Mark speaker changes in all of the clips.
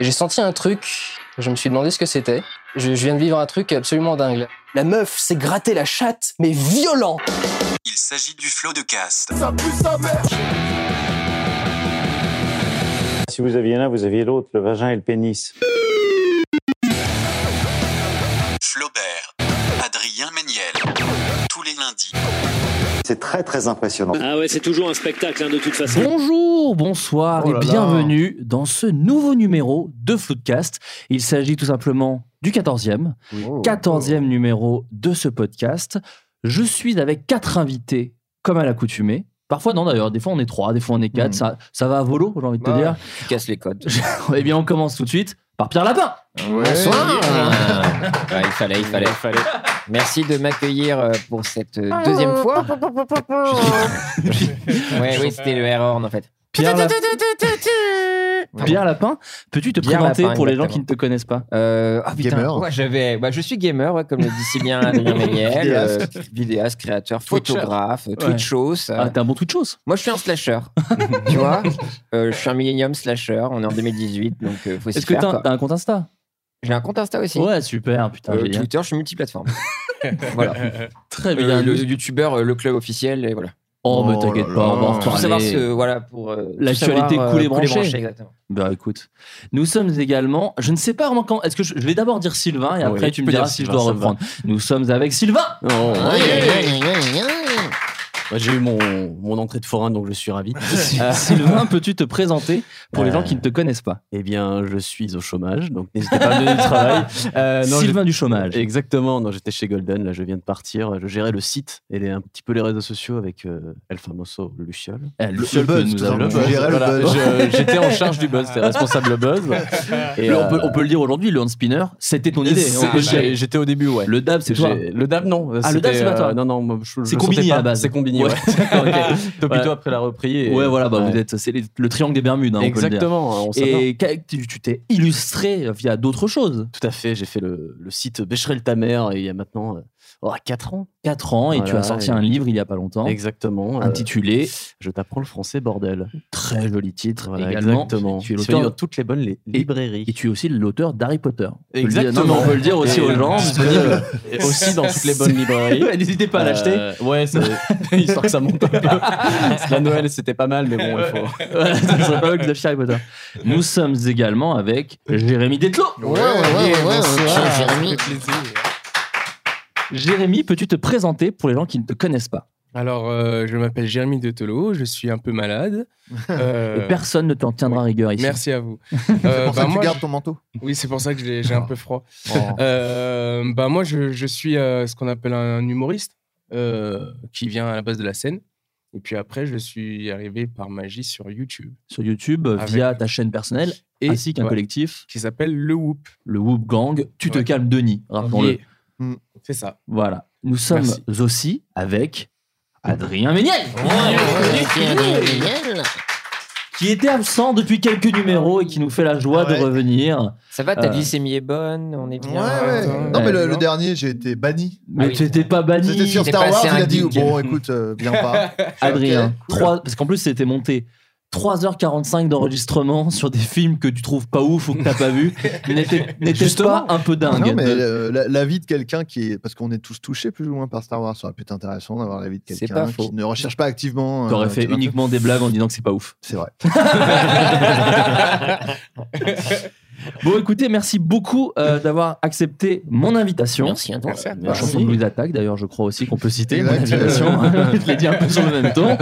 Speaker 1: J'ai senti un truc, je me suis demandé ce que c'était. Je, je viens de vivre un truc absolument dingue.
Speaker 2: La meuf s'est grattée la chatte, mais violent
Speaker 3: Il s'agit du flot de cast.
Speaker 4: Si vous aviez l'un, vous aviez l'autre, le vagin et le pénis.
Speaker 3: Flaubert. Adrien Méniel. Tous les lundis.
Speaker 4: C'est très très impressionnant.
Speaker 5: Ah ouais, c'est toujours un spectacle hein, de toute façon.
Speaker 6: Bonjour, bonsoir
Speaker 7: Oh
Speaker 6: et bienvenue dans ce nouveau numéro de Floodcast. Il s'agit tout simplement du 14e, 14e numéro de ce podcast. Je suis avec quatre invités, comme à l'accoutumée. Parfois, non, d'ailleurs, des fois on est trois, des fois on est quatre.
Speaker 2: Mm.
Speaker 7: Hmm.
Speaker 6: Ça, ça va à volo, j'ai envie de te
Speaker 7: Bah
Speaker 1: Ouais.
Speaker 6: dire.
Speaker 2: Tu casses les codes.
Speaker 6: eh bien, on commence tout de suite par Pierre Lapin.
Speaker 7: Ah, ouais, il fallait, il fallait. Merci de m'accueillir euh, pour cette euh, deuxième fois. ouais, oui, c'était le erreur en fait.
Speaker 6: Pierre, Lap- Pierre Lapin, peux-tu te
Speaker 7: Pierre
Speaker 6: présenter
Speaker 7: Lapin,
Speaker 6: pour les gens qui
Speaker 7: exactement.
Speaker 6: ne te connaissent pas
Speaker 7: Euh, ah, putain,
Speaker 8: Gamer.
Speaker 7: ouais, j'avais, bah, je suis gamer, ouais, comme le dit si bien Adrien Méniel, euh, vidéaste, créateur, photographe, twitchos. euh.
Speaker 6: Ah, t'es un bon tout de choses.
Speaker 7: Moi, je suis un slasher. tu vois, Euh, je suis un millennium slasher. On est en 2018, donc euh, faut s'y
Speaker 6: Est-ce que
Speaker 7: faire.
Speaker 6: t'as un-
Speaker 7: quoi.
Speaker 6: t'as un compte Insta
Speaker 7: J'ai un compte Insta aussi.
Speaker 6: Ouais, super, putain,
Speaker 7: Euh,
Speaker 6: génial.
Speaker 7: Twitter, je suis multiplateforme. voilà.
Speaker 6: Très
Speaker 7: Euh,
Speaker 6: bien.
Speaker 7: le youtubeur, euh, le club officiel, et voilà.
Speaker 6: Oh, mais
Speaker 8: Oh
Speaker 6: t'inquiète
Speaker 8: là
Speaker 6: pas, on va
Speaker 8: là.
Speaker 6: en
Speaker 8: Pour
Speaker 7: pour
Speaker 6: reparler.
Speaker 7: savoir ce, voilà pour euh,
Speaker 6: L'actualité
Speaker 7: savoir, euh,
Speaker 6: coule et
Speaker 7: branchée,
Speaker 6: branchée.
Speaker 7: exactement.
Speaker 6: Bah écoute, nous sommes également, je ne sais pas vraiment quand, est-ce que je, je vais d'abord dire Sylvain et
Speaker 8: Oui,
Speaker 6: après
Speaker 8: tu
Speaker 6: tu me
Speaker 8: peux
Speaker 6: diras
Speaker 8: dire
Speaker 6: si je
Speaker 8: Sylvain,
Speaker 6: dois
Speaker 8: ça me va.
Speaker 6: reprendre. Nous sommes avec Sylvain
Speaker 8: Ouais, J'ai eu mon, mon entrée de forain, donc je suis ravi.
Speaker 6: Euh, Sylvain, peux-tu te présenter pour les
Speaker 8: Euh,
Speaker 6: gens qui ne te connaissent pas
Speaker 8: eh bien, je suis au chômage, donc n'hésitez pas à me donner du travail. Euh, non,
Speaker 6: Sylvain du
Speaker 8: je-
Speaker 6: chômage.
Speaker 8: Exactement, non, j'étais chez Golden, là je viens de partir, je gérais le site et les- un petit peu les réseaux sociaux avec euh, El Famoso Luciole.
Speaker 6: Eh, le seul que nous avons-
Speaker 8: tout simplement. Voilà, je- J'étais en charge du buzz, j'étais responsable le buzz. Et,
Speaker 6: Le- on,
Speaker 8: euh,
Speaker 6: peut, on peut le dire aujourd'hui, le hand spinner, c'était ton idée. hein,
Speaker 8: c'est-
Speaker 6: on peut le dire.
Speaker 8: j'ai- J'étais au début, ouais.
Speaker 6: Le dab, c'est
Speaker 8: J'ai-
Speaker 6: toi.
Speaker 8: Le dab, non.
Speaker 6: Ah, le
Speaker 8: C'était,
Speaker 6: dab, c'est pas toi.
Speaker 8: euh, non, non, moi, je, je
Speaker 6: C'est
Speaker 8: le
Speaker 6: combiné
Speaker 8: sentais
Speaker 6: à
Speaker 8: pas.
Speaker 6: la base.
Speaker 8: C'est combiné,
Speaker 6: Ouais,
Speaker 8: ouais.
Speaker 6: d'accord, ok.
Speaker 8: Topito
Speaker 6: Ouais.
Speaker 8: après la reprise. et-
Speaker 6: Ouais, voilà, bah,
Speaker 8: Ouais.
Speaker 6: vous êtes, c'est les- le triangle des Bermudes, hein, on peut le dire.
Speaker 8: Exactement. on s'adore.
Speaker 6: Et qu'a- tu tu t'es illustré via d'autres choses.
Speaker 8: Tout à fait, j'ai fait le, le site Bécherel ta mère et il y a maintenant euh, oh, 4 ans.
Speaker 6: 4 ans et tu
Speaker 8: Voilà,
Speaker 6: as sorti
Speaker 8: et-
Speaker 6: un livre il y a pas longtemps,
Speaker 8: Exactement. euh,
Speaker 6: intitulé
Speaker 8: je t'apprends le français, bordel.
Speaker 6: Très joli titre
Speaker 8: Voilà,
Speaker 6: également.
Speaker 8: exactement.
Speaker 6: Tu es
Speaker 8: Il se fait
Speaker 6: l'auteur-
Speaker 8: dans toutes les bonnes li- librairies.
Speaker 6: Et tu es aussi l'auteur d'Harry Potter. On peut le dire-
Speaker 8: Exactement.
Speaker 6: non, mais on peut le dire aussi
Speaker 8: Et-
Speaker 6: aux gens.
Speaker 8: disponible aussi dans toutes les bonnes librairies.
Speaker 6: Ouais, N'hésitez pas à l'acheter.
Speaker 8: Euh, ouais, ça- histoire que ça monte un peu. Parce que la Noël, c'était pas mal, mais bon, il faut.
Speaker 6: Voilà, ça serait pas mal que d'acheter Harry Potter. Nous sommes également avec Jérémy Detlo.
Speaker 9: Ouais, ouais, ouais, ouais, ok, Jérémy.
Speaker 6: Jérémy, peux-tu te présenter pour les gens qui ne te connaissent pas
Speaker 10: Alors, euh, je m'appelle Jérémy Detolo, je suis un peu malade. Euh,
Speaker 6: Et Personne ne t'en tiendra rigueur ici.
Speaker 10: merci à vous.
Speaker 9: C'est
Speaker 10: Euh,
Speaker 9: pour ça
Speaker 10: bah,
Speaker 9: que tu
Speaker 10: moi,
Speaker 9: gardes ton manteau. Oh.
Speaker 10: je- Oui, c'est pour ça que j'ai j'ai un peu froid. Euh, bah, moi, je, je suis euh, ce qu'on appelle un humoriste euh, qui vient à la base de la scène. Et puis après, je suis arrivé par magie sur YouTube
Speaker 6: Sur YouTube,
Speaker 10: Avec-
Speaker 6: via ta chaîne personnelle,
Speaker 10: Et-
Speaker 6: ainsi qu'un
Speaker 10: ouais.
Speaker 6: collectif,
Speaker 10: qui s'appelle Le Whoop.
Speaker 6: le Whoop Gang. Tu te
Speaker 10: Ouais.
Speaker 6: calmes, Denis, rappelons-le.
Speaker 10: Yeah. Mm, C'est ça.
Speaker 6: Voilà. Nous sommes
Speaker 10: Merci.
Speaker 6: aussi avec Adrien Méniel. qui était absent depuis quelques numéros et qui nous fait la joie
Speaker 9: Ah Ouais.
Speaker 6: de revenir.
Speaker 7: Ça va, ta
Speaker 6: Euh,
Speaker 7: glycémie est bonne, on est
Speaker 9: Ouais,
Speaker 7: bien.
Speaker 9: ouais.
Speaker 10: Ouais,
Speaker 9: Non, mais le,
Speaker 10: ouais.
Speaker 9: le dernier, j'ai été banni.
Speaker 6: Mais
Speaker 7: Ah oui,
Speaker 6: tu n'étais pas banni.
Speaker 9: C'était sur
Speaker 7: T'es
Speaker 9: Star Wars,
Speaker 7: passé
Speaker 9: il
Speaker 7: un
Speaker 9: a dit
Speaker 7: geek.
Speaker 6: Hmm.
Speaker 9: Bon, écoute, euh, viens pas.
Speaker 6: Adrien,
Speaker 9: Ok, cool.
Speaker 6: trois- parce qu'en plus c'était monté 3h45 d'enregistrement sur des films que tu trouves pas ouf ou que t'as pas vu. N'était n'était pas un peu dingue.
Speaker 9: Non, mais euh, la, la vie de quelqu'un qui est. Parce qu'on est tous touchés plus ou moins par Star Wars. Ça aurait pu être intéressant d'avoir la vie de
Speaker 7: C'est
Speaker 9: quelqu'un
Speaker 7: pas faux.
Speaker 9: qui ne recherche pas activement. euh,
Speaker 6: T'aurais fait
Speaker 9: tu vois.
Speaker 6: uniquement des blagues en disant que c'est pas ouf.
Speaker 9: C'est vrai.
Speaker 6: Bon, écoutez, merci beaucoup euh, d'avoir accepté mon invitation.
Speaker 7: Merci à toi.
Speaker 10: Merci à toi.
Speaker 8: Bah,
Speaker 6: La chanson de Louise Attaque, d'ailleurs, je crois aussi qu'on peut citer. Mon
Speaker 9: Exact.
Speaker 6: invitation, hein. je l'ai dit un peu sur le même ton.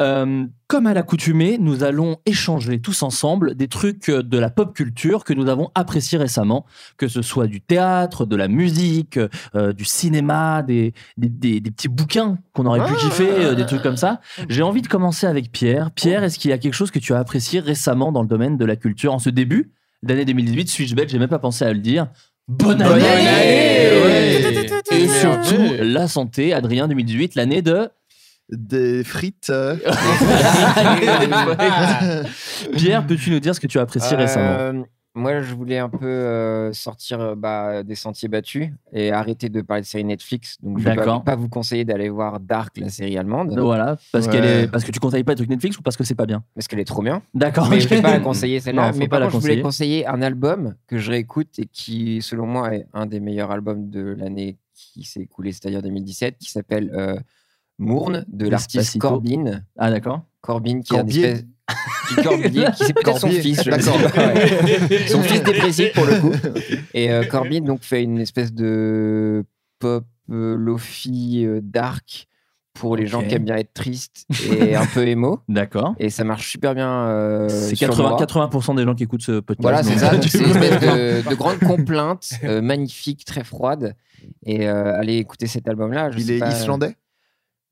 Speaker 6: Euh, comme à l'accoutumée, nous allons échanger tous ensemble des trucs de la pop culture que nous avons appréciés récemment, que ce soit du théâtre, de la musique, euh, du cinéma, des, des, des- des petits bouquins qu'on aurait pu kiffer, euh, des trucs comme ça. J'ai envie de commencer avec Pierre. Pierre, est-ce qu'il y a quelque chose que tu as apprécié récemment dans le domaine de la culture en ce début d'année 2018 Suis-je bête J'ai même pas pensé à le dire. Bonne année,
Speaker 7: Eh
Speaker 6: et surtout, la santé, Adrien 2018, l'année de.
Speaker 9: Des frites. euh,
Speaker 6: Pierre, peux-tu nous dire ce que tu as apprécié récemment
Speaker 7: Euh, Moi, je voulais un peu euh, sortir euh, bah, des sentiers battus et arrêter de parler de séries Netflix. Donc, je ne vais pas-
Speaker 6: D'accord.
Speaker 7: pas vous conseiller d'aller voir Dark, la série allemande.
Speaker 6: Voilà, parce
Speaker 7: Ouais.
Speaker 6: qu'elle est, parce que tu conseilles pas les trucs Netflix ou parce que c'est pas bien.
Speaker 7: Parce qu'elle est trop bien.
Speaker 6: D'accord.
Speaker 7: Mais je
Speaker 6: ok.
Speaker 7: ne vais pas la conseiller celle-là.
Speaker 6: Non, faut
Speaker 7: Mais
Speaker 6: pas la
Speaker 7: par contre, je voulais
Speaker 6: conseiller.
Speaker 7: conseiller un album que je réécoute et qui, selon moi, est un des meilleurs albums de l'année qui s'est écoulée, c'est-à-dire 2017, qui s'appelle euh, Mourne de l'artiste
Speaker 6: Despacito.
Speaker 7: Corbin.
Speaker 6: Ah d'accord.
Speaker 7: Corbin qui est un
Speaker 6: Corbier.
Speaker 7: espèce- qui Corbier, qui c'est peut-être son
Speaker 6: Corbier,
Speaker 7: fils, je ne sais
Speaker 6: d'accord.
Speaker 7: pas, ouais. son fils dépressif pour le coup. Et euh, Corbin donc fait une espèce de pop euh, lofi euh, dark pour les gens
Speaker 6: Ok.
Speaker 7: qui aiment bien être tristes et un peu émo.
Speaker 6: D'accord.
Speaker 7: Et ça marche super bien. euh,
Speaker 6: C'est
Speaker 7: sur
Speaker 6: 80,
Speaker 7: moi.
Speaker 6: 80% des gens qui écoutent ce podcast.
Speaker 7: Voilà, c'est
Speaker 6: donc,
Speaker 7: ça.
Speaker 6: tu
Speaker 7: donc C'est une
Speaker 6: vois.
Speaker 7: espèce de, de grande complainte euh, magnifique, très froide. Et euh, allez écouter cet album-là. je
Speaker 9: Il
Speaker 7: sais
Speaker 9: est
Speaker 7: pas, euh,
Speaker 9: islandais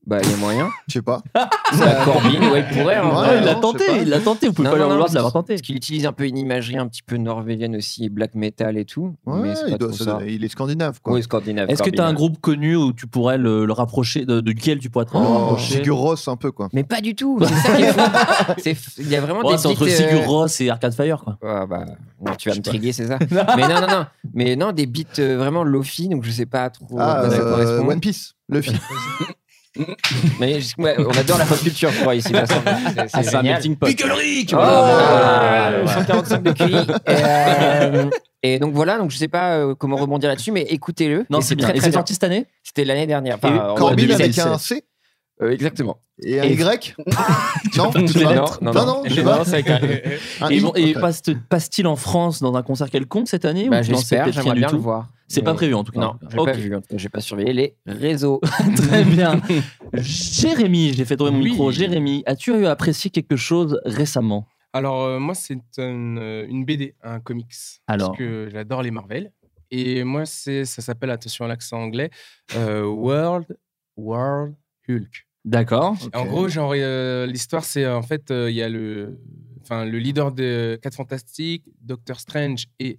Speaker 7: Bah, il y a moyen.
Speaker 9: Je sais pas.
Speaker 7: Bah, Corbin, ouais, il pourrait. hein,
Speaker 9: Ouais,
Speaker 7: en
Speaker 6: Ouais,
Speaker 7: vrai.
Speaker 6: il l'a
Speaker 9: non,
Speaker 6: tenté,
Speaker 9: je sais pas.
Speaker 6: il l'a tenté. Vous pouvez
Speaker 7: Non,
Speaker 6: pas lui en
Speaker 7: non,
Speaker 6: vouloir
Speaker 7: non,
Speaker 6: de l'avoir tenté.
Speaker 7: Parce qu'il utilise un peu une imagerie un petit peu norvégienne aussi, et black metal et tout.
Speaker 9: Ouais,
Speaker 7: mais c'est
Speaker 9: il,
Speaker 7: pas
Speaker 9: doit-
Speaker 7: trop
Speaker 9: ça
Speaker 7: ça.
Speaker 9: doit- Euh, il est scandinave, quoi.
Speaker 7: Oui, scandinave.
Speaker 6: Est-ce que tu as
Speaker 7: Corbin.
Speaker 6: un groupe connu où tu pourrais le, le rapprocher, de, de duquel tu pourrais te
Speaker 9: Oh,
Speaker 6: rapprocher
Speaker 9: Sigur Rós, un peu, quoi.
Speaker 7: Mais pas du tout. C'est ça qui est fou. C'est f- Il y a vraiment
Speaker 6: Ouais,
Speaker 7: des
Speaker 6: C'est entre
Speaker 7: petites,
Speaker 6: Sigur
Speaker 7: euh,
Speaker 6: Ross et Arcade Fire, quoi.
Speaker 7: Ah bah, non, tu
Speaker 6: Je
Speaker 7: vas
Speaker 6: sais
Speaker 7: me
Speaker 6: pas.
Speaker 7: triguer, c'est ça Mais non, non, non. Mais non, des beats euh, vraiment lofi, donc je sais pas trop
Speaker 9: Ah,
Speaker 7: à quoi ça
Speaker 9: euh,
Speaker 7: correspond.
Speaker 9: One Piece, le film.
Speaker 7: Mais je- ouais, on adore la pop culture, je crois, ici. de toute façon. C'est-
Speaker 6: Ah,
Speaker 7: C'est
Speaker 6: un
Speaker 7: génial.
Speaker 6: melting pot.
Speaker 7: Oh,
Speaker 6: Ah, ouais.
Speaker 7: 145 de QI. Et, euh, Et donc voilà, donc je sais pas euh, comment rebondir là-dessus, mais écoutez-le.
Speaker 6: Non,
Speaker 7: Et
Speaker 6: c'est bien. Et c'est
Speaker 7: bien.
Speaker 6: sorti cette année
Speaker 7: C'était l'année dernière.
Speaker 6: Et
Speaker 7: Enfin, en
Speaker 9: Corbin
Speaker 7: 2016.
Speaker 9: avec un C
Speaker 7: Euh, exactement.
Speaker 9: et un
Speaker 7: Et-
Speaker 9: Y Non,
Speaker 6: Toutes
Speaker 9: tu
Speaker 6: les
Speaker 9: vois.
Speaker 7: lettres.
Speaker 9: Non,
Speaker 7: Non,
Speaker 9: non, je sais pas.
Speaker 7: Non, c'est avec un-
Speaker 9: Un
Speaker 6: Et,
Speaker 9: I,
Speaker 6: bon, et
Speaker 9: ok.
Speaker 6: passe- passe-t-il en France dans un concert quelconque cette année ou
Speaker 7: Bah,
Speaker 6: non, c'est
Speaker 7: J'espère,
Speaker 6: peut-être rien
Speaker 7: j'aimerais
Speaker 6: du
Speaker 7: bien le
Speaker 6: tout
Speaker 7: voir.
Speaker 6: C'est pas
Speaker 7: Mais-
Speaker 6: prévu en tout cas.
Speaker 7: Non, j'ai
Speaker 6: Ok.
Speaker 7: pas vu. en tout cas, J'ai pas surveillé les réseaux.
Speaker 6: Très bien. Jérémy, j'ai fait tomber mon
Speaker 10: Oui.
Speaker 6: micro. Jérémy, as-tu eu apprécié quelque chose récemment
Speaker 10: Alors, euh, moi, c'est une, euh, une BD, un comics.
Speaker 6: Alors.
Speaker 10: Parce que j'adore les Marvel. Et moi, c'est, ça s'appelle, attention à l'accent anglais, euh, World, World Hulk.
Speaker 6: D'accord.
Speaker 10: Et En gros, genre, euh, l'histoire, c'est euh, en fait, euh, il y a le, enfin, le leader de 4 Fantastiques, Doctor Strange et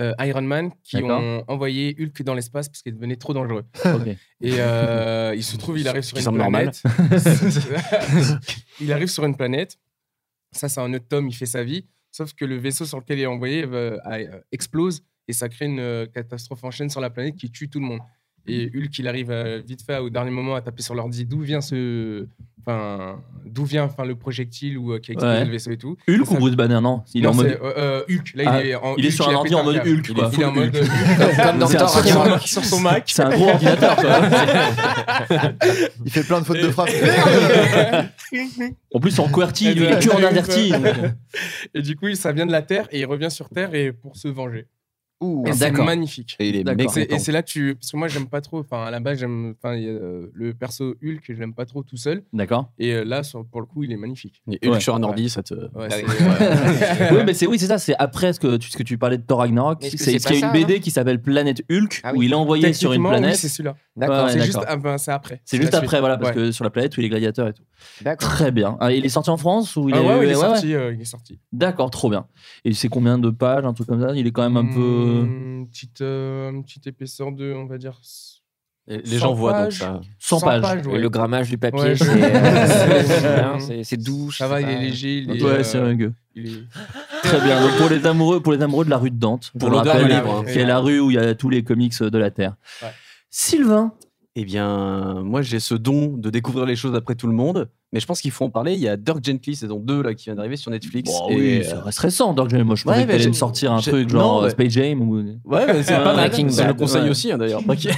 Speaker 10: euh, Iron Man qui
Speaker 6: D'accord.
Speaker 10: ont envoyé Hulk dans l'espace parce qu'il devenait trop dangereux.
Speaker 6: Ok.
Speaker 10: Et euh, il se trouve, il arrive sur
Speaker 8: Qui
Speaker 10: une
Speaker 8: semble normal.
Speaker 10: planète. il arrive sur une planète. Ça, c'est un autre tome, il fait sa vie. Sauf que le vaisseau sur lequel il est envoyé euh, a- euh, explose et ça crée une euh, catastrophe en chaîne sur la planète qui tue tout le monde. Et Hulk, il arrive euh, vite fait au dernier moment à taper sur l'ordi d'où vient ce, enfin, d'où vient enfin le projectile ou euh, qui a explosé
Speaker 6: Ouais.
Speaker 10: le vaisseau et tout.
Speaker 6: Hulk
Speaker 10: Ça-
Speaker 6: ou Bruce Banner Non, il est
Speaker 10: Non,
Speaker 6: en mode.
Speaker 10: c'est, euh, euh, Hulk. Là,
Speaker 6: Ah,
Speaker 10: il est en
Speaker 6: il est
Speaker 10: Hulk,
Speaker 6: sur un
Speaker 10: a
Speaker 6: ordi
Speaker 10: pété
Speaker 6: en
Speaker 10: un
Speaker 6: mode
Speaker 10: câble.
Speaker 6: Hulk,
Speaker 10: Il est-
Speaker 6: quoi.
Speaker 10: Il est en mode euh,
Speaker 6: Hulk.
Speaker 7: Comme dans
Speaker 6: C'est un
Speaker 7: Thor
Speaker 6: très bon-
Speaker 7: Ragnarok.
Speaker 10: sur son Mac.
Speaker 6: C'est un gros ordinateur. quoi.
Speaker 9: Il fait plein de fautes de frappe. Merde
Speaker 6: En plus, en QWERTY,
Speaker 10: Et
Speaker 6: il est
Speaker 10: de-
Speaker 6: que en ADERTY.
Speaker 10: Et du coup, ça vient de la Terre et il revient sur Terre et pour se venger.
Speaker 9: Ouh.
Speaker 10: Et c'est
Speaker 6: D'accord.
Speaker 10: magnifique.
Speaker 8: Et il est
Speaker 6: D'accord.
Speaker 10: C'est- Et
Speaker 8: mécontent.
Speaker 10: c'est là que tu. Parce que moi, j'aime pas trop. Enfin, à la base, j'aime. Enfin, il y a, euh, le perso Hulk, je l'aime pas trop tout seul.
Speaker 6: D'accord.
Speaker 10: Et euh, là, sur- pour le coup, il est magnifique.
Speaker 8: Et Hulk
Speaker 6: Ouais.
Speaker 8: sur un ordi, ça te.
Speaker 10: Ouais,
Speaker 7: Ah
Speaker 10: c'est- euh,
Speaker 7: oui.
Speaker 10: ouais.
Speaker 6: Oui, mais c'est oui, c'est ça. C'est après ce que tu, ce que tu parlais de Thor Ragnarok.
Speaker 7: Mais est-ce
Speaker 6: C'est
Speaker 7: que
Speaker 6: c'est
Speaker 7: c'est
Speaker 6: qu'il y a
Speaker 7: pas
Speaker 6: une
Speaker 7: ça,
Speaker 6: BD qui s'appelle Planète Hulk
Speaker 7: Ah
Speaker 6: où
Speaker 7: oui.
Speaker 6: il est envoyé sur une
Speaker 10: Techniquement, hein oui,
Speaker 6: planète.
Speaker 10: c'est celui-là.
Speaker 7: D'accord.
Speaker 6: Ouais,
Speaker 10: c'est juste.
Speaker 6: d'accord.
Speaker 10: ah, ben, c'est après.
Speaker 6: c'est juste
Speaker 10: la
Speaker 6: après,
Speaker 10: suite.
Speaker 6: voilà, parce
Speaker 10: Ouais.
Speaker 6: que sur la planète où il est gladiateur et tout.
Speaker 7: D'accord.
Speaker 6: Très bien. Ah, il est sorti en France ou il
Speaker 10: Ah
Speaker 6: est,
Speaker 10: ouais, ouais, il est
Speaker 6: ouais, ouais.
Speaker 10: sorti. euh, il est sorti.
Speaker 6: D'accord, trop bien. Et c'est combien de pages, un truc comme ça Il est quand même un peu.
Speaker 10: Hmm, une petite, euh, une petite épaisseur de, on va dire.
Speaker 8: Et Les
Speaker 10: 100
Speaker 8: gens voient donc
Speaker 10: pages.
Speaker 8: ça.
Speaker 6: 100, pages.
Speaker 10: ouais.
Speaker 7: Le grammage du papier,
Speaker 10: Ouais, je-
Speaker 7: c'est, euh,
Speaker 10: C'est-
Speaker 7: c'est- c'est doux. je
Speaker 10: Ça
Speaker 7: sais
Speaker 10: va, il
Speaker 7: pas.
Speaker 10: est léger. Il est,
Speaker 6: Ouais,
Speaker 10: euh,
Speaker 6: c'est dingue.
Speaker 10: il est-
Speaker 6: Très bien. Donc pour les amoureux, pour les amoureux de la rue de Dante, je
Speaker 8: Pour
Speaker 6: le
Speaker 8: l'odeur
Speaker 6: rappelle,
Speaker 8: du livre, hein.
Speaker 6: qui est la rue où il y a tous les comics euh, de la Terre.
Speaker 10: Ouais.
Speaker 6: Sylvain,
Speaker 8: Eh bien, moi, j'ai ce don de découvrir les choses après tout le monde. Mais je pense qu'il faut en parler. Il y a Dirk Gently, saison 2, là, qui vient d'arriver sur Netflix.
Speaker 6: Et,
Speaker 8: et,
Speaker 6: ça
Speaker 8: euh,
Speaker 6: reste récent. Donc moi, je pensais
Speaker 8: Ouais, mais
Speaker 6: que t'allais
Speaker 8: j'ai-
Speaker 6: me sortir un
Speaker 8: j'ai-
Speaker 6: truc
Speaker 8: non,
Speaker 6: genre euh,
Speaker 8: mais-
Speaker 6: Space Jam ou.
Speaker 8: Ouais, mais Euh, c'est
Speaker 6: Ouais,
Speaker 8: pas mal.
Speaker 7: Breaking
Speaker 8: Je le
Speaker 7: Bad,
Speaker 8: conseille
Speaker 6: ouais.
Speaker 8: aussi, hein, d'ailleurs. Breaking-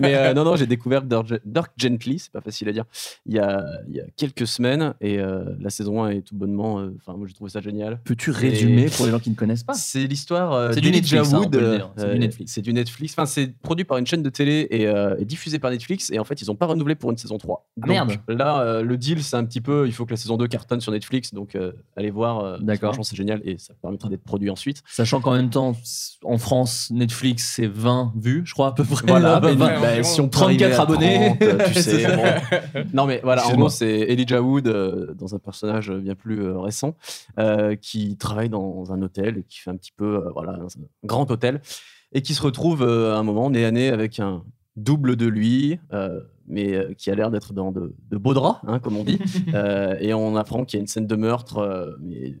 Speaker 8: mais euh, non, non, j'ai découvert Dirk Dirk Gently, c'est pas facile à dire, il y a, il y a quelques semaines. Et euh, la saison 1 est tout bonnement. euh, Enfin, moi, j'ai trouvé ça génial.
Speaker 6: Peux-tu résumer pour les gens qui ne connaissent pas
Speaker 8: C'est l'histoire euh,
Speaker 6: Ah. C'est du
Speaker 8: d'Elijah
Speaker 6: Netflix, hein, on
Speaker 8: Wood,
Speaker 6: peut le dire. C'est du
Speaker 8: euh,
Speaker 6: Netflix.
Speaker 8: C'est du Netflix. Enfin, c'est produit par une chaîne de télé et, euh, et diffusé par Netflix. Et en fait, ils n'ont pas renouvelé pour une saison 3.
Speaker 6: Ah,
Speaker 8: Donc,
Speaker 6: merde.
Speaker 8: Là, euh, le deal, c'est un petit peu il faut que la saison 2 cartonne sur Netflix. Donc, euh, allez voir. euh, parce que
Speaker 6: D'accord.
Speaker 8: franchement, c'est génial et ça permettra d'être produit ensuite.
Speaker 6: Sachant qu'en même temps, en France, Netflix, c'est 20 vues, je crois, à peu près.
Speaker 8: Voilà,
Speaker 6: Bah,
Speaker 8: mais
Speaker 6: bah,
Speaker 10: ouais,
Speaker 8: bah,
Speaker 10: environ
Speaker 8: si on peut arriver
Speaker 6: 34
Speaker 8: à
Speaker 6: abonnés.
Speaker 8: 30, euh, tu
Speaker 6: C'est
Speaker 8: sais.
Speaker 6: ça.
Speaker 8: bon. Non, mais voilà, en
Speaker 6: Excuse-moi.
Speaker 8: gros, c'est Elijah Wood euh, dans un personnage bien plus euh, récent euh, qui travaille dans un hôtel et qui fait un petit peu, euh, voilà, dans un grand hôtel et qui se retrouve euh, à un moment nez à nez avec un double de lui, euh, mais euh, qui a l'air d'être dans de, de beaux draps, hein, comme on dit. Euh, et on apprend qu'il y a une scène de meurtre euh, mais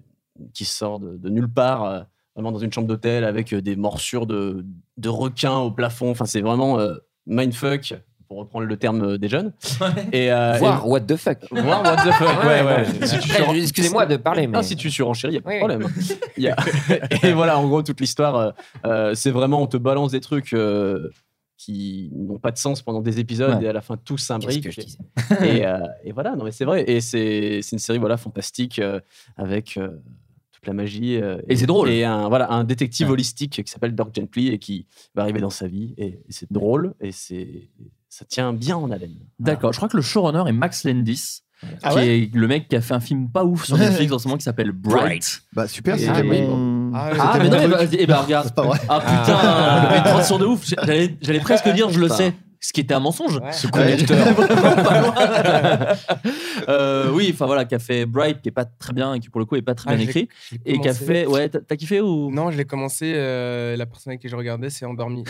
Speaker 8: qui sort de, de nulle part. euh, vraiment dans une chambre d'hôtel avec euh, des morsures de, de requins au plafond. Enfin, c'est vraiment euh, mindfuck, pour reprendre le terme euh, des jeunes. Et, euh,
Speaker 7: Voir
Speaker 8: et-
Speaker 7: what the fuck.
Speaker 8: Voir what the fuck, ouais, ouais. Si tu
Speaker 7: Après,
Speaker 8: sur-
Speaker 7: Excusez-moi de parler, mais.
Speaker 8: Ah, si tu surenchéris, il n'y a pas de
Speaker 7: Oui,
Speaker 8: problème. Il y a- et voilà, en gros, toute l'histoire, euh, euh, c'est vraiment, on te balance des trucs euh, qui n'ont pas de sens pendant des épisodes
Speaker 6: Ouais.
Speaker 8: et à la fin, tout
Speaker 7: Qu'est-ce
Speaker 8: s'imbrique.
Speaker 7: que je disais
Speaker 8: Et, euh, et voilà, non, mais c'est vrai. Et c'est c'est une série voilà, fantastique euh, avec euh, toute la magie. euh,
Speaker 6: Et c'est drôle.
Speaker 8: Et un, voilà, un détective holistique qui s'appelle Dirk Gently et qui va arriver dans sa vie. Et, et c'est drôle et c'est ça tient bien en haleine.
Speaker 6: D'accord, je crois que le showrunner est Max Landis,
Speaker 9: Ah
Speaker 6: qui
Speaker 9: ouais
Speaker 6: est le mec qui a fait un film pas ouf sur Netflix en ce moment qui s'appelle Bright.
Speaker 9: Bah super,
Speaker 6: Et-
Speaker 9: c'était
Speaker 6: oui.
Speaker 9: mon-
Speaker 10: Ah,
Speaker 9: c'était
Speaker 6: Ah, mais
Speaker 9: mon
Speaker 6: non, mais
Speaker 9: truc.
Speaker 6: bah, eh ben, regarde.
Speaker 9: C'est pas vrai.
Speaker 6: Ah putain, mais une transition de ouf. J'allais- J'allais presque dire, je le sais, ce qui était un mensonge.
Speaker 7: Ouais.
Speaker 6: Euh, oui, enfin voilà, qui a fait Bright, qui est pas très bien et qui pour le coup est pas très
Speaker 10: Ah,
Speaker 6: bien
Speaker 10: j'ai-
Speaker 6: écrit.
Speaker 10: j'ai
Speaker 6: Et qui a
Speaker 10: commencé-
Speaker 6: fait. Ouais, t'as t'as kiffé ou
Speaker 10: Non, je l'ai commencé. euh, la personne avec qui je regardais s'est endormie.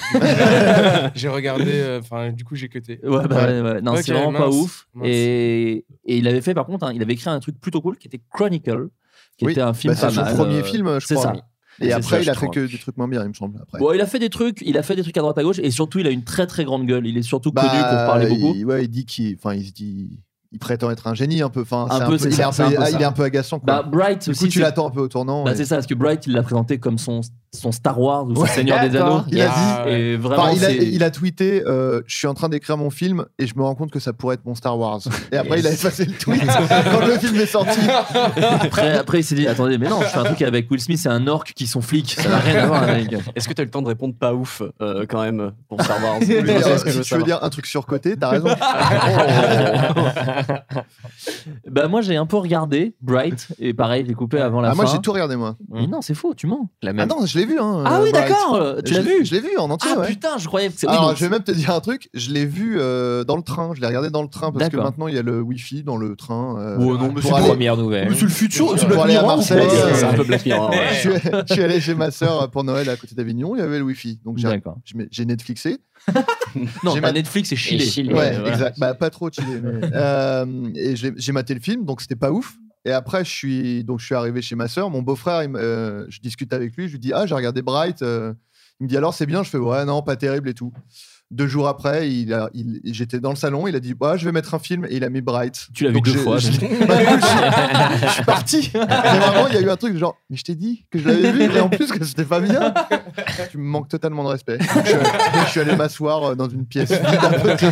Speaker 10: j'ai regardé. euh, Enfin, du coup, j'ai cuté.
Speaker 6: Ouais, bah, ouais, ouais. Non,
Speaker 10: Ok,
Speaker 6: c'est vraiment pas
Speaker 10: mince,
Speaker 6: ouf.
Speaker 10: mince.
Speaker 6: Et, et il avait fait, par contre, hein, il avait écrit un truc plutôt cool qui était Chronicle, qui
Speaker 9: Oui,
Speaker 6: était un film
Speaker 9: bah, c'est
Speaker 6: pas
Speaker 9: son
Speaker 6: mal,
Speaker 9: premier
Speaker 6: euh,
Speaker 9: film, je
Speaker 6: c'est
Speaker 9: crois.
Speaker 6: ça.
Speaker 9: Et
Speaker 6: C'est ça,
Speaker 9: après, il
Speaker 6: je
Speaker 9: a fait
Speaker 6: crois.
Speaker 9: que des trucs moins bien, il me semble. Après.
Speaker 6: Bon, il a fait des trucs, il a fait des trucs à droite à gauche, et surtout, il a une très très grande gueule. Il est surtout
Speaker 9: Bah,
Speaker 6: connu pour parler beaucoup.
Speaker 9: Il, ouais, il dit qu'il, enfin, il se dit, il prétend être un génie un peu. Enfin,
Speaker 6: Un
Speaker 9: c'est un
Speaker 6: peu,
Speaker 9: peu-
Speaker 6: c'est
Speaker 9: il est
Speaker 6: ça,
Speaker 9: un
Speaker 6: c'est
Speaker 9: peu,
Speaker 6: un peu
Speaker 9: ah,
Speaker 6: ça.
Speaker 9: il est un peu agaçant. Quoi.
Speaker 6: Bah, Bright
Speaker 9: du coup,
Speaker 6: aussi.
Speaker 9: tu
Speaker 6: c'est-
Speaker 9: l'attends un peu au tournant.
Speaker 6: Bah,
Speaker 9: et-
Speaker 6: c'est ça, parce que Bright, il l'a présenté comme son, son Star Wars ou son Seigneur des
Speaker 9: d'accord.
Speaker 6: Anneaux.
Speaker 9: Il a dit.
Speaker 10: Ah,
Speaker 6: Et vraiment,
Speaker 9: Enfin, il, a,
Speaker 6: c'est-
Speaker 9: il a tweeté euh, Je suis en train d'écrire mon film et je me rends compte que ça pourrait être mon Star Wars. Et après, il a effacé le tweet quand le film est sorti.
Speaker 6: Après, après, il s'est dit attendez, mais non, je fais un truc avec Will Smith et un orc qui sont flics, ça n'a rien à voir avec.
Speaker 8: Est-ce que tu as eu le temps de répondre pas ouf euh, quand même pour Star Wars
Speaker 9: Je veux dire,
Speaker 8: C'est ce que je
Speaker 9: euh, si
Speaker 8: veux
Speaker 9: tu veux
Speaker 8: savoir.
Speaker 9: dire un truc surcoté, t'as raison.
Speaker 6: Bah, moi, j'ai un peu regardé Bright, et pareil, j'ai coupé avant la
Speaker 9: Ah,
Speaker 6: fin.
Speaker 9: moi, j'ai tout regardé, moi.
Speaker 6: Mais non, c'est faux, tu mens.
Speaker 7: La
Speaker 9: Ah
Speaker 7: même.
Speaker 9: non, je l'ai vu. Hein,
Speaker 6: Ah
Speaker 9: euh,
Speaker 6: oui,
Speaker 9: Bright.
Speaker 6: d'accord, tu l'as
Speaker 9: Je l'ai-
Speaker 6: vu.
Speaker 9: Je l'ai vu en entier,
Speaker 6: Ah
Speaker 9: ouais.
Speaker 6: putain, je croyais que c'est. oui,
Speaker 9: Alors,
Speaker 6: donc-
Speaker 9: je vais même te dire un truc, je l'ai vu euh, dans le train, je l'ai regardé dans le train parce que
Speaker 6: D'accord.
Speaker 9: maintenant il y a le wifi dans le train. euh,
Speaker 6: Oh non,
Speaker 9: pour
Speaker 6: mais
Speaker 7: C'est
Speaker 9: aller-
Speaker 7: première nouvelle.
Speaker 9: le futur,
Speaker 10: c'est
Speaker 9: pour aller à Marseille.
Speaker 8: Ouais, c'est
Speaker 9: euh,
Speaker 8: un peu Black Mirror. ouais.
Speaker 9: je, suis, je suis allé chez ma soeur pour Noël à côté d'Avignon, il y avait le wifi. Donc j'ai,
Speaker 6: D'accord.
Speaker 9: je mets- j'ai Netflixé. J'ai
Speaker 6: Non, t'as
Speaker 9: ma-
Speaker 6: Netflix et Chili.
Speaker 7: Et Chili,
Speaker 9: Ouais,
Speaker 6: voilà.
Speaker 9: exact. Bah, pas trop chillé. mais, euh, et j'ai, j'ai maté le film, donc c'était pas ouf. Et après, je suis, donc, je suis arrivé chez ma soeur. Mon beau-frère, il me- euh, je discute avec lui. Je lui dis Ah, j'ai regardé Bright. euh. il me dit Alors, c'est bien Je fais Ouais, non, pas terrible et tout. Deux jours après, il a- il- j'étais dans le salon. Il a dit bah, Je vais mettre un film. Et il a mis Bright.
Speaker 6: Tu l'as vu
Speaker 9: Donc,
Speaker 6: deux
Speaker 9: je-
Speaker 6: fois,
Speaker 9: Je,
Speaker 6: donc.
Speaker 9: bah, du coup, je- je suis parti. Mais vraiment, il y a eu un truc de genre Mais je t'ai dit que je l'avais vu. Et en plus, que c'était pas bien. tu me manques totalement de respect. Donc, je, je suis allé m'asseoir euh, dans une pièce vide à côté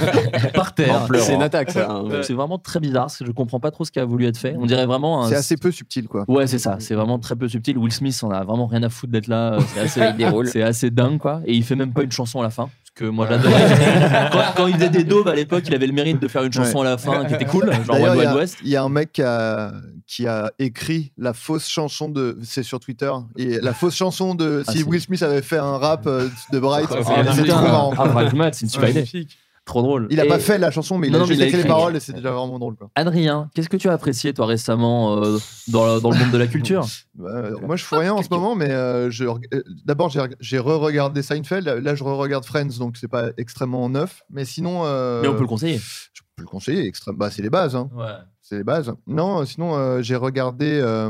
Speaker 6: Par
Speaker 8: En
Speaker 6: terre.
Speaker 8: pleurant. C'est
Speaker 6: C'est
Speaker 8: une attaque, ça. hein.
Speaker 6: na- C'est vraiment très bizarre, parce que je comprends pas trop ce qui a voulu être fait. On dirait vraiment. un-
Speaker 9: C'est assez peu subtil, quoi.
Speaker 6: Ouais, c'est ça. C'est vraiment très peu subtil. Will Smith, on a vraiment rien à foutre d'être là. euh, C'est assez,
Speaker 7: Il déroule.
Speaker 6: c'est assez dingue, quoi. Et il fait même pas une chanson à la fin. Parce que moi, j'adorais. quand, quand il faisait des daubes à l'époque, il avait le mérite de faire une chanson à la fin qui était cool, genre
Speaker 9: D'ailleurs,
Speaker 6: Wild
Speaker 9: il y a-
Speaker 6: Wild West.
Speaker 9: Il y a un mec qui a, qui a écrit la fausse chanson de. C'est sur Twitter. Et la fausse chanson de.
Speaker 6: Ah,
Speaker 9: Si
Speaker 6: c'est-
Speaker 9: Will Smith avait fait un rap euh, de Bright,
Speaker 10: Oh,
Speaker 9: c'est c'est
Speaker 6: putain.
Speaker 9: trop marrant.
Speaker 6: Ah, Bragmat, c'est une super idée. Trop drôle.
Speaker 9: Il a
Speaker 6: Et
Speaker 9: pas fait la chanson, mais il
Speaker 6: Non,
Speaker 9: a
Speaker 6: non, mais
Speaker 9: juste
Speaker 6: il a
Speaker 9: écrit les
Speaker 6: écrit.
Speaker 9: paroles et c'est déjà vraiment drôle. Quoi.
Speaker 6: Adrien, qu'est-ce que tu as apprécié, toi, récemment, euh, dans, dans le monde de la culture
Speaker 9: Bah, euh, moi, je fous rien en ce moment, mais euh, je reg- euh, d'abord, j'ai reg- j'ai re-regardé Seinfeld. Là, je re-regarde Friends, donc c'est pas extrêmement neuf. Mais sinon. euh,
Speaker 6: Mais on peut le conseiller.
Speaker 9: Je peux le conseiller. extrême- Bah, c'est les bases. Hein. C'est les bases. Non, euh, sinon, euh, j'ai regardé euh,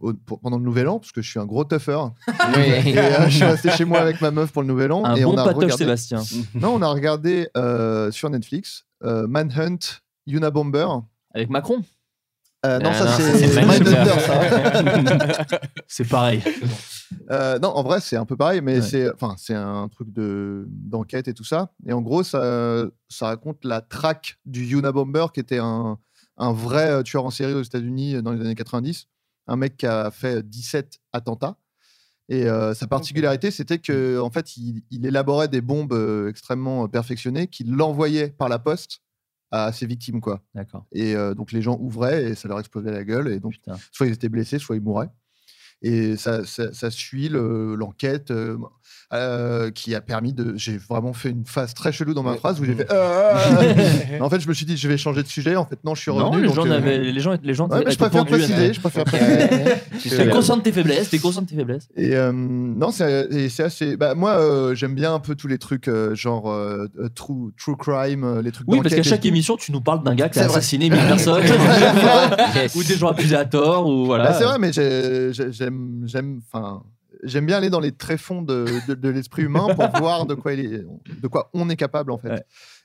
Speaker 9: au- pour- pendant le Nouvel An, parce que je suis un gros tougher. Et, euh, je suis resté chez moi avec ma meuf pour le Nouvel An.
Speaker 6: Un
Speaker 9: et
Speaker 6: bon
Speaker 9: on a
Speaker 6: patoche,
Speaker 9: regardé...
Speaker 6: Sébastien.
Speaker 9: Non, on a regardé euh, sur Netflix euh, Manhunt, Unabomber.
Speaker 6: Avec Macron
Speaker 9: Euh, non,
Speaker 7: Ah
Speaker 9: ça
Speaker 7: non, ça,
Speaker 9: c'est
Speaker 7: c'est
Speaker 9: Mindhunter, ça.
Speaker 6: C'est pareil.
Speaker 9: Euh, non, en vrai, c'est un peu pareil, mais
Speaker 6: Ouais.
Speaker 9: c'est, enfin, c'est un truc de d'enquête et tout ça. Et en gros, ça, ça raconte la traque du Unabomber, qui était un, un vrai euh, tueur en série aux États-Unis euh, dans les années 90. Un mec qui a fait 17 attentats. Et euh, sa particularité, c'était que, en fait, il, il élaborait des bombes euh, extrêmement euh, perfectionnées qu'il l'envoyait par la poste à ses victimes, quoi.
Speaker 6: D'accord.
Speaker 9: Et euh, donc les gens ouvraient et ça leur explosait la gueule. Et donc,
Speaker 6: Putain.
Speaker 9: soit ils étaient blessés, soit ils mouraient. Et ça, ça, ça suit le- l'enquête euh, euh, qui a permis de. J'ai vraiment fait une phase très chelou dans ma phrase où j'ai fait. Euh en fait, je me suis dit, je vais changer de sujet. En fait, non, je suis
Speaker 6: Non,
Speaker 9: revenu.
Speaker 6: les
Speaker 9: donc,
Speaker 6: gens,
Speaker 9: euh,
Speaker 6: n'avaient- les gens, les gens
Speaker 9: ouais, mais
Speaker 6: étaient euh,
Speaker 9: je préfère
Speaker 6: pendus à-
Speaker 9: préciser. Je préfère préciser.
Speaker 7: Tu
Speaker 9: que-
Speaker 6: T'es
Speaker 7: sais, euh,
Speaker 6: conscient de tes faiblesses, t'es conscient de tes faiblesses.
Speaker 9: Et euh, non, c'est et c'est assez. Bah, moi, euh, j'aime bien un peu tous les trucs euh, genre euh, euh, true, true crime, euh, les trucs
Speaker 6: Oui, parce
Speaker 9: d'enquête
Speaker 6: qu'à
Speaker 9: et
Speaker 6: chaque
Speaker 9: tout.
Speaker 6: émission, tu nous parles d'un gars qui a
Speaker 9: C'est vrai.
Speaker 6: assassiné 1000 personnes,
Speaker 7: yes.
Speaker 6: ou des gens accusés à tort, ou voilà.
Speaker 7: Ah.
Speaker 9: Bah, c'est vrai, mais j'ai- j'ai- j'aime, j'aime, enfin, j'aime bien aller dans les tréfonds de, de- de l'esprit humain pour voir de quoi, il est- de quoi on est capable en fait.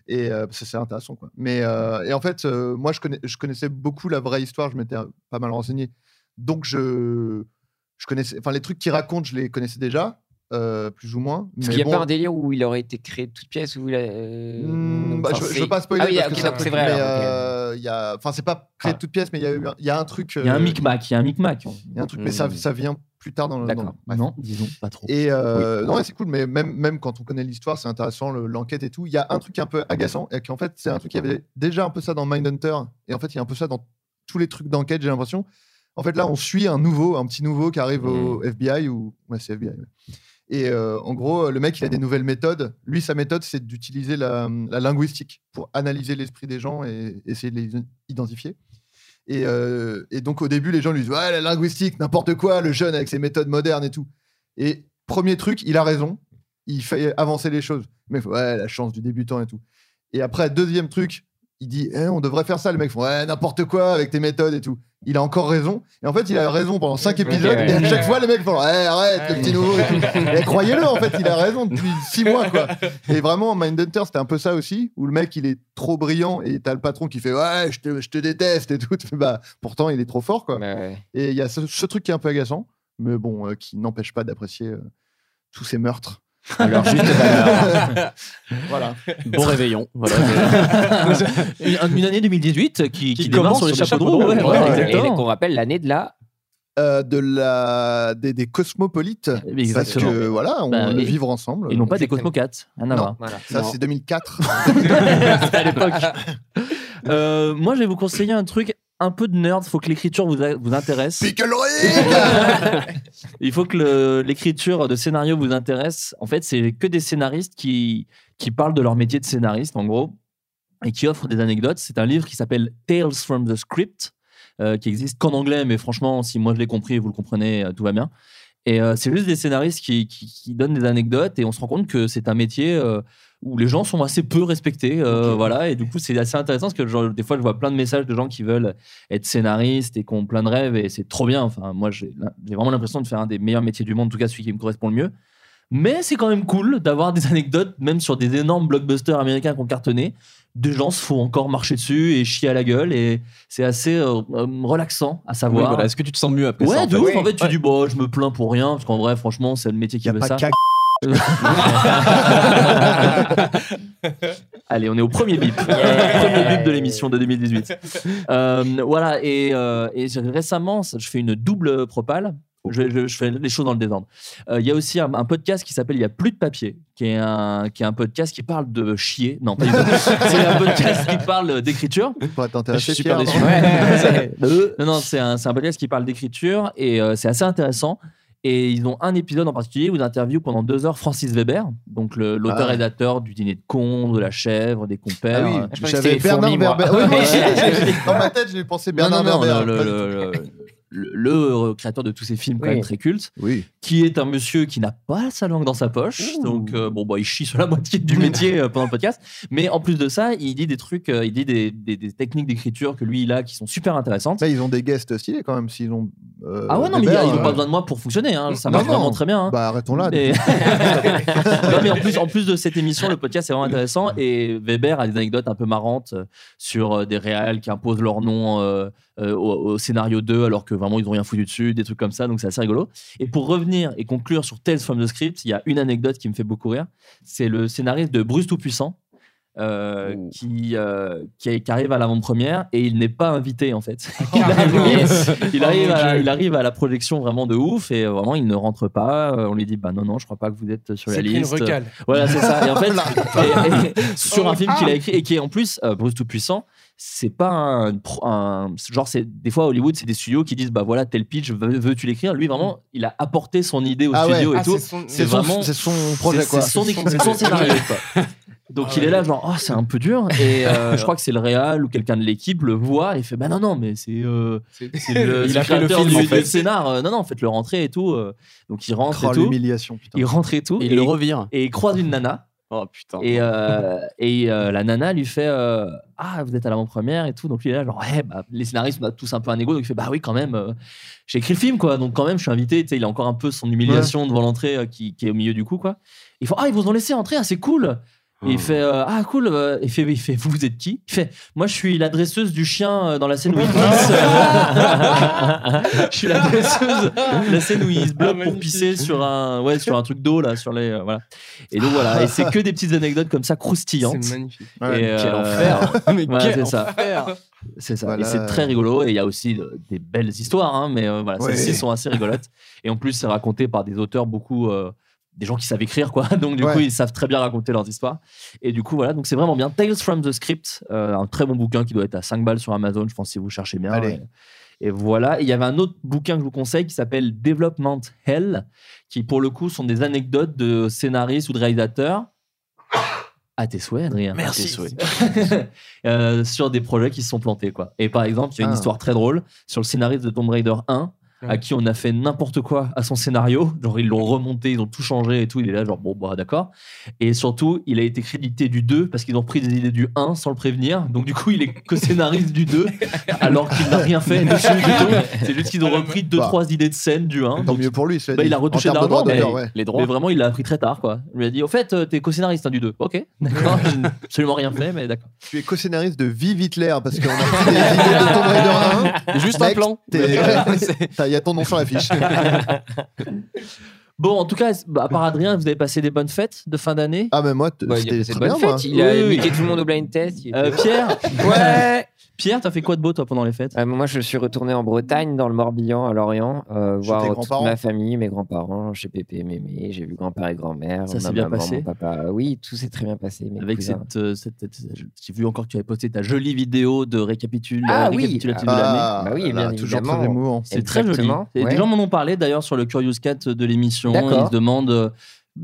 Speaker 9: Et euh, parce que c'est intéressant quoi. Mais euh, et en fait, euh, moi je, connais, je connaissais beaucoup la vraie histoire, je m'étais pas mal renseigné, donc je, je connaissais, enfin les trucs qu'il raconte, je les connaissais déjà. euh, plus ou moins.
Speaker 7: Parce
Speaker 9: mais
Speaker 7: qu'il n'y a
Speaker 9: bon.
Speaker 7: pas un délire où il aurait été créé de toutes pièces où il a, euh,
Speaker 9: Hmm, bah,
Speaker 7: enfin,
Speaker 9: je, je
Speaker 7: c'est-
Speaker 9: veux pas spoiler.
Speaker 7: Ah oui,
Speaker 9: parce
Speaker 7: ok,
Speaker 9: que
Speaker 7: donc
Speaker 9: un
Speaker 7: c'est
Speaker 9: truc,
Speaker 7: vrai.
Speaker 9: mais,
Speaker 7: alors, ok. Ah.
Speaker 9: euh, il y a- Enfin, c'est pas créé de toute pièce, mais il y, a eu un- il y a un truc.
Speaker 6: Il y a un
Speaker 9: euh,
Speaker 6: micmac, il y a un micmac.
Speaker 9: il y a un truc, mais ça, ça vient plus tard dans le.
Speaker 6: D'accord.
Speaker 9: dans- bref.
Speaker 6: Non, disons pas trop.
Speaker 9: Et euh, non, ouais, c'est cool, mais même, même quand on connaît l'histoire, c'est intéressant, le- l'enquête et tout. Il y a un truc un peu agaçant, et qu'en fait, c'est un truc qui avait déjà un peu ça dans Mindhunter, et en fait, il y a un peu ça dans tous les trucs d'enquête, j'ai l'impression. En fait, là, on suit un nouveau, un petit nouveau qui arrive au FBI, ou. Ouais, c'est FBI. ouais. Et euh, en gros, le mec, il a des nouvelles méthodes. Lui, sa méthode, c'est d'utiliser la, la linguistique pour analyser l'esprit des gens et essayer de les identifier. Et, euh, et donc au début, les gens lui disent ouais, la linguistique, n'importe quoi, le jeune avec ses méthodes modernes et tout. Et premier truc, il a raison, il fait avancer les choses. Mais ouais, la chance du débutant et tout. Et après, deuxième truc, il dit Eh, on devrait faire ça. Le mec fait ouais, n'importe quoi avec tes méthodes et tout. Il a encore raison. Et en fait, il a raison pendant cinq épisodes.
Speaker 7: ouais.
Speaker 9: Et à chaque fois, les mecs font Eh, arrête, le petit nouveau. Et, tout. Et croyez-le, en fait, il a raison depuis six mois, quoi. Et vraiment, Mindhunter, c'était un peu ça aussi, où le mec, il est trop brillant et t'as le patron qui fait Ouais, je te, je te déteste et tout. Tu fais, Bah, pourtant, il est trop fort, quoi.
Speaker 7: Ouais, ouais.
Speaker 9: Et il y a ce, ce truc qui est un peu agaçant, mais bon, euh, qui n'empêche pas d'apprécier euh, tous ces meurtres.
Speaker 7: Alors, juste
Speaker 9: Voilà.
Speaker 8: Bon réveillon. Voilà,
Speaker 6: Une, une année 2018 qui, qui,
Speaker 8: Qui
Speaker 6: démarre
Speaker 8: commence
Speaker 6: sur les
Speaker 8: sur les
Speaker 6: chapeaux de
Speaker 8: chapeaux
Speaker 6: roue.
Speaker 8: de roue,
Speaker 6: ouais,
Speaker 8: ouais,
Speaker 6: ouais,
Speaker 8: ouais.
Speaker 7: et
Speaker 6: exactement.
Speaker 7: qu'on rappelle l'année de la.
Speaker 9: Euh, de la, des, des cosmopolites. Parce
Speaker 6: Exactement.
Speaker 9: que, voilà, on
Speaker 6: Bah,
Speaker 9: veut
Speaker 6: et-
Speaker 9: vivre ensemble.
Speaker 6: Ils n'ont pas des
Speaker 7: Exactement.
Speaker 6: Cosmocates, rien à
Speaker 9: Non.
Speaker 6: voir.
Speaker 7: Voilà.
Speaker 9: Ça, c'est 2004.
Speaker 6: à l'époque. Euh, moi, je vais vous conseiller un truc un peu de nerd. Il faut que l'écriture vous, a- vous intéresse.
Speaker 9: Picklery
Speaker 6: Ah, Il faut que le- l'écriture de scénario vous intéresse. En fait, c'est que des scénaristes qui, qui parlent de leur métier de scénariste, en gros, et qui offrent des anecdotes. C'est un livre qui s'appelle Tales from the Script, euh, qui existe qu'en anglais, mais franchement, si moi je l'ai compris et vous le comprenez, euh, tout va bien. Et euh, c'est juste des scénaristes qui, qui- qui donnent des anecdotes, et on se rend compte que c'est un métier euh, où les gens sont assez peu respectés. euh, Voilà, et du coup, c'est assez intéressant parce que genre, des fois, je vois plein de messages de gens qui veulent être scénariste et qu'on plein de rêves et c'est trop bien. Enfin, moi, j'ai l'im- j'ai vraiment l'impression de faire un des meilleurs métiers du monde, en tout cas celui qui me correspond le mieux. Mais c'est quand même cool d'avoir des anecdotes, même sur des énormes blockbusters américains qu'on cartonnait. Des gens se font encore marcher dessus et chier à la gueule et c'est assez euh, euh, relaxant à
Speaker 8: Oui,
Speaker 6: savoir.
Speaker 8: voilà. Est-ce que tu te sens mieux après
Speaker 6: Ouais,
Speaker 8: ça en
Speaker 6: de
Speaker 8: fait
Speaker 6: ouf. En fait, tu
Speaker 8: Ouais. hein.
Speaker 6: dis, bon, je me plains pour rien, parce qu'en vrai, franchement, c'est le métier qui
Speaker 4: Il n'y
Speaker 6: veut
Speaker 4: a pas
Speaker 6: ça.
Speaker 4: qu'à
Speaker 6: Allez, on est au premier bip. premier bip de l'émission de 2018. Euh, voilà, et, euh, et récemment, ça- je fais une double propale. Je, je- je fais les choses dans le désordre. Euh, Il y a aussi un, un podcast qui s'appelle Il n'y a plus de papier, qui est, un, qui est un podcast qui parle de chier. Non, pas du tout. C'est un podcast qui parle d'écriture.
Speaker 9: Pour t'intéresser,
Speaker 6: Je suis super
Speaker 9: Pierre. hein.
Speaker 6: déçu. Non, non, c'est un, c'est un podcast qui parle d'écriture et euh, c'est assez intéressant. Et ils ont un épisode en particulier où ils interviewent pendant deux heures Francis Weber, donc le- l'auteur-rédacteur du Dîner de con, de La Chèvre, des
Speaker 9: Ah
Speaker 6: compères.
Speaker 9: oui,
Speaker 6: Euh,
Speaker 7: pensais que
Speaker 9: j'avais
Speaker 7: c'était
Speaker 9: Bernard
Speaker 7: fourmi, moi.
Speaker 9: Werber. Oui, moi aussi, j'ai- dans ma tête, j'ai pensé Bernard
Speaker 6: non, non,
Speaker 9: Werber.
Speaker 6: le,
Speaker 9: Pas du
Speaker 6: le- le- le- le créateur de tous ces films quand
Speaker 7: Oui.
Speaker 6: même très cultes,
Speaker 9: tout. Oui.
Speaker 6: qui est un monsieur qui n'a pas sa langue dans sa poche, donc euh, bon bah il chie sur la moitié du métier euh, pendant le podcast, mais en plus de ça il dit des trucs, euh, il dit des, des- des techniques d'écriture que lui il a qui sont super intéressantes.
Speaker 9: Mais ils ont des guests stylés quand même, s'ils ont. euh,
Speaker 6: ah ouais non mais
Speaker 9: Weber,
Speaker 6: ils n'ont
Speaker 9: euh,
Speaker 6: pas besoin de moi pour fonctionner, hein, ça
Speaker 9: Non,
Speaker 6: marche
Speaker 9: non.
Speaker 6: vraiment très bien. hein.
Speaker 9: Bah arrêtons là.
Speaker 6: Mais- non, mais en plus, en plus de cette émission, le podcast est vraiment intéressant et Weber a des anecdotes un peu marrantes euh, sur euh, des réals qui imposent leur nom euh, euh, au, au scénario 2 alors que vraiment ils n'ont rien foutu dessus, des trucs comme ça, donc c'est assez rigolo. Et pour revenir et conclure sur Tales from the Script, il y a une anecdote qui me fait beaucoup rire. C'est le scénariste de Bruce Tout-Puissant. euh, qui, euh, qui, est- qui arrive à l'avant-première et il n'est pas invité en fait. Il
Speaker 10: Ah,
Speaker 6: arrive, il,
Speaker 10: Oh
Speaker 6: arrive à, il arrive à la projection vraiment de ouf et euh, vraiment il ne rentre pas. Euh, On lui dit bah non non je crois pas que vous êtes sur la
Speaker 10: C'est pris une
Speaker 6: liste.
Speaker 10: recale.
Speaker 9: Ah,
Speaker 6: Voilà, c'est ça. Et en fait, et- et-
Speaker 10: Ah.
Speaker 6: sur un film qu'il a écrit et qui est en plus euh, Bruce Tout-Puissant, c'est pas un, pro- un- genre c'est des fois à Hollywood, c'est des studios qui disent bah voilà tel pitch veux- veux-tu l'écrire Lui vraiment, il a apporté son idée au
Speaker 9: Ah ouais.
Speaker 6: studio et
Speaker 10: Ah,
Speaker 6: tout.
Speaker 10: c'est son-
Speaker 9: C'est
Speaker 6: C'est
Speaker 9: son-
Speaker 6: vraiment-
Speaker 9: c'est son projet
Speaker 6: C'est-
Speaker 9: quoi.
Speaker 6: C'est son,
Speaker 10: C'est
Speaker 6: écrit-
Speaker 10: son-
Speaker 6: c'est son scénario. quoi. Donc
Speaker 10: Ah
Speaker 6: il
Speaker 10: ouais.
Speaker 6: est là genre oh c'est un peu dur et euh, je crois que c'est le réal ou quelqu'un de l'équipe le voit et fait bah non non mais c'est euh, c'est le,
Speaker 10: Il
Speaker 6: c'est
Speaker 10: a fait le
Speaker 6: créateur
Speaker 10: film,
Speaker 6: du,
Speaker 10: en
Speaker 6: du
Speaker 10: fait.
Speaker 6: scénar Euh, non non faites le rentrer et tout Euh, donc il rentre
Speaker 9: Oh,
Speaker 6: et tout
Speaker 9: l'humiliation, putain.
Speaker 6: il rentre et tout et,
Speaker 8: Et il le revire.
Speaker 6: et il croise une nana
Speaker 8: Oh putain.
Speaker 6: Et, euh, et euh, la nana lui fait euh, Ah, vous êtes à l'avant-première et tout. Donc lui, il est là, genre, ouais, bah, les scénaristes, on a tous un peu un ego. Donc il fait Bah oui, quand même, euh, j'ai écrit le film, quoi. Donc quand même, je suis invité. Tu sais, il a encore un peu son humiliation devant l'entrée euh, qui, qui est au milieu du coup, quoi. Il fait Ah, ils vous ont laissé entrer, ah, c'est cool. Et il fait euh, Ah, cool. euh, Il fait, il fait Vous, vous êtes qui Il fait Moi, je suis la dresseuse du chien euh, dans la scène où il glisse. je suis la dresseuse. La scène où il se bloque pour pisser sur un, ouais, sur un truc d'eau, là, sur les. euh, voilà. Et donc voilà. Et c'est que des petites anecdotes comme ça croustillantes.
Speaker 10: C'est magnifique.
Speaker 6: Et,
Speaker 8: quel
Speaker 6: euh,
Speaker 8: enfer. Mais
Speaker 6: voilà,
Speaker 8: quel
Speaker 6: c'est ça.
Speaker 8: enfer.
Speaker 6: C'est ça.
Speaker 9: Voilà.
Speaker 6: Et c'est très rigolo. Et il y a aussi de- des belles histoires, hein, mais euh, voilà,
Speaker 9: Ouais.
Speaker 6: celles-ci sont assez rigolotes. Et en plus, c'est raconté par des auteurs beaucoup. euh, des gens qui savent écrire, quoi. Donc, du
Speaker 9: Ouais.
Speaker 6: coup, ils savent très bien raconter leurs histoires. Et du coup, voilà. Donc, c'est vraiment bien. Tales from the Script, euh, un très bon bouquin qui doit être à 5 balles sur Amazon, je pense, si vous cherchez bien.
Speaker 9: Allez.
Speaker 6: Et, et voilà. Et il y avait un autre bouquin que je vous conseille qui s'appelle Development Hell, qui, pour le coup, sont des anecdotes de scénaristes ou de réalisateurs. À tes souhaits, Adrien.
Speaker 8: Merci. Tes souhaits.
Speaker 6: Euh, sur des projets qui se sont plantés. Quoi. Et par exemple, il y a une
Speaker 9: Ah.
Speaker 6: histoire très drôle sur le scénariste de Tomb Raider 1, à
Speaker 10: Ouais.
Speaker 6: qui on a fait n'importe quoi à son scénario. Genre, ils l'ont remonté, ils ont tout changé et tout. Il est là, genre, bon, bah, d'accord. Et surtout, il a été crédité du 2 parce qu'ils ont pris des idées du 1 sans le prévenir. Donc, du coup, il est co-scénariste du 2 alors qu'il n'a rien fait. dessus du tout. C'est juste qu'ils ont repris deux
Speaker 9: Bah.
Speaker 6: trois idées de scène du 1.
Speaker 9: Tant
Speaker 6: Donc,
Speaker 9: mieux pour lui. cela
Speaker 6: bah,
Speaker 9: dit.
Speaker 6: il a
Speaker 9: En
Speaker 6: retouché
Speaker 9: termes de
Speaker 6: d'argent,
Speaker 9: droits
Speaker 6: mais-
Speaker 9: d'auteur, ouais.
Speaker 8: Les
Speaker 6: mais
Speaker 8: droits.
Speaker 6: vraiment, il l'a appris très tard, quoi. Il lui a dit, au fait, euh, t'es co-scénariste hein, du 2. Ok, d'accord. J'ai absolument rien fait, mais d'accord.
Speaker 9: Tu es co-scénariste de Vive Hitler parce qu'on a pris des idées de Tomb Raider 1.
Speaker 8: Juste un
Speaker 9: Next,
Speaker 8: plan.
Speaker 9: t'es- t'as- Il y a ton nom sur l'affiche.
Speaker 6: Bon, en tout cas, bah, à part Adrien, vous avez passé des bonnes fêtes de fin d'année
Speaker 9: Ah, mais moi, t-
Speaker 7: Bah, il y a
Speaker 9: c'était
Speaker 7: passé de
Speaker 9: très
Speaker 7: bonnes
Speaker 9: bien,
Speaker 7: fêtes,
Speaker 9: moi.
Speaker 7: il a
Speaker 6: Oui, oui,
Speaker 7: niqué tout le monde au blind test. il
Speaker 6: Euh,
Speaker 7: était-
Speaker 6: Pierre
Speaker 7: Ah, Ouais
Speaker 6: Pierre, t'as fait quoi de beau, toi, pendant les fêtes
Speaker 7: Euh, Moi, je suis retourné en Bretagne, dans le Morbihan, à Lorient, euh,
Speaker 9: Chez
Speaker 7: voir
Speaker 9: tes
Speaker 7: toute
Speaker 9: grands-parents
Speaker 7: ma famille, mes grands-parents, chez Pépé, Mémé, j'ai vu grand-père et grand-mère,
Speaker 6: Ça
Speaker 7: ma
Speaker 6: s'est bien
Speaker 7: maman,
Speaker 6: passé
Speaker 7: mon papa. Oui, tout s'est très bien passé. Mes
Speaker 6: Avec
Speaker 7: cousins.
Speaker 6: cette, euh, cette- cette- J'ai vu encore que tu avais posté ta jolie vidéo de récapitul...
Speaker 7: Ah oui,
Speaker 6: récapitulative de l'année.
Speaker 9: Ah,
Speaker 7: Bah oui, bien
Speaker 9: toujours
Speaker 7: évidemment.
Speaker 9: très émouvant.
Speaker 6: C'est très joli.
Speaker 7: Exactement,
Speaker 6: Et
Speaker 7: ouais.
Speaker 6: Des gens m'en ont parlé d'ailleurs sur le Curious Cat de l'émission.
Speaker 7: D'accord.
Speaker 6: Ils se demandent euh,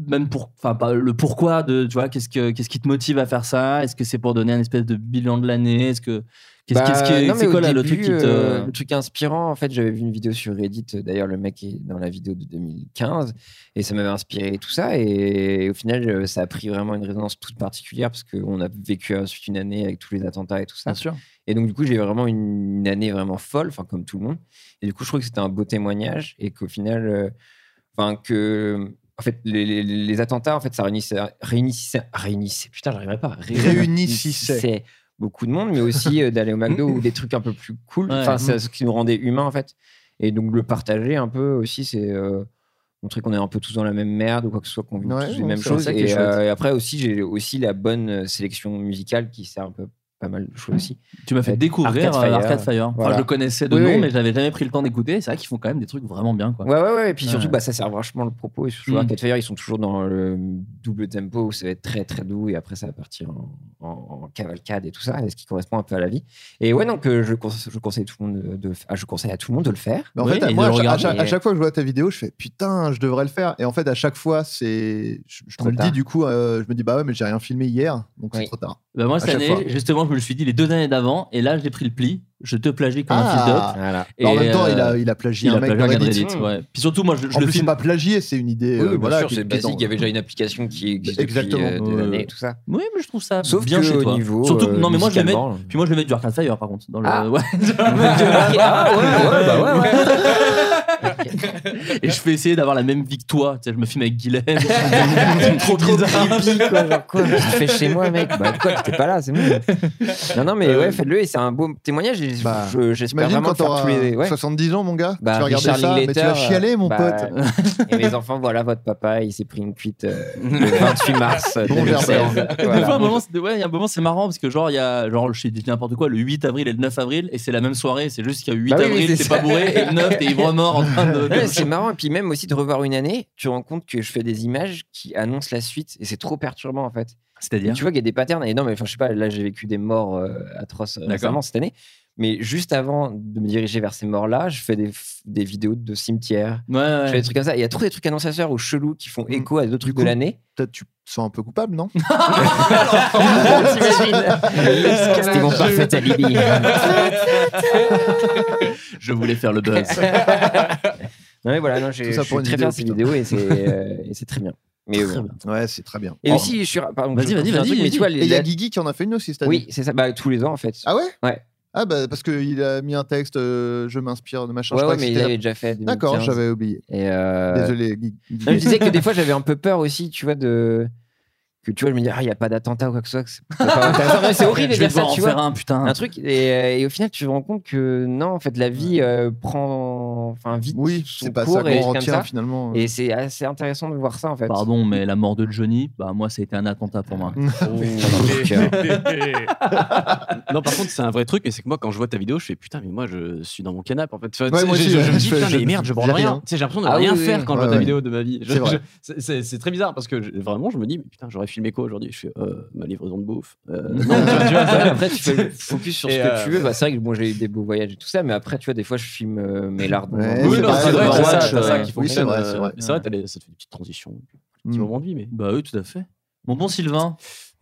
Speaker 6: même pour, enfin, pas le pourquoi de, tu vois, qu'est-ce que, qu'est-ce qui te motive à faire ça Est-ce que c'est pour donner un espèce de bilan de l'année Est-ce que, qu'est-ce,
Speaker 7: Bah,
Speaker 6: qu'est-ce qui est-
Speaker 7: non, mais
Speaker 6: c'est
Speaker 7: au
Speaker 6: quoi là, le
Speaker 7: début,
Speaker 6: truc qui te
Speaker 7: euh, le truc inspirant En fait, j'avais vu une vidéo sur Reddit. euh, D'ailleurs, le mec est dans la vidéo de 2015 et ça m'avait inspiré tout ça. Et au final, euh, ça a pris vraiment une résonance toute particulière parce qu'on a vécu ensuite une année avec tous les attentats et tout ça.
Speaker 6: Bien sûr.
Speaker 7: Et donc, du coup, j'ai eu vraiment une, une année vraiment folle, enfin, comme tout le monde. Et du coup, je trouve que c'était un beau témoignage et qu'au final, euh, enfin, que. En fait, les, les- les attentats, en fait, ça réunissait, réunissait, réunissait- putain, j'arriverai pas,
Speaker 9: Réunississait.
Speaker 7: réunissait beaucoup de monde, mais aussi euh, d'aller au McDo ou des trucs un peu plus cool.
Speaker 6: Ouais.
Speaker 7: Enfin, c'est ce qui nous rendait humains, en fait. Et donc, le partager un peu aussi, c'est euh, montrer qu'on est un peu tous dans la même merde ou quoi que ce soit, qu'on vit
Speaker 9: Ouais,
Speaker 7: tous les
Speaker 9: ouais,
Speaker 7: mêmes
Speaker 9: c'est
Speaker 7: choses.
Speaker 9: ça qui est
Speaker 7: Et,
Speaker 9: chouette.
Speaker 7: euh, et après, aussi, j'ai aussi la bonne euh, sélection musicale qui sert un peu pas mal de choses aussi.
Speaker 6: Tu m'as fait
Speaker 7: Avec
Speaker 6: découvrir
Speaker 7: Arcade
Speaker 6: euh,
Speaker 7: Fire.
Speaker 6: Arcade Fire. Enfin,
Speaker 7: Voilà.
Speaker 6: je le connaissais de
Speaker 7: Oui,
Speaker 6: nom,
Speaker 7: oui.
Speaker 6: mais j'avais jamais pris le temps d'écouter. C'est vrai qu'ils font quand même des trucs vraiment bien, quoi.
Speaker 7: Ouais, ouais, ouais. Et puis surtout,
Speaker 6: Ouais.
Speaker 7: bah, ça sert vachement le propos. Et surtout,
Speaker 6: Mm.
Speaker 7: Arcade Fire, ils sont toujours dans le double tempo où ça va être très, très doux. Et après, ça va partir en, en- en cavalcade et tout ça, et ce qui correspond un peu à la vie. Et ouais, donc, euh, je, conse- je conseille tout le monde de, de- ah, je conseille à tout le monde de le faire.
Speaker 9: Mais en
Speaker 6: Oui,
Speaker 9: fait, à-
Speaker 6: et
Speaker 9: moi,
Speaker 6: de
Speaker 9: à chaque- à,
Speaker 6: regarder.
Speaker 9: chaque, à chaque fois que je vois ta vidéo, je fais putain, je devrais le faire. Et en fait, à chaque fois, c'est. Je, je
Speaker 7: Trop
Speaker 9: me le
Speaker 7: tard.
Speaker 9: dis, du coup, euh, je me dis, bah ouais, mais j'ai rien filmé hier, donc c'est
Speaker 7: Oui.
Speaker 9: trop tard.
Speaker 6: Bah, moi,
Speaker 9: À
Speaker 6: cette
Speaker 9: chaque
Speaker 6: année,
Speaker 9: fois.
Speaker 6: justement, je me le suis dit les deux années d'avant, et là, j'ai pris le pli. Je te plagie comme
Speaker 9: Ah.
Speaker 6: un fils
Speaker 7: Voilà.
Speaker 6: Et
Speaker 9: Mais en même temps, il,
Speaker 6: euh,
Speaker 9: a, il a plagié
Speaker 6: Il
Speaker 9: un
Speaker 6: a
Speaker 9: mec
Speaker 6: plagié
Speaker 9: dans
Speaker 6: un gars de
Speaker 9: Reddit.
Speaker 6: Reddit, ouais. Puis surtout, moi, je, je
Speaker 9: En
Speaker 6: le
Speaker 9: plus, c'est
Speaker 6: filme.
Speaker 9: pas plagié, c'est une idée. euh,
Speaker 7: Oui, bien
Speaker 9: voilà,
Speaker 7: sûr,
Speaker 9: qui-
Speaker 7: c'est
Speaker 9: qui est dans-
Speaker 7: basique. Il y avait déjà une application qui existe
Speaker 9: Exactement.
Speaker 7: depuis euh, des
Speaker 6: Ouais.
Speaker 7: années et tout ça.
Speaker 6: Oui, mais je trouve ça
Speaker 7: Sauf
Speaker 6: bien
Speaker 7: que
Speaker 6: chez
Speaker 7: au
Speaker 6: toi.
Speaker 7: niveau.
Speaker 6: Surtout,
Speaker 7: euh,
Speaker 6: non, mais moi, je le mets.
Speaker 7: musicalement,
Speaker 6: Puis moi, je vais mettre du Arcade Fire, par contre. Dans le...
Speaker 7: Ah.
Speaker 6: ouais.
Speaker 7: Ah, ouais, ouais, ouais, ouais.
Speaker 6: Et je fais essayer d'avoir la même vie que toi. Tu sais, je me filme avec Guylaine. C'est trop bizarre.
Speaker 7: quoi, genre quoi mais Tu fais chez moi, mec. Bah quoi, t'étais pas là, c'est bon. Non, non, mais ouais, faites-le et c'est un beau témoignage. et je-
Speaker 9: Bah,
Speaker 7: je- J'espère
Speaker 9: T'imagines
Speaker 7: vraiment
Speaker 9: quand
Speaker 7: de faire
Speaker 9: t'auras
Speaker 7: tous les. ouais.
Speaker 9: 70 ans, mon gars
Speaker 7: Bah,
Speaker 9: Tu vas regarder ça,
Speaker 7: Richard
Speaker 9: mais tu vas
Speaker 7: Linklater,
Speaker 9: chialer, mon
Speaker 7: bah,
Speaker 9: pote.
Speaker 7: Et mes enfants, voilà votre papa, il s'est pris une cuite euh, le 28 mars euh,
Speaker 9: Bon
Speaker 7: 2016.
Speaker 9: Gerber.
Speaker 6: Des fois, à un
Speaker 7: Voilà.
Speaker 6: moment, c'est- ouais, il y a un moment, c'est marrant parce que genre, il y a, genre, je sais- je dis n'importe quoi, le 8 avril et le 9 avril, et c'est la même soirée, c'est juste qu'il y a 8
Speaker 7: Bah oui,
Speaker 6: avril,
Speaker 7: c'est
Speaker 6: t'es
Speaker 7: ça.
Speaker 6: pas bourré, et le 9, t'es ivre mort en train
Speaker 9: Euh,
Speaker 6: de.
Speaker 7: Ouais, mais c'est marrant, et puis même aussi de revoir une année, tu te rends compte que je fais des images qui annoncent la suite, et c'est trop perturbant en fait.
Speaker 6: C'est-à-dire.
Speaker 7: Tu vois qu'il y a des patterns. Et non, mais enfin, je sais pas, là, j'ai vécu des morts euh, atroces récemment cette année. Mais juste avant de me diriger vers ces morts-là, je fais des, f- des vidéos de cimetières.
Speaker 6: Ouais, ouais.
Speaker 7: Je fais des trucs comme ça. Il y a trop des trucs annonceurs ou chelous qui
Speaker 9: Mm.
Speaker 7: font écho à d'autres trucs de
Speaker 9: coup-
Speaker 7: l'année.
Speaker 9: Peut-être tu te sens un peu coupable, non
Speaker 7: C'était mon parfait alibi.
Speaker 6: Je voulais faire le buzz.
Speaker 7: Non, mais voilà, non, j'ai-
Speaker 9: Tout ça
Speaker 7: je
Speaker 9: pour
Speaker 7: suis
Speaker 9: une
Speaker 7: très
Speaker 9: vidéo,
Speaker 7: fier de ces
Speaker 9: putain.
Speaker 7: vidéos et c'est euh, et c'est très bien. Mais
Speaker 6: Très
Speaker 7: bon.
Speaker 6: bien.
Speaker 9: Ouais, c'est très bien.
Speaker 7: Et
Speaker 6: Oh.
Speaker 7: aussi, sur... pardon,
Speaker 6: Vas-y,
Speaker 7: je-
Speaker 6: vas-y,
Speaker 7: c'est un
Speaker 6: vas-y,
Speaker 7: truc, mais
Speaker 6: vas-y.
Speaker 7: tu vois, les-
Speaker 9: Et il y a
Speaker 7: la-
Speaker 9: Guigui qui en a fait une aussi cette année.
Speaker 7: Oui, c'est ça. Bah, tous les ans, en fait.
Speaker 9: Ah ouais
Speaker 7: Ouais.
Speaker 9: Ah bah parce qu'il a mis un texte, euh, je m'inspire de machin. je
Speaker 7: ouais,
Speaker 9: crois
Speaker 7: ouais,
Speaker 9: que
Speaker 7: mais ils
Speaker 9: c'était la-
Speaker 7: avaient déjà fait. 2015.
Speaker 9: D'accord, j'avais oublié.
Speaker 7: Et euh,
Speaker 9: Désolé, Guigui.
Speaker 7: non, je disais que des fois, j'avais un peu peur aussi, tu vois, de. Que tu vois, je me disais, ah, il n'y a pas d'attentat ou quoi que ce soit. que c'est- c'est pas intéressant. Mais C'est horrible de
Speaker 6: Je vais
Speaker 7: dire ça,
Speaker 6: devoir en
Speaker 7: tu vois.
Speaker 6: faire un, putain.
Speaker 7: un truc et, euh, et au final tu te rends compte que non en fait la vie euh, prend enfin vite
Speaker 9: Oui,
Speaker 7: son
Speaker 9: c'est pas ça
Speaker 7: cours et
Speaker 9: qu'on
Speaker 7: comme
Speaker 9: retient
Speaker 7: ça.
Speaker 9: finalement. euh.
Speaker 7: et c'est assez intéressant de voir ça en fait
Speaker 6: Pardon, mais la mort de Johnny, bah moi, ça a été un attentat pour moi.
Speaker 8: Non, par contre, c'est un vrai truc, mais c'est que moi, quand je vois ta vidéo, je fais putain, mais moi, je suis dans mon canapé. En fait, Tu vois,
Speaker 9: Ouais,
Speaker 8: tu sais,
Speaker 9: moi
Speaker 8: je,
Speaker 9: aussi,
Speaker 8: je
Speaker 9: je-
Speaker 8: me dis
Speaker 9: je fais-
Speaker 8: putain,
Speaker 9: je-
Speaker 8: mais merde, je vois
Speaker 9: j'ai
Speaker 8: rien.
Speaker 9: rien.
Speaker 8: Tu sais, J'ai l'impression de
Speaker 7: Ah
Speaker 8: rien
Speaker 7: oui, oui,
Speaker 8: faire quand je vois
Speaker 9: ouais,
Speaker 8: ta
Speaker 9: ouais.
Speaker 8: vidéo de ma vie. Je-
Speaker 9: C'est vrai.
Speaker 8: je- c'est- C'est c'est très bizarre parce que je- vraiment, je me dis, mais putain, j'aurais filmé quoi aujourd'hui Je fais euh, ma livraison de bouffe. euh, non, tu vois, tu vois, ça-
Speaker 7: après tu fais focus sur ce
Speaker 8: Et,
Speaker 7: que
Speaker 8: euh,
Speaker 7: tu veux Bah, c'est vrai que bon j'ai eu des beaux voyages et tout ça mais après tu vois des fois je filme euh, mes lardes
Speaker 9: Ouais,
Speaker 8: Oui,
Speaker 9: c'est
Speaker 8: non,
Speaker 9: vrai,
Speaker 8: c'est vrai,
Speaker 9: le
Speaker 7: ah,
Speaker 8: c'est ça,
Speaker 9: Overwatch,
Speaker 8: t'as ça
Speaker 9: euh,
Speaker 8: qui
Speaker 9: oui, c'est
Speaker 8: fonctionne.
Speaker 9: vrai,
Speaker 8: euh,
Speaker 9: c'est vrai.
Speaker 8: C'est vrai, t'as les- ça te fait une petite transition, un petit
Speaker 9: Mm.
Speaker 8: moment de vie, mais.
Speaker 6: Bah oui, tout à fait. Mon bon Sylvain,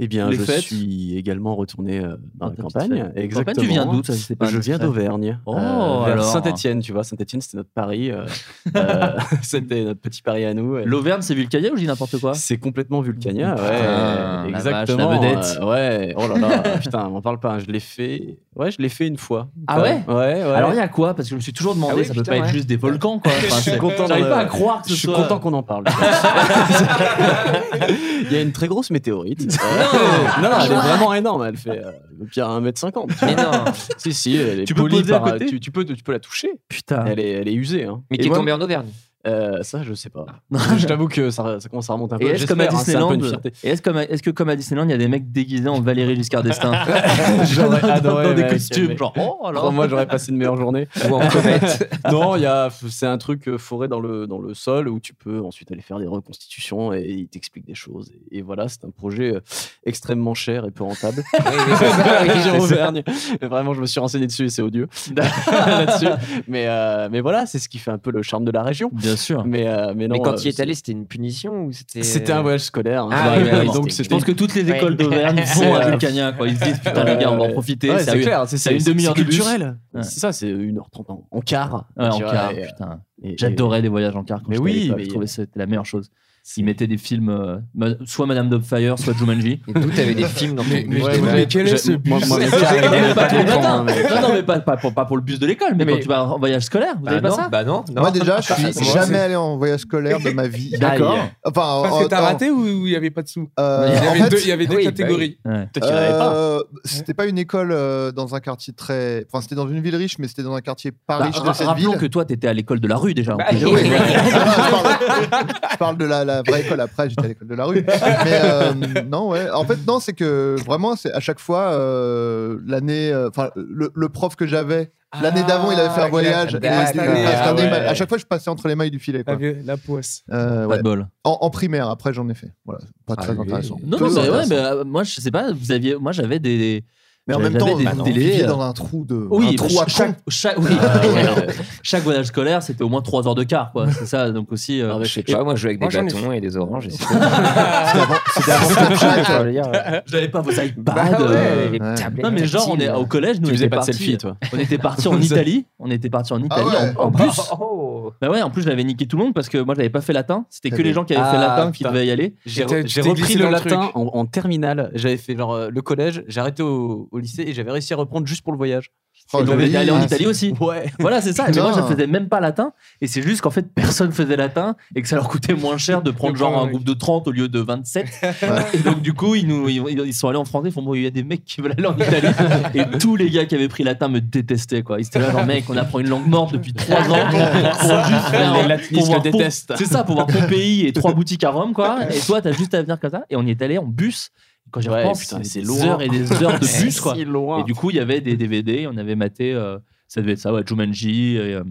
Speaker 8: Eh bien,
Speaker 6: Les
Speaker 8: je
Speaker 6: fêtes.
Speaker 8: suis également retourné euh,
Speaker 6: dans
Speaker 8: dans
Speaker 6: ta
Speaker 8: la
Speaker 6: petite
Speaker 8: campagne.
Speaker 6: fête.
Speaker 8: Exactement.
Speaker 6: Campagne, tu viens d'où ça, c'est pas
Speaker 8: Je viens
Speaker 6: indiscret.
Speaker 8: d'Auvergne. Euh,
Speaker 6: Oh,
Speaker 8: vers
Speaker 6: alors.
Speaker 8: Saint-Étienne, tu vois. Saint-Étienne, c'était notre pari. euh, euh, c'était notre petit pari à nous. et
Speaker 6: L'Auvergne, c'est Vulcaïa ou je dis n'importe quoi
Speaker 8: C'est complètement Vulcania.
Speaker 6: Putain, la
Speaker 8: Ouais,
Speaker 6: vache,
Speaker 8: exactement.
Speaker 6: la vedette.
Speaker 8: euh, ouais. Oh là là. putain, on m'en parle pas. hein, Je l'ai fait. Ouais, je l'ai fait une fois.
Speaker 6: Ah ouais
Speaker 8: Ouais, ouais.
Speaker 6: Alors il y a quoi Parce que je me suis toujours demandé,
Speaker 7: Ah oui,
Speaker 6: ça peut
Speaker 7: putain,
Speaker 6: pas être
Speaker 7: ouais.
Speaker 6: juste des volcans quoi. Enfin,
Speaker 8: Je suis
Speaker 6: c'est-
Speaker 8: content
Speaker 6: J'arrive
Speaker 8: de-
Speaker 6: pas à croire que ce
Speaker 8: je suis
Speaker 6: soit-
Speaker 8: content qu'on en parle. Il y a une très grosse météorite. non, non, elle est vraiment énorme. Elle fait euh, le pire à 1m50. tu
Speaker 7: mais
Speaker 8: vois.
Speaker 7: non
Speaker 8: Si, si, elle est
Speaker 6: Tu peux
Speaker 8: polie
Speaker 6: poser à
Speaker 8: par-
Speaker 6: côté Ah.
Speaker 8: tu, tu peux, tu peux la toucher.
Speaker 6: Putain.
Speaker 8: Elle, est, elle est usée. Hein.
Speaker 7: mais
Speaker 8: Et
Speaker 7: qui est
Speaker 8: moi-
Speaker 7: tombé en Auvergne
Speaker 8: euh, Ça, je sais pas. je t'avoue que ça, ça commence à remonter un peu.
Speaker 6: Et est-ce comme à
Speaker 8: J'espère, hein, c'est un
Speaker 6: Disneyland
Speaker 8: peu une fierté.
Speaker 6: et est-ce comme à- est-ce que comme à Disneyland, il y a des mecs déguisés en Valérie Giscard d'Estaing
Speaker 8: J'aurais
Speaker 6: Dans-
Speaker 8: adoré,
Speaker 6: dans des
Speaker 8: mec,
Speaker 6: costumes
Speaker 8: mec.
Speaker 6: genre oh alors.
Speaker 8: Crois-moi, j'aurais passé une meilleure journée.
Speaker 7: ou en comète
Speaker 8: non, il y a, c'est un truc euh, foré dans le, dans le sol où tu peux ensuite aller faire des reconstitutions et il t'explique des choses. Et, et voilà, c'est un projet euh, extrêmement cher et peu rentable.
Speaker 7: Oui, mais c'est ça, oui,
Speaker 8: J'ai
Speaker 7: c'est ça.
Speaker 8: Auvergne. Et Vraiment, je me suis renseigné dessus et c'est odieux là-dessus. Mais, euh, mais voilà, c'est ce qui fait un peu le charme de la région.
Speaker 6: Bien sûr.
Speaker 8: Mais, euh, mais non.
Speaker 7: mais quand
Speaker 8: euh,
Speaker 7: il est allé c'était une punition ou c'était
Speaker 8: c'était un voyage scolaire. hein.
Speaker 6: Bah,
Speaker 7: Ah, oui, oui,
Speaker 8: donc
Speaker 7: oui.
Speaker 8: c'était-
Speaker 6: Je pense que toutes les écoles
Speaker 7: Ouais.
Speaker 6: d'Auvergne
Speaker 8: C'est,
Speaker 6: vont à
Speaker 8: euh,
Speaker 6: Vulcania quoi. Ils se disent putain les gars, on va en
Speaker 8: Ouais.
Speaker 6: profiter.
Speaker 8: Ouais,
Speaker 6: ça a
Speaker 8: c'est
Speaker 6: eu-
Speaker 8: clair, c'est,
Speaker 6: ça a eu une
Speaker 8: c'est-
Speaker 6: demi-heure
Speaker 8: c'est
Speaker 6: de bus.
Speaker 8: culturel.
Speaker 6: Ouais.
Speaker 8: C'est ça, c'est 1h30 en, en car.
Speaker 6: Ouais, en
Speaker 8: Tu vois,
Speaker 6: car,
Speaker 8: et-
Speaker 6: putain.
Speaker 8: et-
Speaker 6: J'adorais les voyages en car quand
Speaker 8: Mais
Speaker 6: j'étais à
Speaker 8: oui,
Speaker 6: l'époque.
Speaker 8: mais-
Speaker 6: je trouvais que c'était la meilleure chose.
Speaker 8: C'est-
Speaker 6: Ils mettaient des films, euh, ma- soit Madame Doubtfire, soit Jumanji.
Speaker 7: et d'où t'avais des films dans ton
Speaker 10: Mais- mais
Speaker 7: bus
Speaker 10: je
Speaker 7: de
Speaker 10: ouais.
Speaker 7: merde.
Speaker 10: quel est ce
Speaker 8: Moi,
Speaker 10: bus
Speaker 8: moi, mon père,
Speaker 10: C'est
Speaker 8: il
Speaker 6: Mais
Speaker 8: aimait pas
Speaker 6: pas
Speaker 8: trop
Speaker 6: le
Speaker 8: le prendre,
Speaker 6: matin.
Speaker 8: hein, mais-
Speaker 6: Non, non, mais pas, pas, pour, pas pour le bus de l'école, mais,
Speaker 7: Mais-
Speaker 6: quand tu vas en voyage scolaire, vous
Speaker 7: Bah
Speaker 6: avez pas
Speaker 7: non,
Speaker 6: ça
Speaker 7: bah non, non.
Speaker 9: Moi déjà, je suis
Speaker 10: moi,
Speaker 9: jamais
Speaker 10: c'est-
Speaker 9: allé en voyage scolaire de ma vie.
Speaker 6: D'accord.
Speaker 9: Enfin,
Speaker 10: Parce
Speaker 9: en-
Speaker 10: que t'as
Speaker 9: en-
Speaker 10: raté ou il n'y avait pas de sous
Speaker 9: euh,
Speaker 10: Il y
Speaker 9: en
Speaker 10: avait
Speaker 9: fait,
Speaker 10: deux, il y avait deux
Speaker 7: oui, bah oui.
Speaker 10: catégories.
Speaker 8: Peut-être qu'il y en avait pas.
Speaker 9: euh, c'était pas une école euh, dans un quartier très. Enfin, c'était dans une ville riche, mais c'était dans un quartier pas
Speaker 6: Bah,
Speaker 9: riche de
Speaker 6: ra-
Speaker 9: cette
Speaker 6: rappelons
Speaker 9: ville.
Speaker 6: que toi, t'étais à l'école de la rue déjà.
Speaker 7: Bah,
Speaker 6: en plus.
Speaker 7: oui.
Speaker 9: Oui, voilà. Ah, non, je, parle, je parle de la, la vraie école après, j'étais à l'école de la rue. Mais euh, non, ouais. En fait, non, c'est que vraiment, c'est à chaque fois euh, l'année, euh, enfin, le, le prof que j'avais, l'année
Speaker 10: Ah,
Speaker 9: d'avant, il avait fait un voyage.
Speaker 10: d'accord.
Speaker 9: Et moi,
Speaker 10: Cette
Speaker 9: je dis,
Speaker 10: année,
Speaker 9: ah, cette
Speaker 10: ah
Speaker 9: année,
Speaker 10: ouais. Ah
Speaker 9: bah, À chaque fois, je passais entre les mailles du filet. quoi.
Speaker 10: La, vie- la poisse.
Speaker 9: Euh,
Speaker 6: Pas
Speaker 9: ouais.
Speaker 6: de bol.
Speaker 9: en, en primaire, après, j'en ai fait. Voilà, pas
Speaker 7: Ah
Speaker 9: très
Speaker 7: oui.
Speaker 9: intéressant.
Speaker 6: Non,
Speaker 9: Peu
Speaker 6: non, mais ouais,
Speaker 9: intéressant.
Speaker 6: mais euh, moi, je sais pas, vous aviez, moi, j'avais des.
Speaker 9: Mais en même
Speaker 6: j'avais
Speaker 9: temps,
Speaker 6: des
Speaker 9: vous
Speaker 6: télés,
Speaker 9: viviez
Speaker 6: euh,
Speaker 9: dans un trou de. un
Speaker 6: Oui,
Speaker 9: trou
Speaker 6: bah,
Speaker 9: à con.
Speaker 6: chaque, chaque, oui.
Speaker 8: Ah, ouais.
Speaker 6: Chaque voyage scolaire, c'était au moins 3 heures de quart, quoi. C'est ça, donc aussi. euh,
Speaker 7: Ah, bah, je sais pas moi je jouais avec des
Speaker 10: Moi, j'en ai
Speaker 7: bâtons et des oranges et c'est
Speaker 9: C'était avant- C'était avant
Speaker 7: Enfin,
Speaker 9: Snapchat.
Speaker 7: je veux dire, euh,
Speaker 6: J'avais pas vos iPads.
Speaker 7: bah ouais,
Speaker 6: euh,
Speaker 7: les
Speaker 9: ouais.
Speaker 7: tablettes
Speaker 6: Non mais genre on est
Speaker 7: tactiles.
Speaker 6: au collège, nous
Speaker 8: Tu
Speaker 6: on
Speaker 8: faisais
Speaker 6: était
Speaker 8: pas de
Speaker 6: partis- euh,
Speaker 8: selfie, toi.
Speaker 6: On était partis en Italie. On était partis en Italie
Speaker 9: ouais.
Speaker 6: en, en bus.
Speaker 7: Oh.
Speaker 6: Bah ouais, en plus, j'avais niqué tout le monde parce que moi, j'avais pas fait latin. C'était que les gens qui avaient fait
Speaker 8: Ah,
Speaker 6: latin qui
Speaker 8: putain.
Speaker 6: devaient y aller.
Speaker 7: Oh,
Speaker 8: J'ai
Speaker 10: t'es-
Speaker 8: re-
Speaker 10: tu
Speaker 8: j'ai
Speaker 10: t'es
Speaker 8: repris
Speaker 10: glissé
Speaker 8: le
Speaker 10: dans le
Speaker 8: latin
Speaker 10: truc.
Speaker 8: en, en terminale. J'avais fait genre euh, le collège, j'ai arrêté au, au lycée et j'avais réussi à reprendre juste pour le voyage.
Speaker 9: Oh,
Speaker 6: Et j'avais
Speaker 9: joli.
Speaker 6: été allé en Italie aussi.
Speaker 8: Ouais.
Speaker 6: Voilà, c'est ça. Mais
Speaker 9: Putain.
Speaker 6: moi, je ne faisais même pas latin. Et c'est juste qu'en fait, personne faisait latin et que ça leur coûtait moins cher de prendre
Speaker 10: De
Speaker 6: genre
Speaker 10: prendre,
Speaker 6: un
Speaker 10: oui.
Speaker 6: groupe de 30 au lieu de 27. Et donc, du coup, ils, nous, ils, ils sont allés en France. Ils font, bon, il y a des mecs qui veulent aller en Italie. Et tous les gars qui avaient pris latin me détestaient, quoi. Ils étaient là, genre, mec, on apprend une langue morte depuis 3 ans. Pour juste faire-
Speaker 8: Les latinistes
Speaker 6: pour voir
Speaker 8: le
Speaker 6: Pom-
Speaker 8: détestent.
Speaker 6: C'est ça, pour voir Pompéi et trois boutiques à Rome, quoi. Et toi, t'as juste à venir comme ça. Et on y est allé en bus. Quand j'y
Speaker 8: Ouais,
Speaker 6: repense,
Speaker 8: putain, c'est
Speaker 6: c'est
Speaker 8: loin.
Speaker 6: des heures et des heures de bus, quoi.
Speaker 8: Si loin.
Speaker 6: Et du coup, il y avait des DVD, on avait maté, euh, ça devait être ça, ouais, Jumanji, et, euh,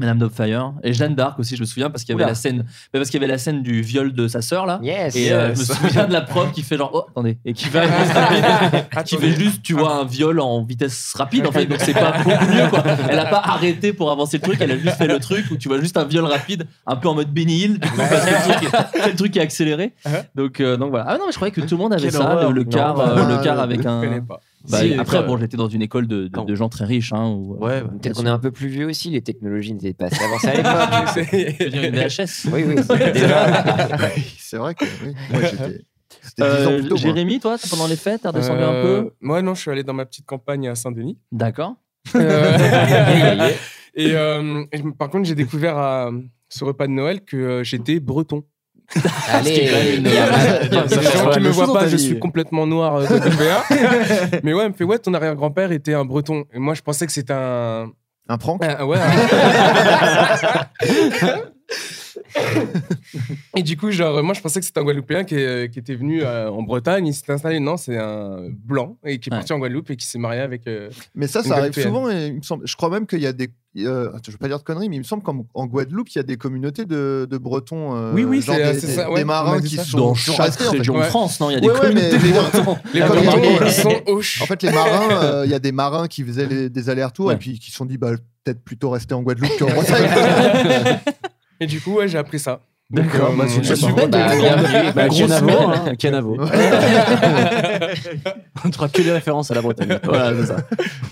Speaker 6: Madame Doubtfire, et Jeanne d'Arc aussi, je me souviens, parce qu'il y avait
Speaker 7: Oula.
Speaker 6: la scène, bah, parce qu'il y avait la scène du viol de sa sœur là.
Speaker 7: Yes.
Speaker 6: Et euh, je me souviens de la prof qui fait genre oh attendez et qui va qui fait juste tu vois un viol en vitesse rapide en fait donc c'est pas beaucoup mieux quoi elle a pas arrêté pour avancer le truc elle a juste fait le truc où tu vois juste un viol rapide un peu en mode Benny Hill du coup, parce que le truc est- c'est le truc qui est accéléré donc euh, donc voilà ah non mais je croyais que tout le monde avait
Speaker 8: Quelle
Speaker 6: ça
Speaker 8: horreur.
Speaker 6: le, le
Speaker 7: Non,
Speaker 6: car
Speaker 9: bah,
Speaker 6: euh,
Speaker 9: bah,
Speaker 6: le car
Speaker 9: euh,
Speaker 6: avec
Speaker 10: Je connais
Speaker 6: un
Speaker 10: pas.
Speaker 6: Bah,
Speaker 8: Si,
Speaker 6: après,
Speaker 8: euh,
Speaker 6: bon, j'étais dans une école de, de- de gens très riches. Hein, où, euh,
Speaker 8: Ouais, ouais.
Speaker 7: Peut-être qu'on est un peu plus vieux aussi, les technologies n'étaient pas assez avancées à l'époque.
Speaker 6: je veux dire une VHS.
Speaker 7: Oui, oui, c'était déjà.
Speaker 9: C'est vrai que Ah, oui. Moi, j'étais. C'était 10 ans
Speaker 6: Euh,
Speaker 9: plus tôt. moi.
Speaker 6: Jérémy, toi, pendant les fêtes, t'as descendu un peu
Speaker 10: Euh, Moi, non, je suis allé dans ma petite campagne à Saint-Denis.
Speaker 6: D'accord.
Speaker 10: Euh, et euh, et je- par contre, j'ai découvert à ce repas de Noël que euh, j'étais breton.
Speaker 7: Allez,
Speaker 10: Il y a des gens qui me voient pas, je suis complètement noir euh, de BBA. Mais ouais, elle me fait ouais, ton arrière-grand-père était un breton. Et moi, je pensais que c'était un.
Speaker 9: Un prank
Speaker 10: un- ouais. un- Et du coup, genre, moi, je pensais que c'était un Guadeloupéen qui, est- qui était venu euh, en Bretagne, il s'est installé. Non, c'est un blanc et qui est
Speaker 6: Ouais.
Speaker 10: parti en Guadeloupe et qui s'est marié avec. euh,
Speaker 9: Mais ça,
Speaker 10: Une
Speaker 9: ça arrive
Speaker 10: VPN.
Speaker 9: souvent. Et il me semble, je crois même qu'il y a des. euh, attends, je ne veux pas dire de conneries, mais il me semble qu'en en Guadeloupe, il y a des communautés de, de Bretons. euh,
Speaker 10: Oui, oui,
Speaker 9: genre
Speaker 10: c'est-
Speaker 9: des,
Speaker 10: c'est
Speaker 9: des-
Speaker 10: ça,
Speaker 9: des
Speaker 10: ouais, on m'a
Speaker 9: marins
Speaker 10: dit
Speaker 9: qui
Speaker 10: ça.
Speaker 9: sont
Speaker 6: Dans chaque
Speaker 9: chassés. en fait.
Speaker 6: région de
Speaker 10: Ouais.
Speaker 6: France, non, il y a des
Speaker 9: Ouais, ouais, mais
Speaker 6: communautés.
Speaker 9: les-
Speaker 10: Les
Speaker 9: Ah,
Speaker 10: Bretons
Speaker 9: mais-
Speaker 10: euh, sont hoches.
Speaker 9: En fait, les marins, euh, il y a des marins qui faisaient les- des allers-retours
Speaker 6: Ouais.
Speaker 9: et puis qui se sont dit, bah, peut-être plutôt rester en Guadeloupe qu'en Bretagne.
Speaker 10: Et du coup, ouais, j'ai appris ça.
Speaker 6: D'accord,
Speaker 10: euh,
Speaker 6: bah,
Speaker 10: je
Speaker 6: c'est
Speaker 10: suis
Speaker 6: bien.
Speaker 8: Ah,
Speaker 7: Bah, bienvenue.
Speaker 6: Bah,
Speaker 7: Grosse
Speaker 6: Kenavo,
Speaker 7: semaine.
Speaker 6: hein, Kenavo.
Speaker 10: Ah,
Speaker 8: On ne fera que des références à la Bretagne.
Speaker 6: Voilà, c'est ça.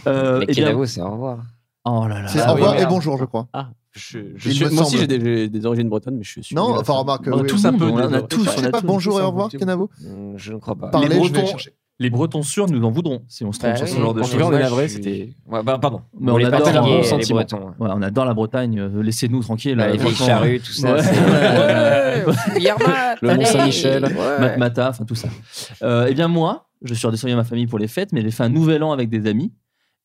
Speaker 6: Euh,
Speaker 7: Mais
Speaker 6: eh bien-
Speaker 7: Kenavo, c'est au revoir.
Speaker 6: Oh là là.
Speaker 9: C'est
Speaker 10: Ah
Speaker 9: au
Speaker 10: oui,
Speaker 9: revoir et
Speaker 10: merde.
Speaker 9: bonjour, je crois.
Speaker 8: Ah, je, je
Speaker 9: Il
Speaker 8: suis-
Speaker 9: me
Speaker 8: moi aussi
Speaker 9: semble.
Speaker 8: j'ai des, j'ai des origines bretonnes, mais je suis.
Speaker 9: Non,
Speaker 8: nul à
Speaker 9: enfin,
Speaker 8: ça.
Speaker 9: remarque,
Speaker 8: On a
Speaker 9: oui,
Speaker 8: tous
Speaker 6: oui.
Speaker 8: un peu.
Speaker 6: On
Speaker 8: de-
Speaker 6: en a
Speaker 8: de-
Speaker 6: tous,
Speaker 9: Je sais pas,
Speaker 6: tous-
Speaker 9: bonjour
Speaker 10: tous
Speaker 9: et
Speaker 10: un
Speaker 9: au revoir,
Speaker 10: petit-
Speaker 9: Kenavo.
Speaker 7: Hum, Je ne crois pas.
Speaker 9: Parlez, je
Speaker 8: Bretons-
Speaker 9: vais chercher.
Speaker 6: Les Bretons sûrs, nous en voudrons si on se trompe
Speaker 7: Bah
Speaker 6: sur ce
Speaker 7: oui,
Speaker 6: genre de
Speaker 7: on
Speaker 6: choses.
Speaker 7: est
Speaker 8: Genre,
Speaker 7: mal,
Speaker 8: la vraie,
Speaker 7: je suis-
Speaker 8: c'était-
Speaker 7: Ouais, bah, pardon.
Speaker 6: Mais
Speaker 7: On
Speaker 6: on
Speaker 7: les
Speaker 6: adore
Speaker 7: partage,
Speaker 6: les-
Speaker 7: les
Speaker 6: les
Speaker 7: Bretons. hein.
Speaker 6: Ouais, on adore la Bretagne, euh, laissez-nous tranquille.
Speaker 7: Bah,
Speaker 6: euh,
Speaker 7: les vieilles
Speaker 6: franchement.
Speaker 7: charrues, tout ça.
Speaker 6: Ouais.
Speaker 7: c'est-
Speaker 1: Le Mont-Saint-Michel.
Speaker 6: Matmata, enfin tout ça. Euh, eh bien moi, je suis redescendu à ma famille pour les fêtes, mais j'ai fait un nouvel an avec des amis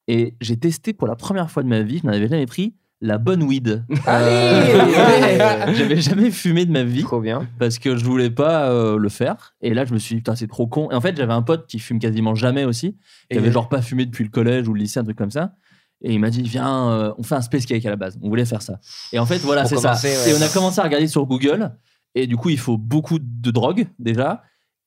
Speaker 6: et j'ai testé pour la première fois de ma vie, je n'en avais jamais pris, la bonne weed. Euh, J'avais jamais fumé de ma vie
Speaker 7: Trop bien.
Speaker 6: parce que je voulais pas euh, le faire. Et là, je me suis dit, putain, c'est trop con. Et en fait, j'avais un pote qui fume quasiment jamais aussi. Il
Speaker 10: Et-
Speaker 6: avait genre pas fumé depuis le collège ou le lycée, un truc comme ça. Et il m'a dit, viens, euh, on fait un space cake à la base. On voulait faire ça. Et en fait, voilà,
Speaker 7: Pour
Speaker 6: c'est ça.
Speaker 7: commencer, ouais.
Speaker 6: Et on a commencé à regarder sur Google. Et du coup, il faut beaucoup de drogue déjà.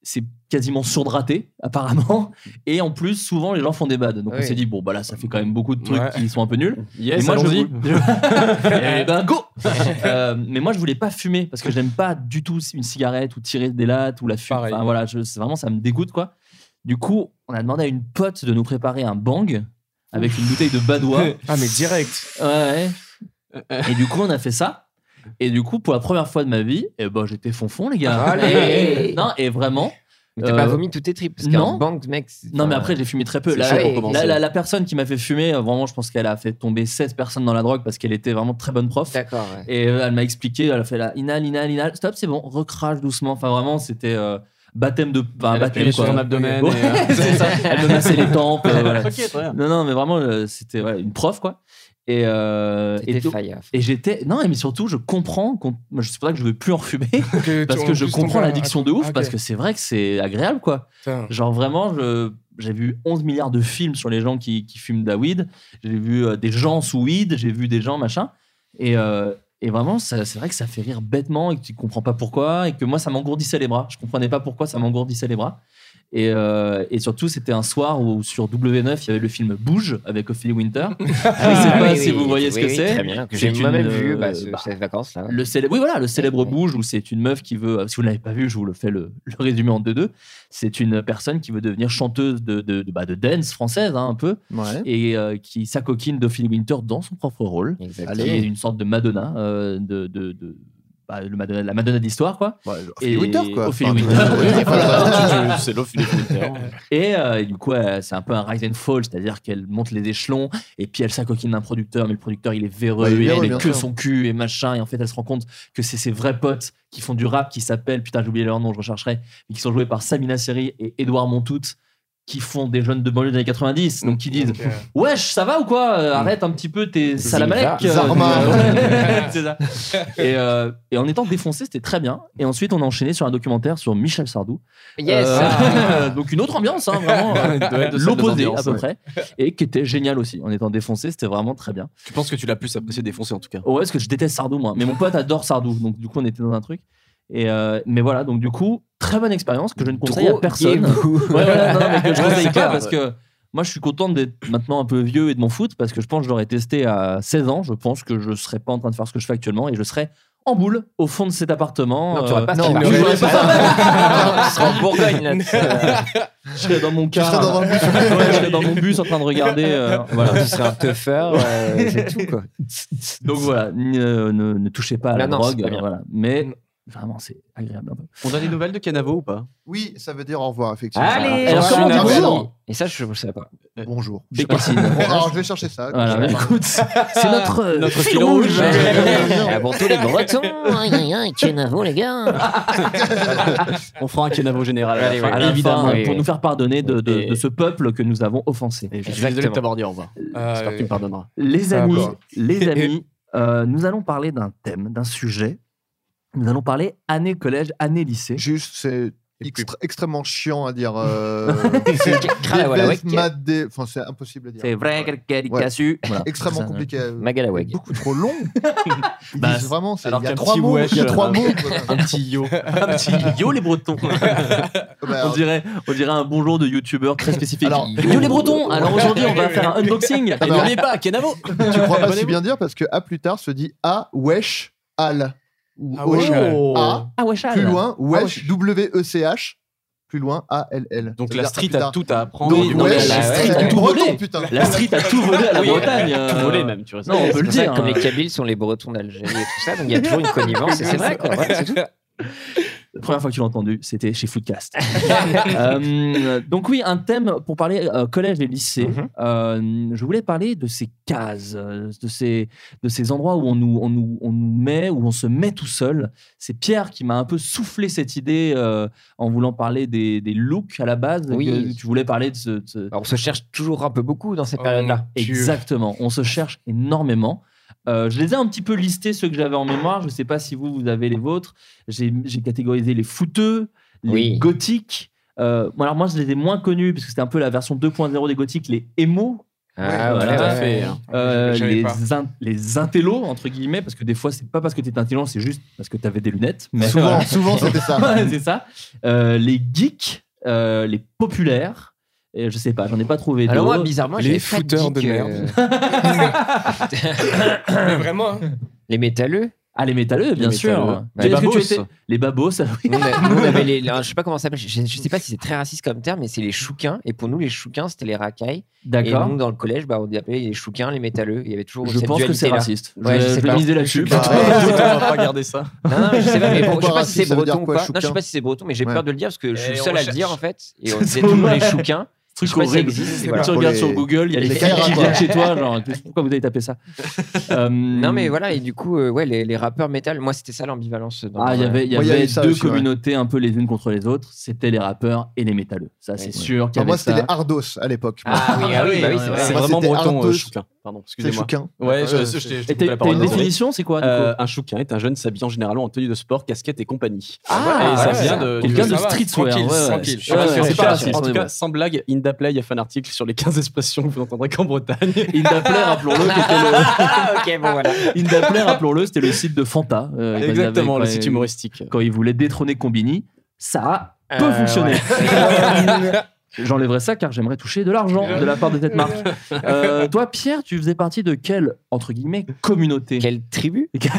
Speaker 6: C'est quasiment surdraté, apparemment. Et en plus, souvent, les gens font des bads. Donc on
Speaker 7: Oui.
Speaker 6: s'est dit, bon, bah là, ça fait quand même beaucoup de trucs
Speaker 10: Ouais.
Speaker 6: qui sont un peu nuls. Et
Speaker 8: Yes,
Speaker 6: moi, je
Speaker 8: allons-y.
Speaker 6: voulais- Eh ben, go Euh, Mais moi, je voulais pas fumer parce que j'aime pas du tout une cigarette ou tirer des lattes ou la fume.
Speaker 10: Pareil.
Speaker 6: Enfin, voilà, je- c'est vraiment, ça me dégoûte, quoi. Du coup, on a demandé à une pote de nous préparer un bang avec une bouteille de badois. Ouais,
Speaker 10: Ah, mais direct.
Speaker 6: ouais. Et du coup, on a fait ça. Et du coup, pour la première fois de ma vie, eh ben, j'étais fonfon, les gars.
Speaker 7: Allez
Speaker 6: non, et vraiment.
Speaker 7: Mais t'as
Speaker 6: Euh,
Speaker 7: pas vomi toutes tes tripes. Parce
Speaker 6: non.
Speaker 7: qu'un bank, mec. c'est-
Speaker 6: Non, mais après, j'ai fumé très peu.
Speaker 7: C'est
Speaker 6: La,
Speaker 7: chaud pour
Speaker 6: la-
Speaker 7: commencer.
Speaker 6: la- la personne qui m'a fait fumer, euh, vraiment, je pense qu'elle a fait tomber 16 personnes dans la drogue parce qu'elle était vraiment très bonne prof.
Speaker 7: D'accord. ouais.
Speaker 6: Et euh, elle m'a expliqué, elle a fait la inhale, inhale, inhale, stop, c'est bon, recrache doucement. Enfin, vraiment, c'était euh, baptême de. Enfin,
Speaker 8: Elle a
Speaker 6: baptême
Speaker 8: appuyé sur
Speaker 6: quoi.
Speaker 8: son abdomen.
Speaker 6: Ouais,
Speaker 8: et, euh,
Speaker 6: c'est ça. Elle me massait les tempes. euh, voilà.
Speaker 8: Ok, très bien.
Speaker 6: Non, non, mais vraiment, euh, c'était ouais, une prof, quoi. Et, euh, et,
Speaker 7: T'étais
Speaker 6: donc-
Speaker 7: fire.
Speaker 6: et j'étais. Non, mais surtout, je comprends. qu'on- moi, C'est pour ça que je veux plus en refumer.
Speaker 10: Que
Speaker 6: Parce
Speaker 10: tu-
Speaker 6: que
Speaker 10: en
Speaker 6: je
Speaker 10: plus, ton
Speaker 6: comprends
Speaker 10: père-
Speaker 6: l'addiction de ouf,
Speaker 10: ok.
Speaker 6: parce que c'est vrai que c'est agréable, quoi.
Speaker 10: Putain.
Speaker 6: Genre vraiment, je- j'ai vu 11 milliards de films sur les gens qui, qui fument de la weed. J'ai vu euh, des gens sous weed, j'ai vu des gens machin. Et, euh, et vraiment, ça- c'est vrai que ça fait rire bêtement et que tu comprends pas pourquoi. Et que moi, ça m'engourdissait les bras. Je comprenais pas pourquoi ça m'engourdissait les bras. Et, euh, et surtout, c'était un soir où sur W9, il y avait le film Bouge avec Ophélie Winter. Je sais
Speaker 7: Ah
Speaker 6: pas si vous voyez ce que c'est.
Speaker 7: Très bien. Que
Speaker 6: C'est
Speaker 7: j'ai
Speaker 6: une,
Speaker 7: moi-même vu
Speaker 6: euh,
Speaker 7: bah, ce-
Speaker 6: bah,
Speaker 7: cette vacances-là.
Speaker 6: Le célèbre, oui, voilà, le célèbre
Speaker 7: Ouais.
Speaker 6: bouge où c'est une meuf qui veut. euh, Si vous ne l'avez pas vu, je vous le fais le, le résumé en deux-deux. C'est une personne qui veut devenir chanteuse de, de, de- bah, de dance française, hein, un peu,
Speaker 9: Ouais.
Speaker 6: et euh, qui s'acoquine d'Ophélie Winter dans son propre rôle, qui
Speaker 7: Exactement.
Speaker 6: est une sorte de Madonna, euh, de, de, de- bah, le Madonna- la Madonna d'histoire, quoi.
Speaker 9: Bah, Ophélie Winter, quoi.
Speaker 6: Ophélie
Speaker 9: Enfin,
Speaker 6: Winter.
Speaker 9: oui, voilà.
Speaker 8: C'est l'Ophélie Winter.
Speaker 6: Et, euh, et du coup, euh, c'est un peu un rise and fall, c'est-à-dire qu'elle monte les échelons et puis elle s'acoquine d'un producteur, mais le producteur il est véreux,
Speaker 9: Ouais, il est
Speaker 6: et
Speaker 9: véreux,
Speaker 6: elle est
Speaker 9: bien
Speaker 6: que
Speaker 9: sûr.
Speaker 6: son cul et machin. Et en fait, elle se rend compte que c'est ses vrais potes qui font du rap, qui s'appellent, putain, j'ai oublié leur nom, je rechercherai, mais qui sont joués par Samina Seri et Édouard Montout, qui font des jeunes de banlieue des années 90, donc qui disent
Speaker 10: Donc, euh,
Speaker 6: Wesh, ça va ou quoi
Speaker 8: Mm.
Speaker 6: Euh, Arrête un petit peu tes salamalek. euh,
Speaker 9: Zarma.
Speaker 6: euh, C'est ça. Et, euh, et en étant défoncé, c'était très bien. Et ensuite, on a enchaîné sur un documentaire sur Michel Sardou.
Speaker 7: Yes.
Speaker 6: Euh,
Speaker 7: Ah.
Speaker 6: donc une autre ambiance, hein, vraiment. euh,
Speaker 8: doit être de salle
Speaker 6: L'opposé
Speaker 8: d'ambiance,
Speaker 6: à peu près. Et qui était génial aussi. En étant défoncé, c'était vraiment très bien. Oh
Speaker 8: Tu penses que tu l'as plus apprécié défoncé en tout cas.
Speaker 6: Ouais, parce que je déteste Sardou, moi. Mais mon pote adore Sardou. Donc du coup, on était dans un truc. Et euh, mais voilà, donc du coup, très bonne expérience que je ne conseille à
Speaker 7: Trop
Speaker 6: personne.
Speaker 7: gay-vous.
Speaker 6: Ouais, voilà, non, non, mais que je
Speaker 8: Ouais,
Speaker 6: conseille
Speaker 8: c'est
Speaker 6: pas
Speaker 8: clair.
Speaker 6: parce que moi, je suis content d'être maintenant un peu vieux et de m'en foutre parce que je pense que je l'aurais testé à 16 ans. Je pense que je serais pas en train de faire ce que je fais actuellement et je serais en boule au fond de cet appartement.
Speaker 7: Non, tu aurais pas
Speaker 6: euh,
Speaker 7: fait
Speaker 6: non,
Speaker 7: la
Speaker 6: je
Speaker 7: boule.
Speaker 6: l'aurais pas fait.
Speaker 7: Tu serais en Bourgogne, là, tu serais-
Speaker 6: Je serais dans mon car.
Speaker 9: serais
Speaker 6: euh,
Speaker 9: dans un bus.
Speaker 6: Ouais, je serais dans mon bus en train de regarder. euh, voilà.
Speaker 7: Tu serais un teufeur, euh, c'est tout, quoi.
Speaker 6: Donc voilà, ne, ne- ne touchez pas à la
Speaker 7: Non, non, c'est
Speaker 6: drogue.
Speaker 7: pas bien.
Speaker 6: voilà. Mais vraiment, c'est agréable un peu.
Speaker 8: On a des nouvelles de Canavo ou pas
Speaker 9: Oui, ça veut dire au revoir, effectivement.
Speaker 7: Allez,
Speaker 6: Alors,
Speaker 9: Ah,
Speaker 6: comment
Speaker 9: bonjour.
Speaker 6: on dit
Speaker 9: bonjour.
Speaker 7: eh, Et ça, je ne savais pas.
Speaker 9: Bonjour.
Speaker 6: Des cassines.
Speaker 9: Bon, alors, je vais chercher ça.
Speaker 6: Voilà, mais écoute, c'est notre, euh,
Speaker 8: Notre
Speaker 6: fil
Speaker 8: fil rouge.
Speaker 7: Ah, bon, tous les Bretons. Aïe, aïe, aïe, Kenavo, les gars.
Speaker 8: On fera un Canavo général. à la
Speaker 7: Allez,
Speaker 8: fin.
Speaker 7: ouais.
Speaker 6: à la
Speaker 7: Évidemment,
Speaker 6: fin, euh,
Speaker 7: oui.
Speaker 6: pour nous faire pardonner de, de-
Speaker 8: Et-
Speaker 6: de ce peuple que nous avons offensé.
Speaker 8: Et je suis désolé de
Speaker 7: Exactement.
Speaker 8: t'avoir dit au revoir.
Speaker 10: Euh,
Speaker 8: J'espère que tu me pardonneras.
Speaker 6: Les
Speaker 9: Ah,
Speaker 6: amis,
Speaker 9: bah.
Speaker 6: les amis, euh, nous allons parler d'un thème, d'un sujet. Nous allons parler année collège, année lycée.
Speaker 9: Juste, c'est extr- extrêmement chiant à dire. euh,
Speaker 7: Krala, voilà, ouais.
Speaker 9: Death Mad Day- Enfin, c'est impossible à dire.
Speaker 6: C'est vrai,
Speaker 9: Ouais.
Speaker 6: quelqu'un
Speaker 9: Ouais.
Speaker 6: qui a su. Voilà.
Speaker 9: Extrêmement
Speaker 6: Ça,
Speaker 9: compliqué. à-
Speaker 7: Magalaweg.
Speaker 9: Beaucoup trop long. Ils
Speaker 6: Bah,
Speaker 9: disent vraiment, c'est-
Speaker 8: alors
Speaker 9: il y a
Speaker 8: qu'un
Speaker 9: trois
Speaker 8: petit
Speaker 9: mots.
Speaker 8: wesh,
Speaker 9: Il y a trois
Speaker 8: euh,
Speaker 9: mots.
Speaker 8: Un petit yo.
Speaker 6: Un petit yo les Bretons.
Speaker 9: Bah,
Speaker 6: on dirait, on dirait un bonjour de youtubeur très spécifique.
Speaker 9: Alors- euh,
Speaker 6: yo les Bretons. Alors aujourd'hui, on va faire un unboxing. Et
Speaker 9: bah,
Speaker 6: n'oubliez pas, Kenavo.
Speaker 9: Tu crois pas si
Speaker 6: Abonnez-vous.
Speaker 9: bien dire parce que A plus tard se dit A, wesh, al. Ou
Speaker 10: Ah, wesh,
Speaker 9: au-
Speaker 10: al.
Speaker 9: A,
Speaker 6: Ah ouais, Charles.
Speaker 9: plus loin, wesh,
Speaker 6: wesh.
Speaker 9: W-E-C-h, plus loin, A-L-L.
Speaker 8: Donc
Speaker 9: Ça veut
Speaker 8: la
Speaker 9: dire
Speaker 8: street
Speaker 9: plus
Speaker 8: a
Speaker 9: tard.
Speaker 8: tout à apprendre.
Speaker 9: Donc
Speaker 6: Oui, non, mais
Speaker 9: wesh,
Speaker 6: la
Speaker 9: c'est
Speaker 6: street a
Speaker 9: du
Speaker 6: tout volé.
Speaker 9: breton, putain.
Speaker 6: La street a tout volé à la
Speaker 8: Oui,
Speaker 6: Bretagne.
Speaker 8: Tout
Speaker 6: euh,
Speaker 8: volé même, tu vois.
Speaker 6: Non, on peut le
Speaker 7: C'est
Speaker 6: dire.
Speaker 7: pour ça que comme les
Speaker 6: hein.
Speaker 7: Kabyles sont les Bretons d'Algérie et tout ça, donc il y a toujours une connivence, et c'est vrai, quoi. Voilà, c'est tout.
Speaker 6: La première fois que tu l'as entendu, c'était chez Foodcast. Euh, donc oui, un thème pour parler euh, collège et lycée. Euh, je voulais parler de ces cases, euh, de ces, de ces endroits où on nous, on, nous, on nous met, où on se met tout seul. C'est Pierre qui m'a un peu soufflé cette idée euh, en voulant parler des, des looks à la base.
Speaker 7: Oui.
Speaker 6: Que tu voulais parler de ce... de ce-
Speaker 7: Alors, on se cherche toujours un peu beaucoup dans cette
Speaker 10: Oh,
Speaker 7: période-là.
Speaker 10: tu-
Speaker 6: Exactement, on se cherche énormément. Euh, je les ai un petit peu listés, ceux que j'avais en mémoire. Je ne sais pas si vous, vous avez les vôtres. J'ai j'ai catégorisé les fouteux, les
Speaker 7: Oui.
Speaker 6: gothiques. Euh, bon, alors moi, je les ai moins connus, parce que c'était un peu la version 2.0 des gothiques, les émos, voilà.
Speaker 7: Ah, ouais,
Speaker 6: Tout à
Speaker 7: ouais,
Speaker 8: fait.
Speaker 7: ouais.
Speaker 6: euh,
Speaker 10: Je savais
Speaker 6: les,
Speaker 10: pas.
Speaker 6: in- les intellos, entre guillemets, parce que des fois, c'est pas parce que tu es intelligent, c'est juste parce que tu avais des lunettes. Mais
Speaker 9: Souvent,
Speaker 6: voilà.
Speaker 9: souvent c'était ça.
Speaker 6: Ouais, c'est ça. Euh, les geeks, euh, les populaires. Et je sais pas, j'en ai pas trouvé.
Speaker 7: Alors moi,
Speaker 6: d'autres.
Speaker 7: bizarrement,
Speaker 10: Les
Speaker 7: j'avais pas euh,
Speaker 10: fouteurs
Speaker 7: dit que-
Speaker 10: de merde. Mais vraiment, hein.
Speaker 7: Les métalleux
Speaker 6: Ah, les métalleux, bien
Speaker 7: Les
Speaker 6: sûr.
Speaker 7: métalleux.
Speaker 6: Tu-
Speaker 8: Les
Speaker 6: est-ce que tu
Speaker 8: babos.
Speaker 6: étais- Les babos, ça, oui.
Speaker 7: Nous, on a- nous, on avait les, je sais pas comment ça s'appelle, je, je sais pas si c'est très raciste comme terme, mais c'est les chouquins. Et pour nous, les chouquins, c'était les racailles. Et
Speaker 6: D'accord.
Speaker 7: nous, dans le collège, bah, on appelait les chouquins, les métalleux. Il y avait toujours
Speaker 6: Je
Speaker 7: cette
Speaker 6: pense que c'est
Speaker 7: dualité-là.
Speaker 6: raciste.
Speaker 7: Ouais, je
Speaker 6: je
Speaker 7: sais
Speaker 6: vais
Speaker 7: pas.
Speaker 6: miser là-dessus.
Speaker 9: Bah,
Speaker 8: On va pas garder ça.
Speaker 7: Non, non, mais je sais pas, mais bon, je sais
Speaker 9: Pourquoi
Speaker 7: pas si c'est
Speaker 9: raciste, ça veut dire
Speaker 7: breton ou
Speaker 9: quoi,
Speaker 7: pas. Non, je sais
Speaker 9: chouquin
Speaker 7: pas si c'est breton, mais j'ai
Speaker 9: Ouais.
Speaker 7: peur de le dire parce que je suis
Speaker 8: Et
Speaker 7: le
Speaker 8: on
Speaker 7: seul à le
Speaker 8: cherche.
Speaker 7: dire en fait. Et on
Speaker 6: C'est
Speaker 7: disait toujours
Speaker 6: vrai.
Speaker 7: les chouquins. Je
Speaker 6: Truc
Speaker 7: sais pas si ça
Speaker 6: horrible.
Speaker 7: existe.
Speaker 6: Quand
Speaker 7: voilà.
Speaker 6: tu
Speaker 9: Pour
Speaker 6: regardes
Speaker 9: les-
Speaker 6: sur Google, il y a
Speaker 9: les
Speaker 6: des
Speaker 9: caïras,
Speaker 6: qui
Speaker 9: quoi.
Speaker 6: viennent chez toi. Genre, pourquoi vous avez tapé ça Euh,
Speaker 7: Non, mais voilà, et du coup, euh, ouais, les, les rappeurs métal, moi, c'était ça l'ambivalence. dans euh,
Speaker 6: Ah, il y
Speaker 7: le-
Speaker 6: avait, il y
Speaker 9: Moi, il y a
Speaker 6: avait
Speaker 9: eu ça
Speaker 6: deux
Speaker 9: aussi, ouais.
Speaker 6: communautés un peu les unes contre les autres. C'était les rappeurs et les métalleux. Ça, c'est
Speaker 7: Ouais.
Speaker 6: sûr
Speaker 9: Enfin,
Speaker 6: qu'il y
Speaker 9: Ah, Moi,
Speaker 6: avait
Speaker 9: c'était les
Speaker 6: ça.
Speaker 9: hardos à l'époque.
Speaker 7: Ah oui, ah oui, bah oui, c'est
Speaker 8: c'est
Speaker 7: vrai.
Speaker 9: Moi,
Speaker 8: vraiment
Speaker 9: c'était
Speaker 8: breton,
Speaker 9: Arthos.
Speaker 8: euh, chouquin. Pardon,
Speaker 9: C'est
Speaker 8: excusez-moi.
Speaker 9: chouquin.
Speaker 8: Ouais, je,
Speaker 9: Euh,
Speaker 8: je- je- je
Speaker 6: Et
Speaker 8: te coupe
Speaker 6: t'as
Speaker 8: la
Speaker 6: t'as
Speaker 8: parole.
Speaker 6: une
Speaker 8: désolé.
Speaker 6: définition, c'est quoi du coup
Speaker 8: Euh, un chouquin est un jeune s'habillant généralement en tenue de sport, casquette et compagnie.
Speaker 7: Ah,
Speaker 8: et ça
Speaker 7: ouais,
Speaker 8: vient
Speaker 7: ça.
Speaker 8: de.
Speaker 6: Quelqu'un
Speaker 8: du-
Speaker 6: de
Speaker 10: ça va,
Speaker 6: streetwear.
Speaker 10: tranquille,
Speaker 6: ouais, ouais.
Speaker 10: tranquille.
Speaker 6: Je suis
Speaker 8: Ouais,
Speaker 6: rassuré,
Speaker 8: ouais,
Speaker 6: c'est
Speaker 8: c'est
Speaker 6: pas raciste,
Speaker 8: En
Speaker 6: on est
Speaker 8: tout
Speaker 6: bon.
Speaker 8: cas, sans blague, Inda Play a fait un article sur les 15 expressions que vous n'entendrez qu'en Bretagne.
Speaker 6: Indapler, rappelons-le, qui était le-
Speaker 7: Ah, ok, bon, voilà.
Speaker 6: Indapler, rappelons-le, c'était le site de Fanta. euh, basé
Speaker 8: Exactement, le
Speaker 6: avec-
Speaker 8: site humoristique.
Speaker 6: quand il voulait détrôner Combini, ça a peu
Speaker 7: Euh,
Speaker 6: fonctionné. J'enlèverai ça car j'aimerais toucher de l'argent de la part de cette marque. Euh, toi, Pierre, tu faisais partie de quelle, entre guillemets, communauté
Speaker 7: Quelle tribu
Speaker 6: Ouais,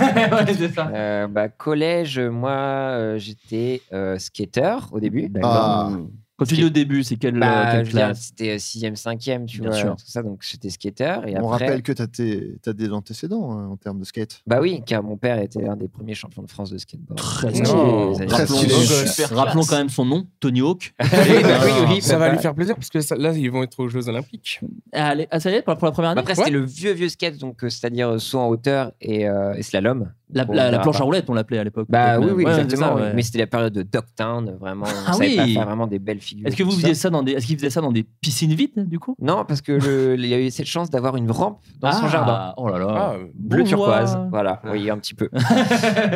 Speaker 6: c'est ça.
Speaker 7: Euh, bah, Collège, moi, euh, j'étais euh, skater au début.
Speaker 9: Ah.
Speaker 6: Quand tu dis au début, c'est quelle, euh,
Speaker 7: Bah,
Speaker 6: quelle
Speaker 7: je veux dire,
Speaker 6: classe
Speaker 7: c'était 6ème, 5ème, tu
Speaker 6: Bien
Speaker 7: vois,
Speaker 6: sûr.
Speaker 7: tout ça, donc j'étais skater. Et
Speaker 9: On
Speaker 7: après,
Speaker 9: rappelle que t'as tes- t'as des antécédents euh, en termes de skate.
Speaker 7: bah oui, car mon père était un des premiers champions de France de skateboard.
Speaker 6: Très
Speaker 7: Dans
Speaker 10: stylé.
Speaker 7: les années
Speaker 9: Très
Speaker 7: 70.
Speaker 9: stylé.
Speaker 6: Rappelons quand même son nom, Tony Hawk.
Speaker 7: Oui,
Speaker 6: ben
Speaker 7: bah oui, oui,
Speaker 10: ça va
Speaker 7: bah,
Speaker 10: lui faire plaisir parce que ça- là, ils vont être aux Jeux Olympiques.
Speaker 6: Allez, ah, ça y est, pour la, pour la première
Speaker 7: bah,
Speaker 6: année
Speaker 7: Après, c'était le vieux, vieux skate, donc euh, c'est-à-dire euh, saut en hauteur et, euh, et slalom.
Speaker 6: la,
Speaker 7: Bon,
Speaker 6: la-
Speaker 7: on
Speaker 6: la
Speaker 7: verra
Speaker 6: planche
Speaker 7: pas.
Speaker 6: à roulettes, on l'appelait à l'époque.
Speaker 7: Bah oui,
Speaker 6: peut-être
Speaker 7: oui,
Speaker 6: même. Ouais,
Speaker 7: exactement.
Speaker 6: c'est ça,
Speaker 7: oui.
Speaker 6: ouais.
Speaker 7: Mais c'était la période de Dogtown, vraiment.
Speaker 6: Ah
Speaker 7: on savait pas
Speaker 6: oui.
Speaker 7: faire vraiment des belles figures.
Speaker 6: Est-ce que vous
Speaker 7: tout ça.
Speaker 6: faisiez ça dans des, est-ce qu'ils faisaient ça dans des piscines vides, du coup
Speaker 7: Non, parce que le- il y a eu cette chance d'avoir une rampe dans son
Speaker 6: Ah,
Speaker 7: jardin.
Speaker 6: Oh là
Speaker 10: Ah,
Speaker 6: là.
Speaker 10: euh,
Speaker 7: Bleu
Speaker 6: Bon,
Speaker 7: turquoise,
Speaker 6: moi.
Speaker 7: voilà, oui, un petit peu.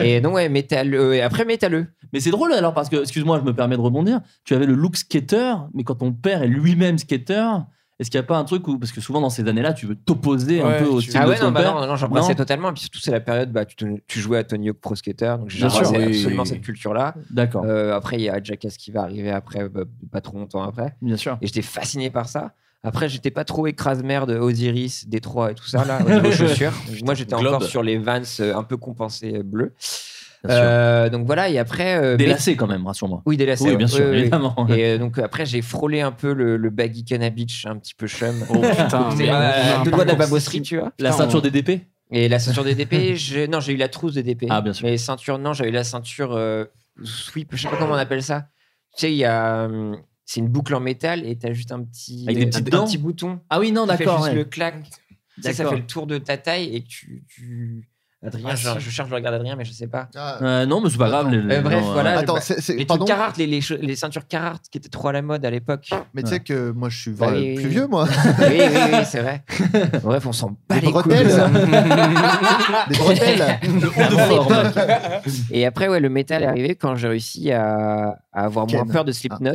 Speaker 7: et donc, ouais, métalleux. Et après, métalleux.
Speaker 6: Mais c'est drôle alors parce que, excuse-moi, je me permets de rebondir. Tu avais le look skater, mais quand ton père est lui-même skater, est-ce qu'il n'y a pas un truc où, parce que souvent dans ces années-là, tu veux t'opposer un
Speaker 10: Ouais,
Speaker 6: peu au
Speaker 10: tu-
Speaker 6: style
Speaker 7: ah
Speaker 6: de
Speaker 7: ouais,
Speaker 6: ton
Speaker 7: non, bah
Speaker 6: père
Speaker 7: non, non, j'embrassais
Speaker 6: Non.
Speaker 7: totalement. Et puis surtout, c'est la période, bah, tu, te- tu jouais à Tony Hawk Pro Skater, donc
Speaker 6: Bien sûr,
Speaker 7: j'embrassais
Speaker 10: oui.
Speaker 7: absolument cette culture-là.
Speaker 6: D'accord,
Speaker 7: Euh, après, il y a Jackass qui va arriver après, bah, pas trop longtemps après.
Speaker 6: bien sûr.
Speaker 7: Et j'étais fasciné par ça. Après, j'étais pas trop écrase-mer de Osiris, Détroit et tout ça, là, au niveau chaussures. Moi, j'étais
Speaker 8: Globe.
Speaker 7: encore sur les Vans euh, un peu compensés bleus.
Speaker 6: Bien sûr.
Speaker 7: Euh, donc voilà, et après. euh, mais-
Speaker 6: Délacé quand même, rassure-moi.
Speaker 7: Oui, délacé.
Speaker 6: Oui,
Speaker 7: ouais.
Speaker 6: bien sûr,
Speaker 7: Oui, oui, oui.
Speaker 6: évidemment.
Speaker 7: Et euh, donc euh, après, j'ai frôlé un peu le, le baggy cannabis, un petit peu chum.
Speaker 8: Oh putain,
Speaker 7: C'est
Speaker 8: mais-
Speaker 7: à deux
Speaker 8: non,
Speaker 7: doigts de la
Speaker 8: pardon.
Speaker 7: babosserie, tu vois.
Speaker 6: La
Speaker 8: Putain,
Speaker 6: ceinture
Speaker 8: on-
Speaker 6: des DP
Speaker 7: Et la ceinture des DP, je- non, j'ai eu la trousse des DP.
Speaker 6: Ah, bien sûr.
Speaker 7: Mais ceinture, non, j'avais la ceinture euh, sweep, je sais pas comment on appelle ça. Tu sais, il y a. hum, C'est une boucle en métal et t'as juste un petit.
Speaker 6: Avec des
Speaker 7: un-
Speaker 6: petites
Speaker 7: un
Speaker 6: dents.
Speaker 7: petit bouton.
Speaker 6: Ah oui, non,
Speaker 7: qui fait
Speaker 6: d'accord.
Speaker 7: juste
Speaker 6: ouais.
Speaker 7: le clac. Tu sais, ça
Speaker 6: D'accord.
Speaker 7: fait le tour de ta taille et tu. tu... Adrien,
Speaker 9: Ah,
Speaker 7: je,
Speaker 9: si.
Speaker 7: je cherche, je regarde Adrien, mais je sais pas.
Speaker 9: Ah,
Speaker 6: Euh, non, mais c'est pas grave. les- les-
Speaker 7: Euh, bref,
Speaker 6: non,
Speaker 7: voilà.
Speaker 9: Attends,
Speaker 7: bah,
Speaker 9: c'est- c'est-
Speaker 7: Les
Speaker 9: pardon,
Speaker 7: trucs Carhartt, les, les, che- les ceintures Carhartt qui étaient trop à la mode à l'époque.
Speaker 9: mais tu sais que moi je suis
Speaker 7: Bah
Speaker 9: vrai-
Speaker 7: oui,
Speaker 9: plus
Speaker 7: oui.
Speaker 9: vieux, moi.
Speaker 7: oui, oui, oui, c'est vrai. Bref, on s'en bat
Speaker 9: Des
Speaker 7: les couilles.
Speaker 9: bretelles.
Speaker 7: de ça.
Speaker 9: Des bretelles.
Speaker 7: Et après, ouais, le métal est arrivé quand j'ai réussi à, à avoir moins
Speaker 9: Ken.
Speaker 7: peur de Slipknot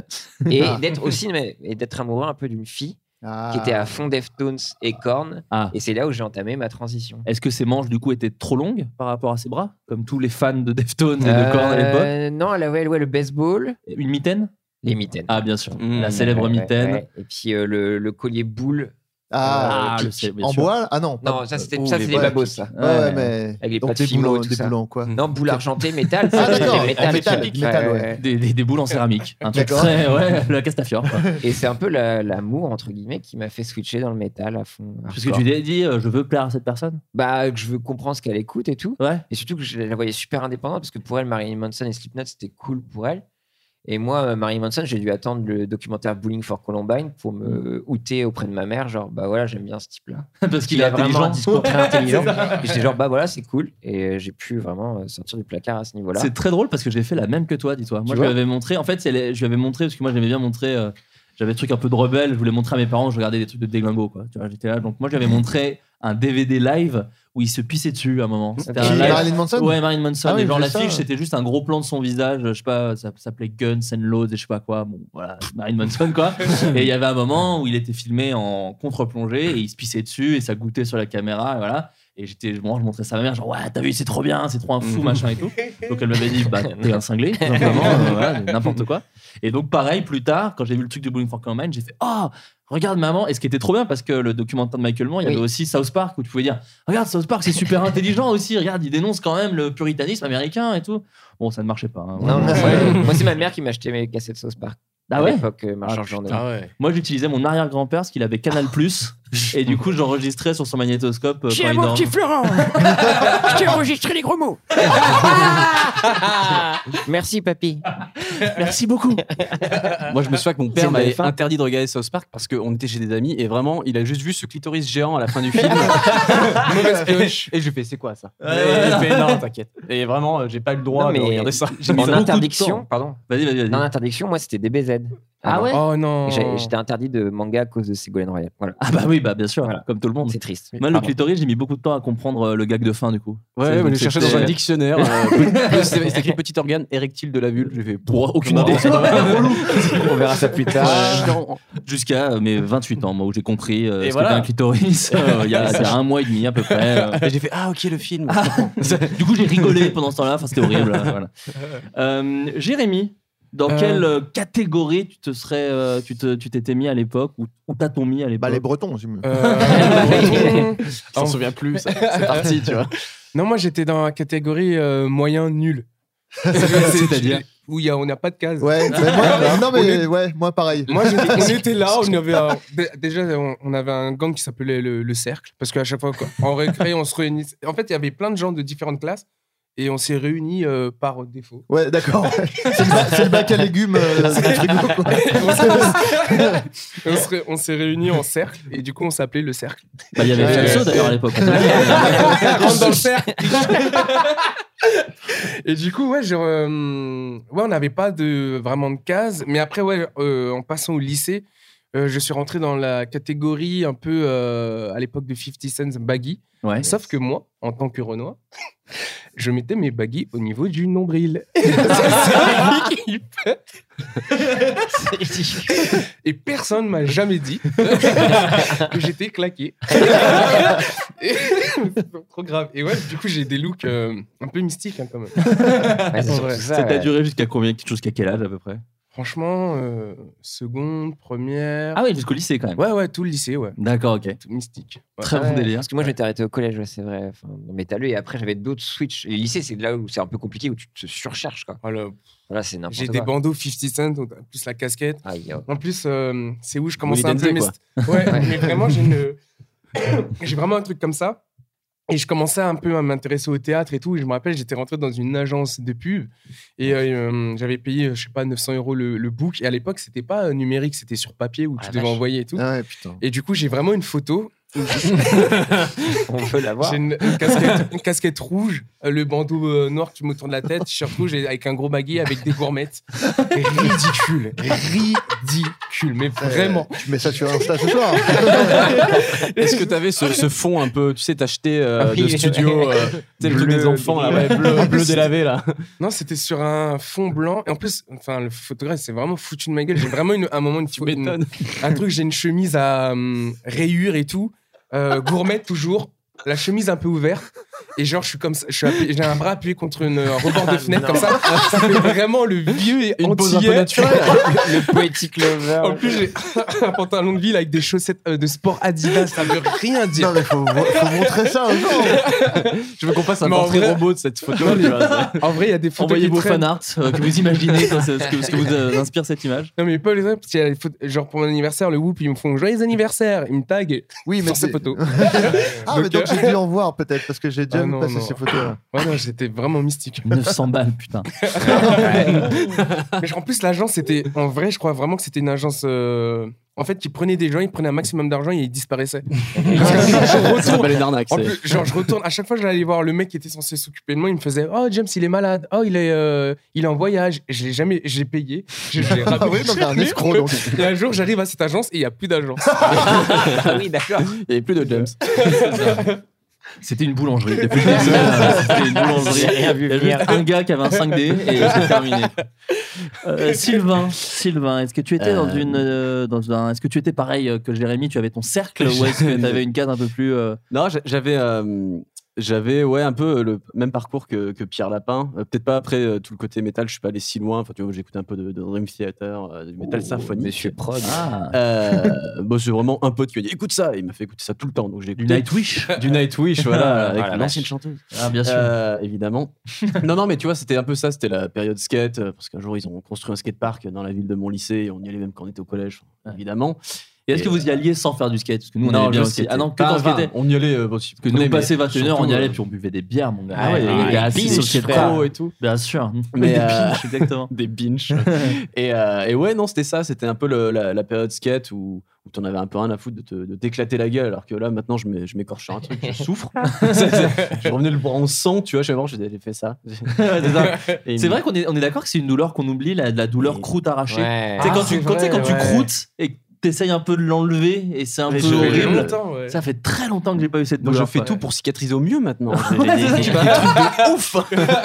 Speaker 7: et
Speaker 9: Ah.
Speaker 7: d'être aussi mais, et d'être amoureux un peu d'une fille
Speaker 9: Ah.
Speaker 7: qui était à fond Deftones et Korn.
Speaker 6: Ah.
Speaker 7: Et c'est là où j'ai entamé ma transition.
Speaker 6: Est-ce que ses manches, du coup, étaient trop longues par rapport à ses bras Comme tous les fans de Deftones et de Korn à l'époque
Speaker 7: Euh, Non, elle avait ouais, le baseball,
Speaker 6: Une mitaine
Speaker 7: les mitaines.
Speaker 6: Ah, bien sûr.
Speaker 8: Mmh.
Speaker 6: La célèbre
Speaker 7: hmm, Ouais, ouais,
Speaker 6: mitaine.
Speaker 7: ouais. Et puis euh, le, le collier boule.
Speaker 9: Ah,
Speaker 6: Ah,
Speaker 7: Euh,
Speaker 6: le célèbre, bien
Speaker 9: en
Speaker 6: sûr.
Speaker 9: bois Ah non.
Speaker 7: Non, ça, c'était
Speaker 8: ouh,
Speaker 7: ça,
Speaker 8: les
Speaker 7: c'est les
Speaker 9: boîtes.
Speaker 7: babos, ça.
Speaker 9: Ouais, ouais, mais.
Speaker 7: Avec les
Speaker 9: Donc
Speaker 7: pattes
Speaker 9: des
Speaker 7: fimo et
Speaker 9: boulons,
Speaker 7: tout
Speaker 9: des
Speaker 7: ça.
Speaker 9: boulons, quoi.
Speaker 7: Non, boule argentée, métal. ça,
Speaker 9: Ah,
Speaker 7: c'était
Speaker 9: d'accord,
Speaker 7: métal,
Speaker 9: en métal,
Speaker 7: typique.
Speaker 9: métal, ouais.
Speaker 6: Des, des- des boules en céramique. Un truc
Speaker 9: D'accord.
Speaker 6: très. Ouais, la Castafiore. quoi.
Speaker 7: Et c'est un peu la- l'amour, entre guillemets, qui m'a fait switcher dans le métal à fond.
Speaker 6: Parce que tu lui as dit, euh, je veux plaire à cette personne.
Speaker 7: Bah, que je veux comprendre ce qu'elle écoute et tout.
Speaker 6: Ouais.
Speaker 7: Et surtout que je la voyais super indépendante parce que pour elle, Marilyn Manson et Slipknot, c'était cool pour elle. Et moi, euh, Marilyn Manson, j'ai dû attendre le documentaire Bowling for Columbine pour me houter auprès de ma mère. Genre, bah voilà, j'aime bien ce type-là.
Speaker 6: Mm. Parce qu'il est
Speaker 7: vraiment un
Speaker 6: intelligent.
Speaker 7: discours très intelligent. Et J'étais genre, bah voilà, c'est cool. Et euh, j'ai pu vraiment euh, sortir du placard à ce niveau-là.
Speaker 6: C'est très drôle parce que j'ai fait la même que toi, dis-toi. Moi,
Speaker 7: Tu
Speaker 6: je lui
Speaker 7: vois
Speaker 6: avais montré. En fait, c'est les- je lui avais montré parce que moi, j'avais bien montré. euh, j'avais des trucs un peu de rebelle. Je voulais montrer à mes parents. Je regardais des trucs de déglingo, quoi. Tu vois, j'étais là. Donc moi, j'avais montré un DVD live où il se pissait dessus à un moment. C'était
Speaker 7: Qui,
Speaker 6: un live.
Speaker 9: Marilyn Manson
Speaker 6: Euh, Ouais, Marilyn Manson.
Speaker 9: Ah oui,
Speaker 6: et genre,
Speaker 9: j'ai vu
Speaker 6: l'affiche,
Speaker 9: ça.
Speaker 6: c'était juste un gros plan de son visage. Je sais pas, ça, ça s'appelait Guns and Loads et je sais pas quoi. Bon, voilà, Marilyn Manson, quoi. et il y avait un moment où il était filmé en contre-plongée et il se pissait dessus et ça goûtait sur la caméra, et voilà. Et j'étais, moi, je montrais ça à ma mère, genre, ouais, t'as vu, c'est trop bien, c'est trop un
Speaker 9: Mhm.
Speaker 6: fou, machin et tout. Donc elle m'avait dit, bah, t'es un cinglé, tout simplement, euh, voilà, n'importe quoi. Et donc, pareil, plus tard, quand j'ai vu le truc de Bowling for Columbine, j'ai fait, oh, regarde maman. Et ce qui était trop bien, parce que le documentaire de Michael Mann, il y
Speaker 7: Oui.
Speaker 6: avait aussi South Park où tu pouvais dire, regarde, South Park, c'est super intelligent aussi, regarde, il dénonce quand même le puritanisme américain et tout. Bon, ça ne marchait pas. hein,
Speaker 7: Non,
Speaker 6: vraiment.
Speaker 7: non, ouais. moi, c'est ma mère qui m'achetait mes cassettes Sauce Park.
Speaker 6: Ah
Speaker 7: à
Speaker 6: ouais?
Speaker 7: l'époque, euh, marchand
Speaker 6: Ah,
Speaker 7: de journée.
Speaker 10: Ah ouais.
Speaker 6: Moi, j'utilisais mon arrière-grand-père parce qu'il avait Canal Plus. et du coup, j'enregistrais sur son magnétoscope. euh, quand il dormait.
Speaker 7: Florent Je t'ai enregistré les gros mots Merci, papy.
Speaker 6: Merci beaucoup.
Speaker 8: Moi, je me souviens que mon
Speaker 7: C'est
Speaker 8: père
Speaker 7: une
Speaker 8: m'avait
Speaker 7: belle fin.
Speaker 8: interdit de regarder South Park parce qu'on était chez des amis et vraiment, il a juste vu ce clitoris géant à la fin du film.
Speaker 10: Mauvaise pioche.
Speaker 8: et je lui ai fait, c'est quoi ça
Speaker 6: Ouais,
Speaker 8: Et
Speaker 6: ouais,
Speaker 8: il
Speaker 6: ouais.
Speaker 8: fait, non, t'inquiète. Et vraiment, euh, j'ai pas eu le droit
Speaker 7: Non,
Speaker 8: de
Speaker 7: mais
Speaker 8: regarder ça. J'ai mis
Speaker 7: En
Speaker 8: ça beaucoup de
Speaker 7: interdiction,
Speaker 8: temps.
Speaker 7: pardon.
Speaker 6: Vas-y, vas-y,
Speaker 7: En
Speaker 6: vas-y.
Speaker 7: interdiction, moi, c'était DBZ.
Speaker 6: Ah ouais
Speaker 10: Oh non.
Speaker 7: Et j'ai- J'étais interdit de manga à cause de Ségolène Royal. Voilà.
Speaker 6: Ah bah oui, bah bien sûr,
Speaker 7: Voilà.
Speaker 6: comme tout le monde.
Speaker 7: C'est triste.
Speaker 6: Moi, le
Speaker 7: Pardon.
Speaker 6: clitoris, j'ai mis beaucoup de temps à comprendre euh, le gag de fin, du coup.
Speaker 8: Ouais,
Speaker 6: C'est-
Speaker 8: ouais,
Speaker 6: donc,
Speaker 8: je cherchais dans
Speaker 6: c'était-
Speaker 8: un dictionnaire. euh, C'était c'était écrit petit organe érectile de la vulve. J'ai fait,
Speaker 6: Pour aucune idée.
Speaker 7: On verra ça plus tard.
Speaker 8: Ah,
Speaker 6: Euh, Jusqu'à euh, mes 28 ans, moi, où j'ai compris euh,
Speaker 8: Et
Speaker 6: ce
Speaker 8: voilà.
Speaker 6: qu'était un clitoris euh, il y, a il y a un mois et demi à peu près. euh.
Speaker 8: Et j'ai fait, ah, ok, le film.
Speaker 6: Du coup, j'ai rigolé pendant ce temps-là. Enfin, c'était horrible. euh, voilà. Euh, Jérémy, dans
Speaker 10: Euh.
Speaker 6: quelle euh, catégorie tu te serais, euh, tu te- tu t'étais mis à l'époque ou ou t'as-t-on mis à
Speaker 9: Bah, les
Speaker 6: l'époque
Speaker 9: Bretons, j'imagine.
Speaker 10: Euh,
Speaker 8: Je m'en souviens plus. ça. C'est parti, tu vois.
Speaker 10: Non, moi j'étais dans la catégorie euh, moyen nul. C'est-à-dire Où il y a- on n'a pas de case.
Speaker 9: Ouais, mais moi, non, mais ouais, moi pareil.
Speaker 10: Moi, j'étais- on était là, on avait un- dé- déjà on, on avait un gang qui s'appelait le, le cercle parce qu'à chaque fois quoi, en récré on se réunissait. En fait, il y avait plein de gens de différentes classes et on s'est réunis euh, par défaut.
Speaker 9: Ouais, d'accord. C'est le, ba- c'est le bac à légumes euh, c'est le frigo, quoi.
Speaker 10: Et on s'est- et on se ré- on s'est réunis en cercle et du coup on s'appelait le cercle.
Speaker 6: Bah, Il y avait
Speaker 9: Ouais,
Speaker 6: Fianso,
Speaker 9: ouais.
Speaker 6: d'ailleurs à l'époque.
Speaker 10: Rentre dans le cercle. Et du coup ouais, genre, euh, ouais on n'avait pas de vraiment de case, mais après ouais euh, en passant au lycée. euh, je suis rentré dans la catégorie un peu euh, à l'époque de 50 Cent baggy.
Speaker 6: Ouais.
Speaker 10: Sauf que moi, en tant que Renoir, je mettais mes baguilles au niveau du nombril. Et personne m'a jamais dit que j'étais claqué. Et- Trop grave. Et ouais, du coup, j'ai des looks euh, un peu mystiques hein, quand même.
Speaker 7: Ouais, c'est
Speaker 10: Attends,
Speaker 7: surtout
Speaker 10: ouais.
Speaker 7: ça,
Speaker 6: Ça t'a
Speaker 7: ouais.
Speaker 6: duré jusqu'à combien Jusqu'à quel âge à peu près
Speaker 10: Franchement, euh, seconde, première.
Speaker 6: Ah oui, jusqu'au lycée quand même.
Speaker 10: Ouais, ouais, tout le lycée, ouais.
Speaker 6: D'accord, ok.
Speaker 10: Tout mystique. Ouais.
Speaker 6: Très bon
Speaker 7: Ouais,
Speaker 6: délire.
Speaker 7: Parce que moi, j'étais arrêté au collège, ouais, c'est vrai. Enfin, dans mes talus. Et après, j'avais d'autres Switch. Et lycée, c'est là où c'est un peu compliqué, où tu te surcharges, quoi.
Speaker 10: Oh là,
Speaker 7: Là, c'est n'importe quoi.
Speaker 10: J'ai des bandeaux 50 cents, donc plus la casquette.
Speaker 7: Aïe, oh. aïe.
Speaker 10: En plus, euh, c'est où je commençais un
Speaker 8: Denzey,
Speaker 10: peu mes...
Speaker 8: quoi.
Speaker 10: Ouais, mais vraiment, j'ai une- j'ai vraiment un truc comme ça. Et je commençais un peu à m'intéresser au théâtre et tout. Et je me rappelle, j'étais rentré dans une agence de pub et euh, j'avais payé, je sais pas, 900 euros le, le book. Et à l'époque, c'était pas euh, numérique, c'était sur papier où
Speaker 7: Ah,
Speaker 10: tu
Speaker 7: la
Speaker 10: devais
Speaker 7: vache.
Speaker 10: envoyer et tout.
Speaker 9: Ah ouais, putain.
Speaker 10: Et du coup, j'ai vraiment une photo.
Speaker 7: On peut l'avoir.
Speaker 10: J'ai une, une casquette, une casquette rouge, euh, le bandeau euh, noir qui me tourne la tête, t-shirt rouge et avec un gros baguet avec des gourmettes. Ridicule, ridicule, mais
Speaker 9: Euh,
Speaker 10: vraiment.
Speaker 9: Tu mets ça sur Insta ce soir.
Speaker 8: Est-ce que t'avais ce, ce fond un peu, tu sais, t'achetais
Speaker 7: Ah
Speaker 8: euh,
Speaker 7: oui.
Speaker 8: de studio, euh, tu sais, le truc
Speaker 10: Bleu,
Speaker 8: des enfants, là,
Speaker 10: bleu.
Speaker 8: ouais, bleu, bleu délavé, là.
Speaker 10: Non, c'était sur un fond blanc. Et en plus, enfin, le photographe s'est vraiment foutu de ma gueule. J'ai vraiment une, un moment, une, pho- une- un truc, j'ai une chemise à hum, rayures et tout, euh, gourmette toujours, la chemise un peu ouverte. Et genre, je suis comme ça, je suis appuyé- j'ai un bras appuyé contre une, un rebord
Speaker 7: Ah,
Speaker 10: de fenêtre comme ça. Ça fait vraiment le vieux et
Speaker 8: Une pose un peu
Speaker 10: antillais.
Speaker 7: Le poétique lover.
Speaker 10: En plus, j'ai un pantalon de ville avec des chaussettes euh, de sport Adidas. Ça veut rien dire.
Speaker 9: Non, mais faut, faut montrer ça aux gens.
Speaker 8: Je veux qu'on fasse un
Speaker 10: Mais en
Speaker 8: portrait
Speaker 10: vrai-
Speaker 8: robot de cette photo. tu vois, ça.
Speaker 10: En vrai, il y a des photos
Speaker 6: Envoyez
Speaker 10: qui
Speaker 6: vos
Speaker 10: traînent.
Speaker 6: fanarts euh, que vous imaginez, quand c'est- ce que, ce que vous euh, inspire cette image.
Speaker 10: Non, mais pas les autres, parce qu'il y a les photos- Genre, pour mon anniversaire, le whoop, ils me font joyeux anniversaire. Ils me taguent. et-
Speaker 9: Oui, mais
Speaker 10: Sur ces
Speaker 9: c'est-
Speaker 10: photos.
Speaker 9: ah, mais
Speaker 10: Donc,
Speaker 9: donc
Speaker 10: euh,
Speaker 9: j'ai dû en voir peut-être parce que j'ai déjà
Speaker 10: Ah,
Speaker 9: vu
Speaker 10: non,
Speaker 9: passer
Speaker 10: non.
Speaker 9: ces photos.
Speaker 10: Ouais, non, j'étais vraiment mystique.
Speaker 6: 900 balles, putain.
Speaker 10: Mais en plus, l'agence, c'était. En vrai, je crois vraiment que c'était une agence. euh, En fait, qui prenait des gens, ils prenaient un maximum d'argent et ils disparaissaient. Parce que je
Speaker 8: C'est un
Speaker 10: retourne-
Speaker 8: balai d'arnaque.
Speaker 10: En
Speaker 8: c'est-
Speaker 10: plus, genre, je retourne, à chaque fois, j'allais voir le mec qui était censé s'occuper de moi, il me faisait Oh, James, il est malade, oh, il est, euh, il est en voyage. Et je l'ai jamais, j'ai payé. Je l'ai
Speaker 9: Ah
Speaker 10: rappelé.
Speaker 9: oui, donc t'es un escroc donc.
Speaker 10: Et un jour, j'arrive à cette agence et il n'y a plus d'agence.
Speaker 7: Ah oui, d'accord.
Speaker 8: Il n'y avait plus de James.
Speaker 6: C'était une boulangerie. Depuis le début, euh, c'était une boulangerie.
Speaker 7: J'ai rien vu
Speaker 6: Il y a
Speaker 7: venir.
Speaker 6: juste un gars qui avait un 5D et c'est terminé. Euh, Sylvain, Sylvain, est-ce que tu étais dans
Speaker 7: Euh.
Speaker 6: une, euh, dans un, est-ce que tu étais pareil euh, que Jérémy, tu avais ton cercle ou est-ce que tu avais une case un peu plus euh,
Speaker 8: Non, j'a- j'avais. euh, J'avais ouais un peu euh, le même parcours que, que Pierre Lapin. Euh, Peut-être pas après euh, tout le côté métal, je suis pas allé si loin. Enfin tu vois, j'écoutais un peu de, de Dream Theater, euh, du
Speaker 6: Oh,
Speaker 8: métal symphonique.
Speaker 7: Monsieur Prod.
Speaker 6: ah,
Speaker 8: Euh, bon, c'est vraiment un pote qui m'a dit écoute ça, Et il m'a fait écouter ça tout le temps. Donc j'ai
Speaker 6: du
Speaker 8: écouté
Speaker 6: Nightwish
Speaker 8: du Nightwish, voilà, avec
Speaker 7: Ah, la
Speaker 8: l'ancienne
Speaker 7: vache.
Speaker 8: chanteuse.
Speaker 6: Ah bien sûr.
Speaker 8: Euh, évidemment. non, non, mais tu vois, c'était un peu ça, c'était la période skate, euh, parce qu'un jour, ils ont construit un skatepark dans la ville de mon lycée, et on y allait même quand on était au collège, évidemment.
Speaker 6: Et est-ce que vous y alliez sans faire du skate Parce que Ah. nous on
Speaker 8: Non,
Speaker 6: allait bien
Speaker 8: je
Speaker 6: aussi.
Speaker 8: skatais.
Speaker 6: Ah non, que
Speaker 8: Pas
Speaker 6: quand
Speaker 8: un vin,
Speaker 6: skatait.
Speaker 8: On y allait euh, aussi.
Speaker 6: Parce que nous,
Speaker 8: on aimait.
Speaker 6: passé 21h, on
Speaker 8: surtout,
Speaker 6: y allait,
Speaker 8: euh,
Speaker 6: puis on buvait des bières, mon gars.
Speaker 7: Ah ouais,
Speaker 6: on
Speaker 7: des
Speaker 6: était assis
Speaker 7: binges,
Speaker 6: Ben, sur le skatepark.
Speaker 8: pro et tout.
Speaker 6: Bien sûr.
Speaker 8: Mais,
Speaker 6: des
Speaker 8: euh,
Speaker 6: binges, exactement.
Speaker 8: Des binges. et, euh, et ouais, non, c'était ça, c'était un peu le- la, la période skate où, où t'en avais un peu rien à foutre de te- de t'éclater la gueule, alors que là, maintenant, je m'é- je m'écorche sur un truc, je souffre. je revenais le bras en sang, tu vois, je sais pas, j'ai j'ai fait ça.
Speaker 6: C'est ça.
Speaker 8: Et
Speaker 6: C'est
Speaker 8: une-
Speaker 6: vrai qu'on est, on est d'accord que c'est une douleur qu'on oublie, la, la douleur
Speaker 8: Oui.
Speaker 6: croûte arrachée.
Speaker 7: Ouais.
Speaker 6: Tu sais,
Speaker 10: Ah,
Speaker 6: quand, tu,
Speaker 10: c'est
Speaker 6: quand, tu sais,
Speaker 10: vrai,
Speaker 6: quand tu
Speaker 10: ouais.
Speaker 6: croûtes et que t'essayes un peu de l'enlever et c'est un
Speaker 8: Mais
Speaker 6: peu
Speaker 8: je-
Speaker 10: Il y a
Speaker 6: horrible.
Speaker 10: longtemps, ouais.
Speaker 6: Ça fait très longtemps que j'ai pas eu cette
Speaker 8: Moi,
Speaker 6: douleur.
Speaker 8: je fais
Speaker 6: quoi.
Speaker 8: tout pour cicatriser au mieux maintenant. J'ai-
Speaker 6: Ouais,
Speaker 8: j'ai-
Speaker 6: c'est ça,
Speaker 8: j'ai-
Speaker 6: tu fais des trucs de ouf.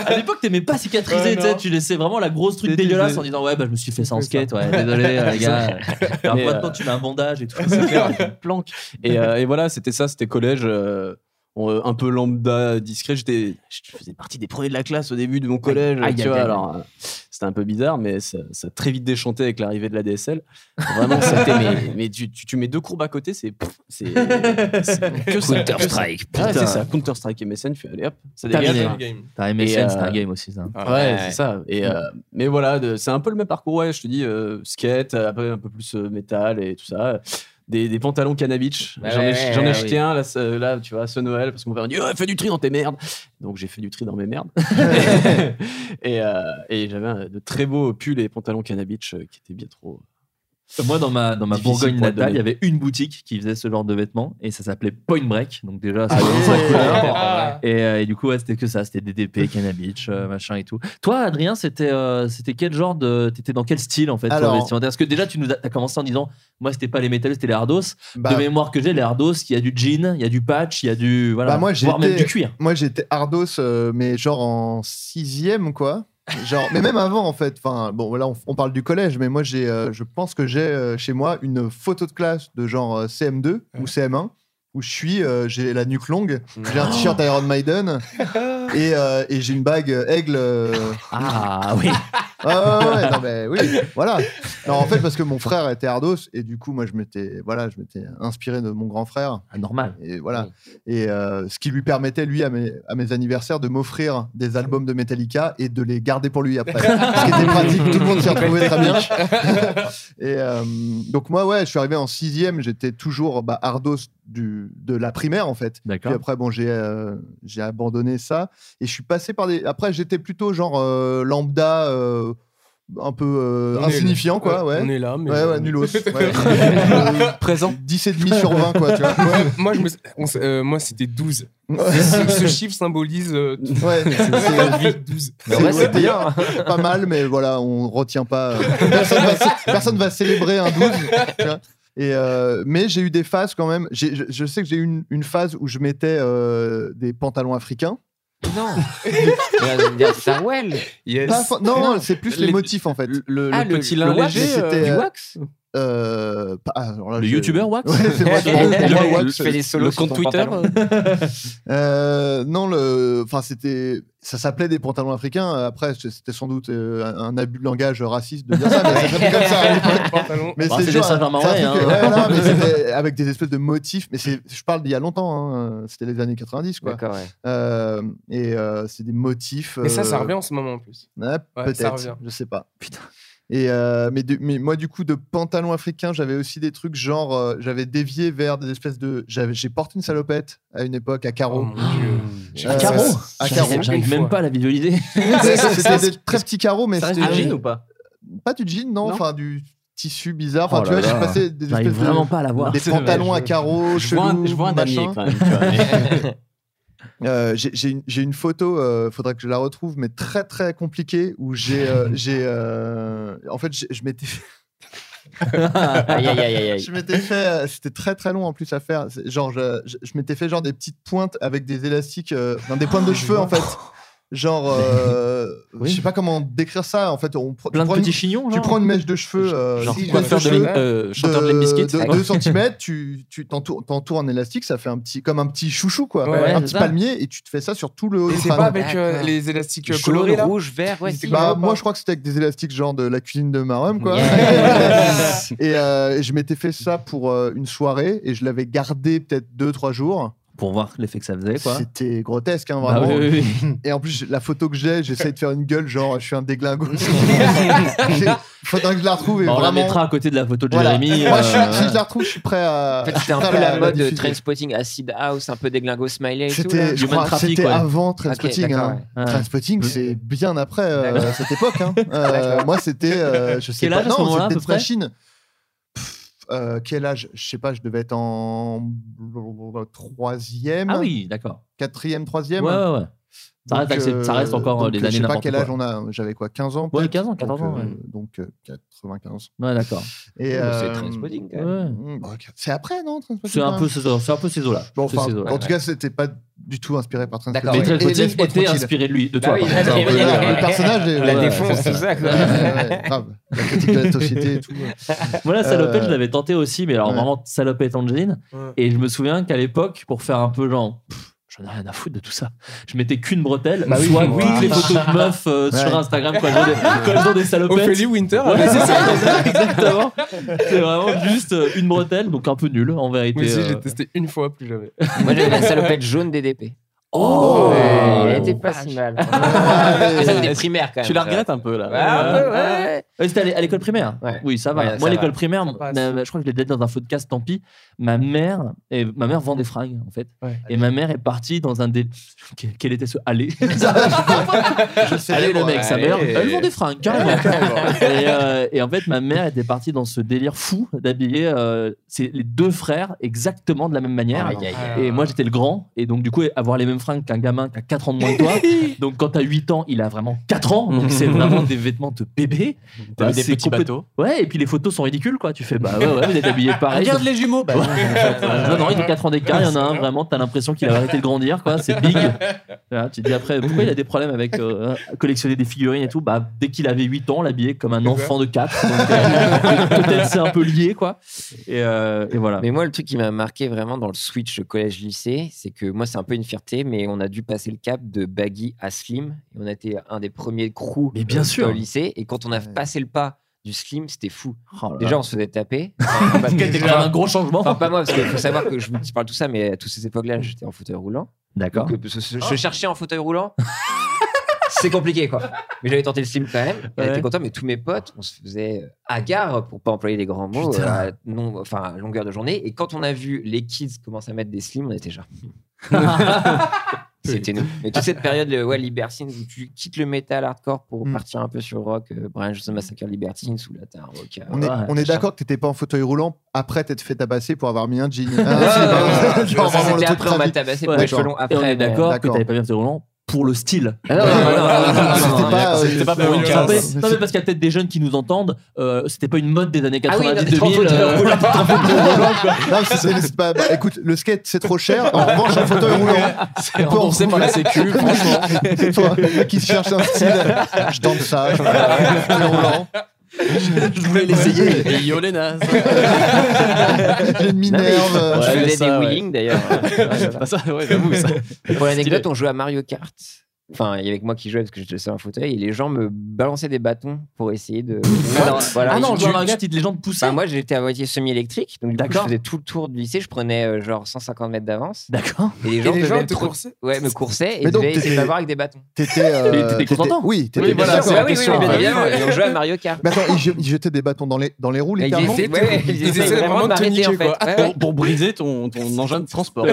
Speaker 6: À l'époque, t'aimais pas cicatriser,
Speaker 10: Ouais,
Speaker 6: tu sais,
Speaker 10: non.
Speaker 6: tu laissais vraiment la grosse truc
Speaker 8: C'était-
Speaker 6: dégueulasse
Speaker 8: c'était-
Speaker 6: en disant ouais bah je me suis fait ça en
Speaker 10: C'est
Speaker 6: skate, ouais désolé euh, les gars. Alors
Speaker 8: Mais,
Speaker 6: maintenant
Speaker 8: euh,
Speaker 6: tu mets un bandage et tout.
Speaker 8: C'est clair, une planque. Et, euh, et voilà, c'était ça, c'était collège. euh, on- un peu lambda, discret. J'étais, je faisais partie des premiers de la classe au début de mon collège.
Speaker 7: aïe,
Speaker 8: tu
Speaker 7: aïe,
Speaker 8: vois,
Speaker 7: aïe.
Speaker 8: alors euh, c'était un peu bizarre, mais ça, ça a très vite déchanté avec l'arrivée de la DSL. Vraiment, c'était. mais mais tu, tu, tu mets deux courbes à côté, c'est. pff, c'est, c'est que ça. que ça.
Speaker 7: Counter-Strike.
Speaker 8: Ah,
Speaker 7: putain.
Speaker 8: c'est ça. Counter Strike et MSN, tu fais allez hop, ça
Speaker 6: Terminé.
Speaker 8: dégage.
Speaker 10: Quel game.
Speaker 6: T'as
Speaker 8: Et,
Speaker 6: MSN, c'est
Speaker 8: euh,
Speaker 6: un game aussi ça.
Speaker 8: Ouais, c'est ça.
Speaker 7: Mm.
Speaker 8: Et, euh, mais voilà, de- c'est un peu le même parcours. Ouais, je te dis, euh, skate, euh, après un peu plus euh, métal et tout ça. Des, des pantalons Cannabitch.
Speaker 7: Ouais,
Speaker 8: j'en ai,
Speaker 7: ouais,
Speaker 8: j'en ai
Speaker 7: ouais,
Speaker 8: acheté
Speaker 7: oui.
Speaker 8: un là, ce- là, tu vois, ce Noël, parce qu'on m'a dit, oh, fais du tri dans tes merdes. Donc j'ai fait du tri dans mes merdes. et euh, et j'avais un- de très beaux pulls et pantalons Cannabitch euh, qui étaient bien trop.
Speaker 6: Moi, dans ma, dans ma
Speaker 8: Difficile
Speaker 6: Bourgogne
Speaker 8: pour être
Speaker 6: natale, il y
Speaker 8: donné.
Speaker 6: avait une boutique qui faisait ce genre de vêtements et ça s'appelait Point Break. Donc, déjà, ça
Speaker 9: ouais.
Speaker 6: commençait à couleur.
Speaker 10: Ah,
Speaker 6: et, euh, et du coup, ouais, c'était que ça. C'était DDP, Cannabis, euh, machin et tout. Toi, Adrien, c'était euh, c'était quel genre de. T'étais dans quel style en fait toi,
Speaker 9: Alors-
Speaker 6: vestimentaire Parce que déjà, tu nous as t'as commencé en disant Moi, c'était pas les métalleux, c'était les hardos.
Speaker 9: Bah,
Speaker 6: de mémoire que j'ai, les hardos, il y a du jean, il y a du patch, il y a du. Voilà,
Speaker 9: Bah, moi,
Speaker 6: voire
Speaker 9: j'étais-
Speaker 6: même du cuir.
Speaker 9: Moi, j'étais Ardos, euh, mais genre en sixième, quoi. Genre, mais même avant, en fait. Enfin, bon, là, on, on parle du collège, mais moi, j'ai, euh, je pense que j'ai euh, chez moi une photo de classe de genre euh, CM2 ou CM1 où je suis, euh, j'ai la nuque longue, j'ai un t-shirt Iron Maiden et, euh, et j'ai une bague euh, aigle. euh,
Speaker 6: Ah oui.
Speaker 9: Ah ouais, ouais, non, mais oui, voilà. Non, en fait, parce que mon frère était Ardos, et du coup, moi, je m'étais voilà, je m'étais inspiré de mon grand frère.
Speaker 6: Ah, Normal.
Speaker 9: Et voilà. Et euh, ce qui lui permettait, lui, à mes, à mes anniversaires, de m'offrir des albums de Metallica et de les garder pour lui après. ce qui était pratique, tout le monde s'y retrouvait très bien. et euh, donc, moi, ouais, je suis arrivé en sixième, j'étais toujours bah, Ardos du, de la primaire, en fait.
Speaker 6: D'accord.
Speaker 9: Puis après, bon, j'ai euh, j'ai abandonné ça. Et je suis passé par des. Après, j'étais plutôt genre euh, lambda. euh, un peu euh,
Speaker 10: On est-
Speaker 9: insignifiant quoi ouais
Speaker 10: On est là, mais. euh,
Speaker 9: ouais, ouais, nulos. Ouais. Euh,
Speaker 10: Présent.
Speaker 9: 10,5 sur 20, quoi, tu vois.
Speaker 10: Ouais, moi, je me- on s- euh, moi, c'était 12.
Speaker 9: Ouais,
Speaker 10: ce, ce chiffre symbolise euh, tout.
Speaker 9: ouais, c'est-
Speaker 10: La
Speaker 9: c'est-
Speaker 10: vie, 12.
Speaker 9: c'est-
Speaker 7: vrai,
Speaker 9: ouais,
Speaker 7: c'est
Speaker 9: bien, hein. pas mal, mais voilà, on retient pas. euh, Personne va, cé- personne va célébrer un 12. tu vois. Et euh, mais j'ai eu des phases quand même. J'ai- Je, je sais que j'ai eu une, une phase où je mettais euh, des pantalons africains.
Speaker 7: Non. C'est Sarwell.
Speaker 10: Yes.
Speaker 9: Pas fa- non,
Speaker 7: Non.
Speaker 9: c'est plus les,
Speaker 8: Les-
Speaker 9: motifs en fait.
Speaker 8: Le, le
Speaker 7: Ah, le-
Speaker 8: petit
Speaker 7: le
Speaker 8: lin
Speaker 7: wax,
Speaker 8: léger.
Speaker 9: c'était,
Speaker 8: euh,
Speaker 7: Du
Speaker 9: Euh,
Speaker 7: wax
Speaker 9: Euh, pas- ah, alors là,
Speaker 6: Le
Speaker 9: je-
Speaker 6: youtubeur Wax
Speaker 9: Ouais, c'est vrai, pour moi, pour moi, Wax,
Speaker 7: Tu fais des solos
Speaker 8: le
Speaker 7: sur
Speaker 8: compte
Speaker 7: ton
Speaker 8: Twitter
Speaker 7: pantalon.
Speaker 9: Euh, non, le, enfin c'était, ça s'appelait des pantalons africains. Après, c- c'était sans doute euh, un, un abus de langage raciste de dire ça, mais ça s'appelait comme ça. à l'époque.
Speaker 10: Pantalon.
Speaker 9: Mais
Speaker 6: Bah,
Speaker 9: c'est
Speaker 6: c'est
Speaker 9: genre-
Speaker 6: des Saint-Germain,
Speaker 9: c'est un
Speaker 6: ouais,
Speaker 9: truc,
Speaker 6: hein.
Speaker 9: ouais, voilà, mais c'était avec des espèces de motifs. Mais c'est, je parle d'il y a longtemps. hein, C'était les années 90, quoi.
Speaker 7: D'accord, ouais.
Speaker 9: Euh, et euh, c'est des motifs.
Speaker 10: Mais ça, ça
Speaker 9: euh,
Speaker 10: revient en ce moment en plus.
Speaker 9: Ouais,
Speaker 10: ça revient.
Speaker 9: Peut-être, je sais pas. Putain. Et euh, mais, de- mais moi, du coup, de pantalon africain, j'avais aussi des trucs genre, euh, j'avais dévié vers des espèces de. j'avais- J'ai porté une salopette à une époque à
Speaker 10: Oh
Speaker 9: carreaux.
Speaker 10: mon dieu. J'ai
Speaker 9: Euh,
Speaker 10: fait ça,
Speaker 9: carreaux
Speaker 10: c'est-
Speaker 9: À
Speaker 10: j'ai
Speaker 9: carreaux.
Speaker 10: fait ça
Speaker 6: J'arrive
Speaker 10: une
Speaker 6: même
Speaker 10: fois.
Speaker 6: pas à la visualiser.
Speaker 9: Ah, C'était des très petits carreaux, mais
Speaker 8: ça reste
Speaker 9: c'était
Speaker 8: du jean ou pas
Speaker 9: pas du jean, non,
Speaker 8: Non.
Speaker 9: enfin du tissu bizarre. Enfin,
Speaker 6: Oh
Speaker 9: tu
Speaker 6: là
Speaker 9: vois, j'ai
Speaker 6: là.
Speaker 9: passé des
Speaker 6: J'arrive
Speaker 9: espèces de-
Speaker 6: vraiment pas à la voir.
Speaker 9: des
Speaker 8: C'est
Speaker 9: pantalons
Speaker 8: dommage.
Speaker 9: à carreaux,
Speaker 8: Je vois
Speaker 9: chelous,
Speaker 8: un, je vois un damier
Speaker 9: machin.
Speaker 8: quand même. tu vois, mais-
Speaker 9: Euh, j'ai- j'ai une, j'ai une photo, euh, faudrait que je la retrouve, mais très très compliquée où j'ai, euh, j'ai, euh, en fait, j'ai- je m'étais,
Speaker 7: Aïe, aïe, aïe, aïe, aïe.
Speaker 9: je m'étais fait, euh, c'était très très long en plus à faire. C'est- Genre, je, je- je m'étais fait genre des petites pointes avec des élastiques, euh, non, des
Speaker 8: Oh,
Speaker 9: pointes de cheveux en fait. Genre, euh,
Speaker 6: Oui.
Speaker 9: je sais pas comment décrire ça. En fait, on pr-
Speaker 6: Plein
Speaker 9: tu
Speaker 6: de
Speaker 9: prends une-
Speaker 6: petits
Speaker 7: Oh
Speaker 6: chignons.
Speaker 9: Tu
Speaker 6: genre.
Speaker 9: prends une mèche de cheveux, euh,
Speaker 8: Genre,
Speaker 9: une mèche
Speaker 8: coiffeur de
Speaker 9: cheveux
Speaker 8: Lim- euh, chanteur de Limp Bizkit.
Speaker 9: de 2 cm, tu tu t'entoures t'entoures en élastique, ça fait un petit, comme un petit chouchou, quoi.
Speaker 10: Ouais,
Speaker 9: un
Speaker 6: c'est
Speaker 9: petit
Speaker 6: ça.
Speaker 9: palmier, et tu te fais ça sur tout le haut
Speaker 10: Et
Speaker 9: du
Speaker 10: c'est
Speaker 9: crâne.
Speaker 10: pas avec euh,
Speaker 7: D'accord.
Speaker 10: les élastiques euh, colorés
Speaker 7: Jaune,
Speaker 10: là
Speaker 7: rouge, vert, ouais.
Speaker 10: C'est
Speaker 7: si.
Speaker 9: Bah,
Speaker 10: Ouais,
Speaker 9: moi,
Speaker 10: pas.
Speaker 9: je crois que c'était avec des élastiques genre de la cuisine de ma rhum, quoi.
Speaker 7: Yes.
Speaker 9: et euh, je m'étais fait ça pour euh, une soirée, et je l'avais gardé peut-être 2-3 jours.
Speaker 6: Pour voir l'effet que ça faisait, quoi.
Speaker 9: C'était grotesque, hein,
Speaker 6: Bah
Speaker 9: vraiment.
Speaker 6: oui, oui, oui.
Speaker 9: Et en plus, la photo que j'ai, j'essaie de faire une gueule, genre, je suis un déglingo. Faudrait que je la retrouve, et
Speaker 6: On Bah, la
Speaker 9: vraiment.
Speaker 6: mettra à côté de la photo de
Speaker 9: Voilà.
Speaker 6: Jérémy.
Speaker 9: Moi, je suis-
Speaker 6: euh,
Speaker 9: si je la retrouve, je suis prêt à.
Speaker 7: En fait,
Speaker 9: je suis
Speaker 7: c'était un
Speaker 9: prêt
Speaker 7: peu
Speaker 9: à
Speaker 7: la mode
Speaker 9: diffuser.
Speaker 7: Trainspotting, Acid House, un peu déglingo smiley et tout. là.
Speaker 9: C'était, je
Speaker 6: Human
Speaker 9: crois,
Speaker 6: Traffic,
Speaker 9: c'était
Speaker 6: ouais.
Speaker 9: avant
Speaker 7: Ok,
Speaker 9: Trainspotting.
Speaker 7: d'accord,
Speaker 9: hein.
Speaker 7: ouais.
Speaker 6: ouais.
Speaker 9: Trainspotting, c'est bien après euh,
Speaker 7: D'accord.
Speaker 9: cette époque. hein. Euh,
Speaker 7: D'accord.
Speaker 9: moi, c'était, euh, je sais
Speaker 6: Quel
Speaker 9: pas,
Speaker 6: âge à ce
Speaker 9: non,
Speaker 6: moment-là, à
Speaker 9: c'était
Speaker 6: peu
Speaker 9: de la
Speaker 6: près
Speaker 9: Chine. Pff, euh, quel âge Je sais pas, je devais être en troisième,
Speaker 6: Ah oui, d'accord.
Speaker 9: quatrième,
Speaker 6: Ouais,
Speaker 9: troisième.
Speaker 6: ouais, ouais. Ça
Speaker 9: Donc, euh,
Speaker 6: reste, accept- ça reste encore euh,
Speaker 9: donc,
Speaker 6: les
Speaker 9: Je
Speaker 6: années
Speaker 9: sais pas
Speaker 6: n'importe
Speaker 9: quel
Speaker 6: quoi.
Speaker 9: âge on a. J'avais quoi 15 ans
Speaker 6: Ouais,
Speaker 9: peut-être
Speaker 6: 15 ans, 14 ans,
Speaker 9: Donc, euh,
Speaker 6: ouais.
Speaker 9: donc, euh, 95.
Speaker 6: Ouais, d'accord.
Speaker 9: Et,
Speaker 7: C'est
Speaker 9: euh,
Speaker 7: Trainspotting. quoi.
Speaker 6: Ouais.
Speaker 9: mm, bah, C'est après, non Trainspotting,
Speaker 6: C'est
Speaker 9: hein
Speaker 6: un peu ces c'est un peu ces eaux-là.
Speaker 9: Bon,
Speaker 6: C'est
Speaker 9: enfin,
Speaker 6: ces eaux-là.
Speaker 9: en tout cas, c'était pas du tout inspiré par Trainspotting.
Speaker 7: D'accord,
Speaker 6: Mais
Speaker 7: ouais.
Speaker 6: Trainspotting
Speaker 9: Et laisse-moi
Speaker 6: était
Speaker 9: tranquille.
Speaker 6: inspiré de lui, de
Speaker 7: Bah
Speaker 6: toi.
Speaker 7: oui,
Speaker 6: par
Speaker 7: bah
Speaker 6: contre.
Speaker 7: oui,
Speaker 9: Ouais,
Speaker 7: oui,
Speaker 6: Ouais,
Speaker 7: oui,
Speaker 6: ouais.
Speaker 9: le personnage est-
Speaker 7: La
Speaker 9: ouais,
Speaker 7: défonce,
Speaker 9: ouais,
Speaker 7: tout ça, quoi.
Speaker 9: ouais, ouais, grave. La critique de la société et tout.
Speaker 6: Voilà, salopette,
Speaker 9: Euh,
Speaker 6: je l'avais tenté aussi, mais alors
Speaker 9: ouais.
Speaker 6: vraiment salopette en jean.
Speaker 10: Ouais.
Speaker 6: Et je me souviens qu'à l'époque, pour faire un peu genre, pff, j'en ai rien à foutre de tout ça. Je mettais qu'une bretelle,
Speaker 9: Bah oui,
Speaker 6: soit
Speaker 9: oui.
Speaker 6: toutes les photos de meufs euh,
Speaker 9: Ouais.
Speaker 6: sur Instagram quand elles ont des, quand elles ont des salopettes.
Speaker 10: Ophélie Winter
Speaker 6: Ouais,
Speaker 10: elle-
Speaker 6: c'est ça, exactement. C'est vraiment juste euh, une bretelle, donc un peu nul en vérité.
Speaker 10: Oui, si,
Speaker 6: euh.
Speaker 10: j'ai testé une fois, plus jamais.
Speaker 7: Moi, j'avais la salopette jaune DDP.
Speaker 6: Oh,
Speaker 7: Elle était pas si mal. Mais ça, c'était primaire quand même.
Speaker 8: Tu la regrettes un peu là.
Speaker 7: Ouais, un peu, ouais.
Speaker 6: Euh, C'était à l'é- à l'école primaire.
Speaker 7: Ouais.
Speaker 6: Oui, ça va.
Speaker 7: Ouais, ça
Speaker 6: Moi,
Speaker 7: va.
Speaker 6: l'école primaire,
Speaker 10: Ça passe.
Speaker 6: ma- ma- je crois que je l'ai peut-être dans un podcast, tant pis. Ma mère, et ma mère vend des fringues en fait.
Speaker 10: Ouais.
Speaker 6: Et ma mère est partie dans un des. Quel- Quel était ce aller Je sais Allez, le mec, sa
Speaker 10: Allez.
Speaker 6: mère. Elle vend des fringues carrément. et, euh, et en fait, ma mère était partie dans ce délire fou d'habiller euh, ses- les deux frères exactement de la même manière.
Speaker 7: Aïe, aïe, aïe.
Speaker 6: Et moi, j'étais le grand. Et donc, du coup, avoir les mêmes fringues qu'un gamin qui a 4 ans de moins que toi. donc, quand t'as 8 ans, il a vraiment 4 ans. Donc, c'est vraiment des vêtements de bébé. T'avais
Speaker 8: Bah,
Speaker 6: des
Speaker 8: c'est
Speaker 6: petits
Speaker 8: complète-
Speaker 6: bateaux. Ouais, et puis les photos sont ridicules, quoi. Tu fais, bah ouais, ouais, vous êtes habillés pareil.
Speaker 11: Regarde les jumeaux. Bah,
Speaker 6: Ouais, en fait, euh, non, non, ils ont 4 ans d'écart. Il y en a un vraiment, t'as l'impression qu'il a arrêté de grandir, quoi. C'est big. Voilà, tu te dis après, pourquoi il a des problèmes avec euh, collectionner des figurines et tout Bah, dès qu'il avait 8 ans, l'habillait comme un enfant de 4. donc, euh, Peut-être c'est un peu lié, quoi. Et, voilà.
Speaker 7: Mais moi, le truc qui m'a marqué vraiment dans le switch collège-lycée, c'est que moi, c'est un peu une fierté, mais on a dû passer le cap de baggy à slim. Et on a été un des premiers crews
Speaker 6: Mais bien
Speaker 7: euh,
Speaker 6: sûr.
Speaker 7: au lycée. Et quand on a passé le pas du slim, c'était fou.
Speaker 6: Oh là
Speaker 7: Déjà,
Speaker 6: là.
Speaker 7: on se faisait taper. Enfin, parce que-
Speaker 6: C'était quand même un gros changement.
Speaker 7: Enfin, pas moi, parce qu'il faut savoir que je vous parle tout ça, mais à toutes ces époques-là, j'étais en fauteuil roulant.
Speaker 6: D'accord.
Speaker 7: Donc, euh, parce que je, je cherchais en fauteuil roulant. C'est compliqué, quoi. Mais j'avais tenté le slim quand même. J'étais
Speaker 6: Ouais.
Speaker 7: content, mais tous mes potes, on se faisait euh, hagard, pour pas employer les grands mots,
Speaker 6: Putain.
Speaker 7: euh, à non, enfin, à longueur de journée. Et quand on a vu les kids commencer à mettre des slims, on était genre. hmm. C'était nous. Mais toute cette période, euh, ouais, Libertines, où tu quittes le métal hardcore pour
Speaker 9: Hmm.
Speaker 7: partir un peu sur le rock, euh, Brian Johnson Massacre Libertines, ou là, t'as un rock. euh,
Speaker 9: On est,
Speaker 6: Ouais,
Speaker 9: on est
Speaker 7: machin.
Speaker 9: d'accord que t'étais pas en fauteuil roulant après t'être fait tabasser pour avoir mis un jean.
Speaker 7: Ah,
Speaker 9: Ah,
Speaker 7: ouais,
Speaker 9: c'est-
Speaker 7: ouais,
Speaker 9: genre vraiment
Speaker 7: ouais, c'était
Speaker 9: le truc
Speaker 7: après, on m'a
Speaker 9: tragique.
Speaker 7: tabassé
Speaker 6: Ouais,
Speaker 7: pour les cheveux longs
Speaker 6: Et on
Speaker 7: après.
Speaker 6: est d'accord que
Speaker 9: d'accord.
Speaker 6: t'avais pas bien fait roulant pour le style.
Speaker 7: non, non, non, non, non, non, non,
Speaker 9: C'était
Speaker 7: non, non,
Speaker 9: pas,
Speaker 7: d'accord.
Speaker 9: euh,
Speaker 11: C'était pas
Speaker 9: c'est-
Speaker 11: pour une
Speaker 9: c'est-
Speaker 6: Non
Speaker 11: case.
Speaker 6: mais,
Speaker 9: c'est-
Speaker 6: non, mais parce qu'il y a peut-être des jeunes qui nous entendent, euh, c'était pas une mode des années
Speaker 7: Ah oui, non,
Speaker 6: 90
Speaker 7: mais
Speaker 6: 2000
Speaker 7: t'en fous,
Speaker 6: euh,
Speaker 9: Non, mais c'est- c'est pas- bah, écoute, le skate c'est trop cher. En revanche, un fauteuil roulant.
Speaker 11: C'est remboursé par la Sécu, franchement.
Speaker 9: C'est toi qui se cherche un style. Je tente ça. je- Fauteuil
Speaker 7: euh,
Speaker 9: roulant.
Speaker 11: Je voulais l'essayer. Yo les nazes.
Speaker 9: J'ai une minerve.
Speaker 7: Je
Speaker 9: euh,
Speaker 8: Ouais,
Speaker 7: faisais
Speaker 8: ça,
Speaker 7: des
Speaker 8: ouais.
Speaker 7: wheeling d'ailleurs.
Speaker 8: Ah, ça, ouais, j'avoue, ça.
Speaker 7: Et pour l'anecdote, on jouait à Mario Kart. Enfin, il y avait que moi qui jouais parce que j'étais seul en fauteuil et les gens me balançaient des bâtons pour essayer de. Alors, voilà,
Speaker 6: Ah non,
Speaker 7: je-
Speaker 6: je vois un gars, petites légendes poussées.
Speaker 7: Enfin, moi j'étais à moitié semi-électrique, donc du coup, je
Speaker 6: D'accord.
Speaker 7: faisais tout le tour du lycée, je prenais euh, genre 150 mètres d'avance.
Speaker 6: D'accord.
Speaker 7: Et les gens,
Speaker 10: les
Speaker 7: devaient
Speaker 10: gens
Speaker 7: me
Speaker 10: te
Speaker 7: trou-
Speaker 10: coursaient
Speaker 7: ouais, me coursaient et
Speaker 9: Mais donc,
Speaker 7: devaient essayer de
Speaker 9: t'étais-
Speaker 7: m'avoir avec des bâtons.
Speaker 9: T'étais. euh,
Speaker 6: Mais t'étais content
Speaker 9: Oui, t'étais
Speaker 6: Oui, voilà,
Speaker 9: bien
Speaker 6: c'est
Speaker 9: sûr. hein.
Speaker 6: la
Speaker 7: Ah oui, oui,
Speaker 6: question.
Speaker 7: bien
Speaker 6: Ah,
Speaker 7: évidemment, et on jouait à Mario Kart.
Speaker 9: Mais attends, ils je- ils jetaient des bâtons dans les, dans les roues,
Speaker 7: Et
Speaker 9: littéralement.
Speaker 7: essayaient- ouais, ouais,
Speaker 10: ils essayaient vraiment de te
Speaker 7: m'arrêter,
Speaker 10: niquer, quoi.
Speaker 7: Ouais, ouais.
Speaker 8: pour, pour briser ton, ton engin de transport.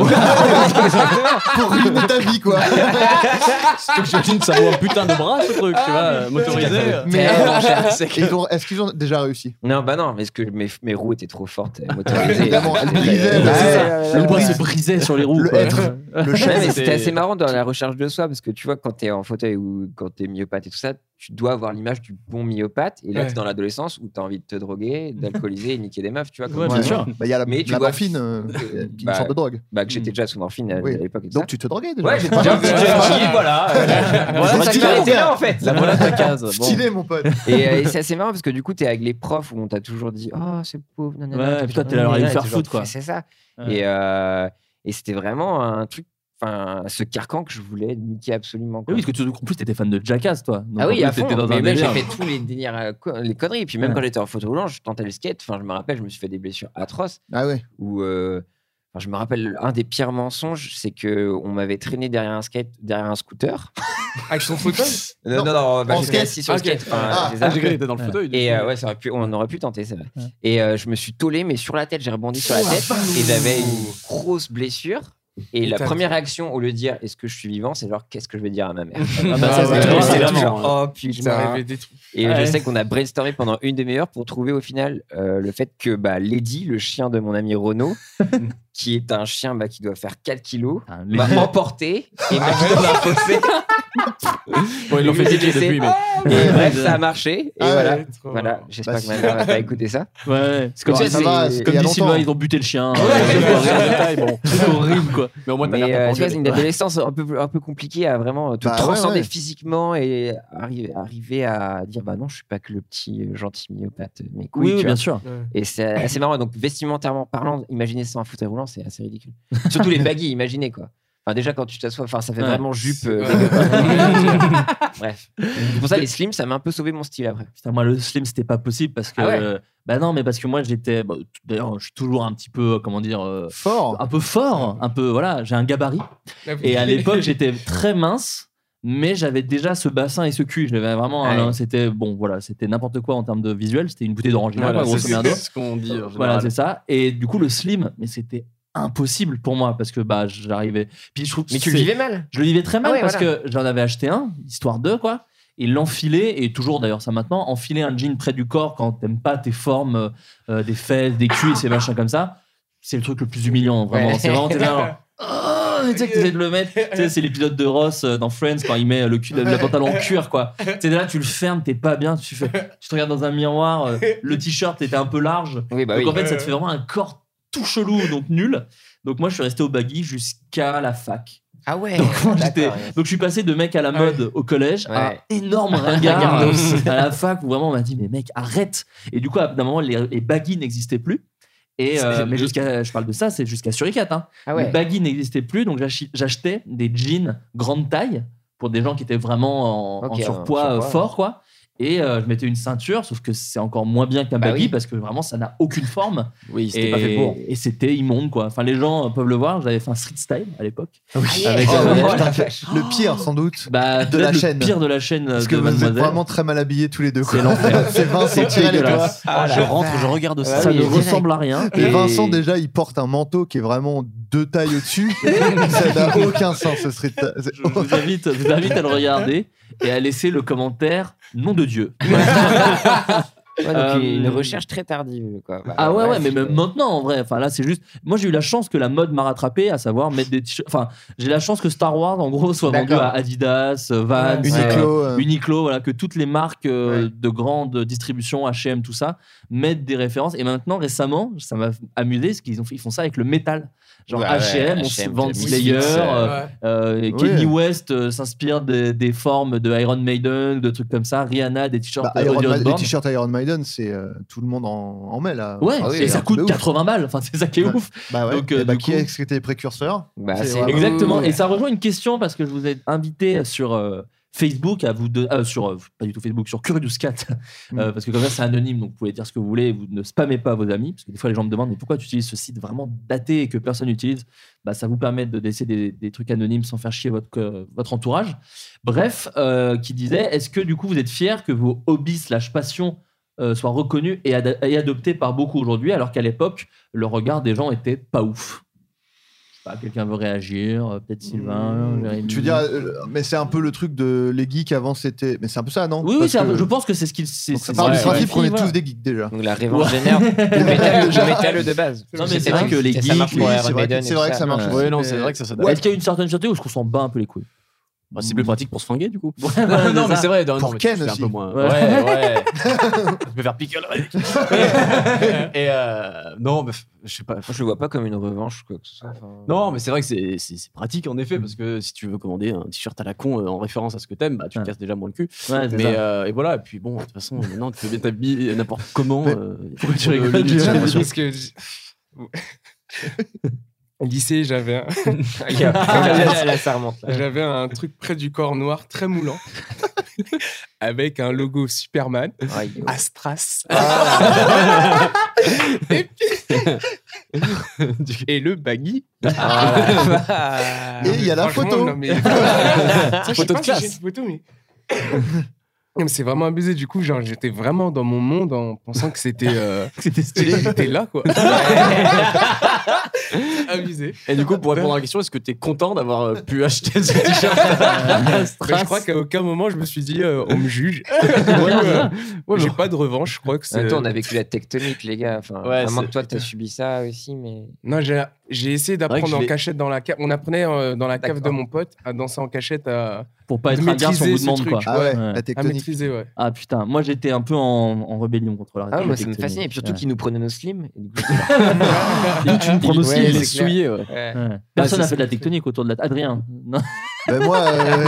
Speaker 9: Pour ruiner ta vie, quoi.
Speaker 8: Surtout que j'imagine que ça vaut un putain de bras ce truc, tu vois, euh, motorisé.
Speaker 9: Mais
Speaker 7: Tellement cher.
Speaker 9: Et ils ont- est-ce qu'ils ont déjà réussi
Speaker 7: Non, bah non, parce que mes, mes roues étaient trop fortes, euh, motorisées.
Speaker 9: Évidemment, elles
Speaker 7: Ouais,
Speaker 9: brisaient,
Speaker 7: ouais,
Speaker 9: c'est
Speaker 7: ouais.
Speaker 9: ça.
Speaker 6: Le bois se brisait sur les roues.
Speaker 9: Le
Speaker 6: quoi.
Speaker 9: être. Le
Speaker 7: Ouais,
Speaker 9: chef.
Speaker 7: mais c'était
Speaker 8: c'est-
Speaker 7: assez marrant dans la recherche de soi parce que tu vois, quand t'es en fauteuil ou quand t'es myopathe et tout ça, tu dois avoir l'image du bon myopathe. Et là,
Speaker 10: Ouais.
Speaker 7: t'es dans l'adolescence où t'as envie de te droguer, d'alcooliser et niquer des meufs, tu vois. comme
Speaker 6: Ouais,
Speaker 7: moi.
Speaker 6: bien sûr.
Speaker 9: Bah, Il y a la,
Speaker 7: Mais tu
Speaker 9: la
Speaker 7: vois-
Speaker 9: morphine, euh, qui est une
Speaker 7: Bah,
Speaker 9: sorte de drogue.
Speaker 7: Bah, que
Speaker 6: Mm.
Speaker 7: j'étais déjà sous morphine à,
Speaker 9: Oui.
Speaker 7: à l'époque. et tout
Speaker 9: Donc
Speaker 7: ça.
Speaker 9: tu te droguais déjà.
Speaker 7: Ouais, j'étais déjà. j'étais- voilà. Voilà, ça
Speaker 9: Stylé,
Speaker 7: s'est arrêté
Speaker 9: mon
Speaker 7: là en fait.
Speaker 8: La voilà ta case. Bon.
Speaker 9: Stylé, mon pote.
Speaker 7: Et, euh, et c'est assez marrant parce que du coup, t'es avec les profs où on t'a toujours dit Oh, c'est pauvre, nanana.
Speaker 6: Ouais,
Speaker 7: T'es
Speaker 6: putain,
Speaker 7: genre,
Speaker 6: t'es là, alors,
Speaker 7: nanana,
Speaker 6: il va
Speaker 7: et
Speaker 6: faire
Speaker 7: t'es genre,
Speaker 6: foutre, quoi.
Speaker 7: C'est ça.
Speaker 6: Ouais.
Speaker 7: Et, euh, et c'était vraiment un truc, enfin, ce carcan que je voulais niquer absolument.
Speaker 6: Oui,
Speaker 7: quoi.
Speaker 6: parce que tu, en plus, t'étais fan de Jackass, toi. Donc,
Speaker 7: ah
Speaker 6: en
Speaker 7: oui,
Speaker 6: plus,
Speaker 7: à fond.
Speaker 6: t'étais dans
Speaker 7: mais
Speaker 6: un
Speaker 7: même, j'ai
Speaker 6: délire.
Speaker 7: fait tous les délires, euh, co- les conneries. Et puis même
Speaker 6: Ouais.
Speaker 7: quand j'étais en photo roulant, je tentais le skate. Enfin, je me rappelle, je me suis fait des blessures atroces.
Speaker 9: Ah ouais.
Speaker 7: Où, euh, enfin, je me rappelle, un des pires mensonges, c'est que on m'avait traîné derrière un skate, derrière un scooter.
Speaker 10: Avec son fauteuil
Speaker 7: Non, non,
Speaker 9: Non,
Speaker 7: non, bah,
Speaker 9: en
Speaker 7: j'étais
Speaker 9: skate.
Speaker 7: assis sur le
Speaker 10: Ok.
Speaker 7: skate. enfin,
Speaker 9: Ah,
Speaker 7: c'est ça.
Speaker 8: Ah, j'ai cru que t'étais dans le
Speaker 6: Ouais.
Speaker 8: fauteuil. du
Speaker 7: Et
Speaker 8: coup.
Speaker 7: euh, ouais, ça aurait pu, on aurait pu tenter, c'est vrai.
Speaker 6: Ouais.
Speaker 7: Et euh, je me suis tollé, mais sur la tête, j'ai rebondi sur la tête et j'avais une grosse blessure. Et la
Speaker 10: t'as-
Speaker 7: première réaction, au lieu de dire est-ce que je suis vivant, c'est genre qu'est-ce que je vais dire à ma mère.
Speaker 9: Ah
Speaker 6: Ah bah, ça,
Speaker 9: ouais,
Speaker 6: c'est-
Speaker 9: ouais,
Speaker 6: c'est
Speaker 7: Et
Speaker 6: vraiment-
Speaker 7: genre, oh
Speaker 10: Je
Speaker 7: putain.
Speaker 10: m'arrivais des trucs.
Speaker 7: Et
Speaker 6: Ouais.
Speaker 7: je sais qu'on a brainstormé pendant une demi-heure pour trouver au final euh, le fait que bah, Lady, le chien de mon ami Renaud, qui est un chien bah, qui doit faire 4 kilos,
Speaker 6: Putain, les-
Speaker 7: m'a emporté et m'a mis dans un fossé.
Speaker 8: Bon, ils l'ont fait
Speaker 7: Mais
Speaker 8: DJ
Speaker 7: c'est-
Speaker 8: depuis, mais.
Speaker 7: Et bref, ça a marché. Et
Speaker 9: Ah ouais.
Speaker 7: voilà.
Speaker 10: Ouais, trop
Speaker 7: Voilà,
Speaker 10: marrant.
Speaker 7: j'espère
Speaker 9: Bah,
Speaker 7: que
Speaker 9: si.
Speaker 7: ma mère va pas écouter ça.
Speaker 6: Ouais, ouais. C'est comme
Speaker 9: Ouais,
Speaker 6: si-
Speaker 9: ça va, c'est-
Speaker 6: c'est comme
Speaker 9: il y a
Speaker 6: si Sylvain,
Speaker 9: longtemps.
Speaker 6: ils ont buté le chien.
Speaker 8: Ouais, bon.
Speaker 6: C'est horrible, quoi.
Speaker 8: Mais au moins, t'as
Speaker 7: Mais
Speaker 8: l'air
Speaker 7: euh,
Speaker 8: d'en
Speaker 7: tu vois, c'est
Speaker 8: prendre.
Speaker 7: une adolescence un peu, un peu compliquée à vraiment euh, te
Speaker 9: Bah ouais,
Speaker 7: transcender
Speaker 9: ouais.
Speaker 7: physiquement et arriver, arriver à dire bah non, je suis pas que le petit euh, gentil myopathe. Mais
Speaker 6: Oui, oui,
Speaker 7: tu vois.
Speaker 6: bien sûr.
Speaker 7: Et c'est assez marrant. Donc, vestimentairement parlant, imaginer ça un fauteuil roulant, c'est assez ridicule. Surtout les baggy, imaginez quoi. Enfin, déjà, quand tu t'assois, enfin, ça fait
Speaker 6: Ouais.
Speaker 7: vraiment jupe. euh,
Speaker 10: Ouais.
Speaker 7: dégueulasse. Bref. C'est pour ça, les slims, ça m'a un peu sauvé mon style après.
Speaker 6: Putain, moi, le slim, c'était pas possible parce que.
Speaker 7: Ah ouais
Speaker 6: euh, bah non, mais parce que moi, j'étais. bah, t- D'ailleurs, je suis toujours un petit peu, euh, comment dire. euh,
Speaker 9: Fort.
Speaker 6: un peu fort, un peu. Voilà, j'ai un gabarit. Et à l'époque, j'étais très mince, mais j'avais déjà ce bassin et ce cul. Je l'avais vraiment.
Speaker 7: Ouais.
Speaker 6: alors, C'était bon, voilà, c'était n'importe quoi en termes de visuel. C'était une bouteille d'orange là,
Speaker 8: Voilà,
Speaker 6: quoi, grosso merdo.
Speaker 8: c'est ce qu'on dit en
Speaker 6: Voilà,
Speaker 8: général.
Speaker 6: c'est ça. Et du coup, le slim, mais c'était impossible pour moi parce que bah j'arrivais. Puis je trouve. que
Speaker 7: Mais tu le
Speaker 6: c'est-
Speaker 7: vivais mal.
Speaker 6: Je le vivais très mal
Speaker 7: Ah ouais,
Speaker 6: parce
Speaker 7: voilà.
Speaker 6: que j'en avais acheté un, histoire de quoi. Et l'enfiler, et toujours d'ailleurs ça maintenant, enfiler un jean près du corps quand t'aimes pas tes formes, euh, euh, des fesses, des culs et ces machins comme ça, c'est le truc le plus humiliant, vraiment.
Speaker 7: Ouais.
Speaker 6: C'est vraiment, t'es là, genre, mais Oh, tu sais, que t'essaies de le mettre. Tu sais, c'est l'épisode de Ross euh, dans Friends quand il met euh, le cul de la pantalon en cuir, quoi. Tu sais, là, tu le fermes, t'es pas bien, tu, fais, tu te regardes dans un miroir, euh, le t-shirt était un peu large.
Speaker 7: bah
Speaker 6: donc
Speaker 7: oui.
Speaker 6: en fait, ça te
Speaker 7: Ouais,
Speaker 6: fait vraiment un corps tout chelou, donc nul. Donc moi, je suis resté au baggy jusqu'à la fac.
Speaker 7: Ah ouais
Speaker 6: donc, moi, j'étais- donc je suis passé de mec à la mode au collège à
Speaker 7: Ouais.
Speaker 6: énorme ringard euh,
Speaker 7: Ringardos.
Speaker 6: à la fac où vraiment on m'a dit mais mec arrête et du coup à un moment les, les baggy n'existaient plus et euh, mais jusqu'à je parle de ça c'est jusqu'à Suricat hein.
Speaker 7: Ah ouais.
Speaker 6: les baggy n'existaient plus donc j'ach- j'achetais des jeans grande taille pour des gens qui étaient vraiment en, en
Speaker 7: Ok, en
Speaker 6: surpoids euh,
Speaker 7: surpoids,
Speaker 6: fort quoi et euh, je mettais une ceinture sauf que c'est encore moins bien qu'un
Speaker 7: Bah
Speaker 6: baggy
Speaker 7: oui.
Speaker 6: parce que vraiment ça n'a aucune forme
Speaker 8: oui
Speaker 7: c'était pas fait pour.
Speaker 6: et c'était immonde quoi enfin les gens euh, peuvent le voir j'avais fait un street style à l'époque Avec,
Speaker 12: Ah
Speaker 9: Oh,
Speaker 6: euh, bah,
Speaker 9: putain, le pire, sans doute, de la
Speaker 6: peut-être le
Speaker 9: chaîne.
Speaker 6: pire de la chaîne
Speaker 9: Parce
Speaker 6: Euh, de
Speaker 9: que vous êtes
Speaker 6: Mademoiselle.
Speaker 9: vraiment très mal habillés tous les deux. quoi.
Speaker 6: C'est l'enfer.
Speaker 9: C'est Vincent
Speaker 6: C'est
Speaker 9: qui les doigts.
Speaker 6: dégueulasse. Ah, je rentre, je regarde ça. Ça ne ressemble à rien.
Speaker 9: Et
Speaker 6: Et-
Speaker 9: Vincent, déjà, il porte un manteau qui est vraiment deux tailles au-dessus. ça n'a aucun sens, ce street. c'est-
Speaker 6: Je vous invite, je vous invite à le regarder et à laisser le commentaire nom de Dieu.
Speaker 7: donc,
Speaker 6: Euh,
Speaker 7: une recherche très tardive, quoi. Bah,
Speaker 6: Ah ouais, ouais,
Speaker 7: bref.
Speaker 6: mais même maintenant en vrai. Enfin là, c'est juste. Moi, j'ai eu la chance que la mode m'a rattrapé, à savoir mettre des. t-shirts- Enfin, j'ai la chance que Star Wars, en gros, soit vendu
Speaker 7: D'accord.
Speaker 6: à Adidas, euh, Vans,
Speaker 9: Ouais. Uniqlo, euh.
Speaker 6: Uniqlo, voilà, que toutes les marques euh, de grande distribution, H&M, tout ça, mettent des références. Et maintenant, récemment, ça m'a amusé, parce qu'ils ont, ils font ça avec le métal. Genre
Speaker 7: Ouais, ouais,
Speaker 6: H&M, on se
Speaker 7: H&M,
Speaker 6: vend
Speaker 7: Misfits,
Speaker 6: Slayer, euh,
Speaker 11: ouais.
Speaker 6: euh, et
Speaker 9: Ouais.
Speaker 6: Kanye West euh, s'inspire des, des formes de Iron Maiden, de trucs comme ça, Rihanna, des t-shirts
Speaker 9: Bah,
Speaker 6: euh,
Speaker 9: Iron
Speaker 6: Ozzy
Speaker 9: Ma- les
Speaker 6: Osbourne.
Speaker 9: t-shirts Iron Maiden, c'est euh, tout le monde en, en met là.
Speaker 6: Ouais,
Speaker 9: Ah oui,
Speaker 6: et ça
Speaker 9: de
Speaker 6: coûte
Speaker 9: ouf.
Speaker 6: 80 balles, enfin c'est ça qui est
Speaker 9: Ouais.
Speaker 6: ouf.
Speaker 9: Bah ouais.
Speaker 6: Donc, euh,
Speaker 9: Et bah,
Speaker 6: du
Speaker 9: qui
Speaker 6: coup-
Speaker 9: est-ce qui était les précurseurs
Speaker 7: Bah,
Speaker 9: C'est
Speaker 7: c'est-
Speaker 9: vraiment-
Speaker 6: Exactement. Et ça rejoint une question parce que je vous ai invité sur euh, Facebook à vous deux, euh, sur euh, pas du tout Facebook, sur Curious Cat, euh, parce que comme ça c'est anonyme, donc vous pouvez dire ce que vous voulez, vous ne spammez pas vos amis, parce que des fois les gens me demandent mais pourquoi tu utilises ce site vraiment daté et que personne n'utilise. Bah ça vous permet de laisser des, des trucs anonymes sans faire chier votre euh, votre entourage. Bref, euh, qui disait est-ce que du coup vous êtes fier que vos hobbies slash passions euh, soient reconnus et, ad- et adoptés par beaucoup aujourd'hui, alors qu'à l'époque le regard des gens était pas ouf. Je sais pas, quelqu'un veut réagir, euh, peut-être Sylvain, Jérémy.
Speaker 9: Hmm, Mmh. Tu veux dire, euh, mais c'est un peu le truc de les geeks avant c'était. Mais c'est un peu ça, non
Speaker 6: Oui, oui,
Speaker 9: Parce
Speaker 6: c'est un-
Speaker 9: que-
Speaker 6: je pense que c'est ce qu'il. c'est-
Speaker 9: Donc, ça
Speaker 6: c'est-
Speaker 9: part du
Speaker 6: c'est-
Speaker 9: principe qu'on est
Speaker 6: voilà.
Speaker 9: tous des geeks déjà.
Speaker 7: Donc la révenge
Speaker 6: Ouais.
Speaker 7: génère le métal,
Speaker 9: Déjà.
Speaker 7: le métal de base.
Speaker 6: Non, mais
Speaker 7: C'était
Speaker 6: c'est vrai que les
Speaker 7: ça marche
Speaker 6: geeks,
Speaker 7: pour
Speaker 9: oui,
Speaker 7: Iron
Speaker 9: c'est vrai que-
Speaker 7: Maiden
Speaker 9: c'est
Speaker 7: et
Speaker 9: vrai
Speaker 7: tout
Speaker 9: que ça marche.
Speaker 7: Ouais.
Speaker 8: Ouais, non,
Speaker 9: Mais-
Speaker 8: c'est vrai que ça s'adapte.
Speaker 6: Ouais, Est-ce qu'il y a une certaine fierté ou est-ce qu'on s'en bat un peu les couilles
Speaker 8: Bah, c'est plus pratique pour se flinguer, du coup.
Speaker 6: Ouais, voilà,
Speaker 8: non, mais
Speaker 6: ça.
Speaker 8: c'est vrai. non,
Speaker 9: Pour
Speaker 8: non, mais tu
Speaker 9: Ken
Speaker 8: fais
Speaker 9: aussi.
Speaker 8: Un peu moins.
Speaker 6: Ouais.
Speaker 8: Ouais, ouais. je peux faire pickle. ouais. Et euh, non, mais f- je sais pas.
Speaker 7: Moi, je le vois pas comme une revanche, quoi que ce soit. Enfin,
Speaker 8: Non, mais c'est vrai que c'est- c'est c'est pratique en effet, parce que si tu veux commander un t-shirt à la con euh, en référence à ce que t'aimes, bah, tu te
Speaker 6: Ouais.
Speaker 8: casses déjà moins le cul.
Speaker 6: Ouais, c'est
Speaker 8: Mais
Speaker 6: ça.
Speaker 8: euh, et voilà, et puis bon, de toute façon, maintenant tu peux bien t'habiller n'importe comment.
Speaker 9: Mais
Speaker 8: euh,
Speaker 6: pourquoi tu
Speaker 8: le-
Speaker 6: rigoles,
Speaker 8: le-
Speaker 6: tu
Speaker 8: le-
Speaker 6: rigoles
Speaker 10: Parce que. Au lycée, j'avais un,
Speaker 7: ok. là, là, là, ça remonte. là.
Speaker 10: j'avais un truc près du corps noir très moulant avec un logo Superman,
Speaker 7: Aïe.
Speaker 10: Astras. et, puis- et le baggy.
Speaker 9: Et il y a la
Speaker 10: Franchement,
Speaker 9: photo.
Speaker 10: non, mais- Ça, je sais
Speaker 8: Photo de
Speaker 10: pas si j'ai
Speaker 8: classe.
Speaker 10: une photo, mais- Non, mais c'est vraiment abusé. Du coup, genre, j'étais vraiment dans mon monde en pensant que c'était. euh,
Speaker 6: C'était
Speaker 10: que
Speaker 6: stylé.
Speaker 10: J'étais là, quoi. abusé.
Speaker 8: Et du coup, pour répondre à la question, est-ce que t'es content d'avoir euh, pu acheter ce t-shirt
Speaker 10: Mais je crois qu'à aucun moment, je me suis dit, euh, on me juge. J'ai pas de revanche. Je crois que
Speaker 7: En
Speaker 10: c'est.
Speaker 7: même temps, on a vécu la tectonique, les gars. Enfin,
Speaker 8: Ouais,
Speaker 7: à moins
Speaker 8: c'est-
Speaker 7: que toi, t'as subi ça aussi, mais.
Speaker 10: Non, j'ai j'ai essayé
Speaker 8: C'est vrai que
Speaker 10: d'apprendre
Speaker 8: je
Speaker 10: en
Speaker 8: l'ai-
Speaker 10: cachette dans la cave. On apprenait euh, dans la cave de
Speaker 7: D'accord.
Speaker 10: mon pote à danser en cachette, à,
Speaker 6: Pour pas être
Speaker 10: de
Speaker 6: un gars, si on
Speaker 10: maîtriser
Speaker 6: vous
Speaker 10: ce
Speaker 6: demande
Speaker 10: truc.
Speaker 6: quoi.
Speaker 9: Ah ouais,
Speaker 6: Ouais.
Speaker 9: la
Speaker 10: à
Speaker 9: tectonique.
Speaker 10: maîtriser. Ouais.
Speaker 6: Ah putain, moi j'étais un peu en, en rébellion contre la
Speaker 7: Ah, moi, ça me
Speaker 6: tectonique.
Speaker 7: fascinait. Et puis surtout
Speaker 6: Ouais.
Speaker 7: qu'ils nous prenaient nos slims. Et du coup,
Speaker 6: Et tu me prends aussi,
Speaker 7: Ouais,
Speaker 6: il est
Speaker 7: c'est
Speaker 6: sou-
Speaker 7: clair.
Speaker 8: souillé ouais.
Speaker 7: ouais.
Speaker 6: Ouais. Personne
Speaker 8: Ouais,
Speaker 6: n'a
Speaker 8: c'est
Speaker 6: fait de la tectonique autour de la. Adrien. Non.
Speaker 9: Ben moi, euh,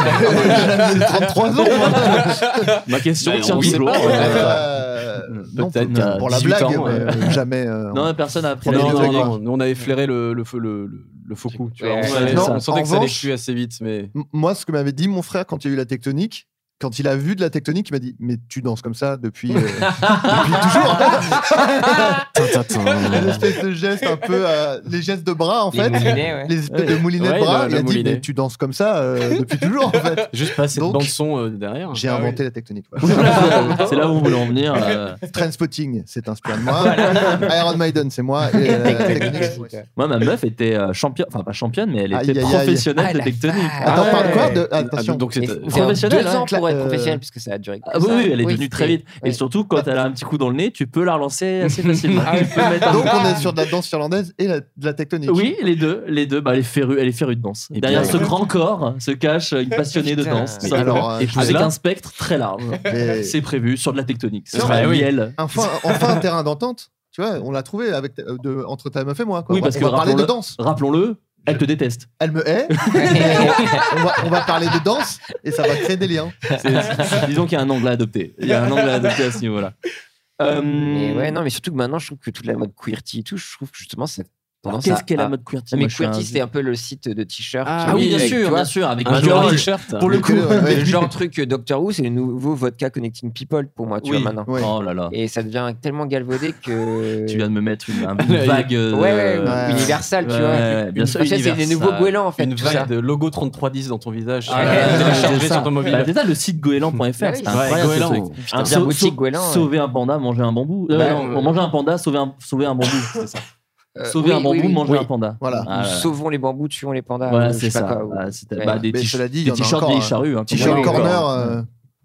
Speaker 9: j'ai 33 ans. moi.
Speaker 6: Ma question
Speaker 8: Bah,
Speaker 6: tient
Speaker 8: on sait
Speaker 6: toujours.
Speaker 8: pas, ouais.
Speaker 9: Euh, non,
Speaker 8: Peut-être
Speaker 9: pour-
Speaker 8: qu'à
Speaker 9: pour la
Speaker 8: 18
Speaker 9: blague,
Speaker 8: ans,
Speaker 9: mais,
Speaker 8: ouais.
Speaker 9: euh, jamais. euh,
Speaker 6: Non, personne n'a appris
Speaker 9: Premier
Speaker 6: la
Speaker 8: Non,
Speaker 9: degré,
Speaker 8: non,
Speaker 6: tectonique.
Speaker 9: quoi.
Speaker 8: non, nous, on avait flairé le, le, feu- le, le, le faux coup. Tu vois,
Speaker 7: Ouais.
Speaker 8: on, savait-
Speaker 9: Non,
Speaker 8: on sentait
Speaker 9: en
Speaker 8: que ça allait
Speaker 9: revanche-
Speaker 8: tuer assez vite, mais.
Speaker 9: M- Moi, ce que m'avait dit mon frère quand il y a eu la tectonique, quand il a vu de la tectonique, il m'a dit Mais tu danses comme ça depuis, euh, depuis toujours hein. Une espèce de geste un peu. euh, les gestes de bras, en
Speaker 7: Les
Speaker 9: fait.
Speaker 7: moulinets, ouais.
Speaker 9: Les espèces de moulinets
Speaker 8: Ouais,
Speaker 9: de bras.
Speaker 8: le-
Speaker 9: il
Speaker 8: le
Speaker 9: a dit
Speaker 8: moulinet.
Speaker 9: Mais tu danses comme ça euh, depuis toujours, en fait.
Speaker 8: Juste pas cette
Speaker 9: Donc-
Speaker 8: bande-son euh, derrière.
Speaker 9: J'ai inventé la tectonique.
Speaker 6: C'est là où on voulait en venir. euh.
Speaker 9: Trainspotting, c'est inspiré de moi. Iron Maiden, c'est moi. Et, euh, la tectonique, c'est moi.
Speaker 6: Moi, ma meuf était euh, championne, enfin pas championne, mais elle
Speaker 9: Aïe,
Speaker 6: était
Speaker 9: aïe, aïe.
Speaker 6: professionnelle
Speaker 7: Ah,
Speaker 6: de
Speaker 7: la
Speaker 6: tectonique.
Speaker 7: vache.
Speaker 9: Attends,
Speaker 6: Ouais.
Speaker 9: parle quoi de... Attention.
Speaker 8: Ah, Donc, c'est-
Speaker 7: Mais-
Speaker 6: Professionnel,
Speaker 7: Deux ans
Speaker 9: Cla-
Speaker 7: pour pour être
Speaker 6: Euh,
Speaker 7: professionnel, puisque ça a duré.
Speaker 6: Ah oui,
Speaker 7: ça.
Speaker 6: oui, elle est devenue
Speaker 7: c'était-
Speaker 6: très vite. Et surtout, quand elle a un petit coup dans le nez, tu peux la relancer assez facilement. Tu peux mettre un-
Speaker 9: Donc on est sur de la danse irlandaise et la- de la tectonique.
Speaker 6: Oui, les deux, les deux, bah, elle est férue, elle est férue de danse.
Speaker 9: Et
Speaker 6: Derrière
Speaker 9: puis-
Speaker 6: ce grand corps se cache une passionnée de
Speaker 9: Putain.
Speaker 6: danse, tout
Speaker 9: Mais
Speaker 6: simplement.
Speaker 9: alors, euh, je vous
Speaker 6: avec
Speaker 9: ai-
Speaker 6: un spectre très large.
Speaker 9: Mais-
Speaker 6: C'est prévu sur de la tectonique.
Speaker 9: Non,
Speaker 6: Sur la
Speaker 9: mais oui.
Speaker 6: miel.
Speaker 9: Enfin, enfin un terrain d'entente. Tu vois, on l'a trouvé avec ta- de- entre ta meuf et moi. Quoi.
Speaker 6: Oui,
Speaker 9: On va-
Speaker 6: parce
Speaker 9: on
Speaker 6: que
Speaker 9: va parler de
Speaker 6: rappelons-le-
Speaker 9: danse.
Speaker 6: rappelons-le, elle te déteste.
Speaker 9: Elle me hait. mais on, va, on va parler de danse et ça va créer des liens.
Speaker 6: C'est- Disons qu'il y a un angle à adopter. Il y a un angle à adopter à ce niveau-là. Euh,
Speaker 7: Mais ouais, non, mais surtout que maintenant, je trouve que toute la mode QWERTY et tout, je trouve que justement, c'est tendance
Speaker 6: qu'est-ce
Speaker 7: à-
Speaker 6: qu'est la
Speaker 7: à-
Speaker 6: mode QWERTY?
Speaker 7: Non, mais
Speaker 6: Moi, je suis
Speaker 7: QWERTY,
Speaker 6: un-
Speaker 7: c'était un peu le site de t-shirts.
Speaker 6: Ah oui, bien sûr, bien sûr, avec un
Speaker 7: genre
Speaker 6: joli t-shirt.
Speaker 7: Pour le coup,
Speaker 6: Ouais, ouais.
Speaker 7: le genre truc euh, Doctor Who, c'est le nouveau Vodka Connecting People pour moi, tu
Speaker 6: Oui.
Speaker 7: vois, maintenant.
Speaker 6: Ouais. Oh là là.
Speaker 7: Et ça devient tellement galvaudé que.
Speaker 6: Tu viens de me mettre une, un- une vague.
Speaker 7: Ouais,
Speaker 6: euh,
Speaker 7: ouais, universal, tu
Speaker 6: ouais,
Speaker 7: vois.
Speaker 6: ouais,
Speaker 7: Une-
Speaker 6: bien sûr.
Speaker 7: en fait, c'est des
Speaker 6: universal.
Speaker 7: nouveaux goélands, en fait.
Speaker 8: Une
Speaker 7: tout
Speaker 8: vague
Speaker 7: ça.
Speaker 8: de logo 3310 dans ton visage.
Speaker 6: Ah là là,
Speaker 8: Euh,
Speaker 6: c'est
Speaker 8: téléchargé
Speaker 6: ça.
Speaker 8: sur ton mobile.
Speaker 6: Bah, déjà, le site goéland.fr, c'est
Speaker 7: Ah
Speaker 8: Ouais,
Speaker 6: incroyable.
Speaker 8: Goéland.
Speaker 6: ce truc.
Speaker 8: Putain,
Speaker 6: Un
Speaker 8: bien
Speaker 6: sau-
Speaker 8: boutique
Speaker 6: sau-
Speaker 8: Goéland, ouais.
Speaker 6: Sauver un panda, manger un bambou. Euh,
Speaker 8: Bah,
Speaker 6: non,
Speaker 8: euh,
Speaker 6: Manger un panda, sauver un, sauver un bambou. c'est ça.
Speaker 7: euh,
Speaker 6: sauver un bambou, manger un panda. Ah,
Speaker 7: Nous
Speaker 6: ouais.
Speaker 7: sauvons les bambous, tuons les pandas.
Speaker 6: Voilà,
Speaker 7: ou je
Speaker 6: c'est
Speaker 7: sais pas
Speaker 6: ça.
Speaker 7: quoi, ou-
Speaker 6: Ah, c'était-
Speaker 7: Ouais.
Speaker 6: bah, des
Speaker 9: Mais
Speaker 6: t-
Speaker 9: cela dit, il
Speaker 6: des
Speaker 9: y en a
Speaker 6: t-shirts
Speaker 9: encore,
Speaker 6: vieilles
Speaker 9: hein.
Speaker 6: charrues, hein,
Speaker 9: T-shirt
Speaker 6: qui-
Speaker 9: corner.
Speaker 6: Ouais.
Speaker 9: euh,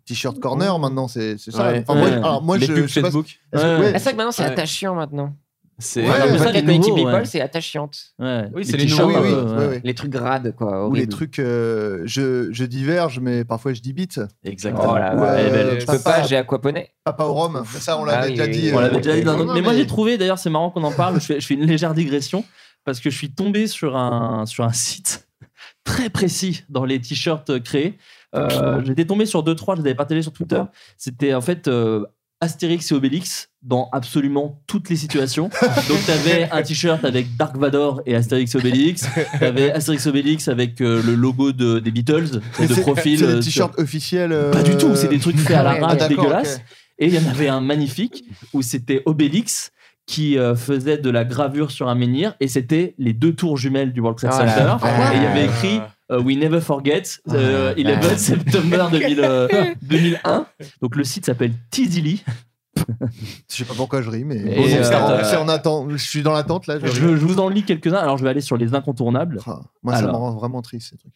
Speaker 9: T-shirt corner maintenant, c'est c'est ça.
Speaker 6: Ouais.
Speaker 9: Enfin, moi,
Speaker 6: Ouais.
Speaker 9: alors moi,
Speaker 6: Les
Speaker 9: je,
Speaker 6: pubs
Speaker 9: je sais pas
Speaker 6: Facebook.
Speaker 9: si- est-ce que-
Speaker 6: Ouais.
Speaker 9: ouais.
Speaker 7: C'est vrai que maintenant, c'est
Speaker 9: Ouais.
Speaker 7: attachiant maintenant.
Speaker 8: C'est
Speaker 9: Ouais,
Speaker 7: le
Speaker 9: ouais,
Speaker 7: Vodka
Speaker 9: c'est
Speaker 7: Connecting
Speaker 9: nouveau,
Speaker 7: People,
Speaker 9: ouais.
Speaker 7: c'est attachiante.
Speaker 6: Ouais.
Speaker 9: Oui, c'est les nouveaux, Oh oui, oui, oui, oui.
Speaker 7: Les trucs grades, quoi.
Speaker 9: Ou les
Speaker 7: horribles.
Speaker 9: trucs, euh, je, je diverge, mais parfois je Euh, dis bit.
Speaker 6: Exactement.
Speaker 7: Oh là là, elle est belle. Tu peux pas, j'ai aquaponé.
Speaker 9: Papa au rhum, ça on
Speaker 6: eh ben, Ah
Speaker 9: l'avait
Speaker 6: oui,
Speaker 9: déjà
Speaker 6: oui,
Speaker 9: dit.
Speaker 6: oui. On
Speaker 9: euh,
Speaker 6: l'avait déjà dit dans un autre-
Speaker 9: non,
Speaker 6: Mais moi
Speaker 9: mais-
Speaker 6: j'ai trouvé, d'ailleurs c'est marrant qu'on en parle, je fais, je fais une légère digression, parce que je suis tombé sur un, sur un site très précis dans les t-shirts créés. Euh, J'étais tombé sur 2-3, je les avais partagés sur Twitter. C'était en fait euh, Astérix et Obélix dans absolument toutes les situations. Donc t'avais un t-shirt avec Dark Vador et Astérix et Obélix, t'avais Astérix et Obélix avec euh, le logo de, des Beatles,
Speaker 9: Mais
Speaker 6: de
Speaker 9: c'est-
Speaker 6: profil.
Speaker 9: C'est
Speaker 6: euh,
Speaker 9: des
Speaker 6: sur-
Speaker 9: t-shirts officiels.
Speaker 7: Euh,
Speaker 9: euh,
Speaker 6: pas du tout, c'est des trucs faits à la rage, dégueulasses.
Speaker 9: dégueulasse
Speaker 6: Et il y en avait un magnifique où c'était Obélix qui euh, faisait de la gravure sur un menhir et c'était les deux tours jumelles du World Trade
Speaker 7: Ah,
Speaker 6: Center.
Speaker 7: ah.
Speaker 6: et il y avait écrit euh, We never forget euh, 11
Speaker 7: Ah.
Speaker 6: September 2000, euh, 2001. Donc le site s'appelle Tizily.
Speaker 9: Je sais pas pourquoi je ris, mais
Speaker 6: Et,
Speaker 9: bon, c'est-
Speaker 6: euh,
Speaker 9: c'est en-
Speaker 6: euh,
Speaker 9: c'est en attente. Je suis dans l'attente là.
Speaker 6: Je,
Speaker 9: ris. Ah,
Speaker 6: je vous en lis quelques-uns. Alors je vais aller sur les incontournables.
Speaker 9: Moi, ça me
Speaker 6: Alors,
Speaker 9: rend vraiment triste ces trucs.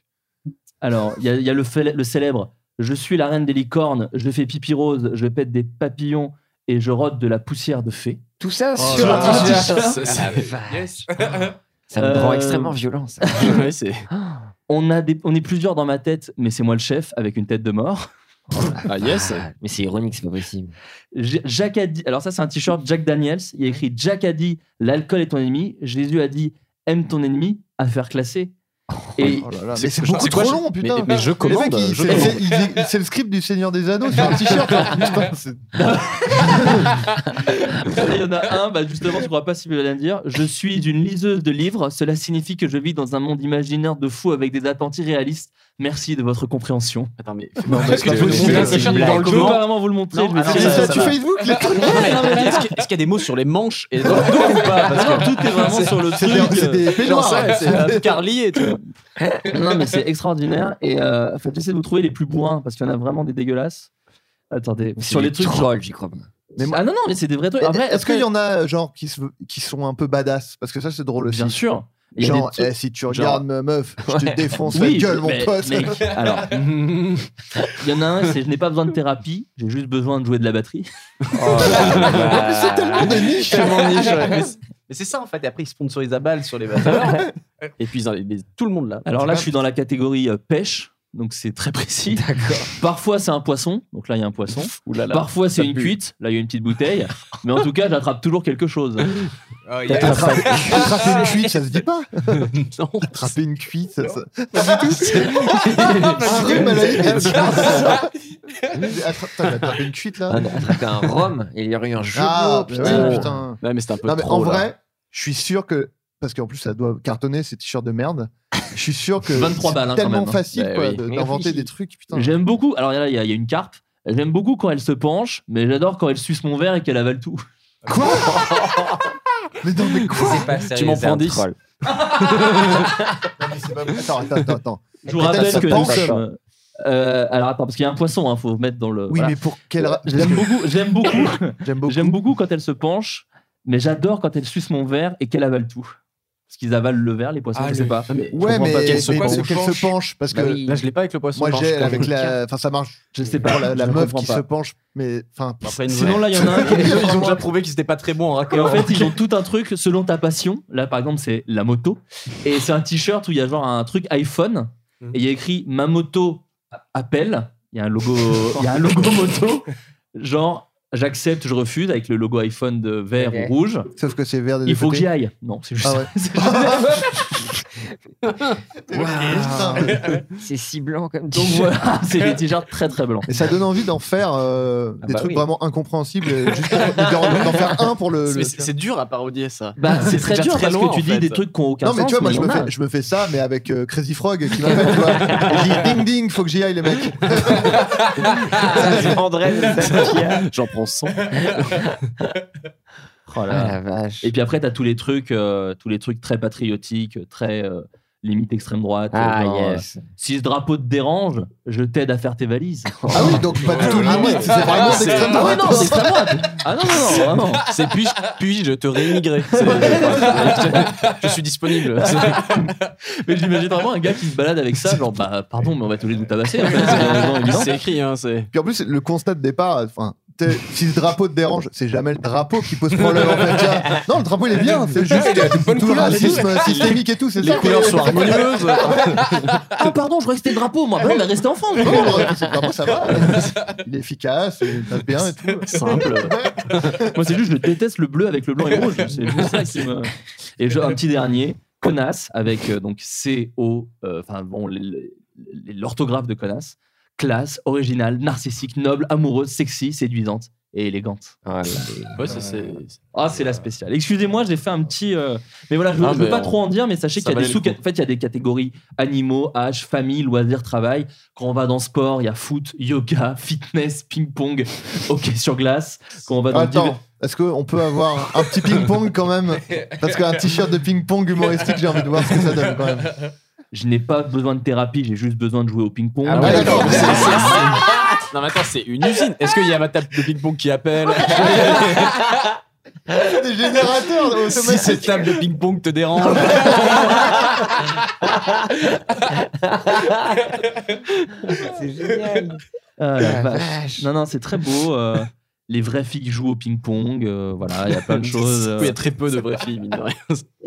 Speaker 6: Alors, il y a, il y a le, fêle- le célèbre Je suis la reine des licornes, je fais pipi rose, je pète des papillons et je rote de la poussière de fée.
Speaker 7: Tout ça
Speaker 6: Oh,
Speaker 7: sur
Speaker 6: là,
Speaker 7: un
Speaker 6: là,
Speaker 7: t-shirt.
Speaker 6: là, là.
Speaker 7: Ah,
Speaker 6: Ça-
Speaker 7: la vache. Ça
Speaker 6: Euh,
Speaker 7: me rend extrêmement violent, ça.
Speaker 6: on, a des- on est plusieurs dans ma tête, mais c'est moi le chef avec une tête de mort.
Speaker 7: Ah yes Mais c'est ironique, c'est pas possible.
Speaker 6: J- Jack a dit, alors ça c'est un t-shirt Jack Daniels, il y a écrit Jack a dit l'alcool est ton ennemi, Jésus a dit aime ton ennemi, affaire classée. Et
Speaker 9: Oh là là,
Speaker 6: c'est-
Speaker 9: mais c'est
Speaker 6: je-
Speaker 9: beaucoup
Speaker 6: c'est quoi,
Speaker 9: trop
Speaker 6: je-
Speaker 9: long, putain.
Speaker 6: mais- mais je
Speaker 9: Le
Speaker 6: commande,
Speaker 9: mec, il
Speaker 6: je
Speaker 9: fait-
Speaker 6: commande.
Speaker 9: c'est- il- C'est le script du Seigneur des Anneaux sur un t-shirt. hein. Putain, c'est-
Speaker 6: il y en a un, bah justement, je ne crois pas si vous allez me dire. Je suis une liseuse de livres. Cela signifie que je vis dans un monde imaginaire de fou avec des attentes irréalistes. Merci de votre compréhension.
Speaker 8: Attends, mais.
Speaker 9: Non, mais
Speaker 6: Est-ce que
Speaker 9: c'est
Speaker 6: tu veux
Speaker 9: pas
Speaker 6: signer un
Speaker 9: possible.
Speaker 6: t-shirt
Speaker 9: C'est
Speaker 6: dans
Speaker 9: une
Speaker 6: le
Speaker 9: blague.
Speaker 6: Je veux
Speaker 9: Comment
Speaker 6: pas vraiment vous le montrer.
Speaker 9: Non,
Speaker 6: je vais
Speaker 9: alors
Speaker 6: le
Speaker 9: ça,
Speaker 6: signer.
Speaker 9: ça, tu
Speaker 6: va.
Speaker 9: Facebook, les trucs.
Speaker 6: Non, mais- non, mais-
Speaker 8: Est-ce qu'il y a- est-ce qu'il y a des mots sur les manches et dans le dos ou pas Parce
Speaker 6: Non, tout est vraiment sur le
Speaker 8: c'est
Speaker 6: truc.
Speaker 8: des- c'est des
Speaker 6: euh,
Speaker 8: peignoirs.
Speaker 6: genre ça, c'est un
Speaker 8: Carly et tout.
Speaker 6: Eh, non, mais c'est extraordinaire. Et euh, en fait, j'essaie de vous trouver les plus bourrins parce qu'il y en a vraiment des dégueulasses. Attendez, sur les trucs.
Speaker 7: trolls, j'y crois pas.
Speaker 6: Ah non, non, mais c'est des vrais trucs.
Speaker 9: Mais
Speaker 6: Après-
Speaker 9: Est-ce
Speaker 6: après-
Speaker 9: qu'il y en a genre qui, se- qui sont un peu badass Parce que ça c'est drôle aussi.
Speaker 6: Bien sûr. Il y a
Speaker 9: Genre,
Speaker 6: des trucs-
Speaker 9: eh, si tu
Speaker 6: genre-
Speaker 9: regardes ma meuf, je
Speaker 6: Ouais.
Speaker 9: te défonce
Speaker 6: Oui,
Speaker 9: la gueule, mon
Speaker 6: mais-
Speaker 9: pote.
Speaker 6: mec, alors, il y en a un, c'est je n'ai pas besoin de thérapie, j'ai juste besoin de jouer de la batterie.
Speaker 9: c'est tellement des niches.
Speaker 8: Ah, Tellement niche, ouais. Mais c'est- Mais c'est ça en fait. Et après, ils sponsorisent à balle sur les batteurs. et puis, ils en- ils- tout le monde là.
Speaker 6: Alors là, je suis dans la catégorie euh, pêche, donc c'est très précis. Parfois, c'est un poisson, donc là, il y a un poisson.
Speaker 8: Ouh là là,
Speaker 6: Parfois,
Speaker 8: ça
Speaker 6: c'est une
Speaker 8: pue.
Speaker 6: cuite, là, il y a une petite bouteille. Mais en tout cas, j'attrape toujours quelque chose.
Speaker 10: Ah, il
Speaker 9: Et
Speaker 10: est
Speaker 9: Attraper attraper une cuite, ça se dit pas Attraper une cuite, ça. Ah, ça-
Speaker 6: Ah,
Speaker 9: Un rhume à la limite. Attra- putain, j'ai attrapé une cuite
Speaker 6: Ah,
Speaker 9: là.
Speaker 7: Attraper un rhum, il y aurait eu un jeu. de
Speaker 9: Ah,
Speaker 7: mots,
Speaker 9: ouais,
Speaker 7: putain.
Speaker 9: putain.
Speaker 8: Ouais, mais c'était un peu
Speaker 9: Non, mais
Speaker 8: trop,
Speaker 9: en
Speaker 8: là.
Speaker 9: vrai, je suis sûr que. Parce qu'en plus, ça doit cartonner ces t-shirts de merde. Je suis sûr que.
Speaker 6: 23 balles, hein,
Speaker 9: c'est
Speaker 6: quand
Speaker 9: tellement
Speaker 6: même.
Speaker 9: facile
Speaker 6: Bah
Speaker 9: quoi,
Speaker 6: oui.
Speaker 9: de-
Speaker 6: Mais
Speaker 9: d'inventer
Speaker 6: oui.
Speaker 9: des trucs. Putain.
Speaker 6: J'aime beaucoup, alors là, il y, a- il y a une carpe, j'aime beaucoup quand elle se penche, mais j'adore quand elle suce mon verre et qu'elle avale tout.
Speaker 9: Mais non, mais quoi
Speaker 7: C'est pas sérieux,
Speaker 6: m'en
Speaker 7: c'est
Speaker 6: prends
Speaker 7: un
Speaker 6: 10.
Speaker 7: troll.
Speaker 9: Non, mais c'est pas- Attends, attends, attends, attends.
Speaker 6: Je vous
Speaker 9: Peut-être
Speaker 6: rappelle
Speaker 9: ça
Speaker 6: que
Speaker 9: penche.
Speaker 6: nous sommes- euh, alors attends, parce qu'il y a un poisson, il faut mettre dans le.
Speaker 9: Oui,
Speaker 6: voilà.
Speaker 9: mais pour quelle. ra-
Speaker 6: J'aime beaucoup, j'aime beaucoup,
Speaker 9: J'aime beaucoup.
Speaker 6: j'aime beaucoup quand elle se penche, mais j'adore quand elle suce mon verre et qu'elle avale tout. Parce qu'ils avalent le verre, les poissons,
Speaker 9: Ah,
Speaker 6: je
Speaker 9: le-
Speaker 6: sais pas.
Speaker 9: Ah, mais- Ouais,
Speaker 6: Je comprends
Speaker 9: mais
Speaker 6: pas.
Speaker 9: qu'elle se pourquoi penche. se penche Parce que-
Speaker 6: Bah oui.
Speaker 9: Là, je l'ai pas avec le poisson
Speaker 6: Moi,
Speaker 9: penche,
Speaker 6: j'ai
Speaker 9: quand
Speaker 6: avec
Speaker 9: même.
Speaker 6: la-
Speaker 9: Enfin, ça marche.
Speaker 6: Je sais
Speaker 9: Pour la, la
Speaker 6: je
Speaker 9: meuf
Speaker 6: comprends
Speaker 9: qui
Speaker 6: pas. Bah,
Speaker 9: se penche, mais enfin.
Speaker 8: Après, une
Speaker 6: Sinon, là, il y en a un qui
Speaker 8: Ils ont déjà prouvé qu'ils étaient pas très bons en
Speaker 6: Et
Speaker 8: raccord.
Speaker 6: en fait, ils ont tout un truc selon ta passion. Là, par exemple, c'est la moto. Et c'est un t-shirt où il y a genre un truc iPhone.
Speaker 9: Mhm.
Speaker 6: Et il y a écrit Ma moto appelle. Il y a un logo, il y a un logo moto. Genre, j'accepte, je refuse avec le logo iPhone de vert
Speaker 9: Ok.
Speaker 6: ou rouge.
Speaker 9: Sauf que c'est vert des
Speaker 6: Il faut
Speaker 9: deux
Speaker 6: que
Speaker 9: côtés.
Speaker 6: j'y aille. Non, c'est juste.
Speaker 9: Ah ouais.
Speaker 7: Waouh. C'est si blanc
Speaker 8: Ah,
Speaker 7: comme
Speaker 6: Donc
Speaker 7: t-shirt.
Speaker 6: voilà, c'est des t-shirts très très blancs.
Speaker 9: Et ça donne envie d'en faire euh, des
Speaker 6: bah
Speaker 9: trucs
Speaker 6: oui.
Speaker 9: vraiment incompréhensibles, euh, juste pour- d'en d'en faire un pour le.
Speaker 8: Mais
Speaker 9: le-
Speaker 8: c'est c'est dur à parodier ça.
Speaker 6: Bah, c'est très
Speaker 8: Ah, déjà
Speaker 6: dur parce
Speaker 8: loin,
Speaker 6: que tu
Speaker 8: en
Speaker 6: dis
Speaker 8: fait.
Speaker 6: des trucs qui n'ont aucun
Speaker 9: non mais
Speaker 6: sens.
Speaker 9: tu vois moi je
Speaker 6: mais
Speaker 9: me,
Speaker 6: il y en a.
Speaker 9: fais, je me fais ça mais avec euh, Crazy Frog qui m'appelle tu vois je dis ding ding faut que j'y aille les mecs Ah
Speaker 7: Ah,
Speaker 6: J'en prends 100. Oh là
Speaker 7: Ah,
Speaker 6: là.
Speaker 7: la vache.
Speaker 6: Et puis après, t'as tous les trucs, euh, tous les trucs très patriotiques, très euh, limite extrême droite.
Speaker 7: Ah,
Speaker 6: euh, genre,
Speaker 7: yes.
Speaker 6: euh, si ce drapeau te dérange, je t'aide à faire tes valises.
Speaker 7: Oh.
Speaker 9: ah oui donc pas du tout
Speaker 6: Ah ouais.
Speaker 9: limite c'est vraiment
Speaker 6: Ah, c'est-
Speaker 9: d'extrême
Speaker 6: ah ouais,
Speaker 9: droite
Speaker 6: non, c'est extrême droite. Ah non, non, non, vraiment.
Speaker 8: C'est puis, puis je te réimmigrer. C'est- Je, je suis disponible. C'est-
Speaker 6: Mais j'imagine vraiment un gars qui se balade avec ça, genre, bah, pardon, mais on va tous les deux tabasser. en fait, c'est vraiment évident.
Speaker 8: C'est écrit, hein, c'est.
Speaker 9: puis en plus le constat de départ enfin t'es- si ce drapeau te dérange c'est jamais le drapeau qui pose problème en fait tu vois. non le drapeau il est bien c'est juste tout le racisme systémique et tout c'est
Speaker 8: Les
Speaker 9: ça
Speaker 8: couleurs sont harmonieuses.
Speaker 6: Ah, pardon, je croyais que c'était le drapeau. Moi, bah, non, mais restez enfant.
Speaker 9: Non, non, le drapeau, ça va il est efficace il passe bien et tout
Speaker 8: Simple.
Speaker 6: Moi, c'est juste, je déteste le bleu avec le blanc et le rouge. C'est juste ça qui me- Et je- un petit dernier, connasse, avec euh, donc C-O, euh, enfin bon, l- l- l'orthographe de connasse, classe, originale, narcissique, noble, amoureuse, sexy, séduisante et élégante.
Speaker 7: Ah, là,
Speaker 8: Ouais, ça, c'est. c'est-
Speaker 6: Ah, c'est la spéciale. Excusez-moi, j'ai fait un petit. euh, Mais voilà, je ne
Speaker 8: Ah,
Speaker 6: veux
Speaker 8: mais
Speaker 6: pas
Speaker 8: on-
Speaker 6: trop en dire, mais sachez qu'il
Speaker 8: ça
Speaker 6: y a des
Speaker 8: valait le
Speaker 6: sous.
Speaker 8: coup.
Speaker 6: En fait, il y a des catégories animaux, âge, famille, loisirs, travail. Quand on va dans sport, il y a foot, yoga, fitness, ping-pong, hockey sur glace. Quand on va dans divers-
Speaker 9: Attends, est-ce qu'on peut avoir un petit ping-pong quand même Parce qu'un t-shirt de ping-pong humoristique, j'ai envie de voir ce que ça donne quand même.
Speaker 6: je n'ai pas besoin de thérapie, j'ai juste besoin de jouer au ping-pong. Ah,
Speaker 9: ouais,
Speaker 8: Ah D'accord, mais c'est- c'est- c'est- Non, mais attends, c'est une usine. Est-ce qu'il y a ma table de ping-pong qui appelle
Speaker 9: Des générateurs
Speaker 8: Si cette table de ping-pong te dérange.
Speaker 7: C'est génial.
Speaker 6: Ah, la
Speaker 7: Ah,
Speaker 6: vache.
Speaker 7: vache.
Speaker 6: Non, non, c'est très beau. euh, les vraies filles jouent au ping-pong. euh, voilà, il y a plein de choses. euh.
Speaker 8: Oui, Il y a très peu de vraies filles, mine de rien.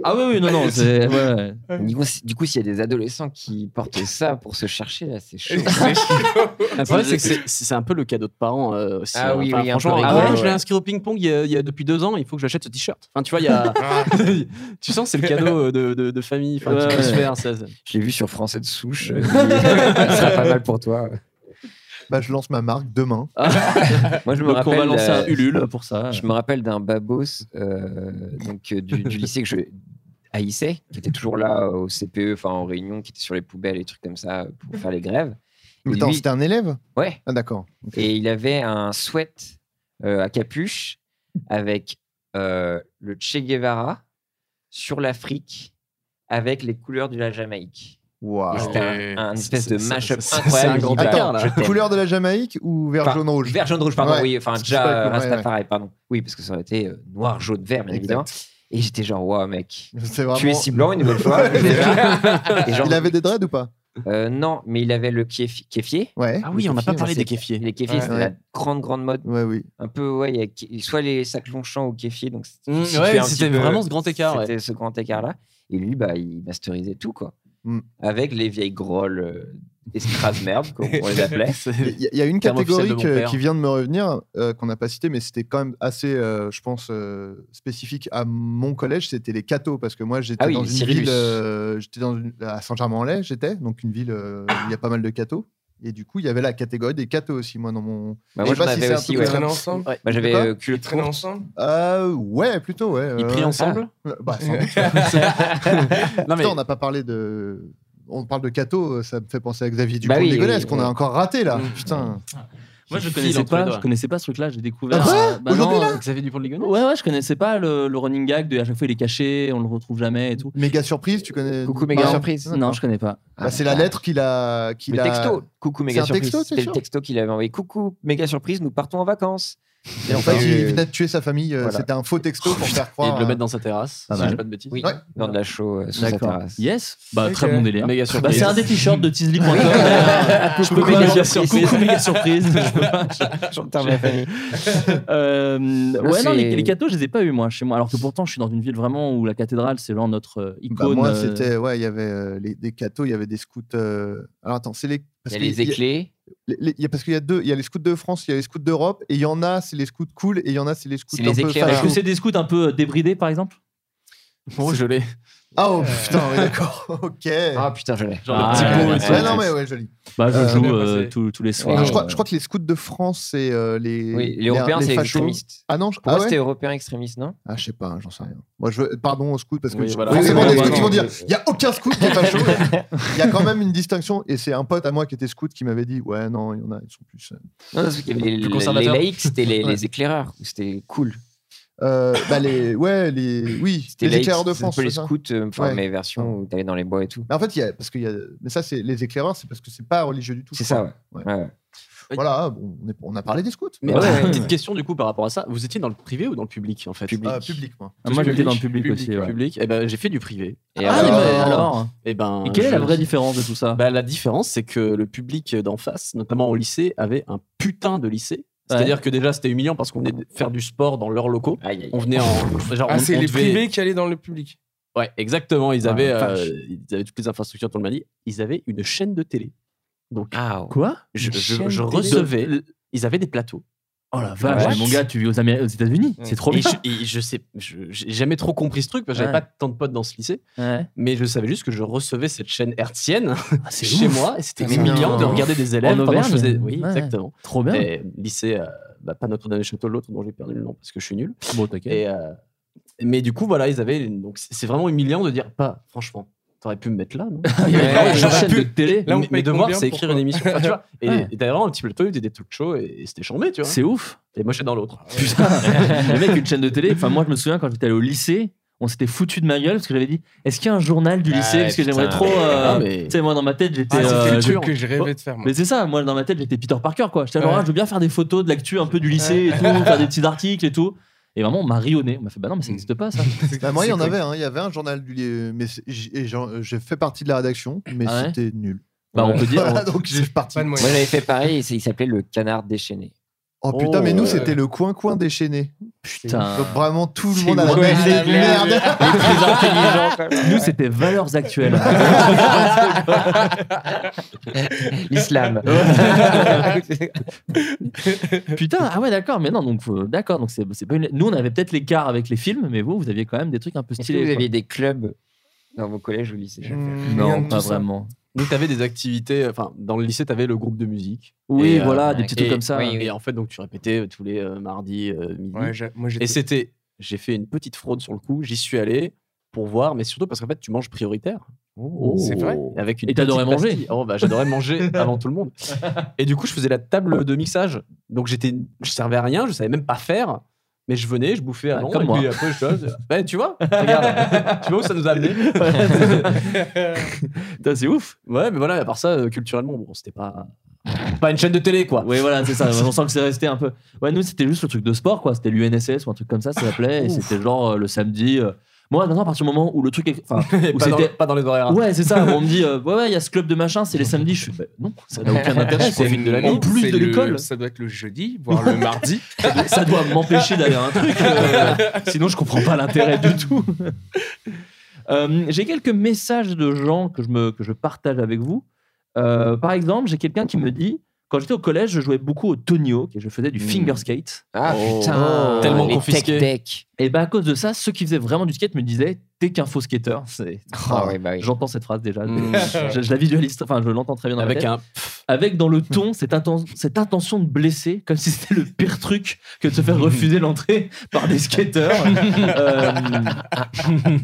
Speaker 6: Ah oui, oui, non, non, c'est. ouais, ouais.
Speaker 7: Du coup, c'est- du coup, s'il y a des adolescents qui portent ça pour se chercher, là, c'est chaud.
Speaker 8: Le problème, c'est que c'est- c'est un peu le cadeau de parents euh, aussi.
Speaker 7: Ah
Speaker 8: hein.
Speaker 7: oui,
Speaker 8: Enfin,
Speaker 7: oui, un
Speaker 8: franchement,
Speaker 7: peu
Speaker 8: ah
Speaker 7: rigolo,
Speaker 8: ouais, je l'ai
Speaker 7: ouais.
Speaker 8: inscrit au ping-pong il, y a- il y a depuis deux ans, il faut que j'achète ce t-shirt. Enfin, tu vois, il y a. tu sens que c'est le cadeau euh, de, de, de famille enfin, qui peut se
Speaker 7: Ouais.
Speaker 8: faire. ça, ça.
Speaker 7: Je l'ai vu sur Français de Souche. euh, Ça sera pas mal pour toi.
Speaker 9: Bah, je lance ma marque demain.
Speaker 7: Moi, je
Speaker 6: Ah. Donc,
Speaker 7: me
Speaker 6: on va
Speaker 7: rappelle,
Speaker 6: lancer
Speaker 7: euh,
Speaker 6: un Ulule pour ça.
Speaker 7: Je me rappelle d'un babos euh, donc, euh, du, du lycée que je haïssais, qui était toujours là euh, au CPE, enfin en réunion, qui était sur les poubelles et trucs comme ça euh, pour faire les grèves.
Speaker 9: Mais
Speaker 7: Et
Speaker 9: attends,
Speaker 7: lui-
Speaker 9: c'était un élève
Speaker 7: Ouais.
Speaker 9: Ah, d'accord. Ok.
Speaker 7: Et il avait un sweat euh, à capuche avec euh, le Che Guevara sur l'Afrique avec les couleurs de la Jamaïque.
Speaker 9: Waouh.
Speaker 7: Et C'était un, un espèce
Speaker 8: Ah C'est-
Speaker 7: de
Speaker 8: c'est-
Speaker 7: mash-up
Speaker 8: c'est- c'est
Speaker 7: incroyable.
Speaker 8: un grand
Speaker 7: Il dit, bah,
Speaker 8: écart, là.
Speaker 7: je t'aime.
Speaker 9: Couleur de la Jamaïque ou vert,
Speaker 7: Enfin,
Speaker 9: jaune, rouge
Speaker 7: Vert, jaune, rouge, pardon,
Speaker 9: Ouais.
Speaker 7: oui, enfin,
Speaker 9: Parce que
Speaker 7: déjà
Speaker 9: je sais pas,
Speaker 7: euh,
Speaker 9: ouais, ouais.
Speaker 7: Rastafari, pardon. Oui, parce que ça aurait été euh, noir, jaune, vert, bien
Speaker 9: Exact.
Speaker 7: évidemment. Et j'étais genre, waouh, mec,
Speaker 9: C'est vraiment...
Speaker 7: tu es si blanc une nouvelle fois. déjà. Et genre,
Speaker 9: Il avait des dreads ou pas
Speaker 7: euh, non, mais il avait le kéfi- kéfier.
Speaker 9: Ouais.
Speaker 8: Ah oui, on n'a pas parlé
Speaker 7: c'est-
Speaker 8: des kéfiers.
Speaker 7: Les kéfiers,
Speaker 9: Ouais.
Speaker 7: c'était
Speaker 9: Ouais.
Speaker 7: la grande, grande mode.
Speaker 9: Ouais, oui.
Speaker 7: Un peu, ouais, il y a ké- soit les sacs Longchamp ou kéfier. Donc,
Speaker 8: Mmh, ouais,
Speaker 7: situé un petit
Speaker 8: c'était
Speaker 7: peu-
Speaker 8: vraiment ce grand écart, ouais.
Speaker 7: C'était ce grand écart-là. Et lui, bah, il masterisait tout, quoi.
Speaker 9: Mm.
Speaker 7: Avec les vieilles grolles euh, escraves merde, comme on les appelait.
Speaker 8: C'est-
Speaker 9: Il y, a- il y a une
Speaker 8: Terme officiel
Speaker 9: catégorie
Speaker 8: de mon
Speaker 9: que-
Speaker 8: père.
Speaker 9: qui vient de me revenir, euh, qu'on n'a pas citée, mais c'était quand même assez, euh, je pense, euh, spécifique à mon collège. C'était les cathos, parce que moi, j'étais
Speaker 7: Ah oui,
Speaker 9: dans
Speaker 7: les
Speaker 9: une
Speaker 7: Cyrillus.
Speaker 9: ville, euh, j'étais dans une- à Saint-Germain-en-Laye, j'étais, donc une ville euh, où il y a pas mal de cathos. Et du coup, il y avait la catégorie des cathos aussi, moi, dans mon. Je
Speaker 7: Bah, moi,
Speaker 9: sais
Speaker 7: j'en
Speaker 9: pas si
Speaker 7: avais
Speaker 9: c'est un
Speaker 7: aussi,
Speaker 9: peu comme
Speaker 7: ouais.
Speaker 9: ça.
Speaker 10: traînaient ensemble
Speaker 7: Ouais. Moi, j'avais
Speaker 9: Quoi
Speaker 7: euh, culotte
Speaker 10: Ils traînaient
Speaker 7: courte.
Speaker 10: ensemble
Speaker 9: Euh, ouais, plutôt, ouais.
Speaker 8: Ils
Speaker 9: euh,
Speaker 8: prient
Speaker 9: ouais.
Speaker 8: ensemble
Speaker 9: Euh, bah, sans doute.
Speaker 8: Non, mais
Speaker 9: Putain, on n'a pas parlé de. On parle de cathos, ça me fait penser à Xavier
Speaker 7: Bah
Speaker 9: Dupont
Speaker 7: oui,
Speaker 9: de Ligonnès,
Speaker 7: oui,
Speaker 9: qu'on a
Speaker 7: oui.
Speaker 9: encore raté là.
Speaker 10: Mm.
Speaker 9: Putain.
Speaker 6: Moi, je
Speaker 8: File
Speaker 6: connaissais
Speaker 8: entre les
Speaker 6: pas,
Speaker 8: doigts.
Speaker 6: je connaissais pas ce truc-là. J'ai découvert.
Speaker 9: Ah
Speaker 6: euh, bah
Speaker 9: Aujourd'hui,
Speaker 6: non,
Speaker 9: là
Speaker 8: Xavier Dupont de Ligonnès
Speaker 6: Ouais, ouais, je connaissais pas le, le running gag de à chaque fois il est caché, on le retrouve jamais et tout.
Speaker 9: Méga surprise, tu connais.
Speaker 7: Coucou, méga
Speaker 9: Ah,
Speaker 7: surprise.
Speaker 6: Non, je connais pas.
Speaker 9: Bah, c'est la lettre qu'il a. Qu'il
Speaker 7: Le
Speaker 9: a...
Speaker 7: texto. Coucou, méga
Speaker 9: C'est un
Speaker 7: surprise.
Speaker 9: texto, c'est
Speaker 7: C'était le
Speaker 9: sûr
Speaker 7: texto qu'il avait envoyé. Coucou, méga surprise, nous partons en vacances.
Speaker 9: Et en fait, il venait de tuer sa famille. euh,
Speaker 8: Voilà.
Speaker 9: C'était un faux texto pour faire
Speaker 8: Et
Speaker 9: croire.
Speaker 8: de le
Speaker 9: à-
Speaker 8: mettre dans sa terrasse,
Speaker 6: Pas
Speaker 8: si je
Speaker 6: mal.
Speaker 8: dis pas de bêtises.
Speaker 7: Oui,
Speaker 9: Ouais.
Speaker 7: dans de la show euh, sous sa
Speaker 6: D'accord.
Speaker 7: terrasse.
Speaker 6: Yes. Bah,
Speaker 10: Ok.
Speaker 6: très bon délire.
Speaker 8: Méga
Speaker 6: Bah,
Speaker 8: surprise.
Speaker 6: c'est un des t-shirts de teasley.com. euh, Je peux
Speaker 8: Coucou,
Speaker 6: pas
Speaker 8: méga
Speaker 6: dire-
Speaker 8: surprise.
Speaker 6: Coucou, méga surprise. Je peux pas.
Speaker 7: J'entends ma famille.
Speaker 6: Euh, ouais,
Speaker 7: c'est-
Speaker 6: non, les, les cathos, je les ai pas eu moi chez moi. Alors que pourtant, je suis dans une ville vraiment où la cathédrale, c'est genre notre euh,
Speaker 9: Bah,
Speaker 6: icône.
Speaker 9: moi,
Speaker 6: euh,
Speaker 9: c'était. Ouais, il y avait euh, les- des cathos, il y avait des scouts. euh, Alors attends, c'est les.
Speaker 7: Il
Speaker 9: parce
Speaker 7: y a
Speaker 9: que
Speaker 7: les éclés.
Speaker 9: les- les- il y a- parce qu'il y a deux. Il y a les scouts de France, il y a les scouts d'Europe, et il y en a, c'est les scouts cool, et il y en a, c'est les scouts.
Speaker 7: C'est
Speaker 9: un
Speaker 7: les
Speaker 9: peu
Speaker 7: éclaireurs.
Speaker 6: Est-ce que
Speaker 9: fachos.
Speaker 6: c'est des scouts un peu euh, débridés, par exemple
Speaker 8: Oh, je l'ai.
Speaker 9: Ah, oh putain, oui, d'accord. ok.
Speaker 7: Ah putain, je l'ai.
Speaker 8: Genre
Speaker 6: Ah,
Speaker 8: le petit pot
Speaker 6: ouais,
Speaker 8: et
Speaker 6: ouais,
Speaker 8: tout.
Speaker 9: Ouais, non, mais ouais, joli.
Speaker 6: Bah, je
Speaker 9: Euh,
Speaker 6: joue
Speaker 10: bien
Speaker 6: euh,
Speaker 10: passé.
Speaker 6: tous tous les
Speaker 9: Je
Speaker 6: soirs.
Speaker 7: Ouais.
Speaker 9: crois, je crois que les scouts de France, c'est euh, les.
Speaker 7: Oui, les Européens, c'est les
Speaker 9: fachos.
Speaker 7: extrémistes.
Speaker 9: Ah non, je
Speaker 7: Pour
Speaker 9: crois
Speaker 7: moi, c'était européen extrémiste, non
Speaker 9: Ah, je sais pas, j'en sais rien. Moi, je veux... Pardon aux scouts parce que
Speaker 8: Oui,
Speaker 9: je-
Speaker 8: voilà.
Speaker 9: forcément,
Speaker 8: Ah,
Speaker 9: les
Speaker 8: ouais,
Speaker 9: scouts, ils
Speaker 8: non,
Speaker 9: vont dire
Speaker 8: mais-
Speaker 9: il y a aucun scout qui est facho. Il y a quand même une distinction. Et c'est un pote à moi qui était scout qui m'avait dit ouais, non, il y en a, ils sont plus. euh,
Speaker 7: Non, parce qu'il y avait les,
Speaker 8: Plus
Speaker 7: les
Speaker 8: conservateur.
Speaker 7: laïcs, c'était les,
Speaker 9: Ouais.
Speaker 7: les éclaireurs. C'était cool.
Speaker 9: Euh, bah, les. Ouais, les. Oui,
Speaker 7: C'était
Speaker 9: les
Speaker 7: laïcs,
Speaker 9: éclaireurs de
Speaker 7: c'était
Speaker 9: France.
Speaker 7: Un peu les
Speaker 9: c'est ça
Speaker 7: scouts, euh, enfin,
Speaker 9: Ouais.
Speaker 7: mais version où t'allais dans les bois et tout.
Speaker 9: Mais en fait, il y a. Parce qu'il y a... Mais ça, c'est les éclaireurs, c'est parce que c'est pas religieux du tout.
Speaker 7: C'est
Speaker 9: je crois.
Speaker 7: ça, ouais. ouais.
Speaker 9: Voilà, bon, on, est- on a parlé des scouts.
Speaker 8: Mais
Speaker 7: Ouais, ouais,
Speaker 8: petite
Speaker 7: ouais.
Speaker 8: question du coup par rapport à ça, vous étiez dans le privé ou dans le public en fait
Speaker 9: Ah, public, moi.
Speaker 6: Ah, moi,
Speaker 8: Tous
Speaker 6: j'étais dans le public, aussi. ouais.
Speaker 8: Public. Et ben j'ai fait du privé.
Speaker 7: Et
Speaker 6: Ah,
Speaker 7: alors,
Speaker 6: mais
Speaker 9: euh,
Speaker 6: alors
Speaker 8: Et ben.
Speaker 6: Et quelle est
Speaker 8: je-
Speaker 6: la vraie différence de tout ça
Speaker 8: Bah, la différence, c'est que le public d'en face, notamment au lycée, avait un putain de lycée. C'est-à-dire que déjà, c'était humiliant parce qu'on venait de faire du sport dans leurs locaux.
Speaker 7: aïe, aïe.
Speaker 8: On venait en. Genre,
Speaker 10: Ah,
Speaker 8: on-
Speaker 10: c'est
Speaker 8: on
Speaker 10: les
Speaker 8: devait-
Speaker 10: privés qui allaient dans le public.
Speaker 8: Ouais, exactement.
Speaker 6: Ah,
Speaker 8: Ils avaient,
Speaker 7: la
Speaker 8: euh,
Speaker 7: vache.
Speaker 8: ils avaient toutes les infrastructures dans le Mali. Ils avaient une chaîne de télé. Donc,
Speaker 7: Ah, ouais.
Speaker 6: Quoi
Speaker 8: je,
Speaker 7: une
Speaker 8: je-
Speaker 7: chaîne
Speaker 8: je
Speaker 7: de télé
Speaker 8: recevais. Ils avaient des plateaux.
Speaker 6: Oh la vache,
Speaker 7: What
Speaker 6: mais mon gars, tu vis aux, Amé- aux États-Unis,
Speaker 10: Ouais.
Speaker 6: c'est trop
Speaker 8: Ah, Et
Speaker 6: bien.
Speaker 8: je, et je sais, je- j'ai jamais trop compris ce truc parce que j'avais
Speaker 6: Ouais.
Speaker 8: pas tant de potes dans ce lycée,
Speaker 6: Ouais.
Speaker 8: mais je savais juste que je recevais cette chaîne hertzienne
Speaker 6: Ah, c'est
Speaker 8: chez
Speaker 6: ouf.
Speaker 8: moi et c'était
Speaker 6: Mais
Speaker 8: humiliant
Speaker 6: non.
Speaker 8: de regarder des élèves
Speaker 6: En
Speaker 8: pendant que je
Speaker 6: Auvergne
Speaker 8: faisais. Oui,
Speaker 6: Ouais.
Speaker 8: exactement.
Speaker 6: Trop bien.
Speaker 8: Et lycée, euh, bah, pas Notre-Dame-des-Châteaux, l'autre dont j'ai perdu le nom parce que je suis nul.
Speaker 6: Bon, t'inquiète.
Speaker 8: Et, euh, mais du coup, voilà, ils avaient. une- Donc, c'est c'est vraiment humiliant de dire, pas, franchement, t'aurais pu me mettre là, non
Speaker 6: Ouais,
Speaker 8: J'aurais
Speaker 6: chaîne
Speaker 8: pu-
Speaker 6: de télé.
Speaker 10: Là, on
Speaker 8: mais,
Speaker 10: paye
Speaker 8: mais devoir,
Speaker 10: combien
Speaker 8: c'est
Speaker 10: pour
Speaker 8: écrire
Speaker 10: toi
Speaker 8: une émission. Enfin, tu vois, et,
Speaker 6: Ouais.
Speaker 8: et d'ailleurs, un petit peu le il des talk shows et, et c'était chambé, tu vois.
Speaker 6: C'est ouf.
Speaker 8: Et moi, j'étais dans l'autre.
Speaker 6: Putain, le mec, une chaîne de télé. Enfin, moi, je me souviens quand j'étais allé au lycée, on s'était foutu de ma gueule parce que j'avais dit Est-ce qu'il y a un journal du
Speaker 7: Ah,
Speaker 6: lycée Parce que
Speaker 7: putain,
Speaker 6: j'aimerais trop.
Speaker 7: mais-
Speaker 6: euh,
Speaker 8: Ah, mais-
Speaker 6: Tu sais, moi, dans ma tête, j'étais.
Speaker 10: Ah,
Speaker 6: euh,
Speaker 10: c'était le
Speaker 6: je-
Speaker 10: truc que je rêvais de faire, moi.
Speaker 6: Mais c'est ça, moi, dans ma tête, j'étais Peter Parker, quoi. J'étais genre,
Speaker 10: Ouais.
Speaker 6: ah, je veux bien faire des photos de l'actu un peu du lycée et tout, faire des petits articles et tout. Et vraiment, on m'a rionné. On m'a fait Bah non, mais ça n'existe pas, ça.
Speaker 9: Bah, moi, il y en
Speaker 10: C'est
Speaker 9: avait. hein. Il y avait un journal du lycée, mais c'est- j'- et j'en- j'ai fait partie de la rédaction, mais
Speaker 6: Ah ouais
Speaker 9: c'était nul.
Speaker 6: Bah, on peut dire.
Speaker 9: Voilà, donc j'ai parti.
Speaker 10: Pas de
Speaker 7: Moi,
Speaker 10: moyens.
Speaker 7: j'avais fait pareil, et c'est- il s'appelait le canard déchaîné.
Speaker 9: Oh putain, mais
Speaker 8: Oh.
Speaker 9: nous, c'était le coin-coin déchaîné.
Speaker 6: Putain.
Speaker 9: Donc, vraiment, tout le
Speaker 6: C'est
Speaker 9: monde à la
Speaker 6: loin.
Speaker 9: même
Speaker 6: Ah,
Speaker 9: idée de
Speaker 10: merde.
Speaker 9: merde.
Speaker 6: Nous, c'était valeurs actuelles.
Speaker 7: L'islam.
Speaker 6: Putain, ah ouais, d'accord, mais non, donc, euh, d'accord, donc c'est c'est pas une. Nous, on avait peut-être l'écart avec les films, mais vous, vous aviez quand même des trucs un peu
Speaker 7: Est-ce
Speaker 6: stylés.
Speaker 7: que vous
Speaker 6: quoi.
Speaker 7: aviez des clubs dans vos collèges ou lycées
Speaker 10: Mmh, rien
Speaker 6: Non,
Speaker 10: de
Speaker 6: pas
Speaker 10: tout ça.
Speaker 6: vraiment.
Speaker 8: Donc, t'avais des activités. Enfin, dans le lycée, t'avais le groupe de musique.
Speaker 6: Oui,
Speaker 8: Et, euh,
Speaker 6: voilà,
Speaker 7: ouais,
Speaker 6: des petits trucs
Speaker 8: et-
Speaker 6: comme ça.
Speaker 7: oui, oui.
Speaker 8: Et en fait, donc, tu répétais euh, tous les euh, mardis, euh, midi.
Speaker 10: Ouais, j'ai- moi, j'étais-
Speaker 8: Et c'était, j'ai fait une petite fraude sur le coup, j'y suis allé pour voir, mais surtout parce qu'en fait, tu manges prioritaire.
Speaker 10: C'est vrai
Speaker 8: Avec une
Speaker 6: Et t'adorais
Speaker 8: petite
Speaker 6: manger.
Speaker 8: pastille. oh, bah, J'adorais manger avant tout le monde. Et du coup, je faisais la table de mixage. Donc, j'étais, je servais à rien, je savais même pas faire. Mais je venais, je bouffais
Speaker 6: Ah,
Speaker 8: avant.
Speaker 6: comme
Speaker 8: et
Speaker 6: moi.
Speaker 8: puis après, je, Ouais, tu vois, regarde, tu vois où ça nous a amené.
Speaker 6: Putain, c'est ouf.
Speaker 8: ouais, mais voilà, à part ça, euh, culturellement, bon, c'était pas, pas une chaîne de télé, quoi.
Speaker 6: Oui, voilà, c'est ça. On sent que c'est resté un peu. Ouais, nous, c'était juste le truc de sport, quoi. C'était l'UNSS ou un truc comme ça, ça s'appelait. et c'était genre euh, le samedi. euh, Moi, maintenant, à partir du moment où le truc est. Enfin,
Speaker 8: Et
Speaker 6: où
Speaker 8: pas, dans,
Speaker 6: c'était.
Speaker 8: pas dans les horaires.
Speaker 6: Ouais, c'est ça. On me dit, euh, ouais, ouais, il y a ce club de machin, c'est les samedis. Je suis, bah, non, ça n'a aucun intérêt. quoi.
Speaker 10: C'est
Speaker 8: profite de l'année.
Speaker 10: non,
Speaker 6: En plus
Speaker 10: c'est
Speaker 6: de
Speaker 10: le-
Speaker 6: l'école.
Speaker 10: Ça doit être le jeudi, voire le mardi.
Speaker 6: ça doit m'empêcher d'aller à un truc. euh, sinon, je comprends pas l'intérêt du tout. Euh, j'ai quelques messages de gens que je, me, que je partage avec vous. Euh, par exemple, j'ai quelqu'un qui me dit quand j'étais au collège, je jouais beaucoup au Tony Hawk et je faisais
Speaker 7: Hmm.
Speaker 6: du finger skate.
Speaker 7: Ah
Speaker 8: Oh,
Speaker 7: putain,
Speaker 8: tellement
Speaker 7: les
Speaker 8: confisqué.
Speaker 7: tech deck.
Speaker 6: Et ben à cause de ça, ceux qui faisaient vraiment du skate me disaient T'es qu'un faux skater. C'est-
Speaker 7: Ah ouais, bah oui. Hmm.
Speaker 6: J'entends cette phrase déjà.
Speaker 8: Mm.
Speaker 6: Je, je la visualise, enfin, je l'entends très bien dans ma
Speaker 8: Avec
Speaker 6: tête.
Speaker 8: un.
Speaker 6: Avec dans le ton cette, inten- cette intention de blesser, comme si c'était le pire truc que de se faire refuser l'entrée par des skateurs. Euh,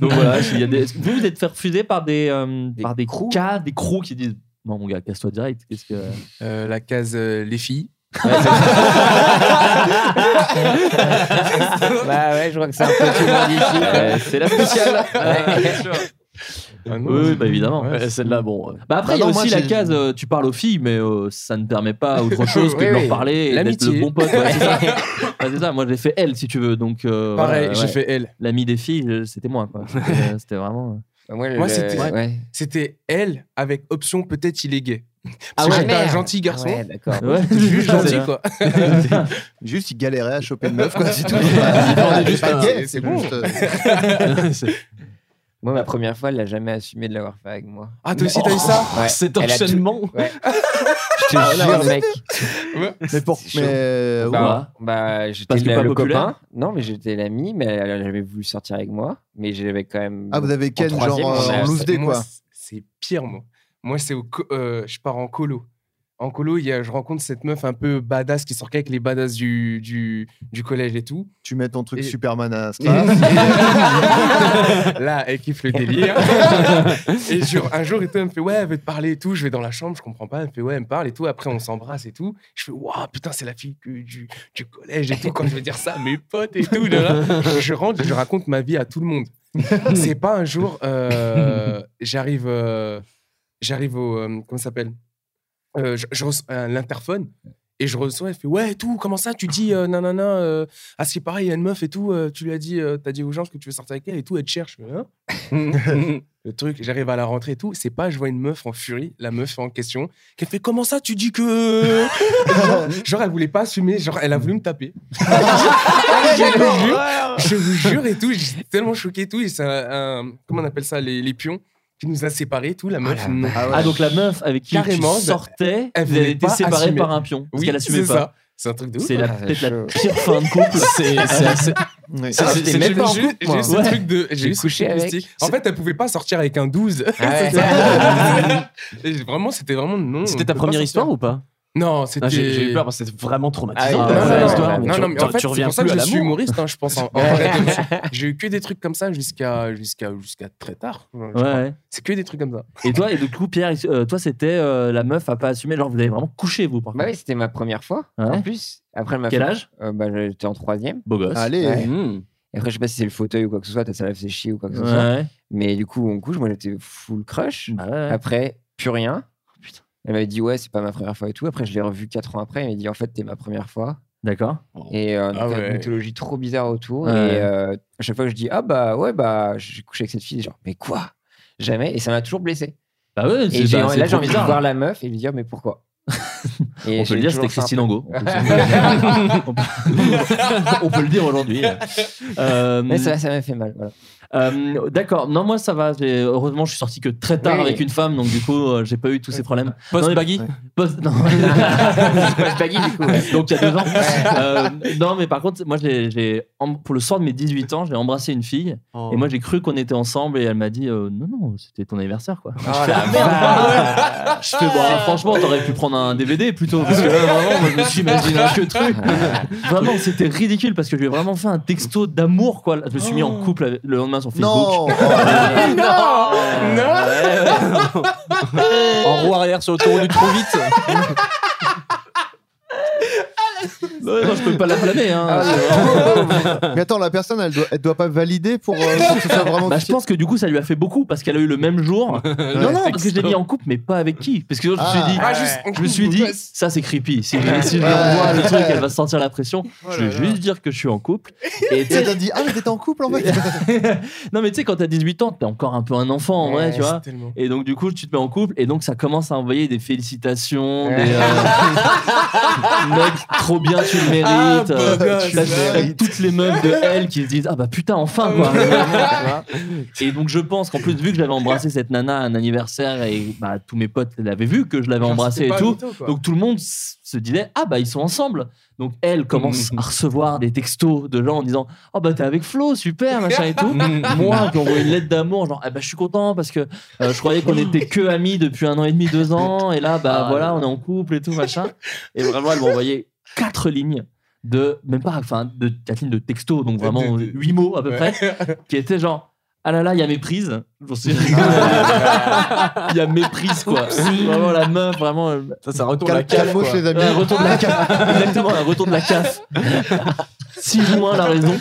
Speaker 6: donc voilà, il y a des- vous vous êtes fait refuser par des, euh, par des
Speaker 7: crews.
Speaker 6: cas, des crews qui disent non mon gars, casse-toi direct. Qu'est-ce que
Speaker 10: Euh, la case euh, les filles.
Speaker 7: Bah ouais, je crois que c'est un peu tout le monde ici.
Speaker 6: Euh, c'est la spéciale.
Speaker 10: Ah non,
Speaker 6: oui,
Speaker 10: c'est-
Speaker 6: bah évidemment.
Speaker 10: Ouais,
Speaker 8: Ouais, Celle-là, bon. euh,
Speaker 6: Bah après,
Speaker 9: Bah
Speaker 6: il y a
Speaker 9: non, moi,
Speaker 6: aussi la
Speaker 9: j'ai-
Speaker 6: case euh, tu parles aux filles, mais euh, ça ne permet pas autre chose que
Speaker 7: Oui,
Speaker 6: de leur
Speaker 7: oui.
Speaker 6: parler et d'être
Speaker 10: L'amitié.
Speaker 6: le bon pote. ouais, c'est ça. Ouais, pas des armes. Moi, j'ai fait elle, si tu veux. Donc, euh,
Speaker 10: Pareil,
Speaker 6: voilà,
Speaker 10: j'ai
Speaker 6: ouais.
Speaker 10: fait elle.
Speaker 6: L'ami des filles, je- c'était moi. quoi. C'était euh, c'était vraiment.
Speaker 10: Moi, c'était c'était elle avec option peut-être il est gay. Parce
Speaker 6: Ah
Speaker 10: que
Speaker 6: ouais,
Speaker 10: j'étais un
Speaker 6: merde.
Speaker 10: gentil garçon.
Speaker 6: Ouais, d'accord.
Speaker 10: Ouais, bah.
Speaker 6: Ouais.
Speaker 10: juste gentil,
Speaker 6: C'est
Speaker 10: quoi.
Speaker 6: ça.
Speaker 9: Juste, il galérait à choper une meuf, quoi. C'est tout.
Speaker 7: Il vendait
Speaker 9: C'est
Speaker 7: juste
Speaker 9: pas
Speaker 7: un-
Speaker 9: gay, c'est euh, bon.
Speaker 7: Moi,
Speaker 6: Ah.
Speaker 7: ma première fois, elle l'a jamais assumé de l'avoir fait avec moi.
Speaker 10: Ah, toi aussi, t'as eu ça Cet
Speaker 7: Elle a tout-
Speaker 10: enchaînement.
Speaker 7: Ouais. Je
Speaker 10: Ah,
Speaker 7: te
Speaker 10: là,
Speaker 7: jure,
Speaker 10: ouais.
Speaker 7: mec.
Speaker 9: Mais euh, pour.
Speaker 7: C'est chaud.
Speaker 9: Mais.
Speaker 7: bah, bah, j'étais
Speaker 6: Parce que
Speaker 7: le,
Speaker 6: pas
Speaker 7: le
Speaker 6: populaire
Speaker 7: copain. Non, mais j'étais l'ami, mais elle a jamais voulu sortir avec moi. Mais j'avais quand même.
Speaker 9: Ah, vous avez
Speaker 7: en
Speaker 9: Ken,
Speaker 7: troisième,
Speaker 9: genre,
Speaker 7: on a-
Speaker 9: euh, en loose day,
Speaker 10: Moi,
Speaker 9: quoi.
Speaker 10: c'est- C'est pire, moi. Moi, c'est au co- euh, je pars en colo. En colo, il y a, je rencontre cette meuf un peu badass qui sort qu'avec les badass du, du, du collège et tout.
Speaker 9: Tu mets ton truc
Speaker 10: Et- Hein
Speaker 9: Superman à ce
Speaker 10: Là, elle kiffe le délire. et je- un jour, et tout, elle me fait Ouais, elle veut te parler et tout. Je vais dans la chambre, je comprends pas. Elle me fait Ouais, elle me parle et tout. Après, on s'embrasse et tout. Je fais Waouh, putain, c'est la fille que- du, du collège et tout. Quand je vais dire ça à mes potes et tout, là, là, je rentre, je raconte ma vie à tout le monde. C'est pas un jour, euh, j'arrive euh, j'arrive au. euh, comment ça s'appelle Euh, je, je reçois euh, l'interphone. Et je reçois, elle fait Ouais, et tout, comment ça Tu dis euh, nanana, euh, ah, c'est pareil, il y a une meuf et tout, euh, tu lui as dit, euh, t'as dit aux gens que tu veux sortir avec elle et tout, elle te cherche. Je fais, Hein le truc, j'arrive à la rentrée et tout, c'est pas, je vois une meuf en furie, la meuf en question, qu'elle fait Comment ça, tu dis que. genre, genre, elle voulait pas assumer, genre, elle a voulu me taper.
Speaker 6: Ah,
Speaker 10: je, vous jure, je vous jure et tout, j'étais tellement choqué et tout, et c'est un, un- Comment on appelle ça Les, les pions qui nous a séparés et tout, la meuf. non.
Speaker 6: Ah, donc la meuf avec qui
Speaker 10: Carrément,
Speaker 6: tu sortais,
Speaker 10: elle
Speaker 6: elle
Speaker 10: voulait
Speaker 6: était
Speaker 10: pas
Speaker 6: séparée
Speaker 10: assumer.
Speaker 6: par un pion. Parce
Speaker 10: Oui,
Speaker 6: qu'elle assumait
Speaker 10: c'est
Speaker 6: pas.
Speaker 10: ça. C'est un truc de ouf.
Speaker 6: C'est la-
Speaker 7: Ah, c'est
Speaker 6: peut-être la
Speaker 7: chaud.
Speaker 6: pire fin de couple.
Speaker 11: C'est c'est assez.
Speaker 9: Ça,
Speaker 11: c'est-
Speaker 7: c'était
Speaker 11: c'est-
Speaker 7: même
Speaker 11: c'est-
Speaker 7: pas en
Speaker 10: Ah, J'ai eu-
Speaker 7: couple,
Speaker 10: j'ai
Speaker 7: moi.
Speaker 10: eu ce
Speaker 6: Ouais.
Speaker 10: truc de. J'ai
Speaker 7: J'ai
Speaker 10: eu ce
Speaker 7: couché
Speaker 10: truc de
Speaker 7: avec.
Speaker 10: style. En fait, elle pouvait pas sortir avec un 12.
Speaker 7: Ah ouais.
Speaker 10: C'était- Et vraiment, c'était vraiment non. on
Speaker 11: C'était ta
Speaker 10: peut pas
Speaker 11: première
Speaker 10: sortir.
Speaker 11: histoire ou pas
Speaker 10: Non,
Speaker 11: Ah,
Speaker 10: c'était.
Speaker 11: J'ai j'ai eu peur parce que c'était vraiment traumatisant.
Speaker 7: Ah
Speaker 10: Non,
Speaker 7: oui,
Speaker 11: la
Speaker 10: non,
Speaker 11: première
Speaker 10: non,
Speaker 11: histoire.
Speaker 10: non,
Speaker 11: Tu-
Speaker 10: non, non, mais en
Speaker 11: tu-
Speaker 10: fait,
Speaker 11: tu
Speaker 10: c'est
Speaker 11: reviens
Speaker 10: pour ça
Speaker 11: plus
Speaker 10: que
Speaker 11: à
Speaker 10: je suis
Speaker 11: l'amour.
Speaker 10: humoriste, hein, je pense. en- en vrai, de vrai. J'ai eu que des trucs comme ça jusqu'à jusqu'à jusqu'à très tard. je
Speaker 6: Ouais,
Speaker 10: crois.
Speaker 6: ouais.
Speaker 10: C'est que des trucs comme ça.
Speaker 6: Et toi, et du coup, Pierre, euh, toi, c'était euh, la meuf à pas assumer. Genre, vous avez vraiment couché, vous, par
Speaker 7: Bah
Speaker 6: contre.
Speaker 7: oui, c'était ma première fois.
Speaker 6: Ouais.
Speaker 7: En plus, après, elle m'a
Speaker 6: Quel
Speaker 7: fait-
Speaker 6: âge
Speaker 7: Euh, bah, J'étais en troisième.
Speaker 6: Beau gosse.
Speaker 9: Allez.
Speaker 7: Ouais.
Speaker 11: Mmh.
Speaker 7: Et après, je sais pas si c'est le fauteuil ou quoi que ce soit, t'as- ça l'a fait chier ou quoi que ce soit.
Speaker 6: Ouais.
Speaker 7: Mais du coup, on couche, moi j'étais full crush.
Speaker 6: Ah ouais. Oh,
Speaker 7: Après, plus rien. Elle m'avait dit, ouais, c'est pas ma première fois et tout. Après, je l'ai revu 4 ans après. Elle m'a dit, en fait, t'es ma première fois.
Speaker 6: D'accord.
Speaker 7: Et euh,
Speaker 10: Ah
Speaker 7: t'as
Speaker 10: ouais.
Speaker 7: une mythologie trop bizarre autour.
Speaker 6: Ouais.
Speaker 7: Et euh, à chaque fois que je dis, ah bah ouais, bah j'ai couché avec cette fille, genre, mais quoi Jamais. Et ça m'a toujours blessé.
Speaker 6: Bah ouais,
Speaker 7: Et
Speaker 6: c'est
Speaker 7: j'ai-
Speaker 6: bah, c'est
Speaker 7: là, j'ai
Speaker 6: trop
Speaker 7: envie de
Speaker 6: bizarre.
Speaker 7: voir la meuf et lui dire, mais pourquoi et
Speaker 6: On peut
Speaker 7: j'ai
Speaker 6: le dire,
Speaker 7: toujours
Speaker 6: c'était
Speaker 7: fait un
Speaker 6: Christine
Speaker 7: peu-
Speaker 6: Angot. On peut- On peut le dire aujourd'hui. Euh,
Speaker 7: Mais ça ça m'a fait mal. Voilà.
Speaker 6: euh, D'accord. Non, moi, ça va. J'ai- Heureusement, je suis sorti que très tard
Speaker 7: Oui.
Speaker 6: avec une femme, donc du coup, euh, j'ai pas eu tous ces problèmes.
Speaker 11: Post-baggy
Speaker 6: Post- non.
Speaker 7: Je baggy, du coup. ouais.
Speaker 6: Donc il y a deux ans. Euh, non, mais par contre, moi, j'ai- j'ai em- pour le soir de mes 18 ans, j'ai embrassé une fille.
Speaker 11: Oh.
Speaker 6: Et moi, j'ai cru qu'on était ensemble. Et elle m'a dit euh, Non, non, c'était ton anniversaire, quoi.
Speaker 7: Oh
Speaker 8: ah,
Speaker 7: la
Speaker 6: Je fais, bon, alors, franchement, t'aurais pu prendre un DVD plutôt, parce que là, vraiment, moi, je me suis imaginé un que truc. Vraiment, c'était ridicule, parce que je lui ai vraiment fait un texto d'amour, quoi. Je me suis mis en couple avec- le lendemain sur Facebook.
Speaker 9: Non
Speaker 10: Non Non
Speaker 11: En roue arrière sur le tour du trop vite.
Speaker 6: Ouais, non, je peux pas la blâmer, hein.
Speaker 9: Mais attends, la personne, elle doit, elle doit pas valider pour, euh, pour que ce soit vraiment.
Speaker 6: Bah, je pense que du coup, ça lui a fait beaucoup, parce qu'elle a eu le même jour. non, non, parce que je l'ai
Speaker 11: texto.
Speaker 6: mis en couple, mais pas avec qui. Parce que je me suis
Speaker 9: Ah.
Speaker 6: dit,
Speaker 10: Ah, juste,
Speaker 6: Je me suis dit, ça c'est creepy. Si je, si je lui envoie le truc, elle va sentir la pression. je vais juste dire que je suis en couple.
Speaker 9: Et
Speaker 6: Et tu sais-
Speaker 9: elle t'a dit, ah, mais t'étais en couple en fait
Speaker 6: non, mais tu sais, quand t'as 18 ans, t'es encore un peu un enfant, ouais, tu vois.
Speaker 10: Tellement.
Speaker 6: Et donc, du coup, tu te mets en couple, et donc ça commence à envoyer des félicitations,
Speaker 7: Ouais.
Speaker 6: des. euh, Mec, trop bien, tu le
Speaker 10: Ah,
Speaker 6: mérites. Euh,
Speaker 10: gosse,
Speaker 6: là, j'ai-
Speaker 10: ouais.
Speaker 6: toutes les meufs de elle qui se disent Ah bah putain, enfin quoi. Vraiment, tu vois. et donc, je pense qu'en plus, vu que j'avais embrassé cette nana à un anniversaire, et bah, tous mes potes l'avaient vu que je l'avais
Speaker 10: Genre,
Speaker 6: embrassée
Speaker 10: c'était
Speaker 6: et
Speaker 10: pas un
Speaker 6: tout.
Speaker 10: mytho, quoi.
Speaker 6: Donc tout le monde s- se disait ah bah ils sont ensemble. Donc elle commence à recevoir des textos de gens en disant oh bah t'es avec Flo super machin et tout. Moi qui envoie une lettre d'amour genre ah bah je suis content parce que euh, je croyais qu'on était que amis depuis un an et demi deux ans et là bah voilà on est en couple et tout machin. Et vraiment elle m'envoyait quatre lignes de même pas enfin de quatre lignes de textos donc vraiment
Speaker 10: De- de-
Speaker 6: huit mots à peu près qui étaient genre ah là là, il y a méprise. J'en suis- Il y a méprise, quoi. Vraiment, la main, vraiment. euh,
Speaker 11: Ça, ça retourne la
Speaker 9: Cal-
Speaker 11: cale.
Speaker 9: Calmos, les
Speaker 6: un
Speaker 9: amis.
Speaker 6: retour de la CAF. Exactement, un retour de la CAF. Si loin la raison.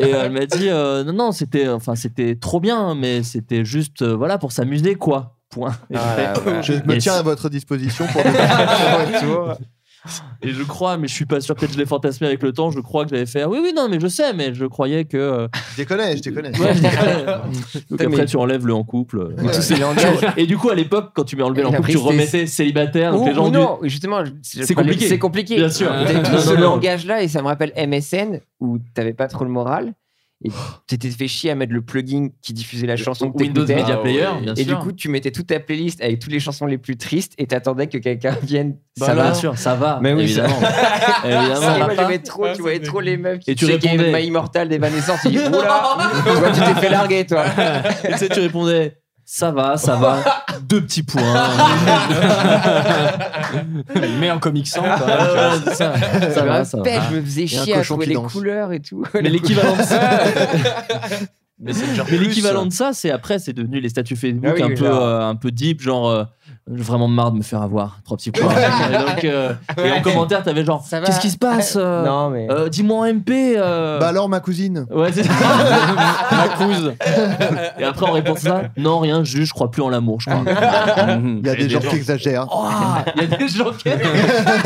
Speaker 6: Et euh, elle m'a dit euh, non, non, c'était enfin, c'était trop bien, mais c'était juste euh, voilà pour s'amuser, quoi. Point. Et
Speaker 7: Ah,
Speaker 6: fait,
Speaker 7: voilà.
Speaker 9: Je me
Speaker 6: Yes.
Speaker 9: tiens à votre disposition pour.
Speaker 6: Et je crois, mais je suis pas sûr, peut-être je l'ai fantasmé avec le temps, je crois que j'avais fait. ah Oui, oui, non, mais je sais, mais je croyais que. euh,
Speaker 9: Je déconnais, je déconnais.
Speaker 6: Ouais, je déconnais. Donc
Speaker 9: Putain,
Speaker 6: après,
Speaker 9: mais-
Speaker 6: tu enlèves le en couple. euh,
Speaker 9: Ouais.
Speaker 6: voilà.
Speaker 9: C'est les handicaps.
Speaker 6: Et du coup, à l'époque, quand tu mets enlevé le en
Speaker 7: Et
Speaker 6: couple,
Speaker 7: après,
Speaker 6: tu
Speaker 7: c'est-
Speaker 6: remettais célibataire. Donc
Speaker 7: Ou-
Speaker 6: les gens
Speaker 7: ou
Speaker 6: du-
Speaker 7: non, justement, je- je-
Speaker 6: hein, c'est
Speaker 7: je parlais-
Speaker 6: compliqué.
Speaker 7: C'est compliqué.
Speaker 6: Bien sûr.
Speaker 7: T'as
Speaker 6: Non,
Speaker 7: tout
Speaker 6: non,
Speaker 7: ce
Speaker 6: non.
Speaker 7: langage-là et ça me rappelle MSN où t'avais pas trop le moral. Et t'étais fait chier à mettre le plugin qui diffusait la chanson que
Speaker 6: Windows
Speaker 7: t'écoutais.
Speaker 6: Media Player, bien
Speaker 7: Et
Speaker 6: sûr.
Speaker 7: du coup, tu mettais toute ta playlist avec toutes les chansons les plus tristes et t'attendais que quelqu'un vienne. Ah,
Speaker 6: Bah
Speaker 7: ça
Speaker 6: alors.
Speaker 7: va
Speaker 6: Bien sûr, ça va,
Speaker 7: Mais oui, ça-
Speaker 6: évidemment. Évidemment.
Speaker 7: Ça,
Speaker 6: Ça va
Speaker 7: moi,
Speaker 6: pas
Speaker 7: j'aimais trop, tu voyais trop les meufs qui
Speaker 6: Et tu
Speaker 7: checkaient
Speaker 6: répondais.
Speaker 7: My Immortal d'Evanescence. Tu dis, oula, toi, tu t'es fait larguer, toi.
Speaker 6: Et tu sais, tu répondais ça va, ça va, deux petits points.
Speaker 11: Mais en comic sans. quoi.
Speaker 6: Ah, ouais, ça, ça va, ça va.
Speaker 7: Pète, je me faisais
Speaker 6: Il y a un
Speaker 7: chier à
Speaker 6: cochon
Speaker 7: trouver
Speaker 6: qui
Speaker 7: les
Speaker 6: danse.
Speaker 7: couleurs et tout.
Speaker 6: Mais l'équivalent de ça. Mais l'équivalent de ça, c'est après, c'est devenu les statuts Facebook
Speaker 7: Ah oui,
Speaker 6: un,
Speaker 7: oui,
Speaker 6: peu,
Speaker 7: là.
Speaker 6: euh, un peu deep, genre euh, j'ai vraiment marre de me faire avoir, trois petits points. et, donc, euh, et en commentaire, t'avais genre
Speaker 7: va.
Speaker 6: qu'est-ce qui se passe euh,
Speaker 7: Non, mais-
Speaker 6: euh, Dis-moi en MP. euh.
Speaker 9: Bah alors, ma cousine.
Speaker 6: Ouais, c'est ça. Ma couse. Et après, on répond ça non, rien, juste, je crois plus en l'amour, je crois.
Speaker 8: Mhm.
Speaker 9: Il y a des gens qui exagèrent.
Speaker 6: Ah, Il y a des gens qui.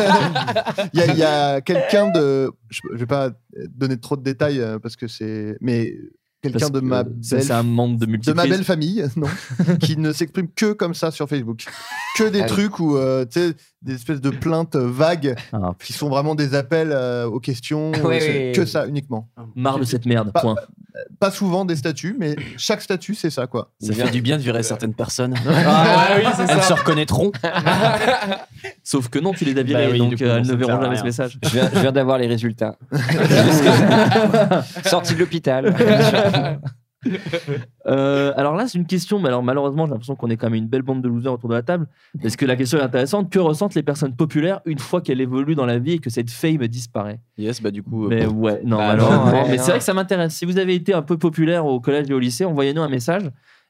Speaker 9: Il y a, il y a quelqu'un de. Je je vais pas donner trop de détails euh, parce que c'est. Mais quelqu'un
Speaker 6: Parce
Speaker 9: de
Speaker 6: que
Speaker 9: ma
Speaker 6: ça,
Speaker 9: belle.
Speaker 6: C'est un membre de
Speaker 9: de ma
Speaker 6: multiprise.
Speaker 9: belle famille, non, qui ne s'exprime que comme ça sur Facebook. Que des
Speaker 6: Ah oui.
Speaker 9: trucs où, euh, tu sais, des espèces de plaintes vagues
Speaker 6: Ah, putain.
Speaker 9: qui sont vraiment des appels euh, aux questions.
Speaker 7: Ouais,
Speaker 9: c'est
Speaker 7: ouais,
Speaker 9: que
Speaker 7: ouais.
Speaker 9: ça uniquement.
Speaker 6: Marre de cette merde,
Speaker 11: Bah,
Speaker 9: Pas-
Speaker 6: point.
Speaker 9: Pas souvent des statuts, mais chaque statut, c'est ça, quoi.
Speaker 11: Ça fait du bien de virer certaines personnes.
Speaker 6: Ah, oui, c'est
Speaker 11: Elles
Speaker 6: ça.
Speaker 11: se reconnaîtront.
Speaker 6: Sauf que non, tu les as virés,
Speaker 11: Bah oui,
Speaker 6: donc
Speaker 11: du coup,
Speaker 6: euh,
Speaker 11: non,
Speaker 6: elles
Speaker 11: ça
Speaker 6: ne
Speaker 11: ne sert
Speaker 6: verront
Speaker 11: à
Speaker 6: jamais
Speaker 11: rien.
Speaker 6: ce message.
Speaker 7: Je viens, je viens d'avoir les résultats. Sorti de l'hôpital.
Speaker 6: Euh, alors là, c'est une question, mais alors malheureusement, j'ai l'impression qu'on est quand même une belle bande de losers autour de la table. Parce que la question est intéressante. Que ressentent les personnes populaires une fois qu'elles évoluent dans la vie et que cette fame disparaît
Speaker 8: Yes, bah du coup. euh,
Speaker 6: Mais
Speaker 8: bon.
Speaker 6: ouais, non,
Speaker 7: Bah
Speaker 6: malheureusement.
Speaker 7: non, ouais,
Speaker 6: mais
Speaker 7: non.
Speaker 6: c'est vrai que ça m'intéresse. Si vous avez été un peu populaire au collège et au lycée, envoyez-nous un message.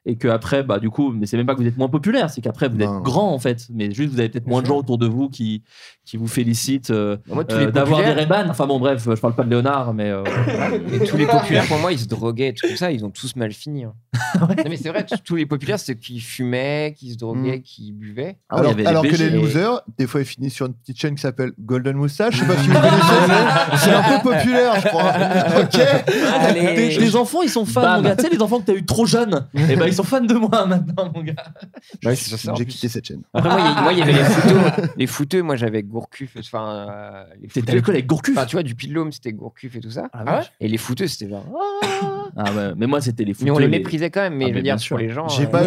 Speaker 6: Et que après, bah, du coup, mais c'est même pas que vous êtes moins populaire, c'est qu'après vous
Speaker 9: Non.
Speaker 6: êtes grand en fait. Mais juste vous avez peut-être moins de gens autour de vous qui, qui vous félicitent euh,
Speaker 7: Moi, tous
Speaker 6: euh,
Speaker 7: les
Speaker 6: d'avoir des
Speaker 7: populaires-
Speaker 6: Ray-Ban. Enfin bon, bref, je parle pas de Léonard, mais euh,
Speaker 7: Et tous les populaires, pour moi, ils se droguaient, tout ça, ils ont tous mal fini. hein. Non, mais c'est vrai, tous- tous les populaires, ceux qui fumaient, qui se
Speaker 6: Mm.
Speaker 7: droguaient, qui buvaient.
Speaker 6: Ah
Speaker 9: alors
Speaker 6: oui, il y avait les
Speaker 9: alors que
Speaker 6: BG.
Speaker 9: les losers, des fois, ils finissent sur une petite chaîne qui s'appelle Golden Moustache. Je sais pas si vous connaissez, c'est un peu populaire, je crois. Ok.
Speaker 7: Allez.
Speaker 6: Ah, les enfants, ils sont fans,
Speaker 7: Bam.
Speaker 6: mon gars. Tu sais, les enfants que t'as eu trop jeune, et ben ils sont fans de moi maintenant, mon gars.
Speaker 7: Ouais, c'est sur ça, en
Speaker 9: J'ai
Speaker 7: plus.
Speaker 9: quitté cette chaîne.
Speaker 7: Après, moi, il y- moi, il y avait les fouteux. Les fouteux, moi, j'avais Gourcuff. Enfin, euh, les
Speaker 6: T'es
Speaker 7: fouteux-
Speaker 6: à l'école avec Gourcuff.
Speaker 7: Enfin, tu vois, du pilôme, c'était Gourcuff et tout ça.
Speaker 6: Ah, la vache.
Speaker 7: Et les fouteux, c'était genre. Ah.
Speaker 6: Ah ouais, mais moi, c'était les fous.
Speaker 7: Mais on les méprisait quand même, mais
Speaker 6: Ah,
Speaker 7: je
Speaker 6: mais
Speaker 7: veux dire,
Speaker 6: bien sûr.
Speaker 7: pour les gens.
Speaker 9: J'ai
Speaker 7: euh,
Speaker 9: pas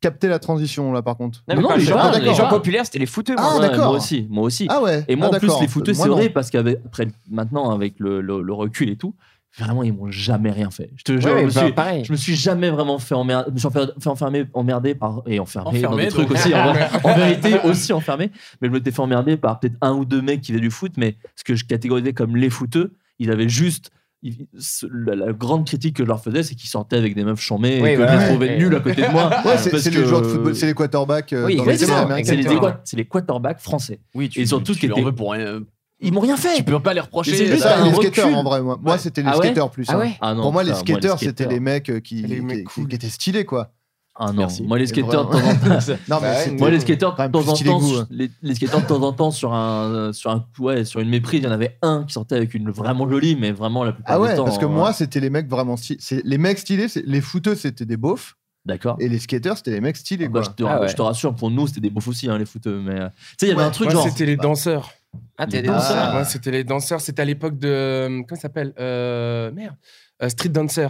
Speaker 9: capté la transition, là, par contre.
Speaker 7: Non, mais
Speaker 6: Non,
Speaker 7: pas
Speaker 6: mais
Speaker 7: les gens-
Speaker 6: pas,
Speaker 7: les
Speaker 6: les
Speaker 7: gens
Speaker 6: gens.
Speaker 7: populaires, c'était les fouteux. moi.
Speaker 9: Ah, d'accord.
Speaker 6: Moi aussi, moi aussi.
Speaker 9: Ah ouais.
Speaker 6: Et moi,
Speaker 9: Ah,
Speaker 6: en plus,
Speaker 9: d'accord.
Speaker 6: les fouteux,
Speaker 9: Moi,
Speaker 6: c'est
Speaker 9: non.
Speaker 6: vrai, parce qu'après, maintenant, avec le, le- le recul et tout, vraiment, ils m'ont jamais rien fait. Je te jure,
Speaker 7: Ouais,
Speaker 6: je, me
Speaker 7: bah,
Speaker 6: suis,
Speaker 7: pareil.
Speaker 6: je me suis jamais vraiment fait emmerder, je me suis enfer- fait enfermer, emmerder par, et enfermé, dans
Speaker 11: Enfermé,
Speaker 6: des trucs
Speaker 11: donc.
Speaker 6: aussi, en, vrai. En vérité, aussi enfermé. Mais je m'étais fait emmerder par peut-être un ou deux mecs qui faisaient du foot, mais ce que je catégorisais comme les fouteux, ils avaient juste. ils- ce- La, la grande critique que je leur faisais, c'est qu'ils sortaient avec des meufs chambées
Speaker 7: Oui,
Speaker 6: et que
Speaker 7: voilà,
Speaker 6: je les
Speaker 7: ouais,
Speaker 6: trouvais
Speaker 7: ouais.
Speaker 6: nuls à côté de moi.
Speaker 9: Ouais, c'est
Speaker 6: parce
Speaker 9: c'est
Speaker 6: que-
Speaker 9: les joueurs de football, c'est les quarterbacks euh,
Speaker 7: Oui,
Speaker 9: dans
Speaker 6: Ouais,
Speaker 9: les
Speaker 6: c'est
Speaker 9: équipes
Speaker 6: ça. C'est
Speaker 7: exactement.
Speaker 6: les,
Speaker 9: américaines.
Speaker 7: Exactement.
Speaker 6: équa- c'est les quarterbacks français.
Speaker 11: Oui,
Speaker 6: Et surtout
Speaker 11: tu
Speaker 6: qu'ils
Speaker 11: leur
Speaker 6: étaient-
Speaker 11: veux pour rien.
Speaker 6: Ils m'ont rien fait.
Speaker 11: Tu peux pas les reprocher.
Speaker 6: Mais c'est
Speaker 9: C'est
Speaker 6: juste
Speaker 9: ça,
Speaker 6: un
Speaker 9: les
Speaker 6: recul.
Speaker 9: skateurs en vrai. Moi, Moi, c'était les
Speaker 6: Ah ouais
Speaker 9: skateurs plus.
Speaker 7: Ah
Speaker 9: hein.
Speaker 7: ouais
Speaker 6: Ah non,
Speaker 9: Pour moi,
Speaker 6: putain,
Speaker 9: les skateurs, c'était
Speaker 6: skateurs.
Speaker 9: les mecs euh, qui,
Speaker 10: Les mecs
Speaker 9: qui-
Speaker 10: cool.
Speaker 9: qui étaient stylés, quoi.
Speaker 6: Ah non,
Speaker 11: Merci.
Speaker 6: moi les skateurs, de temps en
Speaker 9: Vraiment.
Speaker 6: temps.
Speaker 9: Non, mais
Speaker 7: ouais,
Speaker 9: c'était-
Speaker 6: Moi les skateurs,
Speaker 9: quand même
Speaker 6: de temps
Speaker 9: plus
Speaker 6: en
Speaker 9: stylé
Speaker 6: temps,
Speaker 9: goût, hein.
Speaker 6: les, les skateurs de temps en temps sur un, euh, sur un, ouais, sur une méprise, il y en avait un qui sortait avec une vraiment jolie, mais vraiment la plupart
Speaker 9: Ah
Speaker 6: du
Speaker 9: ouais,
Speaker 6: temps.
Speaker 9: parce que
Speaker 6: euh,
Speaker 9: moi, c'était les mecs vraiment stylés. C'est- Les mecs stylés, c'est- les footeux, c'était des beaufs.
Speaker 6: d'accord.
Speaker 9: Et les skateurs, c'était les mecs stylés, quoi.
Speaker 6: Bah, je, te,
Speaker 7: Ah ouais.
Speaker 6: je te rassure, pour nous c'était des beaux aussi hein, les footeux, mais euh, tu sais il y avait
Speaker 9: Ouais,
Speaker 6: un truc
Speaker 10: Moi,
Speaker 6: genre.
Speaker 11: Bah.
Speaker 10: c'était les danseurs.
Speaker 7: Ah, t'es
Speaker 6: Les
Speaker 7: des
Speaker 9: danseurs.
Speaker 7: danseurs.
Speaker 9: Ah.
Speaker 10: Moi, c'était les danseurs. C'était à l'époque de. Comment ça s'appelle Euh, Merde. Euh, street dancer.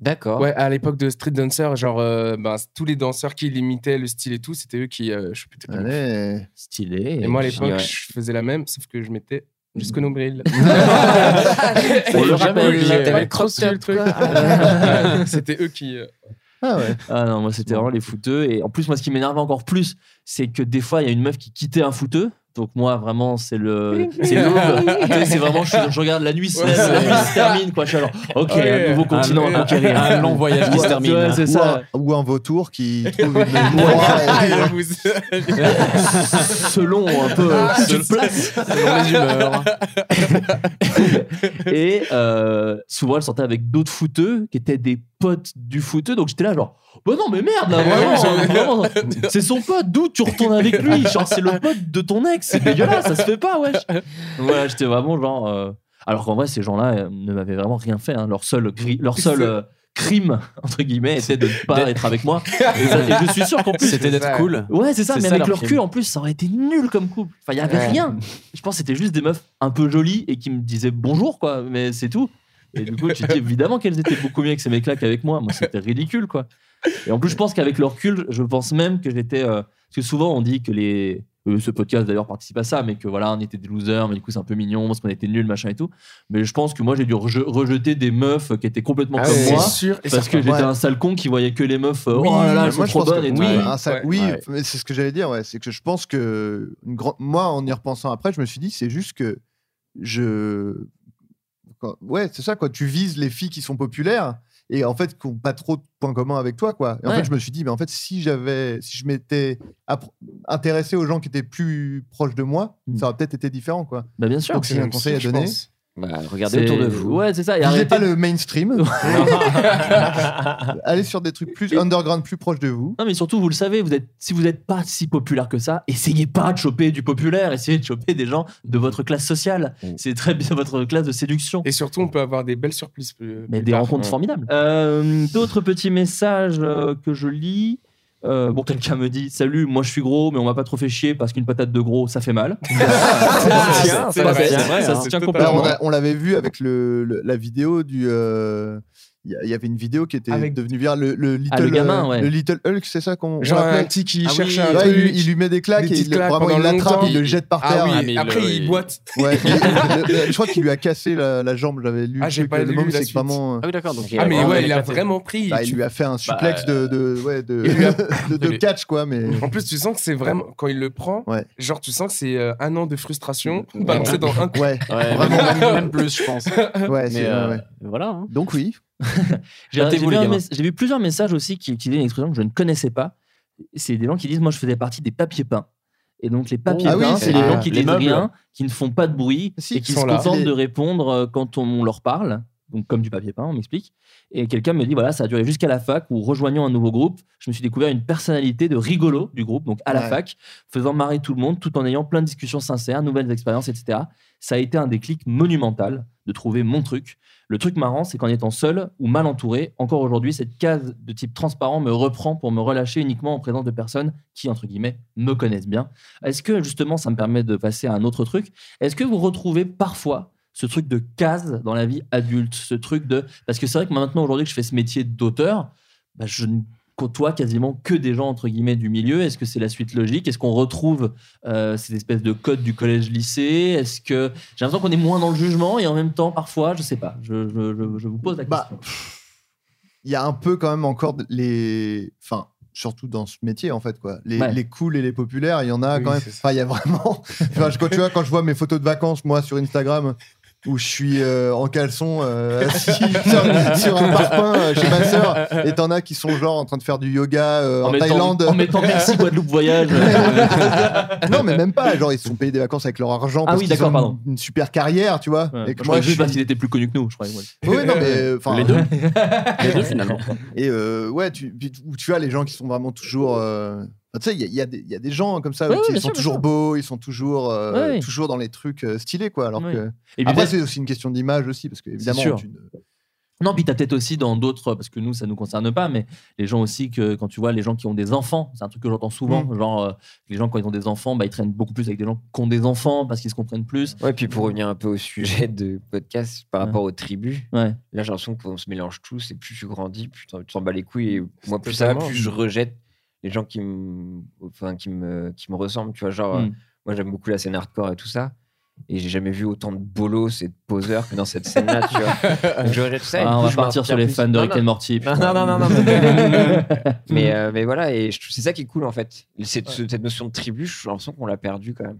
Speaker 7: D'accord.
Speaker 10: Ouais, à l'époque de street dancer, genre euh, ben, tous les danseurs qui l'imitaient, le style et tout, c'était eux qui. euh, je pétais pas.
Speaker 9: Allez.
Speaker 6: Stylé.
Speaker 10: Et moi, à
Speaker 6: puis,
Speaker 10: l'époque,
Speaker 6: ouais.
Speaker 10: je faisais la même, sauf que je mettais jusqu'au
Speaker 9: Mm.
Speaker 10: nombril.
Speaker 6: euh, On le
Speaker 10: J'avais-
Speaker 6: rappelle,
Speaker 10: j'avais
Speaker 6: t'avais
Speaker 10: trop
Speaker 6: le
Speaker 10: sur le truc. Ouais, C'était eux qui. euh,
Speaker 9: Ah ouais.
Speaker 6: Ah non, moi c'était vraiment les fouteux. Et en plus, moi ce qui m'énerve encore plus, c'est que des fois il y a une meuf qui quittait un fouteux. Donc moi vraiment c'est le c'est l'aube. Tu sais, c'est vraiment je, je regarde la nuit se lève, la nuit se termine quoi. Je suis genre ok
Speaker 10: Ouais.
Speaker 6: un nouveau continent à
Speaker 10: Ah,
Speaker 6: conquérir.
Speaker 11: Un long voyage qui se
Speaker 6: Ouais,
Speaker 11: termine.
Speaker 6: ouais, c'est
Speaker 9: Ou
Speaker 6: ça.
Speaker 9: un- Ou un vautour qui trouve une
Speaker 10: Ah,
Speaker 9: proie.
Speaker 10: et vous-
Speaker 6: Selon un peu
Speaker 10: Ah,
Speaker 6: selon Ah, tu te places.
Speaker 11: Selon les humeurs.
Speaker 6: Et euh, souvent elle sortait avec d'autres fouteux qui étaient des pote du footeux, donc j'étais là genre, bah non mais merde, là, vraiment, hein, vraiment, c'est son pote, d'où tu retournes avec lui, genre c'est le pote de ton ex, c'est dégueulasse, ça se fait pas, wesh. Donc Voilà, j'étais vraiment genre, euh, alors qu'en vrai ces gens-là euh, ne m'avaient vraiment rien fait, hein. leur seul, cri- leur seul euh, crime entre guillemets était de ne pas être avec moi. Et, ça- et je suis sûr qu'en plus
Speaker 11: C'était d'être C'est ça. cool.
Speaker 6: Ouais, c'est ça,
Speaker 11: C'est
Speaker 6: mais
Speaker 11: ça,
Speaker 6: avec
Speaker 11: leur
Speaker 6: leur
Speaker 11: crime.
Speaker 6: cul en plus, ça aurait été nul comme couple. Enfin, il y avait
Speaker 11: Ouais.
Speaker 6: rien. Je pense que c'était juste des meufs un peu jolies et qui me disaient bonjour, quoi, mais c'est tout. Et du coup, tu te dis évidemment qu'elles étaient beaucoup mieux avec ces mecs-là qu'avec moi. Moi, c'était ridicule, quoi. Et en plus, je pense qu'avec le recul, je pense même que j'étais. euh, parce que souvent, on dit que les. euh, ce podcast d'ailleurs participe à ça, mais que voilà, on était des losers, mais du coup, c'est un peu mignon parce qu'on était nuls, machin et tout. Mais je pense que moi, j'ai dû reje- rejeter des meufs qui étaient complètement
Speaker 9: Ah
Speaker 6: comme
Speaker 9: oui,
Speaker 6: moi.
Speaker 9: c'est sûr et
Speaker 6: parce que
Speaker 9: certain.
Speaker 6: j'étais
Speaker 9: Ouais.
Speaker 6: un sale con qui voyait que les meufs. euh,
Speaker 9: Oui,
Speaker 6: oh là là,
Speaker 9: mais
Speaker 6: elles sont
Speaker 9: moi, je
Speaker 6: trop
Speaker 9: pense que-
Speaker 6: bonnes et tout.
Speaker 9: oui, Bah,
Speaker 6: Ouais.
Speaker 9: un sac-
Speaker 6: Ouais.
Speaker 9: Ah, oui,
Speaker 6: Ouais.
Speaker 9: mais c'est ce que j'allais dire. Ouais, c'est que je pense que une grande- moi, en y repensant après, je me suis dit, c'est juste que je, quand- ouais, c'est ça quoi. Tu vises les filles qui sont populaires et en fait qui n'ont pas trop de points communs avec toi quoi. Et en
Speaker 6: Ouais.
Speaker 9: fait, je me suis dit, mais en fait, si j'avais, si je m'étais appro- intéressé aux gens qui étaient plus proches de moi,
Speaker 6: Hmm.
Speaker 9: ça aurait peut-être été différent quoi.
Speaker 6: Bah, bien sûr.
Speaker 9: Donc si j'ai un
Speaker 6: Même
Speaker 9: conseil
Speaker 6: si,
Speaker 9: à
Speaker 6: je
Speaker 9: donner.
Speaker 6: pense.
Speaker 7: Bah,
Speaker 6: C'est- Ouais, c'est ça. Et
Speaker 9: Visez
Speaker 6: arrêtez-
Speaker 9: pas le mainstream. Allez sur des trucs plus underground, plus proches de vous.
Speaker 6: Non, mais surtout, vous le savez, vous êtes, si vous n'êtes pas si populaire que ça, essayez pas de choper du populaire, essayez de choper des gens de votre classe sociale.
Speaker 9: Mm.
Speaker 6: C'est très bien votre classe de séduction.
Speaker 10: Et surtout, on peut avoir des belles surprises. plus-
Speaker 6: Mais
Speaker 10: plus
Speaker 6: des
Speaker 10: tard.
Speaker 6: rencontres
Speaker 10: Ouais.
Speaker 6: formidables. Euh, D'autres petits messages euh, que je lis. Euh, bon, quelqu'un me dit Salut, moi je suis gros, mais on m'a pas trop fait chier parce qu'une patate de gros, ça fait mal.
Speaker 9: tient,
Speaker 6: c'est
Speaker 9: vrai,
Speaker 6: vrai,
Speaker 9: c'est
Speaker 6: c'est vrai, ça
Speaker 9: hein.
Speaker 6: se tient
Speaker 9: Bah,
Speaker 6: complètement.
Speaker 9: on a- On l'avait vu avec le, le- la vidéo du. euh, Il y, a- il y avait une vidéo qui était
Speaker 6: Avec-
Speaker 9: devenue virale, le, le Little,
Speaker 6: Ah, le gamin,
Speaker 9: euh,
Speaker 6: ouais.
Speaker 9: le Little Hulk, c'est ça qu'on.
Speaker 10: Genre
Speaker 9: on l'appelait
Speaker 10: un petit qui
Speaker 9: Ah oui,
Speaker 10: cherche un
Speaker 9: ouais,
Speaker 10: truc,
Speaker 9: il, lui- il lui met des claques et
Speaker 10: des petites
Speaker 9: il, le-
Speaker 10: claques
Speaker 9: vraiment il
Speaker 10: pendant
Speaker 9: l'attrape,
Speaker 10: longtemps.
Speaker 9: il le jette par
Speaker 10: Ah
Speaker 9: terre.
Speaker 10: oui, Ah, mais après, le- il boite.
Speaker 9: Ouais, il- le- le- je crois qu'il lui a cassé la, la jambe, j'avais lu.
Speaker 10: Ah,
Speaker 9: le
Speaker 10: j'ai
Speaker 9: truc,
Speaker 10: pas
Speaker 9: le
Speaker 10: lu
Speaker 9: moment où
Speaker 10: la
Speaker 9: c'est que
Speaker 10: suite.
Speaker 9: Vraiment... euh,
Speaker 10: Ah oui, d'accord, donc il
Speaker 8: euh,
Speaker 10: a Ah, mais vraiment ouais, il a éclaté. vraiment pris,
Speaker 9: Bah,
Speaker 10: tu-
Speaker 9: il lui a fait un
Speaker 10: Bah,
Speaker 9: suplex de, de, ouais, de,
Speaker 10: il lui a-
Speaker 9: de, de
Speaker 10: Mais-
Speaker 9: catch, quoi. Mais...
Speaker 10: En plus, tu sens que c'est vraiment. Quand il le prend,
Speaker 9: Ouais.
Speaker 10: genre, tu sens que c'est euh, un an de frustration balancé dans un coup.
Speaker 9: Ouais,
Speaker 11: vraiment, même- même plus, je pense.
Speaker 9: Ouais,
Speaker 11: Mais,
Speaker 9: c'est
Speaker 11: euh,
Speaker 9: ouais, ouais.
Speaker 6: Voilà. hein.
Speaker 9: Donc, oui.
Speaker 6: J'ai j'ai
Speaker 11: Hâtez-vous,
Speaker 6: vu,
Speaker 11: Bah, les
Speaker 6: un
Speaker 11: gamins.
Speaker 6: mes- j'ai vu plusieurs messages aussi qui utilisaient une expression que je ne connaissais pas. C'est des gens qui disent Moi, je faisais partie des papiers peints. Et donc, les papiers
Speaker 9: Ah oui,
Speaker 6: peints,
Speaker 9: c'est
Speaker 6: c'est les
Speaker 9: les-
Speaker 6: gens qui
Speaker 9: les
Speaker 6: disent
Speaker 9: meubles.
Speaker 6: rien, qui ne font pas de bruit
Speaker 9: Si,
Speaker 6: et qui
Speaker 9: ils
Speaker 6: se
Speaker 9: sont là.
Speaker 6: contentent
Speaker 9: Les-
Speaker 6: de répondre euh, quand on leur parle. Donc, comme du papier peint, on m'explique. Et quelqu'un me dit Voilà, ça a duré jusqu'à la fac où, rejoignant un nouveau groupe, je me suis découvert une personnalité de rigolo du groupe, donc à la
Speaker 9: Ouais.
Speaker 6: fac, faisant marrer tout le monde tout en ayant plein de discussions sincères, nouvelles expériences, etc. Ça a été un déclic monumental de trouver mon truc. Le truc marrant, c'est qu'en étant seul ou mal entouré, encore aujourd'hui, cette case de type transparent me reprend pour me relâcher uniquement en présence de personnes qui, entre guillemets, me connaissent bien. Est-ce que justement, ça me permet de passer à un autre truc Est-ce que vous retrouvez parfois ce truc de case dans la vie adulte Ce truc de. Parce que c'est vrai que maintenant, aujourd'hui, que je fais ce métier d'auteur, bah, je ne côtoie quasiment que des gens entre guillemets du milieu Est-ce que c'est la suite logique Est-ce qu'on retrouve euh, ces espèces de codes du collège-lycée Est-ce que j'ai l'impression qu'on est moins dans le jugement et en même temps parfois, je sais pas. Je, je- je- je vous pose la
Speaker 9: Bah,
Speaker 6: question.
Speaker 9: il y a un peu quand même encore les. Enfin, surtout dans ce métier, en fait, quoi. Les,
Speaker 6: Ouais.
Speaker 9: les cools et les populaires, il y en a
Speaker 10: Oui,
Speaker 9: quand même.
Speaker 10: c'est ça.
Speaker 9: Enfin, il y a vraiment. Enfin, je- quand, tu vois, quand je vois mes photos de vacances, moi, sur Instagram, où je suis euh, en caleçon euh, assis sur, sur un parpaing euh, chez ma sœur, et t'en as qui sont genre en train de faire du yoga euh, en,
Speaker 6: mettant,
Speaker 9: Thaïlande.
Speaker 6: en mettant merci Guadeloupe voyage. euh,
Speaker 9: non, mais même pas. Genre, ils se sont payés des vacances avec leur argent.
Speaker 6: Ah
Speaker 9: parce
Speaker 6: oui,
Speaker 9: qu'ils
Speaker 6: d'accord,
Speaker 9: ont
Speaker 6: pardon.
Speaker 9: Une super carrière, tu vois.
Speaker 6: ouais,
Speaker 9: et que
Speaker 6: je croyais
Speaker 9: moi, je
Speaker 6: juste
Speaker 9: suis
Speaker 6: parce qu'il était plus connu que nous, je croyais. ouais.
Speaker 9: oui, non, mais. enfin, euh,
Speaker 11: Les deux.
Speaker 6: Ah,
Speaker 11: Les deux, finalement.
Speaker 9: Et euh, ouais, tu, puis tu- ou tu as les gens qui sont vraiment toujours. euh, Tu sais, il y a, il y a des- il y a des gens comme ça,
Speaker 6: Ouais,
Speaker 9: qui
Speaker 6: ouais, bien
Speaker 9: ils
Speaker 6: sûr,
Speaker 9: sont
Speaker 6: bien
Speaker 9: toujours
Speaker 6: sûr.
Speaker 9: beaux, ils sont toujours, euh,
Speaker 6: Ouais.
Speaker 9: toujours dans les trucs euh, stylés, quoi. Alors
Speaker 6: Ouais.
Speaker 9: que.
Speaker 6: Et puis
Speaker 9: Après,
Speaker 6: peut-être-
Speaker 9: c'est aussi une question d'image aussi, parce que évidemment,
Speaker 6: sûr.
Speaker 9: tu ne-
Speaker 6: Non, puis t'as peut-être aussi dans d'autres, parce que nous, ça nous concerne pas, mais les gens aussi, que quand tu vois les gens qui ont des enfants, c'est un truc que j'entends souvent,
Speaker 7: Mm.
Speaker 6: genre euh, les gens quand ils ont des enfants, bah, ils traînent beaucoup plus avec des gens qui ont des enfants parce qu'ils se comprennent plus.
Speaker 7: Ouais, puis pour revenir un peu au sujet de podcast par
Speaker 6: Ouais.
Speaker 7: rapport aux tribus,
Speaker 6: Ouais.
Speaker 7: là j'ai l'impression qu'on se mélange tous et plus tu grandis, plus t'en- tu t'en bats les couilles. Et moi, plus ça va,
Speaker 10: Totalement.
Speaker 7: plus je rejette les gens qui me, enfin, qui me, qui me ressemblent. Tu vois, genre,
Speaker 6: Mm.
Speaker 7: euh, moi j'aime beaucoup la scène hardcore et tout ça. Et j'ai jamais vu autant de bolos et de poseurs que dans cette scène-là, tu vois. Donc, je rejette ça. et
Speaker 6: Ah,
Speaker 7: du
Speaker 6: on
Speaker 7: coup,
Speaker 6: va
Speaker 7: je
Speaker 6: partir
Speaker 7: m'inspire
Speaker 6: sur les
Speaker 7: plus.
Speaker 6: fans de
Speaker 7: Non,
Speaker 6: Rick
Speaker 7: non.
Speaker 6: and Morty.
Speaker 7: Non,
Speaker 6: putain.
Speaker 7: non, non, non, non, mais- mais, euh, mais voilà, et je trouve- c'est ça qui est cool en fait. C'est- ce- Cette notion de tribu, j'ai l'impression qu'on l'a perdue quand même.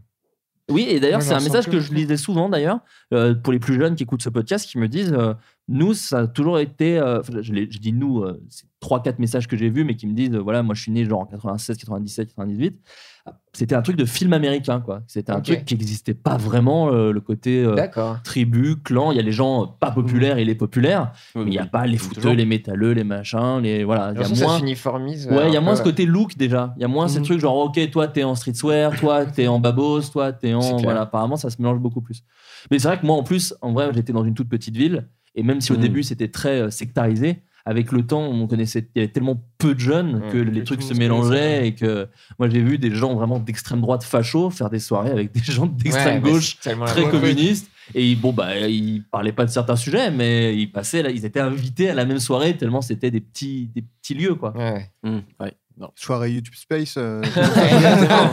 Speaker 6: Oui, et d'ailleurs,
Speaker 10: Moi,
Speaker 6: c'est un
Speaker 10: j'en
Speaker 6: message
Speaker 10: sens
Speaker 6: que,
Speaker 10: que
Speaker 6: je lisais souvent, d'ailleurs, euh, pour les plus jeunes qui écoutent ce podcast, qui me disent euh, Nous, ça a toujours été. euh, enfin, je, l'ai- je dis nous, euh, c'est 3-4 messages que j'ai vus, mais qui me disent euh, voilà, moi je suis né genre en 96, 97, 98. Ah, C'était un truc de film américain, quoi. C'était un
Speaker 7: Ok.
Speaker 6: truc qui n'existait pas vraiment, euh, le côté euh,
Speaker 7: D'accord.
Speaker 6: tribu, clan. Il y a les gens euh, pas populaires et les populaires, mais il n'y a pas les fouteux,
Speaker 7: Mhm. toujours.
Speaker 6: les métalleux, les machins, les. Voilà. Il y a
Speaker 7: Alors ça, ça
Speaker 6: moins-
Speaker 7: s'uniformise, euh,
Speaker 6: Ouais, il y a
Speaker 7: un
Speaker 6: moins
Speaker 7: peu,
Speaker 6: ce
Speaker 7: ouais.
Speaker 6: côté look déjà. Il y a moins ces
Speaker 7: Mhm.
Speaker 6: trucs genre, ok, toi t'es en streetwear, toi t'es en babos, toi t'es
Speaker 7: C'est
Speaker 6: en.
Speaker 7: clair.
Speaker 6: Voilà, apparemment ça se mélange beaucoup plus. Mais c'est vrai que moi en plus, en vrai, j'étais dans une toute petite ville et même si au
Speaker 7: Mm.
Speaker 8: Mhm.
Speaker 6: début c'était très euh, sectarisé, avec le temps on connaissait, il y avait tellement peu de jeunes
Speaker 7: Mm.
Speaker 6: que
Speaker 8: Mhm.
Speaker 6: les
Speaker 8: Que
Speaker 6: trucs
Speaker 8: tout
Speaker 6: se
Speaker 8: le monde se connaissait,
Speaker 6: mélangeaient et que moi j'ai vu des gens vraiment d'extrême droite facho faire des soirées avec des gens d'extrême
Speaker 7: Ouais, mais
Speaker 6: gauche
Speaker 7: c'est tellement la
Speaker 6: très
Speaker 7: bonne chose.
Speaker 6: communistes et ils- bon bah ils parlaient pas de certains sujets mais ils passaient là, ils étaient invités à la même soirée tellement c'était des petits des petits lieux quoi.
Speaker 9: Soirée YouTube Space. euh,
Speaker 6: Ah,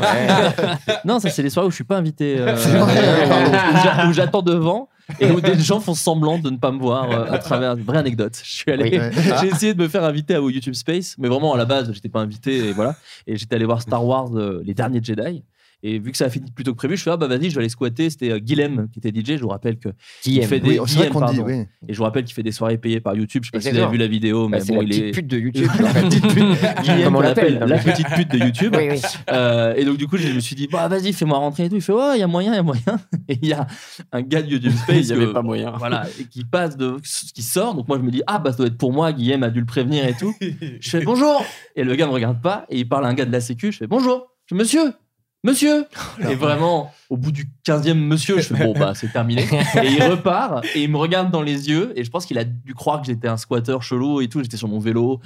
Speaker 6: non, ça c'est les soirées où je suis pas invité. euh,
Speaker 9: C'est vrai, pardon.
Speaker 6: où j'a- où j'attends devant et où des gens font semblant de ne pas me voir euh, à travers. Vraie anecdote. Je suis allé,
Speaker 7: Oui. Ah. Ouais.
Speaker 6: j'ai essayé de me faire inviter à au YouTube Space, mais vraiment à la base j'étais pas invité et voilà. Et j'étais allé voir Star Wars, euh, les derniers Jedi. Et vu que ça a fini plus tôt que prévu, je fais ah bah vas-y, je vais aller squatter. C'était euh, Guilhem qui était DJ. Je vous rappelle que il
Speaker 7: Guilhem.
Speaker 6: fait
Speaker 7: Oui, oh,
Speaker 6: des
Speaker 7: c'est vrai
Speaker 6: Guilhem,
Speaker 7: qu'on dit,
Speaker 6: pardon.
Speaker 7: oui.
Speaker 6: Et je vous rappelle qu'il fait des soirées payées par YouTube. Je sais pas si vous
Speaker 7: Exactement.
Speaker 6: avez vu la vidéo,
Speaker 7: Bah,
Speaker 6: mais
Speaker 7: c'est
Speaker 6: bon,
Speaker 7: la
Speaker 6: il
Speaker 7: petite
Speaker 6: est
Speaker 7: pute de YouTube.
Speaker 6: la petite pute. Guilhem,
Speaker 7: Comme on
Speaker 6: qu'on
Speaker 7: l'appelle. hein.
Speaker 6: appelle la petite pute de YouTube.
Speaker 7: Oui, oui.
Speaker 6: Euh, et donc du coup, je me suis dit bah vas-y, fais-moi rentrer et tout. Il fait ouais, il y a moyen, il y a moyen. Et il y a un gars de YouTube Space,
Speaker 11: Il y avait
Speaker 6: que-
Speaker 11: pas moyen.
Speaker 6: Voilà, et qui passe de qui sort. Donc moi je me dis ah bah ça doit être pour moi. Guillaume a dû le prévenir et tout. Je fais bonjour. Et le gars me regarde pas et il parle à un gars de la sécu. Je fais bonjour. Je fais, monsieur. Monsieur
Speaker 11: Oh
Speaker 6: Et vraiment, au bout du 15e monsieur, je fais bon, bah c'est terminé. Et il repart et il me regarde dans les yeux. Et je pense qu'il a dû croire que j'étais un squatter chelou et tout. J'étais sur mon vélo.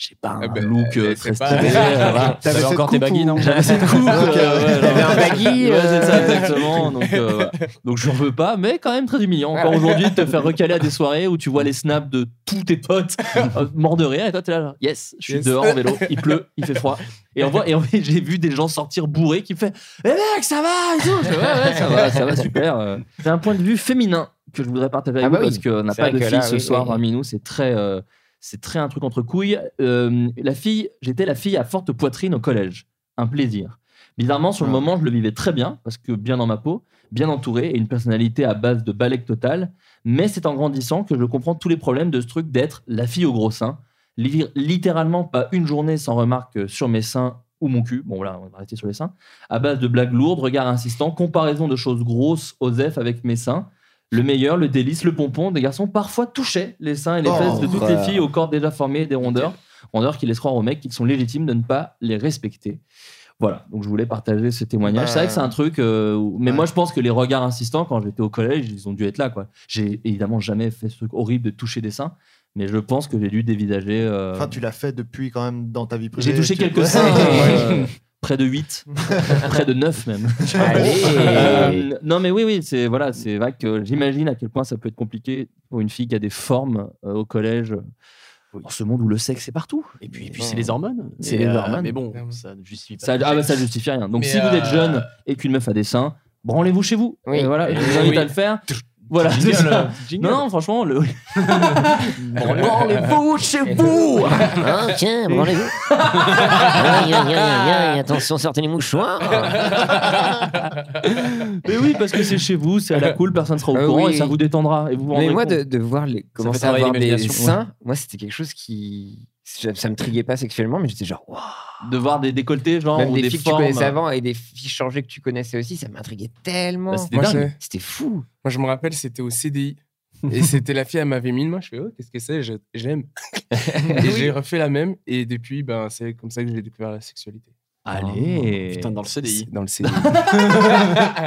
Speaker 6: J'ai pas
Speaker 11: Ah
Speaker 6: un look euh, très
Speaker 11: ben, pas-
Speaker 6: stylé. euh, voilà.
Speaker 11: T'avais cette coupe ou-
Speaker 6: J'avais cette coupe.
Speaker 11: Ok.
Speaker 6: euh, ouais,
Speaker 11: T'avais
Speaker 6: non.
Speaker 11: un baggy,
Speaker 6: Ouais, c'est ça,
Speaker 11: euh.
Speaker 6: exactement. Donc, euh, voilà. donc je veux pas, mais quand même très humiliant. Encore
Speaker 11: Voilà.
Speaker 6: aujourd'hui, de te faire recaler à des soirées où tu vois les snaps de tous tes potes euh, morts de rire et toi t'es là, genre, yes, je suis
Speaker 11: Yes.
Speaker 6: dehors en vélo, il pleut, il fait froid. Et en, vrai- et en vrai, j'ai vu des gens sortir bourrés qui me fait Eh mec, ça va et tout. Je fais, ouais, ouais, ça va, ça va, super. euh. C'est un point de vue féminin que je voudrais partager avec
Speaker 7: Ah bah
Speaker 6: vous
Speaker 7: oui.
Speaker 6: parce euh, qu'on n'a
Speaker 7: C'est
Speaker 6: pas
Speaker 7: vrai
Speaker 6: de
Speaker 7: que
Speaker 6: fille
Speaker 7: là,
Speaker 6: ce
Speaker 7: oui,
Speaker 6: soir
Speaker 7: oui.
Speaker 6: parmi nous. C'est très, euh, c'est très un truc entre couilles. Euh, la fille, j'étais la fille à forte poitrine au collège. Un plaisir. Bizarrement,
Speaker 7: Ah.
Speaker 6: sur le moment, je le vivais très bien parce que bien dans ma peau, bien entouré et une personnalité à base de balèque totale. Mais c'est en grandissant que je comprends tous les problèmes de ce truc d'être la fille au gros sein. Li- Littéralement, pas une journée sans remarque euh, sur mes seins ou mon cul. Bon, là, on va arrêter sur les seins. À base de blagues lourdes, regards insistants, comparaison de choses grosses aux F avec mes seins. Le meilleur, le délice, le pompon, des garçons parfois touchaient les seins et les
Speaker 7: Oh,
Speaker 6: fesses de toutes les
Speaker 7: voilà.
Speaker 6: filles au corps déjà formé et des rondeurs. Rondeurs qui laissent croire aux mecs qu'ils sont légitimes de ne pas les respecter. Voilà, donc je voulais partager ce témoignage.
Speaker 7: Bah,
Speaker 6: c'est vrai que c'est un truc, euh, où- mais moi je pense que les regards insistants quand j'étais au collège, ils ont dû être là. quoi. J'ai évidemment jamais fait ce truc horrible de toucher des seins, mais je pense que j'ai dû dévisager. euh,
Speaker 9: Enfin, tu l'as fait depuis quand même dans ta vie privée.
Speaker 6: j'ai touché
Speaker 9: tu-
Speaker 6: quelques seins, euh, près de 8, près de 9 même.
Speaker 9: Allez.
Speaker 6: Euh, non mais oui, oui, c'est voilà, c'est vrai que j'imagine à quel point ça peut être compliqué pour une fille qui a des formes euh, au collège. euh, Dans ce monde où le sexe est partout.
Speaker 11: Et puis, et puis c'est les hormones.
Speaker 6: Et
Speaker 11: C'est
Speaker 6: les
Speaker 11: euh,
Speaker 6: hormones.
Speaker 11: Mais bon, ça ne justifie pas.
Speaker 6: Ça, ah bah, ça justifie rien. Donc
Speaker 11: Mais,
Speaker 6: si vous êtes
Speaker 11: euh,
Speaker 6: jeune et qu'une meuf a des seins, branlez-vous chez vous.
Speaker 11: Oui.
Speaker 6: Et voilà, je vous
Speaker 11: Et
Speaker 6: invite
Speaker 11: oui.
Speaker 6: à le faire. Voilà,
Speaker 11: Jingle,
Speaker 6: c'est ça.
Speaker 11: jingle.
Speaker 6: Non, non, franchement, le... branlez-vous chez vous.
Speaker 7: Hein, tiens, branlez-vous. Aïe, aïe, aïe, aïe, aïe, attention, sortez les mouchoirs.
Speaker 6: Mais oui, parce que c'est chez vous, c'est à la cool, personne sera au
Speaker 7: Ah
Speaker 6: courant
Speaker 7: oui.
Speaker 6: et ça vous détendra. Et vous vous
Speaker 7: Mais
Speaker 6: rendrez
Speaker 7: moi, de,
Speaker 6: compte.
Speaker 7: de voir les, commencer à
Speaker 6: travailler
Speaker 7: avoir des
Speaker 6: l'imagination.
Speaker 7: seins, moi, c'était quelque chose qui. Ça, ça me triguait pas sexuellement, mais j'étais genre, waouh.
Speaker 6: de voir des décolletés, genre,
Speaker 7: Même
Speaker 6: ou
Speaker 7: des,
Speaker 6: des
Speaker 7: filles que tu
Speaker 6: formes.
Speaker 7: connaissais avant et des filles changées que tu connaissais aussi, ça m'intriguait tellement.
Speaker 6: Bah, c'était
Speaker 10: Moi,
Speaker 6: dingue.
Speaker 10: je-
Speaker 7: C'était fou.
Speaker 10: Moi, je me rappelle, c'était au CDI. Et c'était la fille, elle m'avait mis une main. Je fais, oh, qu'est-ce que c'est Je- J'aime. et
Speaker 7: Oui.
Speaker 10: j'ai refait la même. Et depuis, ben, c'est comme ça que j'ai découvert la sexualité.
Speaker 6: Allez.
Speaker 11: Putain, dans le CDI.
Speaker 10: C'est Dans le CDI.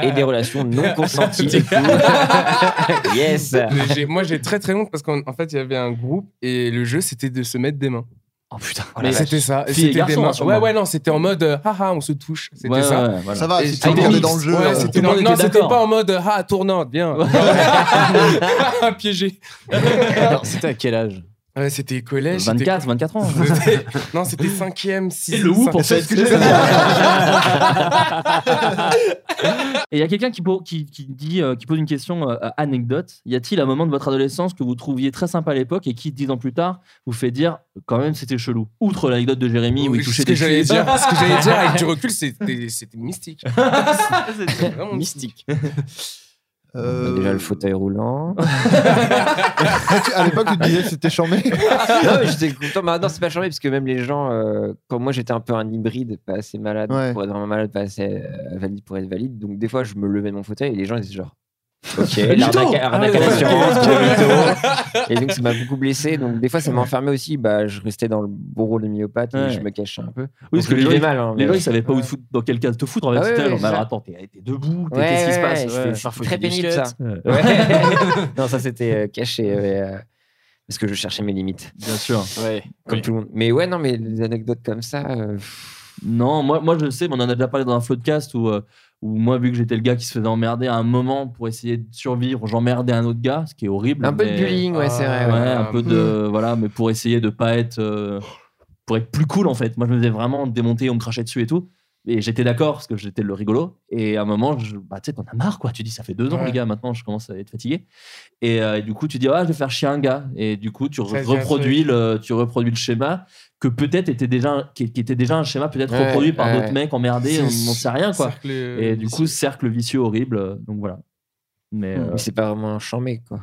Speaker 7: Et des relations non consenties. du coup. yes.
Speaker 10: Mais j'ai- moi, j'ai très très honte parce qu'en en fait, il y avait un groupe et le jeu, c'était de se mettre des mains.
Speaker 6: Oh putain.
Speaker 10: Mais
Speaker 6: la
Speaker 10: c'était
Speaker 6: vache.
Speaker 10: ça.
Speaker 6: Filles et
Speaker 10: C'était des
Speaker 6: garçons,
Speaker 10: mains.
Speaker 6: hein, sûrement.
Speaker 10: ouais, ouais, non, c'était en mode euh, haha, on se touche. C'était
Speaker 6: Ouais,
Speaker 10: ça.
Speaker 6: ouais, voilà.
Speaker 9: Ça va,
Speaker 10: Et
Speaker 9: si tout
Speaker 10: c'était
Speaker 9: le monde est dans le
Speaker 10: mixte.
Speaker 9: jeu.
Speaker 10: Ouais,
Speaker 9: euh,
Speaker 6: Tout le
Speaker 10: c'était
Speaker 6: hein.
Speaker 10: dans-
Speaker 6: monde
Speaker 10: non,
Speaker 6: était
Speaker 10: c'était
Speaker 6: d'accord.
Speaker 10: pas en mode ah tournante, bien. Piégé.
Speaker 11: Attends, C'était à quel âge
Speaker 10: Ouais, c'était collège. c'était-
Speaker 6: 24, 24 ans.
Speaker 10: C'était- non, c'était cinquième,
Speaker 6: Et
Speaker 10: sixième.
Speaker 6: le whoop, en
Speaker 10: cinquième.
Speaker 6: fait. Et il y a quelqu'un qui, po- qui, qui dit, euh, qui pose une question euh, anecdote. Y a-t-il un moment de votre adolescence que vous trouviez très sympa à l'époque et qui, dix ans plus tard, vous fait dire quand même c'était chelou Outre l'anecdote de Jérémy où il
Speaker 10: Oui,
Speaker 6: touchait
Speaker 10: ce que
Speaker 6: des
Speaker 10: j'allais
Speaker 6: filles.
Speaker 10: dire, ce que j'allais dire avec du recul, c'était c'était mystique. C'était vraiment
Speaker 11: Mystique.
Speaker 9: Euh,
Speaker 7: Déjà le fauteuil roulant.
Speaker 9: à l'époque, tu te disais que c'était chambé.
Speaker 6: Ah
Speaker 7: non, mais j'étais content. Maintenant, c'est pas chambé parce que même les gens, euh, comme moi, j'étais un peu un hybride, pas assez malade
Speaker 9: Ouais.
Speaker 7: pour être vraiment malade, pas assez euh, valide pour être valide. Donc, des fois, je me levais de mon fauteuil et les gens ils étaient genre. Ok,
Speaker 6: Mytho
Speaker 7: l'arnaque à- arnaque à
Speaker 6: Ah ouais.
Speaker 7: l'assurance, gros mytho. Et donc, ça m'a beaucoup blessé. Donc, des fois, ça m'enfermait aussi. Bah, je restais dans le beau rôle de myopathe
Speaker 6: Ouais.
Speaker 7: et je me cachais un peu.
Speaker 6: Oui, parce que les gens,
Speaker 7: mal. hein,
Speaker 6: les
Speaker 7: mais-
Speaker 6: gens, ils savaient pas où te foutre, dans quel cas te foutre. En fait,
Speaker 7: Ah ouais,
Speaker 6: c'était,
Speaker 7: ouais,
Speaker 6: genre,
Speaker 7: c'est
Speaker 6: bah,
Speaker 7: ça.
Speaker 6: alors, attends, t'es t'es debout, t'es-
Speaker 7: Ouais,
Speaker 6: qu'est-ce qui se
Speaker 7: ouais,
Speaker 6: passe
Speaker 7: ouais,
Speaker 6: Ouais,
Speaker 7: c'était-
Speaker 6: parfois,
Speaker 7: c'était très
Speaker 6: des
Speaker 7: pénible,
Speaker 6: disquettes.
Speaker 7: ça.
Speaker 6: Ouais.
Speaker 7: Ouais. non, ça c'était euh, caché. ouais, euh, parce que je cherchais mes limites.
Speaker 6: Bien sûr.
Speaker 7: Comme tout le monde. Mais ouais, non, mais les anecdotes comme ça. euh, pff,
Speaker 6: Non, moi, moi je sais, mais on en a déjà parlé dans un podcast où, euh, où moi, vu que j'étais le gars qui se faisait emmerder à un moment pour essayer de survivre, j'emmerdais un autre gars, ce qui est horrible.
Speaker 7: un peu de
Speaker 6: mais- euh,
Speaker 7: bullying, ouais, c'est vrai.
Speaker 6: Ah Ouais,
Speaker 7: ouais.
Speaker 6: un peu de. Voilà, mais pour essayer de pas être. euh, pour être plus cool en fait. Moi je me faisais vraiment démonter, on me crachait dessus et tout. Et j'étais d'accord parce que j'étais le rigolo. Et à un moment, je, bah, tu sais, t'en as marre quoi. Tu dis, ça fait deux ans
Speaker 10: Ouais.
Speaker 6: les gars, maintenant je commence à être fatigué. Et, euh, et du coup, tu dis, ah, je vais faire chier un gars. Et du coup, tu
Speaker 10: Ça devient un
Speaker 6: reproduis
Speaker 10: truc.
Speaker 6: le, tu reproduis le schéma que peut-être était déjà, un- qui, qui était déjà un schéma peut-être
Speaker 7: Ouais,
Speaker 6: reproduit par
Speaker 7: ouais.
Speaker 6: d'autres mecs emmerdés.
Speaker 10: C'est
Speaker 6: On, on
Speaker 10: un
Speaker 6: sait rien quoi.
Speaker 10: cercle,
Speaker 6: Et
Speaker 10: euh,
Speaker 6: du coup, cercle vicieux horrible. euh, Donc voilà. Mais, euh,
Speaker 7: Mais c'est pas vraiment chambé, quoi.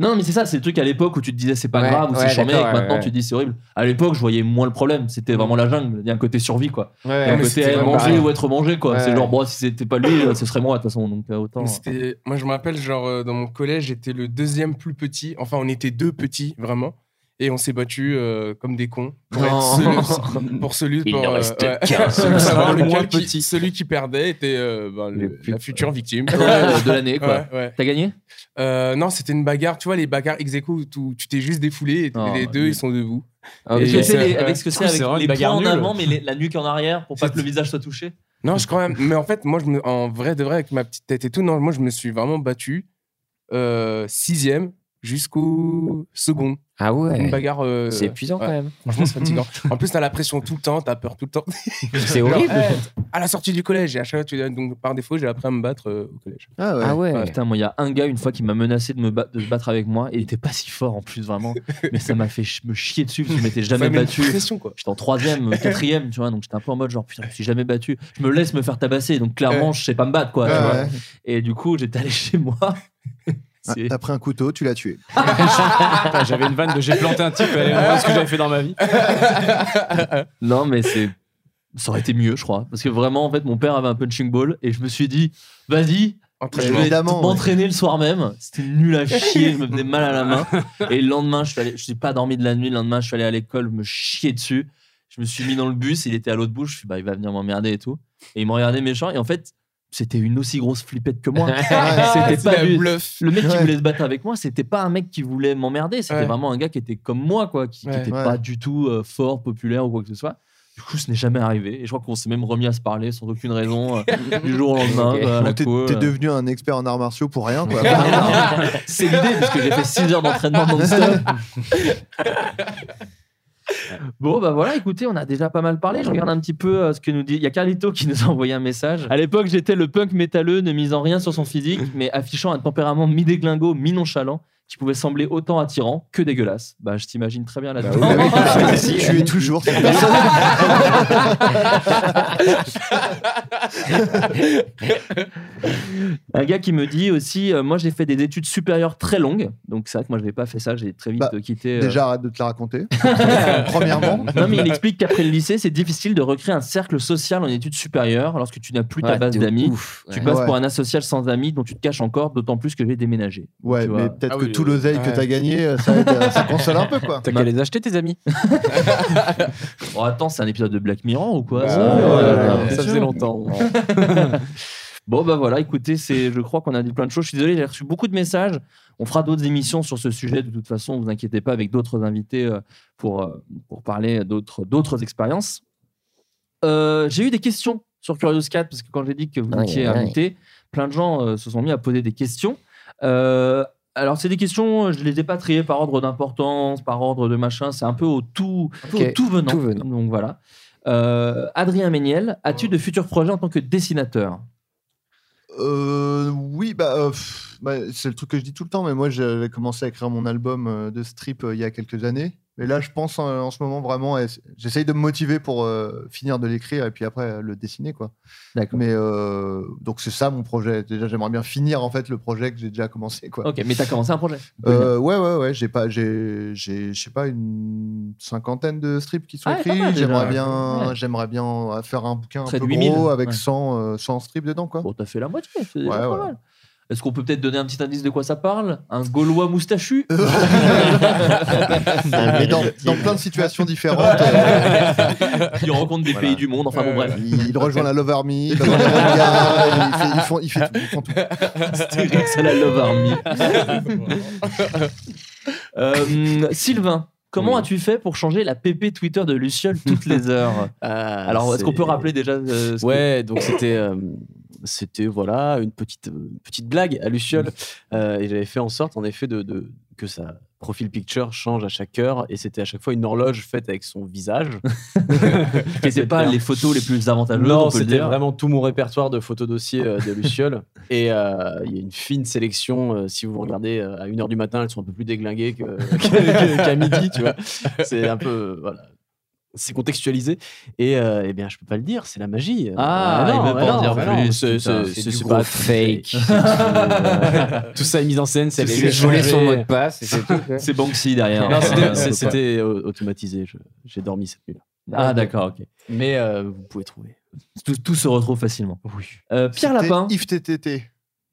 Speaker 6: non, mais c'est ça, c'est le truc à l'époque où tu te disais c'est pas
Speaker 7: Ouais,
Speaker 6: grave ou
Speaker 7: ouais,
Speaker 6: c'est charmé et que
Speaker 7: d'accord, ouais,
Speaker 6: maintenant
Speaker 7: ouais. Mm.
Speaker 6: tu te dis c'est horrible. À l'époque, je voyais moins le problème, c'était vraiment la jungle, il y a un côté survie quoi. Il y a
Speaker 10: Ouais,
Speaker 6: un
Speaker 10: mais
Speaker 6: côté
Speaker 10: c'était
Speaker 6: être
Speaker 10: vraiment
Speaker 6: mangé
Speaker 10: pareil.
Speaker 6: ou être mangé quoi.
Speaker 7: Ouais,
Speaker 6: c'est
Speaker 7: ouais.
Speaker 6: genre, bon, si c'était pas lui, euh, ce serait moi de toute façon, donc euh, autant.
Speaker 10: Mais c'était- Moi, je me rappelle, genre, euh, dans mon collège, j'étais le deuxième plus petit. Enfin, on était deux petits, vraiment. Et on s'est battus euh, comme des cons pour, être
Speaker 7: Non.
Speaker 10: celui, pour celui-
Speaker 7: Il
Speaker 10: pour,
Speaker 7: en
Speaker 10: euh,
Speaker 7: reste
Speaker 10: ouais.
Speaker 7: qu'un,
Speaker 10: Pour
Speaker 7: celui qui sera
Speaker 10: savoir
Speaker 7: le
Speaker 10: lequel
Speaker 7: moins
Speaker 10: qui- celui qui perdait était euh, ben, le- la future victime
Speaker 6: Ouais, euh, de l'année quoi.
Speaker 10: Ouais, ouais.
Speaker 6: T'as gagné
Speaker 10: Euh, non, c'était une bagarre, tu vois, les bagarres ex aequo où tu- tu t'es juste défoulé et
Speaker 6: Oh,
Speaker 10: les deux
Speaker 6: mais-
Speaker 10: ils sont debout.
Speaker 7: Ah,
Speaker 10: Et euh,
Speaker 6: Est-ce que c'est
Speaker 10: ça-
Speaker 6: les-
Speaker 10: ouais.
Speaker 6: avec ce que c'est
Speaker 11: c'est vraiment
Speaker 6: avec
Speaker 11: une
Speaker 6: les poings
Speaker 11: bagarre
Speaker 6: en
Speaker 11: nulle.
Speaker 6: avant mais les- la nuque en arrière pour pas que le visage soit touché
Speaker 10: Non, je crois même. Mais en fait, moi, je me... en vrai de vrai, avec ma petite tête et tout, non, moi, je me suis vraiment battu euh, sixième jusqu'au second.
Speaker 7: Ah
Speaker 10: Une
Speaker 7: ouais.
Speaker 10: bagarre. euh,
Speaker 7: C'est épuisant quand
Speaker 10: ouais.
Speaker 7: même.
Speaker 10: Franchement, c'est fatigant. en plus, t'as la pression tout le temps, t'as peur tout le temps.
Speaker 7: C'est
Speaker 10: Genre,
Speaker 7: horrible.
Speaker 10: eh, à la sortie du collège, et à chaque fois, tu dis, donc par défaut, j'ai appris à me battre euh, au collège.
Speaker 9: Ah ouais.
Speaker 7: Ah ouais.
Speaker 6: Ah, putain moi il y a un gars une fois qui m'a menacé de me ba- de se battre avec moi et il était pas si fort en plus vraiment mais ça m'a fait ch- me chier dessus parce que je m'étais jamais
Speaker 10: Ça met une
Speaker 6: battu
Speaker 10: Pression, quoi.
Speaker 6: J'étais en troisième, euh, quatrième, tu vois, donc j'étais un peu en mode genre putain, je me suis jamais battu. Je me laisse me faire tabasser, donc clairement, je sais pas me battre, quoi. tu
Speaker 9: Ouais,
Speaker 6: vois.
Speaker 9: ouais.
Speaker 6: Et du coup, j'étais allé chez moi.
Speaker 9: Ah,
Speaker 6: C'est-
Speaker 9: T'as pris un couteau, tu l'as tué.
Speaker 11: Putain, J'avais une vanne de j'ai planté un type, allez, on voit ce que j'avais fait dans ma vie.
Speaker 8: Euh,
Speaker 6: Non, mais c'est. Ça aurait été mieux, je crois. Parce que vraiment, en fait, mon père avait un punching ball et je me suis dit, vas-y, je
Speaker 10: Entraînement.
Speaker 6: vais t-
Speaker 9: Évidemment, ouais.
Speaker 6: m'entraîner le soir même. C'était nul à chier, je me faisais mal à la main. Et le lendemain, je suis allé, je n'ai pas dormi de la nuit. Le lendemain, je suis allé à l'école, me chier dessus. Je me suis mis dans le bus, il était à l'autre bout. Je suis, bah, il va venir m'emmerder et tout. Et il m'a regardé méchant. Et en fait, c'était une aussi grosse flippette que moi.
Speaker 9: Ah,
Speaker 6: c'était pas
Speaker 10: la
Speaker 6: lui.
Speaker 10: bluff.
Speaker 6: Le mec qui
Speaker 9: Ouais.
Speaker 6: voulait se battre avec moi, c'était pas un mec qui voulait m'emmerder. C'était
Speaker 10: Ouais.
Speaker 6: vraiment un gars qui était comme moi, quoi, qui, qui
Speaker 10: Ouais.
Speaker 6: était
Speaker 9: Ouais.
Speaker 6: pas du tout euh, fort, populaire ou quoi que ce soit. Du coup, ce n'est jamais arrivé. Et je crois qu'on s'est même remis à se parler sans aucune raison euh, du jour au lendemain.
Speaker 7: Ok.
Speaker 6: quoi, à la
Speaker 9: Bon, Ah, T'es
Speaker 6: cour.
Speaker 9: t'es devenu un expert en arts martiaux pour rien, quoi.
Speaker 6: Ah C'est l'idée, parce que j'ai fait 6 heures d'entraînement non-stop. bon, bah voilà, écoutez, on a déjà pas mal parlé. Je regarde un petit peu euh, ce que nous dit. Il y a Carlito qui nous a envoyé un message. À l'époque, j'étais le punk métalleux, ne misant rien sur son physique, mais affichant un tempérament mi-déglingo, mi-nonchalant, qui pouvait sembler autant attirant que dégueulasse. Bah, je t'imagine très bien là-dedans.
Speaker 9: tu es toujours cette personne.
Speaker 6: Un gars qui me dit aussi euh, Moi, j'ai fait des études supérieures très longues. Donc, c'est vrai que moi, je n'avais pas fait ça. J'ai très vite
Speaker 9: Bah,
Speaker 6: euh, quitté. euh,
Speaker 9: Déjà, arrête de te la raconter. Premièrement.
Speaker 6: Non, mais il explique qu'après le lycée, c'est difficile de recréer un cercle social en études supérieures lorsque tu n'as plus ta
Speaker 7: Ouais,
Speaker 6: base
Speaker 7: de
Speaker 6: d'amis.
Speaker 7: ouf,
Speaker 6: Tu
Speaker 7: ouais.
Speaker 6: passes
Speaker 9: Ouais.
Speaker 6: pour un asocial sans amis dont tu te caches encore, d'autant plus que j'ai déménagé.
Speaker 9: Ouais,
Speaker 6: Tu vois.
Speaker 9: mais peut-être
Speaker 11: Ah
Speaker 9: que
Speaker 11: oui,
Speaker 9: tout
Speaker 11: oui.
Speaker 9: l'oseille que
Speaker 10: Ouais.
Speaker 9: t'as gagné, euh, ça, aide, ça console un peu, quoi.
Speaker 11: T'as qu'à les acheter, tes amis.
Speaker 6: Oh, attends, c'est un épisode de Black Mirror ou quoi
Speaker 10: Bah,
Speaker 6: ça
Speaker 10: ouais,
Speaker 6: Oh là
Speaker 10: ouais,
Speaker 6: là.
Speaker 10: ouais.
Speaker 11: Ça faisait longtemps.
Speaker 6: Bon, bah voilà, écoutez, c'est, je crois qu'on a dit plein de choses. Je suis désolé, j'ai reçu beaucoup de messages. On fera d'autres émissions sur ce sujet, de toute façon, vous inquiétez pas, avec d'autres invités euh, pour, euh, pour parler d'autres, d'autres expériences. Euh, j'ai eu des questions sur Curious Cat, parce que quand j'ai dit que vous
Speaker 7: Aïe,
Speaker 6: étiez
Speaker 7: aïe, aïe.
Speaker 6: invité, plein de gens euh, se sont mis à poser des questions. Euh, alors, c'est des questions, euh, je les ai pas triées par ordre d'importance, par ordre de machin, c'est un peu au tout, un peu au
Speaker 7: Ok,
Speaker 6: tout, venant.
Speaker 7: tout venant.
Speaker 6: Donc voilà. Euh, Adrien Méniel, as-tu de futurs projets en tant que dessinateur
Speaker 9: Euh, oui, bah, euh, pff, bah, c'est le truc que je dis tout le temps, mais moi j'avais commencé à écrire mon album euh, de strip euh, il y a quelques années. Mais là, je pense en, en ce moment vraiment, à ess- j'essaye de me motiver pour euh, finir de l'écrire et puis après euh, le dessiner, quoi.
Speaker 6: D'accord.
Speaker 9: Mais euh, donc c'est ça mon projet. Déjà, j'aimerais bien finir en fait le projet que j'ai déjà commencé, quoi.
Speaker 6: Ok, mais t'as commencé un projet.
Speaker 9: Euh, ouais, ouais, ouais. J'ai pas, j'ai, j'ai, je sais pas, une cinquantaine de strips qui sont
Speaker 6: Ah, pas
Speaker 9: écrits.
Speaker 6: mal, déjà.
Speaker 9: J'aimerais bien,
Speaker 6: Ouais.
Speaker 9: j'aimerais bien euh, faire un bouquin
Speaker 6: Près
Speaker 9: un peu
Speaker 6: de 8000,
Speaker 9: gros avec
Speaker 6: ouais.
Speaker 9: 100, euh, 100 strips dedans, quoi.
Speaker 6: Bon, t'as fait la moitié, c'est
Speaker 9: Ouais,
Speaker 6: déjà pas
Speaker 9: voilà.
Speaker 6: mal. Est-ce qu'on peut peut-être donner un petit indice de quoi ça parle Un Gaulois moustachu
Speaker 9: Mais dans, dans plein de situations différentes. euh,
Speaker 6: Il rencontre des
Speaker 9: Voilà.
Speaker 6: pays du monde, enfin bon bref.
Speaker 9: il, il rejoint la Love Army, il va dans les regards, il fait- ils font- ils font tout, ils font tout. Euh.
Speaker 6: Astérix à la Love Army. Euh, Sylvain, comment as-tu fait pour changer la PP Twitter de Luciole toutes les heures Alors, est-ce qu'on peut rappeler déjà euh, ce que-
Speaker 8: Ouais, donc c'était euh, c'était voilà une petite euh, petite blague à Luciole Euh, et j'avais fait en sorte en effet de, de- que sa profil picture change à chaque heure et c'était à chaque fois une horloge faite avec son visage.
Speaker 6: qui n'étaient pas les photos les plus avantageuses
Speaker 8: Non,
Speaker 6: on peut le
Speaker 8: c'était
Speaker 6: dire.
Speaker 8: vraiment tout mon répertoire de photos dossiers euh, de Luciole. Et euh, il y a une fine sélection. euh, si vous regardez euh, à 1h du matin, elles sont un peu plus déglinguées que- que- qu'à midi, tu vois. C'est un peu. euh, Voilà. C'est contextualisé. Et euh, eh bien, je peux pas le dire, c'est la magie. Euh,
Speaker 6: Ah, il veut
Speaker 8: bah
Speaker 6: pas en dire
Speaker 8: bah
Speaker 6: plus,
Speaker 8: c'est-
Speaker 6: putain,
Speaker 8: c'est-
Speaker 6: c'est
Speaker 8: c'est-
Speaker 6: du
Speaker 8: c'est
Speaker 6: gros
Speaker 8: pas
Speaker 7: fake.
Speaker 8: C'est, euh, tout ça est mis en scène. C'est
Speaker 7: J'ai volé son mot de passe. et c'est tout, quoi.
Speaker 6: C'est Banksy derrière.
Speaker 8: Non, c'était-
Speaker 6: Euh,
Speaker 8: c'est- C'était euh, automatisé. je- J'ai dormi cette nuit-là.
Speaker 6: Ah, d'accord, ok.
Speaker 8: Mais euh, vous pouvez trouver.
Speaker 6: Tout, tout se retrouve facilement.
Speaker 8: Oui.
Speaker 6: Euh, Pierre
Speaker 9: C'était
Speaker 6: Lapin.
Speaker 9: Yves TTT.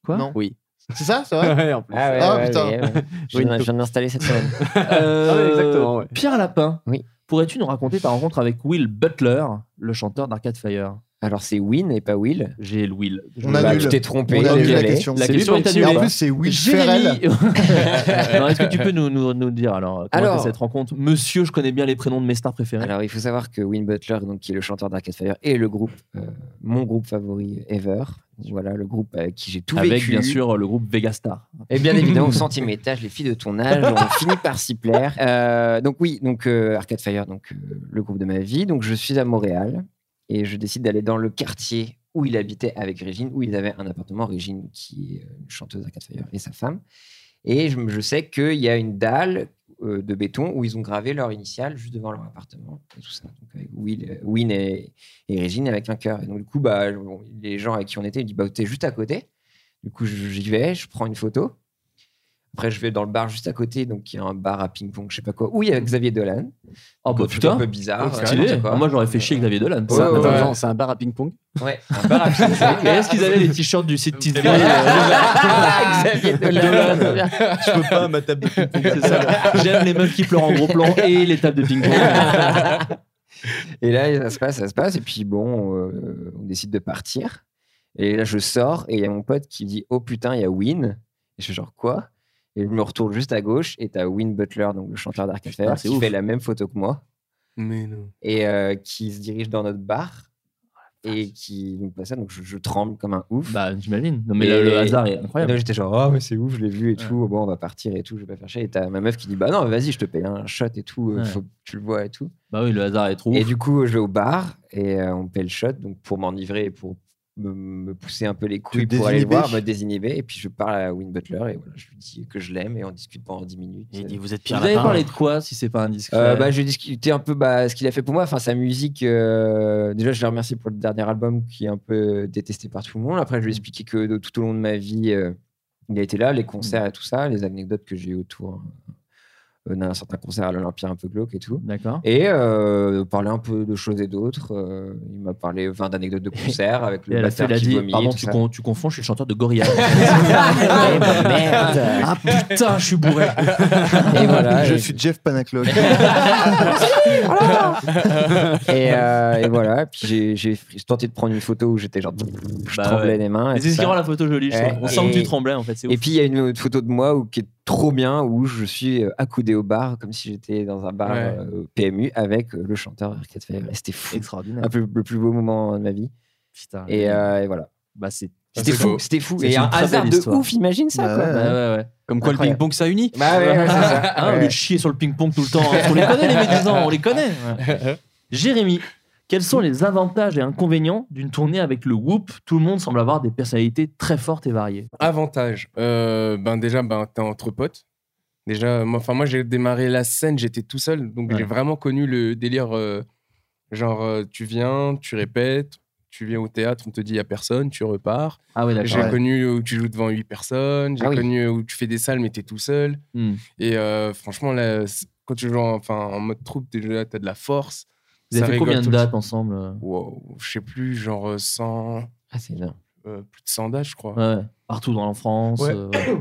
Speaker 6: Quoi
Speaker 9: Non.
Speaker 8: Oui.
Speaker 9: C'est ça, c'est vrai
Speaker 8: en plus.
Speaker 7: Ah ouais,
Speaker 9: Ah,
Speaker 7: ouais,
Speaker 9: putain.
Speaker 7: ouais, ouais. Je viens je viens de l'installer cette semaine.
Speaker 6: Euh,
Speaker 8: Ah ouais, exactement, ouais.
Speaker 6: Pierre Lapin.
Speaker 7: Oui.
Speaker 6: Pourrais-tu nous raconter ta rencontre avec Will Butler, le chanteur d'Arcade Fire
Speaker 7: Alors c'est Win et pas Will.
Speaker 6: J'ai le Will. Je-
Speaker 9: On annule.
Speaker 7: tu t'es trompé.
Speaker 9: On annule la
Speaker 7: désolé.
Speaker 9: question.
Speaker 6: La
Speaker 8: C'est
Speaker 6: question
Speaker 8: lui,
Speaker 6: est
Speaker 9: Et
Speaker 6: annulée.
Speaker 9: en plus, c'est Will Ferrell.
Speaker 6: Jérémy. Non, Est-ce que tu peux nous, nous, nous dire alors comment
Speaker 7: Alors-
Speaker 6: était cette rencontre Monsieur, je connais bien les prénoms de mes stars préférées.
Speaker 7: Alors, il faut savoir que Win Butler, donc, qui est le chanteur d'Arcade Fire, et le groupe, euh, mon groupe favori ever. Voilà, le groupe avec qui j'ai tout
Speaker 6: avec
Speaker 7: vécu.
Speaker 6: bien sûr le groupe Vegastar.
Speaker 7: Et bien évidemment, au centimétage, les filles de ton âge, on finit par s'y plaire. Euh, donc oui, donc euh, Arcade Fire, donc euh, le groupe de ma vie. Donc je suis à Montréal et je décide d'aller dans le quartier où il habitait avec Régine, où ils avaient un appartement. Régine, qui est euh, une chanteuse d'Arcade Fire, et sa femme. Et je, je sais qu'il y a une dalle euh, de béton où ils ont gravé leur initiale juste devant leur appartement et tout ça. Donc avec Will, euh, Win et, et Régine avec un cœur. Et donc du coup, bah, bon, les gens avec qui on était, ils disent bah t'es juste à côté. Du coup, je- j'y vais, je prends une photo. Après, je vais dans le bar juste à côté, donc il y a un bar à ping-pong, je sais pas quoi. Oui, avec Xavier Dolan.
Speaker 6: Oh bah
Speaker 7: Donc, un
Speaker 6: putain,
Speaker 7: peu bizarre. euh,
Speaker 6: stylé.
Speaker 7: n'importe quoi.
Speaker 6: Moi j'aurais fait chier Xavier Dolan.
Speaker 7: Ouais,
Speaker 6: Ça,
Speaker 7: ouais,
Speaker 6: attends,
Speaker 7: ouais.
Speaker 8: Attends, C'est un bar à ping-pong.
Speaker 7: Ouais, un bar à
Speaker 6: Et
Speaker 7: ping-pong.
Speaker 6: est-ce qu'ils avaient les t-shirts du site euh, Tizzy
Speaker 7: Xavier Dolan.
Speaker 8: Je peux pas, ma table de
Speaker 6: C'est ça. J'aime les meufs qui pleurent en gros plan et les tables de ping-pong.
Speaker 7: Et là, ça se passe, ça se passe. Et puis bon, euh, on décide de partir. Et là, je sors et il y a mon pote qui dit Oh putain, il y a Win. Et je fais genre quoi Et je me retourne juste à gauche et t'as Win Butler, donc le chanteur d'Arcade
Speaker 6: Putain,
Speaker 7: Fire,
Speaker 6: c'est
Speaker 7: qui
Speaker 6: ouf.
Speaker 7: fait la même photo que moi
Speaker 10: Mais non.
Speaker 7: et euh, qui se dirige dans notre bar. Et qui nous passe ça. Donc je, je tremble comme un ouf.
Speaker 6: Bah j'imagine. Non mais
Speaker 7: Et-
Speaker 6: le, le hasard est
Speaker 7: Et là,
Speaker 6: incroyable.
Speaker 7: j'étais genre, ah, mais c'est ouf, je l'ai vu et tout. Bon, on va partir et tout, je vais pas faire chier. Et t'as ma meuf qui dit, bah non, vas-y, je te paye un shot et tout, euh,
Speaker 6: Ouais.
Speaker 7: faut que tu le vois et tout.
Speaker 6: Bah oui, le hasard est trop
Speaker 7: Et
Speaker 6: ouf.
Speaker 7: du coup, je vais au bar et euh, on paye le shot donc pour m'enivrer et pour me, me pousser un peu les couilles
Speaker 9: te
Speaker 7: pour aller le
Speaker 9: désinhiber.
Speaker 7: voir, me désinhiber. Et puis je parle à Win Butler et voilà, je lui dis que je l'aime et on discute pendant 10 minutes.
Speaker 8: Il dit Vous êtes
Speaker 6: Vous
Speaker 8: Pierre
Speaker 6: avez
Speaker 8: Lapin.
Speaker 6: parlé de quoi si c'est pas indiscret
Speaker 7: Euh, bah, j'ai discuté un peu bah, ce qu'il a fait pour moi, enfin sa musique. euh, déjà, je le remercie pour le dernier album qui est un peu détesté par tout le monde. Après, je lui ai expliqué que de- tout au long de ma vie, euh, il a été là, les concerts et tout ça, les anecdotes que j'ai eu autour euh, d'un certain concert à l'Olympia un peu glauque et tout.
Speaker 6: D'accord.
Speaker 7: Et euh, parler un peu de choses et d'autres. euh, il m'a parlé enfin, d'anecdotes de concerts avec
Speaker 6: Et
Speaker 7: le
Speaker 6: elle a fait,
Speaker 7: batteur
Speaker 6: elle a
Speaker 7: qui
Speaker 6: dit,
Speaker 7: vomit.
Speaker 6: pardon,
Speaker 7: tout
Speaker 6: tu,
Speaker 7: ça.
Speaker 6: con- tu confonds, je suis le chanteur de Gorilla.
Speaker 7: Eh ben, merde.
Speaker 6: ah putain, je suis bourré.
Speaker 7: Et voilà.
Speaker 9: je
Speaker 7: et-
Speaker 9: suis Jeff Panaclock.
Speaker 7: et, euh, et voilà. Puis j'ai- j'ai tenté de prendre une photo où j'étais genre, je
Speaker 6: Bah
Speaker 7: tremblais
Speaker 6: ouais.
Speaker 7: les mains. et
Speaker 6: Mais
Speaker 7: tout
Speaker 6: c'est ce qui
Speaker 7: ça.
Speaker 6: rend la photo jolie. je
Speaker 7: Ouais.
Speaker 6: trouve. On sent que tu
Speaker 7: Et-
Speaker 6: tremblais en fait. C'est ouf.
Speaker 7: Et puis il y a une autre photo de moi où, qui est trop bien où je suis euh, accoudé au bar comme si j'étais dans un bar
Speaker 10: Ouais.
Speaker 7: euh, PMU avec euh, le chanteur Arcade Fire. Et C'était fou.
Speaker 6: extraordinaire.
Speaker 7: Un peu, le plus beau moment de ma vie.
Speaker 6: Putain.
Speaker 7: Et, euh, et voilà.
Speaker 6: bah c'est.
Speaker 7: C'était
Speaker 10: c'est
Speaker 7: fou.
Speaker 10: beau.
Speaker 7: C'était fou.
Speaker 6: C'est
Speaker 7: Et
Speaker 6: une
Speaker 7: un
Speaker 6: très
Speaker 7: hasard
Speaker 6: belle
Speaker 7: de
Speaker 6: histoire.
Speaker 7: ouf. Imagine ça.
Speaker 9: Bah
Speaker 7: quoi.
Speaker 9: ouais.
Speaker 6: Ouais, ouais, ouais.
Speaker 8: Comme quoi le
Speaker 7: Incroyable.
Speaker 8: ping-pong ça unit.
Speaker 7: Bah ouais, ouais, c'est ça.
Speaker 6: Hein,
Speaker 7: Ouais.
Speaker 6: Le chier sur le ping-pong tout le temps. hein. On les connaît les médisants, on les connaît. Jérémy, quels sont les avantages et inconvénients d'une tournée avec le Whoop Tout le monde semble avoir des personnalités très fortes et variées.
Speaker 10: Avantage. Euh, ben déjà, ben, t'es entre potes. Déjà, moi, enfin, moi j'ai démarré la scène, j'étais tout seul, donc j'ai vraiment connu le délire euh, genre euh, tu viens, tu répètes, tu viens au théâtre, on te dit il y a personne, tu repars.
Speaker 6: Ah oui, d'accord.
Speaker 10: J'ai
Speaker 6: Ouais.
Speaker 10: connu où tu joues devant 8 personnes, j'ai
Speaker 6: Ah oui.
Speaker 10: connu où tu fais des salles mais t'es tout seul.
Speaker 6: Hmm.
Speaker 10: Et euh, franchement là, c- quand tu joues en, enfin, en mode troupe, déjà t'as de la force.
Speaker 6: Vous avez
Speaker 10: Ça
Speaker 6: fait
Speaker 10: rigole
Speaker 6: combien de
Speaker 10: tout le
Speaker 6: dates
Speaker 10: temps.
Speaker 6: ensemble euh
Speaker 10: Wow, je sais plus, genre euh, 100.
Speaker 7: Ah, c'est énorme.
Speaker 10: plus de 100 dates, je crois.
Speaker 6: Ouais, Partout dans la France.
Speaker 10: Ouais.
Speaker 6: euh, ouais.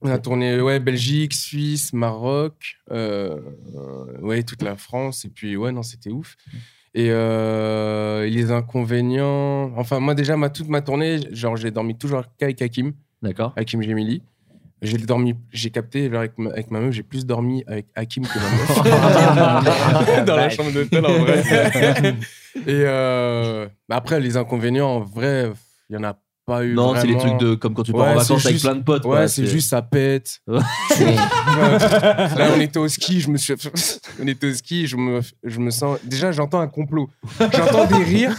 Speaker 10: On a tourné ouais, Belgique, Suisse, Maroc, euh, euh, ouais, toute la France. Et puis, ouais, non, c'était ouf. Et, euh, et les inconvénients. Enfin, moi, déjà, ma, toute ma tournée, genre, j'ai dormi toujours qu'avec Hakim.
Speaker 6: D'accord.
Speaker 10: Hakim Gemili. J'ai dormi, j'ai capté, genre, avec ma, avec ma meuf, j'ai plus dormi avec Hakim que ma meuf.
Speaker 8: Bah,
Speaker 10: Dans la chambre d'hôtel, en vrai. et euh, bah après, les inconvénients, en vrai, il y en a pas eu.
Speaker 6: Non, c'est les
Speaker 10: vraiment.
Speaker 6: trucs de- comme quand tu pars en
Speaker 10: Ouais,
Speaker 6: vacances
Speaker 10: c'est
Speaker 6: avec
Speaker 10: juste-
Speaker 6: plein de potes,
Speaker 10: Ouais,
Speaker 6: quoi,
Speaker 10: c'est
Speaker 6: c'est-
Speaker 10: juste ça pète.
Speaker 6: Ouais.
Speaker 10: Là, on était au ski, je me suis. On était au ski, je me, je me sens. Déjà, j'entends un complot. J'entends des rires.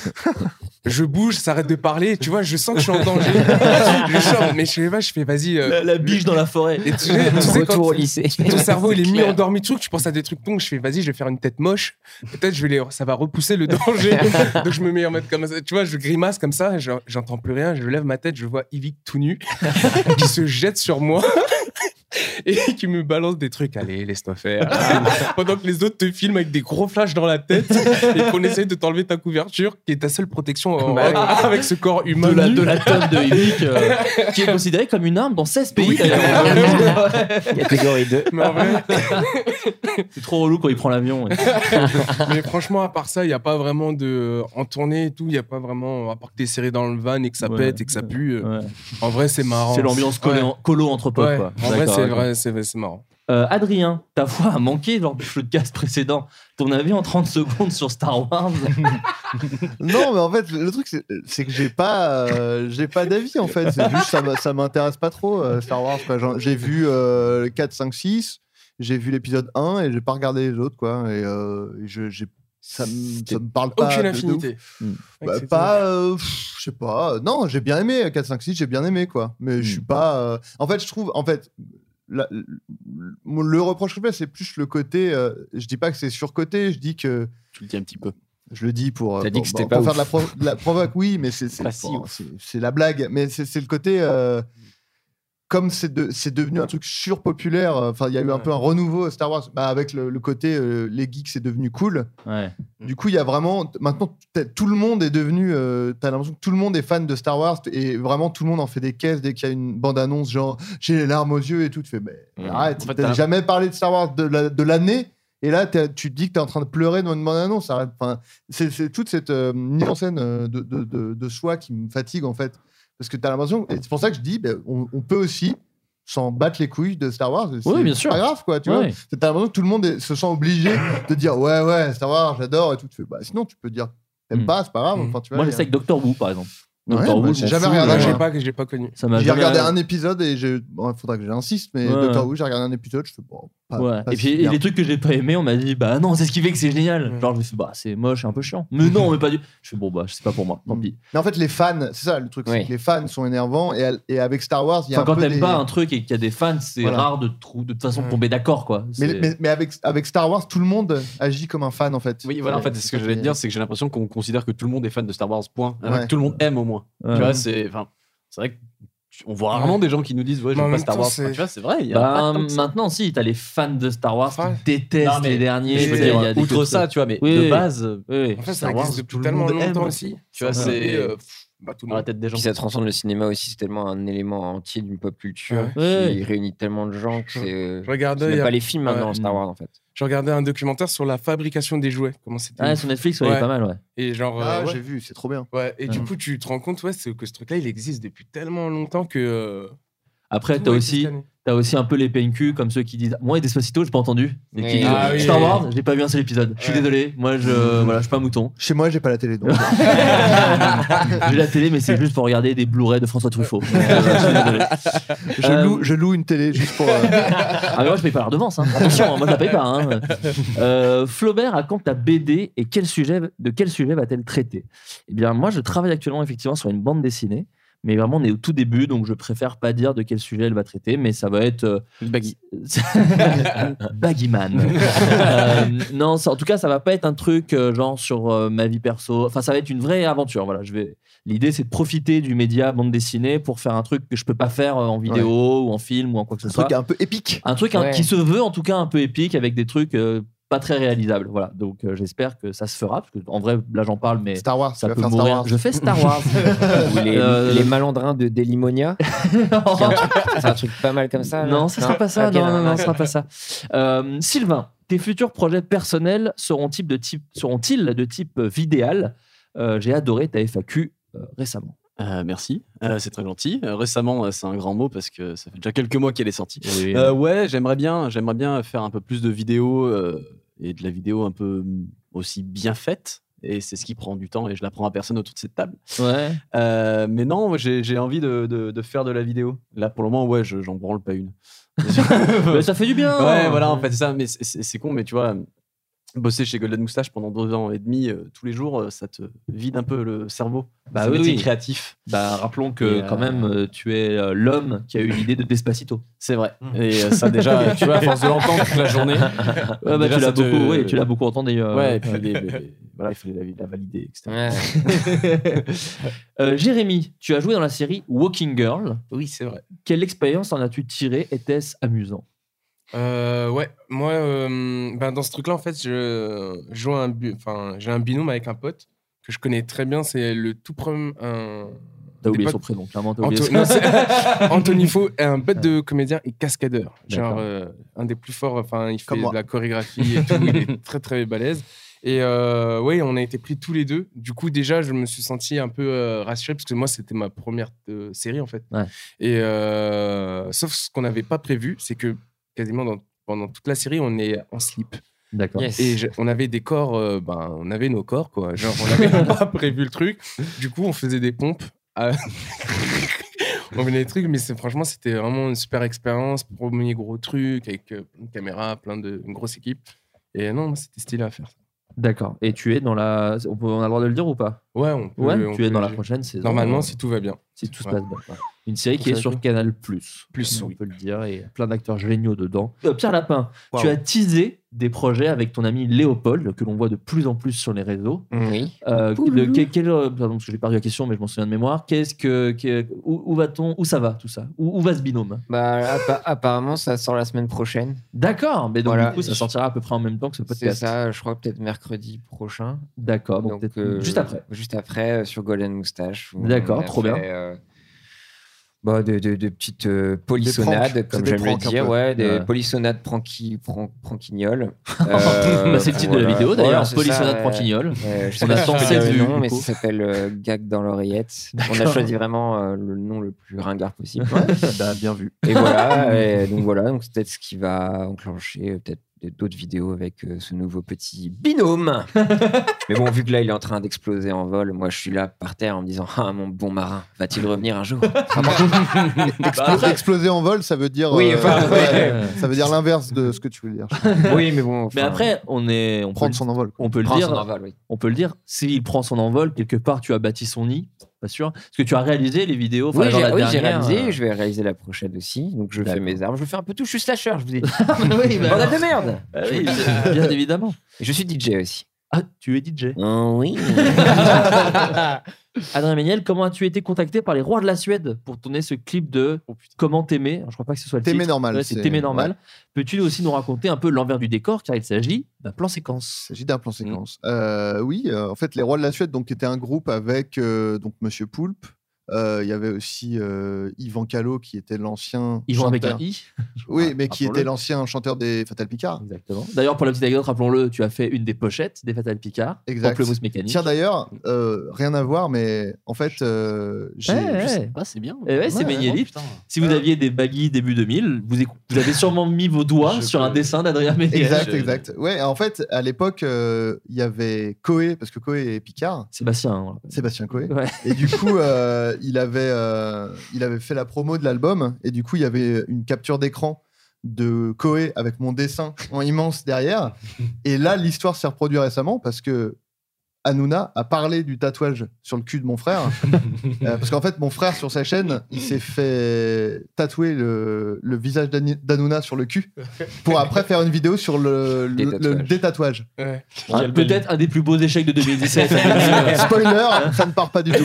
Speaker 10: Je bouge, ça arrête de parler. Tu vois, je sens que je suis en danger. je sors, mais je sais pas, je fais vas-y. euh,
Speaker 6: La, la biche dans la forêt.
Speaker 10: et tu sais, tu sais, quand
Speaker 7: Retour au lycée.
Speaker 10: Ton cerveau, il est mis
Speaker 7: clair.
Speaker 10: endormi de trucs. Tu penses à des trucs cons. Je fais, vas-y, je vais faire une tête moche. Peut-être, je vais les... ça va repousser le danger. Donc, je me mets en mode comme ça. Tu vois, je grimace comme ça. je- J'entends plus rien. Je lève ma tête. Je vois Yvick tout nu qui se jette sur moi. Et qui me balance des trucs, allez, laisse-toi faire. Pendant que les autres te filment avec des gros flashs dans la tête et qu'on essaie de t'enlever ta couverture, qui est ta seule protection en-
Speaker 6: Bah oui.
Speaker 10: avec ce corps humain.
Speaker 6: de la,
Speaker 10: nu.
Speaker 6: de la tonne de Yvick, euh, qui est considérée comme une arme dans 16 pays d'ailleurs.
Speaker 7: Catégorie 2.
Speaker 10: Mais en vrai,
Speaker 6: C'est trop relou quand il prend l'avion. ouais.
Speaker 10: Mais franchement, à part ça, il n'y a pas vraiment de. euh, En tournée et tout, il n'y a pas vraiment. À part que t'es serré dans le van et que ça
Speaker 6: Ouais,
Speaker 10: pète et que ça pue. euh,
Speaker 6: Ouais.
Speaker 10: En vrai, c'est marrant.
Speaker 6: C'est l'ambiance colo,
Speaker 10: Ouais.
Speaker 6: colo entre potes.
Speaker 10: Ouais,
Speaker 6: quoi.
Speaker 10: En vrai,
Speaker 6: D'accord,
Speaker 10: c'est
Speaker 6: d'accord.
Speaker 10: vrai, c'est c'est marrant.
Speaker 6: Euh, Adrien, ta voix a manqué lors du podcast précédent. Ton avis en 30 secondes sur Star Wars
Speaker 9: Non, mais en fait, le truc, c'est- c'est que j'ai pas, euh, j'ai pas d'avis, en fait. C'est juste, ça m'a- ça m'intéresse pas trop, euh, Star Wars. quoi. J'en- J'ai vu euh, le 4, 5, 6, j'ai vu l'épisode 1 et j'ai pas regardé les autres, quoi. Et euh, et je, j'ai- ça, me- ça me parle pas.
Speaker 10: Aucune
Speaker 9: de- de
Speaker 10: affinité.
Speaker 9: ouf.
Speaker 6: Hmm.
Speaker 10: Ouais,
Speaker 9: Bah,
Speaker 10: c'est
Speaker 9: pas, euh, pff, je sais pas. euh, Non, j'ai bien aimé euh, 4, 5, 6, j'ai bien aimé, quoi. Mais je suis
Speaker 10: Hmm.
Speaker 9: pas. euh, En fait, je trouve, en fait, la- le- le reproche que je fais, c'est plus le côté. euh, je dis pas que c'est surcoté, je dis que.
Speaker 8: Tu le dis un petit peu.
Speaker 9: Je le dis pour, euh,
Speaker 7: T'as dit
Speaker 9: pour-
Speaker 7: que c'était
Speaker 9: pour
Speaker 7: pas
Speaker 9: faire
Speaker 7: ouf.
Speaker 9: de la, provo- de la provoque, oui, mais c'est c'est-
Speaker 7: Pas si
Speaker 9: bon,
Speaker 7: ouf.
Speaker 9: c'est- c'est la blague. Mais c'est c'est le côté. euh, comme c'est de- c'est devenu un truc surpopulaire, euh, enfin, il y a eu un peu un renouveau à Star Wars, bah, avec le, le côté euh, les geeks, c'est devenu cool.
Speaker 6: Ouais.
Speaker 9: Du coup, il y a vraiment. Maintenant, t'as- tout le monde est devenu. euh, T'as l'impression que tout le monde est fan de Star Wars et vraiment tout le monde en fait des caisses dès qu'il y a une bande-annonce, genre j'ai les larmes aux yeux et tout. Tu fais, mais
Speaker 6: Mmh.
Speaker 9: arrête,
Speaker 8: En fait,
Speaker 9: t'as
Speaker 8: t'as-
Speaker 9: jamais parlé de Star Wars de la- de l'année et là t'es- tu te dis que t'es en train de pleurer dans une bande-annonce. arrête. Enfin, c'est c'est toute cette euh, mise en scène euh, de, de, de, de soi qui me fatigue en fait. Parce que t'as l'impression. et C'est pour ça que je dis, ben, on, on peut aussi s'en battre les couilles de Star Wars. C'est
Speaker 6: Oui, bien sûr.
Speaker 9: pas grave quoi, tu vois.
Speaker 6: Ouais.
Speaker 9: T'as l'impression que tout le monde est- se sent obligé de dire ouais, ouais, Star Wars, j'adore et tout. Tu fais, bah, sinon, tu peux dire t'aimes
Speaker 6: Mm.
Speaker 9: pas, c'est pas grave. Enfin, tu vois,
Speaker 6: Moi,
Speaker 9: il y
Speaker 6: j'essaie
Speaker 9: a-
Speaker 6: avec Doctor Who, par exemple.
Speaker 9: Ouais,
Speaker 6: Doctor
Speaker 9: bah,
Speaker 6: Who,
Speaker 9: j'ai
Speaker 6: je m'en
Speaker 9: jamais
Speaker 6: fous,
Speaker 9: regardé,
Speaker 6: euh,
Speaker 10: Ah,
Speaker 9: j'ai
Speaker 10: j'ai pas, j'ai pas connu.
Speaker 6: Ça m'a
Speaker 9: J'ai
Speaker 6: jamais-
Speaker 9: regardé un épisode et j'ai. Bon, il faudra que j'insiste, mais
Speaker 6: Ouais,
Speaker 9: Doctor
Speaker 6: ouais.
Speaker 9: Who, j'ai regardé un épisode, je fais bon. pas-
Speaker 6: Ouais.
Speaker 9: pas
Speaker 6: Et puis
Speaker 9: si
Speaker 6: et
Speaker 9: bien.
Speaker 6: les trucs que j'ai pas aimé, on m'a dit bah non, c'est ce qui fait que c'est génial.
Speaker 10: Ouais.
Speaker 6: Genre je me suis dit, bah c'est moche, et un peu chiant. Mais non, mais pas du. Je fais bon bah c'est pas pour moi. Tant
Speaker 9: Mm.
Speaker 6: pis.
Speaker 9: Mais en fait, les fans, c'est ça le truc, c'est
Speaker 7: Oui.
Speaker 9: que les fans sont énervants et, à- et avec Star Wars, il y a
Speaker 6: Enfin,
Speaker 9: un
Speaker 6: quand
Speaker 9: peu
Speaker 6: t'aimes
Speaker 9: des-
Speaker 6: pas hein, un truc et qu'il y a des fans, c'est
Speaker 9: Voilà.
Speaker 6: rare de trou- de toute façon de
Speaker 10: Ouais.
Speaker 6: tomber d'accord quoi.
Speaker 9: Mais,
Speaker 6: C'est-
Speaker 9: mais- mais avec, avec Star Wars, tout le monde agit comme un fan en fait.
Speaker 8: Oui, voilà, en fait, c'est ce que j'allais te dire, c'est que j'ai l'impression qu'on considère que tout le monde est fan de Star Wars, point. Alors que
Speaker 9: Ouais.
Speaker 8: Tout le monde aime au moins.
Speaker 6: Ouais.
Speaker 8: Tu vois, c'est. enfin, C'est vrai que tu- on voit rarement des gens qui nous disent, ouais,
Speaker 10: Mais Bah,
Speaker 8: j'aime pas
Speaker 10: en même
Speaker 8: Star
Speaker 10: temps,
Speaker 8: Wars.
Speaker 10: c'est-
Speaker 8: Enfin, Tu vois, c'est vrai. il y a
Speaker 6: Bah,
Speaker 8: pas tant que ça.
Speaker 6: maintenant si, t'as les fans de Star Wars
Speaker 10: Ouais.
Speaker 6: qui détestent
Speaker 8: Non, mais
Speaker 6: les derniers.
Speaker 8: Je veux
Speaker 10: Et-
Speaker 8: dire,
Speaker 6: il y a des
Speaker 8: outre
Speaker 6: trucs-
Speaker 8: ça, tu vois, mais
Speaker 6: Oui, oui.
Speaker 8: de base,
Speaker 6: Oui.
Speaker 10: En fait, ça
Speaker 8: Star Wars,
Speaker 10: existe
Speaker 8: tout
Speaker 10: depuis
Speaker 8: le
Speaker 10: tellement
Speaker 8: monde aime.
Speaker 10: longtemps aussi.
Speaker 8: tu vois,
Speaker 10: Ouais. Et,
Speaker 8: c'est.
Speaker 10: euh, pff, bah, tout le
Speaker 8: Dans la
Speaker 6: Ah,
Speaker 10: monde.
Speaker 8: tête des gens.
Speaker 7: Puis ça transcende le cinéma aussi, c'est tellement un élément entier d'une pop culture
Speaker 6: Ouais.
Speaker 7: qui réunit tellement de gens que c'est. euh,
Speaker 10: Je
Speaker 7: C'est
Speaker 10: regardais, il
Speaker 7: même
Speaker 10: y a-
Speaker 7: pas les films maintenant,
Speaker 10: Ouais.
Speaker 7: Star Wars en fait.
Speaker 10: je regardais un documentaire sur la fabrication des jouets. Comment c'était
Speaker 6: Ah,
Speaker 10: ouf.
Speaker 6: sur Netflix, ouais, il est
Speaker 10: Ouais.
Speaker 6: pas mal, ouais.
Speaker 10: Et genre.
Speaker 9: Ah,
Speaker 10: euh, ouais.
Speaker 9: j'ai vu, c'est trop bien.
Speaker 10: Ouais, et du
Speaker 6: Ouais.
Speaker 10: coup, tu te rends compte ouais, c'est que ce truc-là, il existe depuis tellement longtemps que. euh,
Speaker 6: Après,
Speaker 10: tout
Speaker 6: t'as
Speaker 10: a été
Speaker 6: aussi,
Speaker 10: scanné.
Speaker 6: t'as aussi un peu les PNQ comme ceux qui disent Moi et Despacito, j'ai pas entendu. Et qui
Speaker 7: Oui.
Speaker 6: disent,
Speaker 10: Ah oui.
Speaker 6: Star Wars, j'ai pas vu un seul épisode. Je suis
Speaker 10: Ouais.
Speaker 6: désolé, moi je, voilà, je suis pas mouton.
Speaker 9: Chez moi, j'ai pas la télé donc.
Speaker 6: J'ai la télé, mais c'est juste pour regarder des Blu-ray de François Truffaut. Donc, euh, je suis désolé.
Speaker 9: je,
Speaker 6: Euh,
Speaker 9: loue, je loue une télé juste pour. euh,
Speaker 6: Ah, mais moi je paye pas la redevance, hein. attention, moi je la paye pas. hein. Euh, Flaubert raconte ta BD et quel sujet, de quel sujet va-t-elle traiter Eh bien, moi je travaille actuellement effectivement sur une bande dessinée, Mais vraiment, on est au tout début, donc je préfère pas dire de quel sujet elle va traiter, mais ça va être. euh,
Speaker 11: Baggy.
Speaker 6: Baggyman. Euh, non, ça- en tout cas, ça va pas être un truc euh, genre sur euh, ma vie perso. Enfin, ça va être une vraie aventure. Voilà, je vais. L'idée, c'est de profiter du média bande dessinée pour faire un truc que je peux pas faire euh, en vidéo ou en film ou en quoi que ce
Speaker 9: Un
Speaker 6: soit.
Speaker 9: truc un peu épique.
Speaker 6: Un truc hein,
Speaker 9: Ouais.
Speaker 6: qui se veut en tout cas un peu épique avec des trucs euh, pas très réalisables. Voilà. Donc euh, j'espère que ça se fera parce que en vrai là j'en parle mais
Speaker 9: Star Wars,
Speaker 6: ça
Speaker 9: tu vas
Speaker 6: peut
Speaker 9: faire Star
Speaker 6: mourir.
Speaker 9: Wars.
Speaker 6: Je fais Star Wars.
Speaker 7: Ou les,
Speaker 6: Euh,
Speaker 7: les malandrins de Delimonia. C'est un, truc- c'est un truc pas mal comme ça. Ah,
Speaker 6: Non, ça sera pas ça.
Speaker 7: Ok,
Speaker 6: non, non,
Speaker 7: d'accord.
Speaker 6: non, ce sera pas ça. Euh, Sylvain, tes futurs projets personnels seront-ils de type, seront-ils de type euh, vidéal Euh, J'ai adoré ta FAQ euh, récemment.
Speaker 8: Euh, merci, Euh, c'est très gentil. Euh, récemment, euh, c'est un grand mot parce que ça fait déjà quelques mois qu'elle est sortie.
Speaker 6: Oui.
Speaker 8: Euh, ouais, j'aimerais bien, j'aimerais bien faire un peu plus de vidéos euh, et de la vidéo un peu mm, aussi bien faite. Et c'est ce qui prend du temps et je l'apprends à personne autour de cette table.
Speaker 6: Ouais.
Speaker 8: Euh, mais non, moi, j'ai j'ai envie de, de- de faire de la vidéo. Là, pour le moment, ouais, je- j'en branle pas une.
Speaker 6: Mais ça fait du bien.
Speaker 8: euh, Ouais, voilà, en fait, c'est ça. Mais c'est- c'est c'est con, mais tu vois, bosser chez Golden Moustache pendant deux ans et demi, euh, tous les jours, euh, ça te vide un peu le cerveau.
Speaker 6: Bah
Speaker 8: C'est un
Speaker 6: oui,
Speaker 8: métier
Speaker 6: oui.
Speaker 8: créatif.
Speaker 6: Bah, rappelons que
Speaker 8: Et,
Speaker 6: quand
Speaker 8: euh,
Speaker 6: même, euh, tu es euh, l'homme qui a eu l'idée de Despacito.
Speaker 8: C'est vrai. Et euh, ça, déjà, tu vois, à force de l'entendre toute la journée.
Speaker 6: Mmh. Ouais, bah,
Speaker 8: déjà,
Speaker 6: tu l'as
Speaker 8: ça te-
Speaker 6: beaucoup, oui, tu l'as beaucoup entendu. euh,
Speaker 8: Ouais, et puis les- les- voilà, il fallait la, la valider, etc.
Speaker 6: Euh, Jérémy, tu as joué dans la série Walking Girl.
Speaker 10: Oui, c'est vrai.
Speaker 6: Quelle expérience en as-tu tiré Était-ce amusant
Speaker 10: Euh, ouais, moi, euh, ben, dans ce truc-là, en fait, je joue un, bu- enfin, j'ai un binôme avec un pote que je connais très bien. C'est le tout premier. un-
Speaker 6: T'as
Speaker 10: des
Speaker 6: oublié
Speaker 10: potes-
Speaker 6: son prénom, clairement, t'as oublié
Speaker 10: Anto-
Speaker 6: son-
Speaker 10: non, c'est- Anthony Faux est un bête de comédien et cascadeur. Genre,
Speaker 6: D'accord.
Speaker 10: euh, un des plus forts. Enfin, il fait
Speaker 9: Comme moi.
Speaker 10: de la chorégraphie et tout. il est très, très balèze. Et euh, ouais, on a été pris tous les deux. Du coup, déjà, je me suis senti un peu euh, rassuré parce que moi, c'était ma première euh, série en fait.
Speaker 6: Ouais.
Speaker 10: Et euh, sauf ce qu'on n'avait pas prévu, c'est que quasiment dans- pendant toute la série, on est en slip.
Speaker 6: D'accord.
Speaker 7: Yes.
Speaker 10: Et je- on avait des corps, euh, ben, on avait nos corps, quoi. Genre, on n'avait pas prévu le truc. Du coup, on faisait des pompes. à- on faisait des trucs, mais c'est- franchement, c'était vraiment une super expérience. Premier gros truc avec euh, une caméra, plein de, une grosse équipe. Et non, moi, c'était stylé à faire.
Speaker 6: D'accord. Et tu es dans la. On, peut- on a le droit de le dire ou pas
Speaker 10: Ouais, on peut-
Speaker 6: Ouais,
Speaker 10: on
Speaker 6: tu
Speaker 10: peut
Speaker 6: es dans
Speaker 10: le
Speaker 6: la
Speaker 10: dire.
Speaker 6: prochaine saison.
Speaker 10: Normalement,
Speaker 6: euh,
Speaker 10: si tout va bien.
Speaker 6: si tout se
Speaker 10: Ouais.
Speaker 6: passe bien. Une série qui est
Speaker 10: Ça
Speaker 6: sur
Speaker 10: va.
Speaker 6: Canal Plus.
Speaker 10: Plus,
Speaker 6: on
Speaker 10: oui.
Speaker 6: peut le dire, et plein d'acteurs géniaux dedans. Euh, Pierre Lapin,
Speaker 7: Wow.
Speaker 6: tu as teasé des projets avec ton ami Léopold, que l'on voit de plus en plus sur les réseaux.
Speaker 7: Oui.
Speaker 6: Euh,
Speaker 7: Ouloulou.
Speaker 6: de quel, quel- euh, pardon, parce que j'ai perdu la question, mais je m'en souviens de mémoire. Qu'est-ce que, que- où, où va-t-on, où ça va tout ça où, où va ce binôme
Speaker 7: Bah, appa- apparemment, ça sort la semaine prochaine.
Speaker 6: D'accord, mais donc
Speaker 7: Voilà.
Speaker 6: du coup, ça sortira à peu près en même temps que ce
Speaker 7: C'est
Speaker 6: podcast.
Speaker 7: ça, je crois peut-être mercredi prochain.
Speaker 6: D'accord, donc,
Speaker 7: Donc,
Speaker 6: peut-être
Speaker 7: euh,
Speaker 6: juste après.
Speaker 7: Juste après, euh, sur Golden Moustache. où
Speaker 6: D'accord,
Speaker 7: on a
Speaker 6: trop bien.
Speaker 7: fait, euh, bah, de, de- de petites euh,
Speaker 9: Des pranks,
Speaker 7: polissonnades,
Speaker 9: c'est
Speaker 7: comme
Speaker 9: des
Speaker 7: j'aime le
Speaker 9: pranks un
Speaker 7: dire.
Speaker 9: peu.
Speaker 7: Ouais, des
Speaker 6: Ouais.
Speaker 7: polissonnades pranqui, pran- Euh, pranquignoles.
Speaker 6: Bah, c'est le titre de la vidéo d'ailleurs, polissonnade pranquignole.
Speaker 7: Euh, je
Speaker 6: On
Speaker 7: sais pas si
Speaker 6: attend
Speaker 7: je peux
Speaker 6: celle
Speaker 7: dire
Speaker 6: du-
Speaker 7: le nom,
Speaker 6: du
Speaker 7: mais
Speaker 6: coup.
Speaker 7: ça s'appelle euh, Gag dans l'oreillette. On a
Speaker 6: D'accord.
Speaker 7: choisi vraiment euh, le nom le plus ringard possible.
Speaker 8: bien vu.
Speaker 7: Et voilà, et donc voilà, donc c'est peut-être ce qui va enclencher euh, peut-être d'autres vidéos avec euh, ce nouveau petit binôme. Mais bon, vu que là il est en train d'exploser en vol, moi je suis là par terre en me disant ah mon bon marin, va-t-il revenir un jour
Speaker 6: Bah,
Speaker 9: Explo- exploser en vol, ça veut dire. euh,
Speaker 7: Oui, enfin,
Speaker 9: ouais,
Speaker 6: ouais.
Speaker 9: Ça veut dire l'inverse de ce que tu veux dire.
Speaker 7: Oui, mais bon.
Speaker 6: Mais
Speaker 7: enfin,
Speaker 6: après, on est, on peut,
Speaker 9: Prendre son envol. quoi.
Speaker 6: on peut le
Speaker 7: prends
Speaker 6: dire.
Speaker 7: son envol, oui.
Speaker 6: on peut le dire, s'il prend son envol, quelque part tu as bâti son nid, pas sûr. Parce que tu as réalisé les vidéos, enfin
Speaker 7: oui,
Speaker 6: genre
Speaker 7: j'ai
Speaker 6: la
Speaker 7: oui, j'ai
Speaker 6: dernière.
Speaker 7: réalisé,
Speaker 6: euh,
Speaker 7: je vais réaliser la prochaine aussi. Donc je fais
Speaker 6: D'accord.
Speaker 7: mes armes, je fais un peu tout, je suis slasher, je vous ai dit.
Speaker 6: oui, bah,
Speaker 7: Bordel de merde
Speaker 6: bah oui, bien- bien évidemment.
Speaker 7: Et Je suis DJ aussi.
Speaker 6: Ah, tu es DJ.
Speaker 7: Ah oui
Speaker 6: Adrien Méniel, comment as-tu été contacté par les rois de la Suède pour tourner ce clip de Comment t'aimer Alors, Je crois pas que ce soit le
Speaker 9: T'aimer
Speaker 6: titre.
Speaker 9: normal,
Speaker 6: Ouais, c'est
Speaker 9: c'est-
Speaker 6: T'aimer normal. Peux-tu aussi nous raconter un peu l'envers du décor car il s'agit d'un plan
Speaker 9: Il
Speaker 6: séquence.
Speaker 9: s'agit d'un plan
Speaker 6: Mm.
Speaker 9: séquence. Euh, oui, euh, en fait, les Rois de la Suède, donc, était un groupe avec euh, donc Monsieur Poulpe. Euh, Il y avait aussi euh, Yvan Callot, qui était l'ancien.
Speaker 6: Ils vont avec un
Speaker 9: chanteur-
Speaker 6: i. Ah,
Speaker 9: Oui, mais qui
Speaker 6: Rappelons-le.
Speaker 9: était l'ancien chanteur des Fatal Picard.
Speaker 6: Exactement. D'ailleurs, pour la petite anecdote, rappelons-le, tu as fait une des pochettes des Fatal Picard.
Speaker 9: Exact.
Speaker 6: Pamplemousse mécanique.
Speaker 9: Tiens, d'ailleurs, euh, rien à voir, mais en fait, euh, j'ai.
Speaker 6: Ouais, ouais.
Speaker 9: juste-
Speaker 8: Ah, c'est bien.
Speaker 6: Eh ouais, c'est Ménielite. Si vous aviez des baggy début 2000, vous, écou- vous avez sûrement mis vos doigts sur un dessin d'Adrien Méniel.
Speaker 9: Exact,
Speaker 6: Je-
Speaker 9: exact. Ouais, en fait, à l'époque, euh, il y avait Coé, parce que Coé et Picard,
Speaker 6: Sébastien. hein, on l'appelle.
Speaker 9: Sébastien Coé.
Speaker 6: Ouais.
Speaker 9: Et du coup, euh, il, avait, euh, il avait fait la promo de l'album, et du coup, il y avait une capture d'écran de Coé avec mon dessin en immense derrière. Et là, l'histoire s'est reproduite récemment parce que Hanouna a parlé du tatouage sur le cul de mon frère. Euh, parce qu'en fait, mon frère, sur sa chaîne, il s'est fait tatouer le, le visage d'Ani- d'Hanouna sur le cul pour après faire une vidéo sur le, le- le détatouage.
Speaker 6: Qui est Peut-être un des plus beaux échecs de 2017.
Speaker 9: Spoiler, ça ne part pas du tout.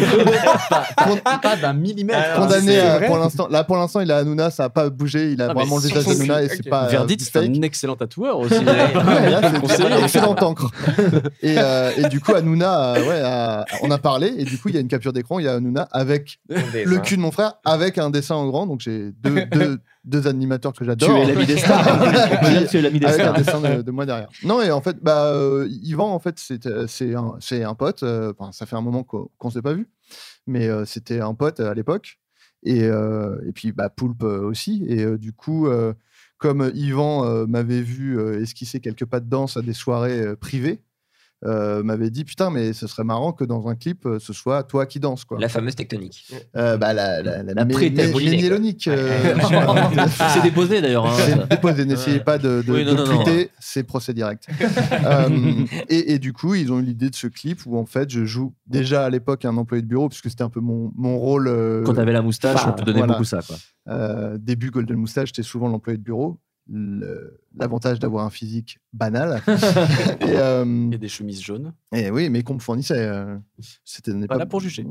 Speaker 8: Pas d'un millimètre.
Speaker 9: Condamné
Speaker 8: Ah, C'est
Speaker 9: à-
Speaker 8: vrai
Speaker 9: pour l'instant. Là, pour l'instant, il a Hanouna, ça n'a pas bougé. Il a
Speaker 8: Ah, mais
Speaker 9: vraiment le
Speaker 8: c'est-
Speaker 9: visage d'Hanouna et c'est pas. euh,
Speaker 8: Verdict, c'est un excellent tatoueur aussi.
Speaker 9: Ouais, là, c'est
Speaker 8: Conseiller.
Speaker 6: hein.
Speaker 9: un excellent encre. Et, euh, et du coup, Hanouna, euh, ouais, a- on a parlé, et du coup, il y a une capture d'écran, il y a Hanouna avec le cul de mon frère, avec un dessin en grand. Donc, j'ai deux, deux, deux animateurs que j'adore.
Speaker 6: Tu es l'ami des stars. On peut dire que tu es l'ami des
Speaker 9: Avec
Speaker 6: stars.
Speaker 9: un dessin Ah, de, de moi derrière. Non, et en fait, bah, euh, Yvan, en fait, c'est euh, c'est un, c'est un pote. euh, enfin, ça fait un moment qu'on qu'on s'est pas vu, mais euh, c'était un pote euh, à l'époque. Et, euh, et puis, bah, Poulpe euh, aussi. Et euh, du coup, euh, comme Yvan euh, m'avait vu euh, esquisser quelques pas de danse à des soirées euh, privées, euh, m'avait dit putain mais ce serait marrant que dans un clip euh, ce soit toi qui danse quoi.
Speaker 12: La fameuse tectonique.
Speaker 9: Euh, bah, la, la, la,
Speaker 12: La
Speaker 9: mé-
Speaker 12: pré-
Speaker 9: mé-
Speaker 12: taboulinée, quoi.
Speaker 9: ménielonique, euh,
Speaker 6: C'est déposé d'ailleurs. hein, ça.
Speaker 9: c'est déposé, n'essayez pas de, de,
Speaker 6: Oui, non,
Speaker 9: de
Speaker 6: non, non.
Speaker 9: tweeter, c'est procès direct. Euh, et, et du coup, ils ont eu l'idée de ce clip où en fait, je joue déjà à l'époque un employé de bureau, puisque c'était un peu mon, mon rôle. euh,
Speaker 6: Quand t'avais la moustache,
Speaker 9: phare.
Speaker 6: on te donnait
Speaker 9: Voilà.
Speaker 6: beaucoup ça. Quoi.
Speaker 9: Euh, début Golden Moustache, j'étais souvent l'employé de bureau. Le- L'avantage d'avoir un physique banal. et, euh,
Speaker 8: Et des chemises jaunes.
Speaker 9: et oui, mais qu'on me fournissait. euh, C'était n'est
Speaker 8: Pas là pour juger.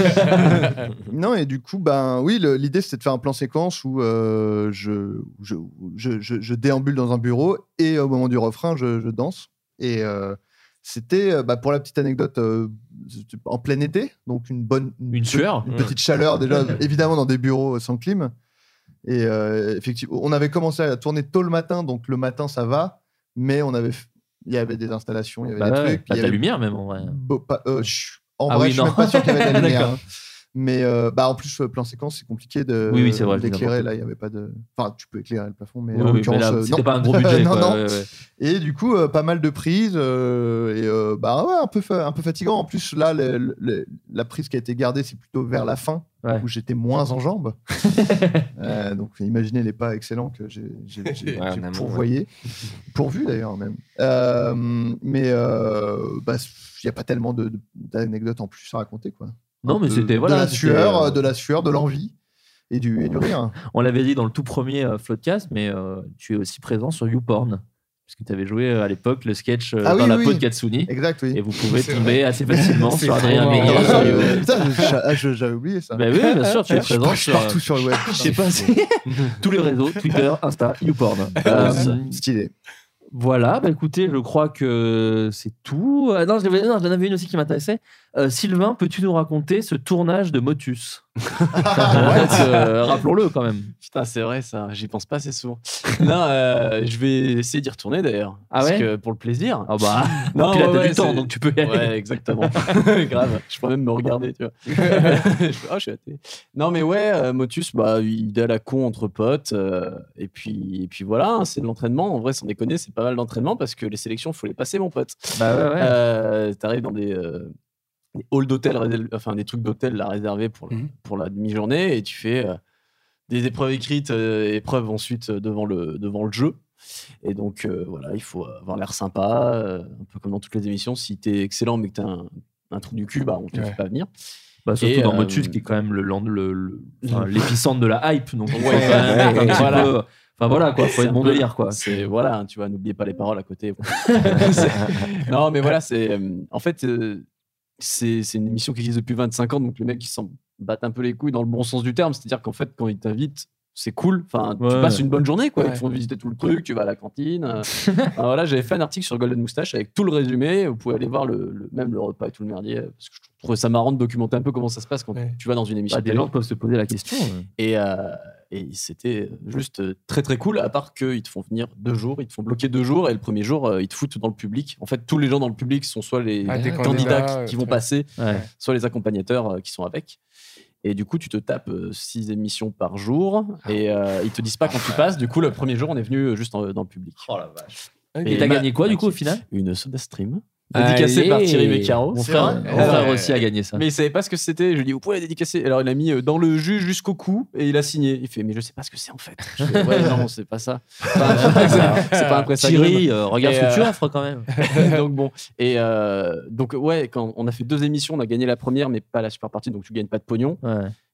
Speaker 10: Ah
Speaker 9: non, et du coup, ben oui, le- l'idée c'était de faire un plan séquence où euh, je, je, je, je- je déambule dans un bureau et au moment du refrain, je, je danse. Et euh, c'était, euh, bah, pour la petite anecdote, euh, c'était en plein été, donc une bonne.
Speaker 6: Une sueur.
Speaker 9: Une petite chaleur déjà, évidemment, dans des bureaux euh, sans clim. Et euh, effectivement, on avait commencé à tourner tôt le matin, donc le matin ça va, mais on avait. f- Il y avait des installations, il y avait
Speaker 6: Bah
Speaker 9: des
Speaker 6: ouais,
Speaker 9: trucs. il
Speaker 6: bah,
Speaker 9: y
Speaker 6: ta
Speaker 9: avait
Speaker 6: lumière même en vrai.
Speaker 9: Bon, pas- euh, chut. en
Speaker 6: Ah
Speaker 9: vrai, je
Speaker 6: oui,
Speaker 9: suis
Speaker 6: non.
Speaker 9: même pas sûr qu'il y avait de la lumière.
Speaker 6: D'accord.
Speaker 9: hein. Mais euh, bah, en plus, euh, plan séquence, c'est compliqué de
Speaker 6: Oui, oui, c'est vrai,
Speaker 9: d'éclairer.
Speaker 6: c'est
Speaker 9: Là, il n'y avait pas de. Enfin, tu peux éclairer le plafond, mais
Speaker 6: Oui,
Speaker 9: en
Speaker 6: oui, mais
Speaker 9: l'occurrence,
Speaker 6: là,
Speaker 9: euh,
Speaker 6: c'était
Speaker 9: non.
Speaker 6: pas un gros budget,
Speaker 9: non,
Speaker 6: quoi,
Speaker 9: non.
Speaker 6: ouais, ouais.
Speaker 9: Et du coup, euh, pas mal de prises euh, et euh, bah ouais, un peu fa- un peu fatigant. En plus, là, le- le- le- la prise qui a été gardée, c'est plutôt vers la fin
Speaker 6: Ouais.
Speaker 9: où j'étais moins en jambes. Euh, donc, imaginez les pas excellents que j'ai j'ai- j'ai-
Speaker 7: Ouais, en
Speaker 9: j'ai
Speaker 7: amont,
Speaker 9: pourvoyé, pourvu d'ailleurs même. Euh, mais euh, bah, il n'y a pas tellement de- de- d'anecdotes en plus à raconter quoi.
Speaker 6: Non, mais
Speaker 9: De-
Speaker 6: c'était- voilà,
Speaker 9: de la
Speaker 6: c'était,
Speaker 9: sueur,
Speaker 6: euh,
Speaker 9: euh, de la sueur, de l'envie et du, et du rire.
Speaker 6: On l'avait dit dans le tout premier euh, Floodcast, mais euh, tu es aussi présent sur YouPorn. Parce que tu avais joué euh, à l'époque le sketch euh,
Speaker 9: Ah oui,
Speaker 6: dans la
Speaker 9: oui,
Speaker 6: peau
Speaker 9: oui.
Speaker 6: de Katsuni.
Speaker 9: Exact, oui.
Speaker 6: Et vous pouvez
Speaker 9: C'est
Speaker 6: tomber
Speaker 9: vrai.
Speaker 6: assez facilement
Speaker 9: C'est Oh,
Speaker 6: sur Adrien
Speaker 9: vraiment
Speaker 6: Meyer
Speaker 9: marrant.
Speaker 6: sur You.
Speaker 9: Putain, je- ah, je- J'avais oublié ça.
Speaker 6: Bah oui, bien sûr, tu es
Speaker 9: Je suis
Speaker 6: présent
Speaker 9: pas- je suis partout sur le web.
Speaker 6: Je sais pas si- Tous les réseaux, Twitter, Insta, YouPorn.
Speaker 9: Euh,
Speaker 6: Euh,
Speaker 9: Stylé.
Speaker 6: Voilà, bah écoutez, je crois que c'est tout. Ah non, j'avais- non, j'en avais une aussi qui m'intéressait. Euh, Sylvain, peux-tu nous raconter ce tournage de Motus
Speaker 8: Ah,
Speaker 6: Parce que, euh, Rappelons-le quand même.
Speaker 8: Putain, c'est vrai ça, j'y pense pas assez souvent. Non, euh, je vais essayer d'y retourner d'ailleurs.
Speaker 6: Ah ouais
Speaker 8: Parce que pour le plaisir.
Speaker 6: Ah bah, non, puis là, t'as du temps, donc tu peux y aller.
Speaker 8: Ouais, exactement. Grave, je pourrais même me regarder, tu vois. je fais, Ah, je suis à la télé. Non, mais ouais, euh, Motus, bah, il est à la con entre potes. euh, et, puis, et puis voilà, hein, c'est de l'entraînement. En vrai, sans déconner, c'est pas mal d'entraînement parce que les sélections, faut les passer, mon pote.
Speaker 6: Bah ouais, ouais.
Speaker 8: Euh, T'arrives dans des. euh, des halls d'hôtel, résel- enfin des trucs d'hôtel là, réservés pour,
Speaker 6: Mmh.
Speaker 8: la- pour la demi-journée et tu fais euh, des épreuves écrites, euh, épreuves ensuite euh, devant le, devant le jeu. Et donc euh, voilà, il faut avoir l'air sympa, euh, un peu comme dans toutes les émissions. Si t'es excellent mais que t'as un, un trou du cul, bah, on te
Speaker 6: Ouais.
Speaker 8: fait pas venir.
Speaker 6: Bah, surtout
Speaker 8: Et,
Speaker 6: dans
Speaker 8: euh,
Speaker 6: Motus, qui est quand même le land- le- le- enfin, l'épicentre de la hype. Donc, il faut
Speaker 8: Ouais,
Speaker 6: quand même
Speaker 8: ouais,
Speaker 6: être un
Speaker 8: ouais,
Speaker 6: petit
Speaker 8: voilà.
Speaker 6: peu- Enfin voilà, quoi, faut
Speaker 8: C'est
Speaker 6: être
Speaker 8: un
Speaker 6: bon
Speaker 8: peu-
Speaker 6: délire, quoi. Bah,
Speaker 8: C'est voilà, hein, tu vois, n'oubliez pas les paroles à côté. C'est- non, mais voilà, c'est euh, en fait euh, c'est c'est une émission qui existe depuis 25 ans, donc les mecs ils s'en battent un peu les couilles dans le bon sens du terme, c'est-à-dire qu'en fait quand ils t'invitent c'est cool, enfin, tu
Speaker 6: Ouais.
Speaker 8: passes une bonne journée, quoi.
Speaker 6: Ouais.
Speaker 8: Ils te font visiter tout le truc, tu vas à la cantine. euh. Alors voilà, j'avais fait un article sur Golden Moustache avec tout le résumé. Vous pouvez aller voir le, le- même le repas et tout le merdier, euh, parce que je trouvais ça marrant de documenter un peu comment ça se passe quand tu vas dans une émission.
Speaker 6: Bah, des
Speaker 8: télé.
Speaker 6: gens peuvent se poser la question. ouais.
Speaker 8: Et, euh, et c'était juste euh, très très cool, à part qu'ils te font venir deux jours, ils te font bloquer deux jours, et le premier jour, euh, ils te foutent dans le public. En fait, tous les gens dans le public sont soit les
Speaker 10: Ah, des
Speaker 8: candidats,
Speaker 10: candidats,
Speaker 8: qui-
Speaker 10: euh,
Speaker 8: qui, vont
Speaker 10: truc.
Speaker 8: passer,
Speaker 10: Ouais.
Speaker 8: soit les accompagnateurs euh, qui sont avec. Et du coup, tu te tapes euh, six émissions par jour,
Speaker 10: Ah
Speaker 8: et euh, ils te disent pas quand tu passes. Du coup, euh,
Speaker 6: Oh
Speaker 8: le premier jour, on est venu euh, juste en- dans le public.
Speaker 6: Et t'as gagné quoi, du coup, au final
Speaker 8: Une soda stream. Dédicacé par
Speaker 6: Allez.
Speaker 8: Thierry Beccaro.
Speaker 6: Mon frère- mon frère aussi a gagné ça.
Speaker 8: Mais il savait pas ce que c'était. Je lui ai dit, vous pouvez la dédicacer. Alors il a mis euh, dans le jus jusqu'au cou et il a signé. Il fait, mais je sais pas ce que c'est en fait. Je fais, ouais, non, c'est pas ça. C'est pas un- C'est pas un presse
Speaker 6: Thierry, euh, regarde ce que tu offres, quand même.
Speaker 8: donc bon. Et euh, donc, ouais, quand on a fait deux émissions, on a gagné la première, mais pas la super partie. Donc tu gagnes pas de pognon.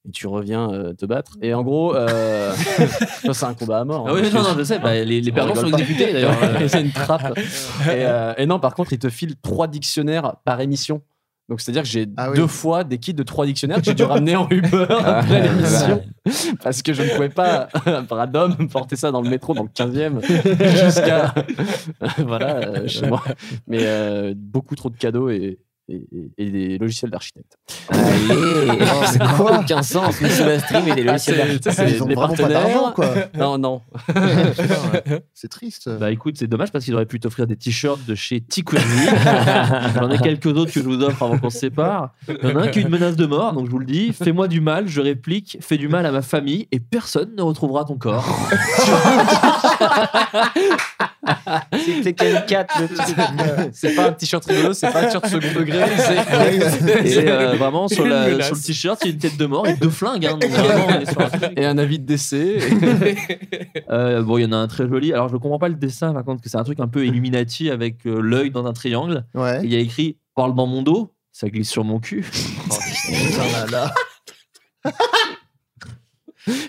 Speaker 8: Et tu reviens euh, te battre. Et en gros, euh, c'est un combat à mort. hein.
Speaker 6: Ah oui, non, non, je sais. Bah, les- les
Speaker 8: On
Speaker 6: perdants
Speaker 8: rigole
Speaker 6: sont
Speaker 8: pas.
Speaker 6: exécutés, d'ailleurs.
Speaker 8: Ouais, hein. c'est une trappe. et, euh, et non, par contre, ils te filent trois dictionnaires par émission. Donc, c'est-à-dire que j'ai
Speaker 7: Ah
Speaker 8: deux fois des kits de trois dictionnaires que j'ai dû ramener en Uber
Speaker 6: Ah,
Speaker 8: après
Speaker 6: ouais.
Speaker 8: l'émission. Parce que je ne pouvais pas, par homme, porter ça dans le métro, dans le 15e, jusqu'à. voilà, euh, chez moi. Mais euh, beaucoup trop de cadeaux et. et- et- et des logiciels d'architectes.
Speaker 7: C'est quoi Aucun sens, mais sur la stream et des
Speaker 8: Oh, Ah,
Speaker 7: logiciels
Speaker 8: c'est-
Speaker 7: d'architectes.
Speaker 8: tu sais, c'est
Speaker 7: Ils ont
Speaker 8: des
Speaker 7: vraiment pas
Speaker 8: partenaires.
Speaker 7: d'argent, quoi.
Speaker 8: Non, non.
Speaker 9: C'est triste.
Speaker 6: Bah écoute, c'est dommage parce qu'il aurait pu t'offrir des t-shirts de chez Tikuni. J'en ai quelques autres que je vous offre avant qu'on se sépare. Il y en a un qui est une menace de mort, donc je vous le dis. Fais-moi du mal, je réplique. Fais du mal à ma famille et personne ne retrouvera ton corps.
Speaker 7: C'était quel 4 le truc
Speaker 8: C'est pas un t-shirt rigolo, c'est pas un t-shirt second degré. c'est-
Speaker 6: Et euh, vraiment, sur,
Speaker 8: Une
Speaker 6: la-
Speaker 8: menace.
Speaker 6: sur le t-shirt, il y a une tête de mort et deux flingues. hein. Donc, vraiment, on est sur un truc.
Speaker 8: Et un avis de décès.
Speaker 6: Euh, bon, il y en a un très joli. Alors, je comprends pas le dessin, par contre, que c'est un truc un peu Illuminati avec euh, l'œil dans un triangle.
Speaker 9: Ouais.
Speaker 6: Et Il y a écrit Parle dans mon dos, ça glisse sur mon cul.
Speaker 7: Oh,
Speaker 9: Il
Speaker 6: me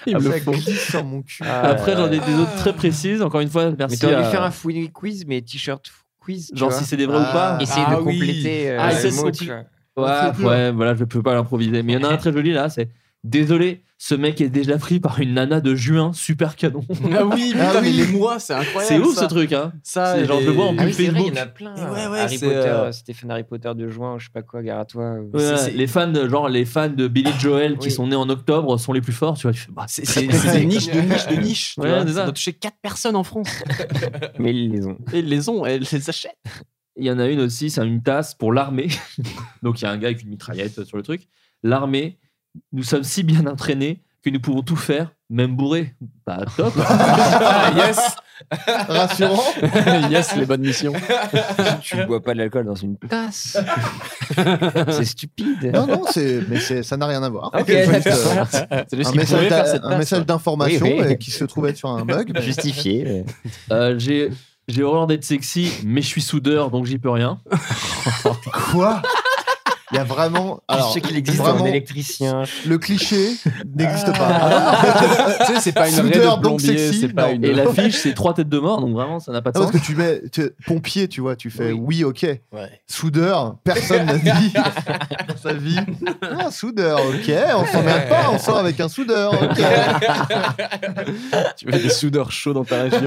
Speaker 6: le
Speaker 9: me
Speaker 7: euh,
Speaker 6: faut.
Speaker 9: glisse sur mon cul.
Speaker 6: Après, j'en ai des autres très précises. Encore une fois, merci.
Speaker 7: Mais t'aurais dû
Speaker 6: à-
Speaker 7: faire un fouille quiz, mais t-shirt quiz. tu
Speaker 6: Ah, euh, Genre
Speaker 7: vois. Ah.
Speaker 6: si c'est des vrais ou pas.
Speaker 7: Essayer de compléter. euh,
Speaker 6: Ah,
Speaker 7: le
Speaker 6: essayer de
Speaker 7: mot, tu
Speaker 6: compl-
Speaker 7: vois.
Speaker 6: Ouais,
Speaker 7: hein.
Speaker 6: ouais, voilà, je peux pas l'improviser. Mais il y en a un très joli là, c'est Désolé, ce mec est déjà pris par une nana de juin, super canon.
Speaker 8: Ah oui, putain, mais les mois, c'est incroyable.
Speaker 6: C'est ouf
Speaker 8: ça.
Speaker 6: ce truc, hein.
Speaker 8: Ça,
Speaker 6: C'est genre, je le vois en
Speaker 7: Ah
Speaker 6: pub
Speaker 7: oui, c'est vrai, il
Speaker 6: Facebook.
Speaker 7: y en a plein.
Speaker 8: Et ouais, ouais,
Speaker 7: Harry
Speaker 8: c'est,
Speaker 7: Potter,
Speaker 8: euh,
Speaker 7: Stéphane Harry Potter de juin, ou je sais pas quoi, euh, gare à toi. ou-
Speaker 6: Ouais, les fans, de- genre les fans de Billy Joel qui sont nés en octobre sont les plus forts, tu vois. tu fais, bah,
Speaker 8: C'est- C'est c'est des niches de niches de niches. tu
Speaker 6: Ouais,
Speaker 8: vois.
Speaker 6: c'est ça.
Speaker 8: doit toucher 4 personnes en France.
Speaker 7: Mais ils les ont.
Speaker 8: Et ils les ont, elles les achètent.
Speaker 6: Il y en a une aussi, c'est une tasse pour l'armée. Donc il y a un gars avec une mitraillette sur le truc. L'armée, nous sommes si bien entraînés que nous pouvons tout faire, même bourré. Bah top
Speaker 10: yes
Speaker 9: Rassurant
Speaker 8: Yes, les bonnes missions.
Speaker 7: Tu bois pas de l'alcool dans une tasse. c'est stupide.
Speaker 9: Non, non, c'est- mais c'est- ça n'a rien à voir.
Speaker 7: Ok,
Speaker 9: C'est juste,
Speaker 7: d'accord.
Speaker 9: euh,
Speaker 8: C'est juste
Speaker 9: un
Speaker 8: qu'ils
Speaker 9: message
Speaker 8: pouvaient
Speaker 9: d'a-
Speaker 8: faire cette
Speaker 9: un
Speaker 8: place,
Speaker 9: message
Speaker 8: ouais.
Speaker 9: d'information
Speaker 7: Oui, oui.
Speaker 9: euh, qui se trouvait sur un bug. mais-
Speaker 7: Justifié. mais-
Speaker 6: Euh, J'ai j'ai horreur d'être sexy, mais je suis soudeur, donc j'y peux rien.
Speaker 9: Quoi Il y a vraiment.
Speaker 7: Alors,
Speaker 9: Alors,
Speaker 7: je sais qu'il existe
Speaker 9: vraiment,
Speaker 7: un électricien.
Speaker 9: le cliché n'existe pas. Ah, euh,
Speaker 10: Tu sais, c'est pas une raie
Speaker 9: Soudeur,
Speaker 10: de
Speaker 9: donc
Speaker 10: plombier,
Speaker 9: sexy,
Speaker 10: c'est pas
Speaker 9: non.
Speaker 10: une.
Speaker 6: Et l'affiche, c'est trois têtes de mort, donc vraiment, ça n'a pas de
Speaker 9: Non, parce
Speaker 6: sens.
Speaker 9: que tu mets tu- pompier, tu vois, tu fais oui, ok. Soudeur, personne n'a dit dans sa vie. Ah, soudeur, ok, on s'emmerde pas, on sort avec un soudeur, ok.
Speaker 8: Tu veux des soudeurs chauds dans ta région.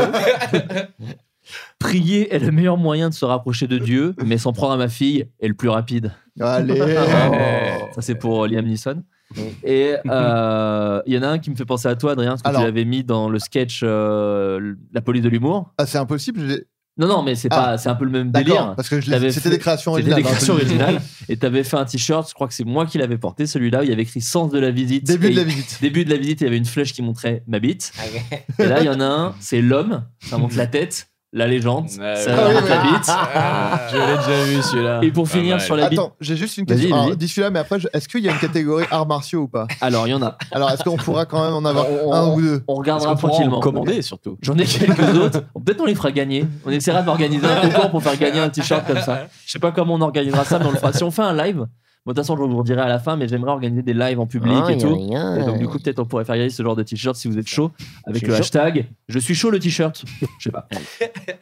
Speaker 6: Prier est le meilleur moyen de se rapprocher de Dieu, mais s'en prendre à ma fille est le plus rapide. Oh.
Speaker 9: Allez.
Speaker 10: Eh.
Speaker 6: Ça, c'est pour euh, Liam Neeson.
Speaker 9: Mm.
Speaker 6: Et euh, il y en a un qui me fait penser à toi, Adrien, parce que
Speaker 9: Alors.
Speaker 6: tu l'avais mis dans le sketch euh, La police de l'humour.
Speaker 9: Ah, c'est impossible, j'ai-
Speaker 6: Non, non, mais c'est
Speaker 9: Ah.
Speaker 6: pas, c'est un peu le même
Speaker 9: d'accord,
Speaker 6: délire.
Speaker 9: parce que je l'ai-
Speaker 6: T'avais
Speaker 9: c'était
Speaker 6: fait-
Speaker 9: des créations
Speaker 6: C'était
Speaker 9: originales.
Speaker 6: des
Speaker 9: hein,
Speaker 6: créations
Speaker 9: je le dis.
Speaker 6: originales. Et t'avais fait un t-shirt, je crois que c'est moi qui l'avais porté, celui-là, où il y avait écrit Sens de la visite.
Speaker 9: Début
Speaker 6: Et
Speaker 9: de la
Speaker 6: il-
Speaker 9: visite. Ah
Speaker 6: Début de la visite, il y avait une flèche qui montrait ma bite. Et là, il y en a un, c'est l'homme, ça montre la tête, la légende,
Speaker 10: Ouais,
Speaker 6: ça
Speaker 9: ouais.
Speaker 6: montre la bite.
Speaker 10: Je l'ai déjà vu celui-là.
Speaker 6: Et pour finir
Speaker 10: mal.
Speaker 6: sur la bite,
Speaker 9: Ah. Attends, j'ai juste une
Speaker 6: Vas-y,
Speaker 9: question.
Speaker 6: vas-y.
Speaker 9: Alors, dis celui-là, mais après, je- est-ce qu'il y a une catégorie arts martiaux ou pas
Speaker 6: alors il y en a.
Speaker 9: Alors, est-ce qu'on pourra quand même en avoir un ou deux
Speaker 6: On regardera
Speaker 8: On pourra en
Speaker 6: tranquillement.
Speaker 8: Commander surtout.
Speaker 6: J'en ai quelques autres. Peut-être on les fera gagner. On essaiera d'organiser un concours pour faire gagner un t-shirt comme ça. Je sais pas comment on organisera ça, mais on le fera. Si on fait un live, bon, de toute façon, je vous le dirai à la fin, mais j'aimerais organiser des lives en public et tout. Et donc, du coup, peut-être on pourrait faire gagner ce genre de t-shirt si vous êtes chaud avec
Speaker 7: Je suis
Speaker 6: le
Speaker 7: chaud.
Speaker 6: hashtag Je suis chaud le t-shirt. Je sais pas.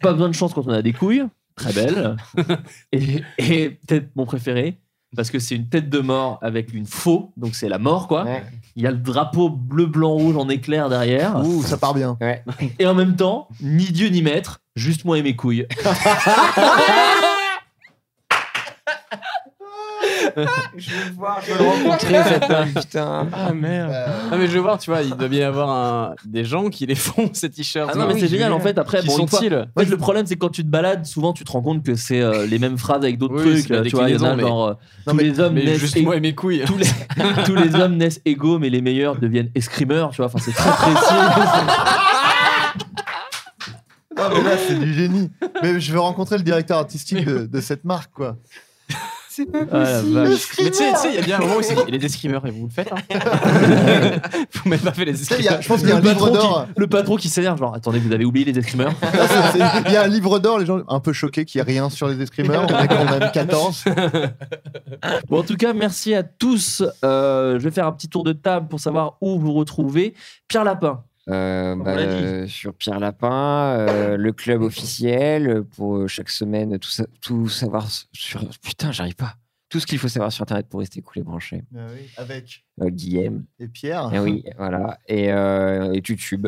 Speaker 6: Pas besoin de chance quand on a des couilles. Très belle. Et, et peut-être mon préféré, parce que c'est une tête de mort avec une faux, donc c'est la mort quoi.
Speaker 7: Ouais.
Speaker 6: Il y a le drapeau bleu, blanc, rouge en éclair derrière.
Speaker 9: Ouh, ça part bien.
Speaker 7: Ouais.
Speaker 6: Et en même temps, ni Dieu ni maître, juste moi et mes couilles.
Speaker 7: Je vais le voir, je vais le rencontrer cette homme, putain.
Speaker 10: Ah merde.
Speaker 8: Non, mais je veux voir, tu vois, il doit bien y avoir un- des gens qui les font, ces t-shirts.
Speaker 6: Ah non, mais c'est génial en fait. Après,
Speaker 8: Qui
Speaker 6: bon, une fois-
Speaker 8: sont-ils
Speaker 6: En fait, le problème, c'est que quand tu te balades, souvent, tu te rends compte que c'est euh, les mêmes phrases avec d'autres
Speaker 8: Oui,
Speaker 6: trucs.
Speaker 8: c'est la
Speaker 6: euh, Tu vois, il y en a
Speaker 8: déclinaison,
Speaker 6: genre, euh,
Speaker 9: Non,
Speaker 6: tous
Speaker 9: mais-
Speaker 6: les hommes
Speaker 8: Mais
Speaker 6: naissent
Speaker 8: juste
Speaker 6: ég-
Speaker 8: moi et mes couilles.
Speaker 6: tous les, tous les hommes naissent égaux, mais les meilleurs deviennent escrimeurs, tu vois. Enfin, c'est très précis.
Speaker 9: Non, Ah, mais là, c'est du génie. Mais je vais rencontrer le directeur artistique de, de cette marque, quoi.
Speaker 7: C'est pas
Speaker 8: Ah, la vache. Mais tu sais, tu sais, il y a bien un moment où il s'est dit, les escrimeurs, et vous le faites. hein vous m'avez pas fait les
Speaker 9: sais, il y a-
Speaker 8: escrimeurs.
Speaker 9: je pense qu'il y a
Speaker 6: Le
Speaker 9: un livre
Speaker 6: patron qui-
Speaker 9: d'or.
Speaker 6: Le patron qui s'énerve, genre, attendez, vous avez oublié les escrimeurs
Speaker 9: C'est- c'est- Il y a un livre d'or, les gens un peu choqués qu'il n'y a rien sur les escrimeurs. On est quand même 14.
Speaker 6: Bon, en tout cas, merci à tous. Euh, je vais faire un petit tour de table pour savoir où vous retrouvez. Pierre Lapin.
Speaker 7: Euh, bah,
Speaker 6: l'a dit.
Speaker 7: euh, sur Pierre Lapin, euh, le club officiel euh, pour euh, chaque semaine tout, sa- tout savoir s- sur putain j'arrive pas tout ce qu'il faut savoir sur internet pour rester cool et branché.
Speaker 9: Avec.
Speaker 7: Euh, Guillaume,
Speaker 9: Et Pierre.
Speaker 7: Eh oui voilà et, euh, et YouTube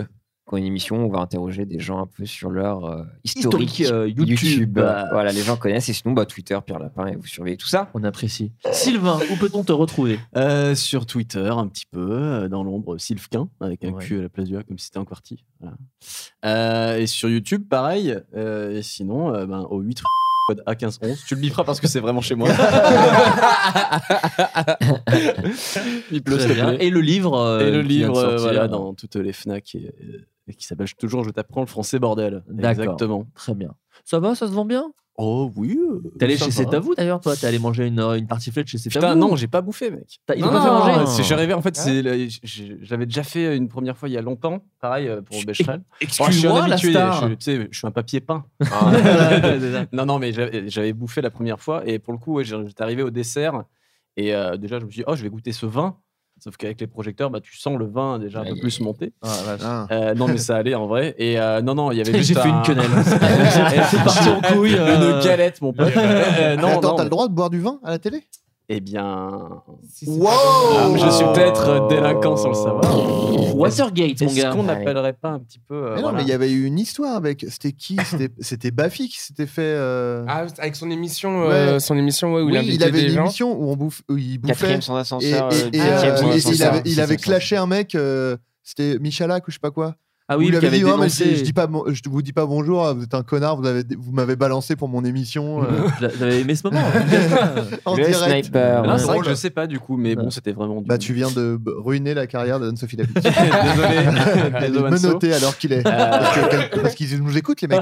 Speaker 7: qui ont une émission où on va interroger des gens un peu sur leur euh, historique,
Speaker 6: Historique, euh, YouTube. Euh,
Speaker 7: Voilà les gens connaissent et sinon bah Twitter Pierre Lapin et vous surveillez tout ça.
Speaker 6: On apprécie. Sylvain, où peut-on te retrouver
Speaker 8: Euh, sur Twitter, un petit peu, euh, dans l'ombre, Sylvquin, avec un
Speaker 6: Ouais.
Speaker 8: Q à la place du A, comme si c'était un QWERTY. Voilà. Euh, et sur YouTube, pareil. Euh, et sinon, euh, ben, au 8 code A1511. Tu le biperas parce que c'est vraiment chez moi. Euh, Bip-le, s'il
Speaker 6: Très
Speaker 8: te
Speaker 6: bien.
Speaker 8: plaît.
Speaker 6: Et le livre. euh,
Speaker 8: Et le
Speaker 6: qui vient de
Speaker 8: livre, euh,
Speaker 6: sortir.
Speaker 8: voilà, dans toutes les FNAC et, euh, et qui s'appelle toujours Je t'apprends le français, bordel.
Speaker 6: D'accord.
Speaker 8: Exactement.
Speaker 6: Très bien. Ça va, ça se vend bien
Speaker 8: Oh oui. euh,
Speaker 6: T'es allé
Speaker 8: ça
Speaker 6: chez
Speaker 8: va.
Speaker 6: C'est à vous d'ailleurs, toi T'es allé manger une, euh, une tartiflette chez C'est à
Speaker 8: Putain,
Speaker 6: vous
Speaker 8: non, j'ai pas bouffé, mec.
Speaker 6: T'as- Ils
Speaker 8: Non,
Speaker 6: t'ont pas fait
Speaker 8: non,
Speaker 6: manger
Speaker 8: Ah, c'est- je suis arrivé, en fait, c'est le- je- je je l'avais déjà fait une première fois il y a longtemps, pareil euh, pour Becherel. je suis un
Speaker 6: Excuse-moi, la
Speaker 8: habitué,
Speaker 6: star
Speaker 8: je, suis- tu sais, je suis un papier peint. Ah, non, non, mais j'avais j'avais bouffé la première fois et pour le coup, ouais, j'ai- j'étais arrivé au dessert et euh, déjà, je me suis dit, oh, je vais goûter ce vin. Sauf qu'avec les projecteurs, bah, tu sens le vin déjà un peu
Speaker 7: Aïe,
Speaker 8: plus monter.
Speaker 9: Ah.
Speaker 8: Euh, non, mais ça allait en vrai. Et euh, non, non, il y avait
Speaker 6: J'ai
Speaker 8: juste
Speaker 6: fait une
Speaker 8: un-
Speaker 6: quenelle.
Speaker 8: c'est
Speaker 6: parti en couille, euh.
Speaker 8: Une Ah, galette, mon pote. Euh,
Speaker 6: Ah
Speaker 8: non,
Speaker 9: Attends,
Speaker 8: non,
Speaker 9: t'as le droit de boire du vin à la télé
Speaker 6: Euh,
Speaker 8: Eh bien.
Speaker 9: Wow
Speaker 8: Ah, mais je suis peut-être euh, délinquant sans le savoir.
Speaker 6: Watergate, mon
Speaker 8: Est-ce
Speaker 6: gars.
Speaker 8: qu'on n'appellerait pas un petit peu. euh,
Speaker 9: Mais non,
Speaker 8: voilà.
Speaker 9: mais il y avait eu une histoire avec. C'était qui C'était- C'était Bafi qui s'était fait. euh,
Speaker 10: Ah, avec son émission, euh,
Speaker 9: Ouais.
Speaker 10: son émission ouais, où
Speaker 9: oui,
Speaker 10: il
Speaker 9: il,
Speaker 10: invitait
Speaker 9: avait
Speaker 10: des
Speaker 9: une
Speaker 10: gens.
Speaker 9: émission où, on bouffe, où il bouffait.
Speaker 7: Quatrième
Speaker 9: Et,
Speaker 7: son
Speaker 9: et- et,
Speaker 7: ascenseur.
Speaker 9: euh,
Speaker 7: euh, deuxième son
Speaker 9: il- il,
Speaker 7: ascenseur,
Speaker 9: avait, il
Speaker 7: sixième
Speaker 9: avait
Speaker 7: son
Speaker 9: clashé un mec, euh, c'était Michalak ou je sais pas quoi.
Speaker 6: Ah
Speaker 9: Où
Speaker 6: oui,
Speaker 9: il
Speaker 6: qui
Speaker 9: avait
Speaker 6: avait
Speaker 9: dit, Ouais, mais c'est-
Speaker 6: dénoncé.
Speaker 9: je, dis pas, bon- je vous dis pas bonjour, vous êtes un connard, vous, avez, vous m'avez balancé pour mon émission euh,
Speaker 6: J'a- J'avais aimé ce moment. hein.
Speaker 9: en
Speaker 7: Le
Speaker 9: direct.
Speaker 7: sniper.
Speaker 8: Non,
Speaker 6: Ouais.
Speaker 8: Ah, c'est vrai que
Speaker 9: Drôle.
Speaker 8: je sais pas du coup, mais
Speaker 6: Ouais.
Speaker 8: bon, c'était vraiment. du-
Speaker 9: Bah, tu viens de b- ruiner la carrière d'Anne-Sophie Lapid.
Speaker 8: Désolé.
Speaker 9: Elle
Speaker 8: Désolé,
Speaker 9: est
Speaker 8: Anso.
Speaker 9: menottée alors qu'il
Speaker 6: Euh.
Speaker 9: est. Parce que- parce qu'ils nous écoutent, les mecs.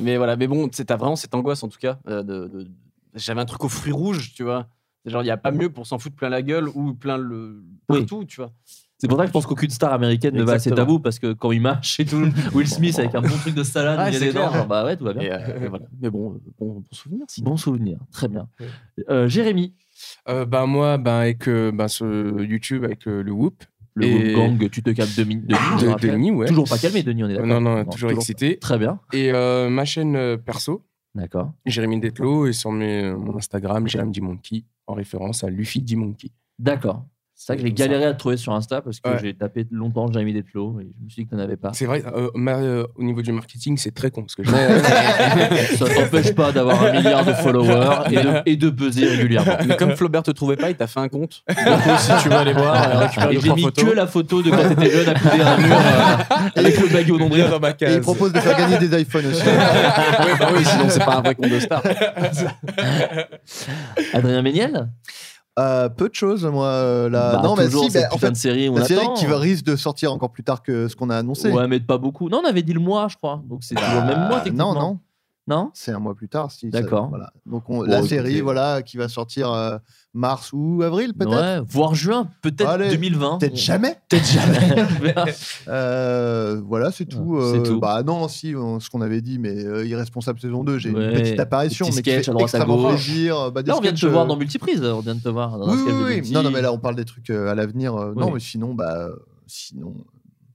Speaker 8: Mais voilà, mais bon, tu sais, t'as vraiment cette angoisse en tout cas. euh, de- de- J'avais un truc aux fruits rouges, tu vois. C'est Genre, il n'y a pas mieux pour s'en foutre plein la gueule ou plein le.
Speaker 6: Oui.
Speaker 8: partout, tu vois.
Speaker 6: C'est pour ça que je pense qu'aucune star américaine ne va à cet
Speaker 8: Exactement.
Speaker 6: tabou parce que quand il marche et tout, Will Smith avec un bon truc de salade,
Speaker 8: Ah,
Speaker 6: il y a
Speaker 8: c'est
Speaker 6: des dents,
Speaker 8: clair.
Speaker 6: genre, bah ouais, tout va bien.
Speaker 8: Et, euh, et voilà. Mais bon, euh, bon, bon souvenir, sinon.
Speaker 6: Bon souvenir, très bien. Euh, Jérémy,
Speaker 10: Euh, bah, moi, bah, avec euh, bah, ce YouTube, avec euh, le Whoop.
Speaker 6: le
Speaker 10: Et- Ah,
Speaker 6: gang, tu te calmes Denis. Denis, Ah, je le
Speaker 10: De-
Speaker 6: rappelle.
Speaker 10: Denis, ouais.
Speaker 6: Toujours pas calmé, Denis, on est
Speaker 10: Euh,
Speaker 6: d'accord.
Speaker 10: non, non, toujours excité.
Speaker 6: Très bien,
Speaker 10: Et euh, ma chaîne euh, perso,
Speaker 6: d'accord.
Speaker 10: Jérémy Detlo, et sur mes, euh, mon Instagram, Jérémy Dimonkey, en référence à Luffy Dimonkey.
Speaker 6: D'accord. C'est vrai que j'ai
Speaker 10: Comme ça.
Speaker 6: galéré à te trouver sur Insta parce que
Speaker 10: Ouais.
Speaker 6: j'ai tapé longtemps Jérémy Detlo et je me suis dit que t'en avais pas.
Speaker 10: C'est vrai, euh, ma- euh, au niveau du marketing, c'est très con. Parce que
Speaker 6: Ça t'empêche pas d'avoir un milliard de followers et de, et de peser régulièrement.
Speaker 8: Mais comme Flaubert te trouvait pas, il t'a fait un compte.
Speaker 9: Ah,
Speaker 8: Du coup, si tu veux aller voir, euh, récupère
Speaker 6: Et
Speaker 8: deux,
Speaker 6: j'ai
Speaker 8: trois
Speaker 6: mis
Speaker 8: photos.
Speaker 6: que la photo de quand t'étais jeune à couder un mur euh, avec le baguette au nombril.
Speaker 10: dans ma
Speaker 9: Et ils proposent de faire gagner des iPhones aussi.
Speaker 8: Ouais, bah oui, sinon c'est pas un vrai compte de star.
Speaker 6: Adrien Méniel
Speaker 9: Euh, peu de choses, moi. euh, là.
Speaker 6: Bah,
Speaker 9: non, mais
Speaker 6: toujours
Speaker 9: si,
Speaker 6: cette
Speaker 9: bah, en
Speaker 6: putain
Speaker 9: fait,
Speaker 6: de série, on
Speaker 9: la série
Speaker 6: attend. hein.
Speaker 9: qui va- risque de sortir encore plus tard que ce qu'on a annoncé.
Speaker 6: Ouais, mais pas beaucoup. Non, on avait dit le mois, je crois. Donc c'est toujours le même mois,
Speaker 9: Ah,
Speaker 6: techniquement.
Speaker 9: non, non,
Speaker 6: Non
Speaker 9: c'est un mois plus tard. Si ça-
Speaker 6: D'accord.
Speaker 9: voilà. Donc on- la
Speaker 6: écoutez.
Speaker 9: série, voilà, qui va sortir euh, mars ou avril peut-être.
Speaker 6: Ouais, voire juin, peut-être
Speaker 9: Allez,
Speaker 6: 2020.
Speaker 9: Peut-être jamais.
Speaker 6: Peut-être jamais.
Speaker 9: Euh, voilà, c'est tout.
Speaker 6: C'est
Speaker 9: euh,
Speaker 6: tout.
Speaker 9: Bah non, si on- ce qu'on avait dit, mais euh, irresponsable saison 2, j'ai
Speaker 6: Ouais,
Speaker 9: une petite apparition,
Speaker 6: des petits
Speaker 9: mais qui fait
Speaker 6: sketchs à droite, à
Speaker 9: extrêmement
Speaker 6: gauche.
Speaker 9: plaisir. Bah, des
Speaker 6: Là, on vient de te
Speaker 9: sketchs,
Speaker 6: voir
Speaker 9: euh,
Speaker 6: dans Multiprise. On vient de te voir dans un
Speaker 9: Oui,
Speaker 6: sketch de
Speaker 9: oui, oui.
Speaker 6: Multi.
Speaker 9: Non, non, mais là, on parle des trucs euh, à l'avenir. euh, Non,
Speaker 6: Oui.
Speaker 9: mais sinon, bah, euh, sinon.